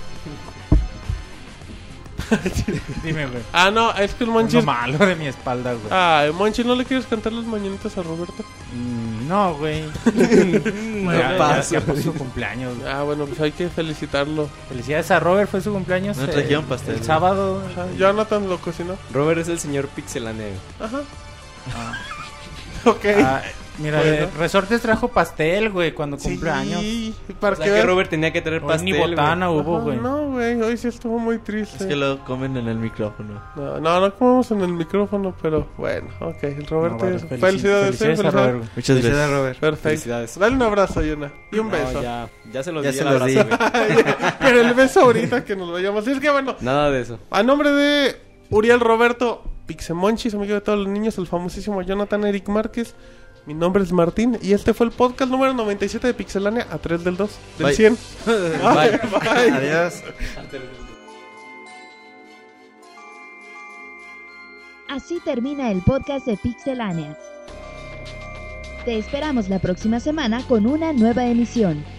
Speaker 5: Dime, güey.
Speaker 2: Ah, no, es que el
Speaker 5: Lo
Speaker 2: Monchis.
Speaker 5: malo de mi espalda, güey.
Speaker 2: Ay, Monchis, Ah, ¿no le quieres cantar las mañanitas a Roberto?
Speaker 5: Mm, No, güey. [LAUGHS]
Speaker 2: Bueno,
Speaker 5: ya,
Speaker 2: ya.
Speaker 5: ya, ya fue su cumpleaños, güey.
Speaker 2: Ah, bueno, pues hay que felicitarlo.
Speaker 5: Felicidades a Robert, fue su cumpleaños.
Speaker 4: Nos
Speaker 5: eh,
Speaker 4: trajeron pastel.
Speaker 5: El sábado.
Speaker 2: Ajá, Ah, Jonathan lo cocinó.
Speaker 3: Robert es el señor pixelaneo.
Speaker 2: Ajá.
Speaker 5: Ah.
Speaker 2: [LAUGHS] Ok.
Speaker 5: Ah, mira,
Speaker 2: Bueno.
Speaker 5: eh, Resortes trajo pastel, güey, cuando cumpleaños.
Speaker 2: Sí, para
Speaker 3: O sea
Speaker 2: que
Speaker 3: que
Speaker 2: veas-
Speaker 3: Robert tenía que traer
Speaker 5: Hoy ni
Speaker 3: pastel. güey.
Speaker 5: botana hubo,
Speaker 2: Ajá,
Speaker 5: güey.
Speaker 2: No, güey, hoy sí estuvo muy triste.
Speaker 4: Es que lo comen en el micrófono.
Speaker 2: No, no, no comemos en el micrófono, pero bueno, ok. el
Speaker 5: No,
Speaker 2: Roberto,
Speaker 5: vale,
Speaker 2: felicidades, felicidades,
Speaker 5: felicidades a Robert, güey.
Speaker 4: Muchas
Speaker 7: Felicidades,
Speaker 4: gracias.
Speaker 7: Robert.
Speaker 2: Perfecto.
Speaker 3: Felicidades.
Speaker 2: Dale un abrazo, Yuna. Y un
Speaker 3: No,
Speaker 2: beso.
Speaker 3: ya, ya se los
Speaker 4: Ya
Speaker 3: di
Speaker 4: se
Speaker 3: el
Speaker 4: los
Speaker 3: abrazo,
Speaker 4: di.
Speaker 3: güey.
Speaker 2: [LAUGHS] Pero el beso ahorita que nos lo llamamos. Es que bueno,
Speaker 3: Nada de eso.
Speaker 2: a nombre de Uriel Roberto, Pixemonchis, amigo de todos los niños, el famosísimo Jonathan Eric Márquez. Mi nombre es Martín y este fue el podcast número 97 de Pixelania a 3 del 2, del
Speaker 4: Bye.
Speaker 2: 100.
Speaker 3: Bye.
Speaker 2: Bye.
Speaker 7: Adiós.
Speaker 1: Así termina el podcast de Pixelania. Te esperamos la próxima semana con una nueva emisión.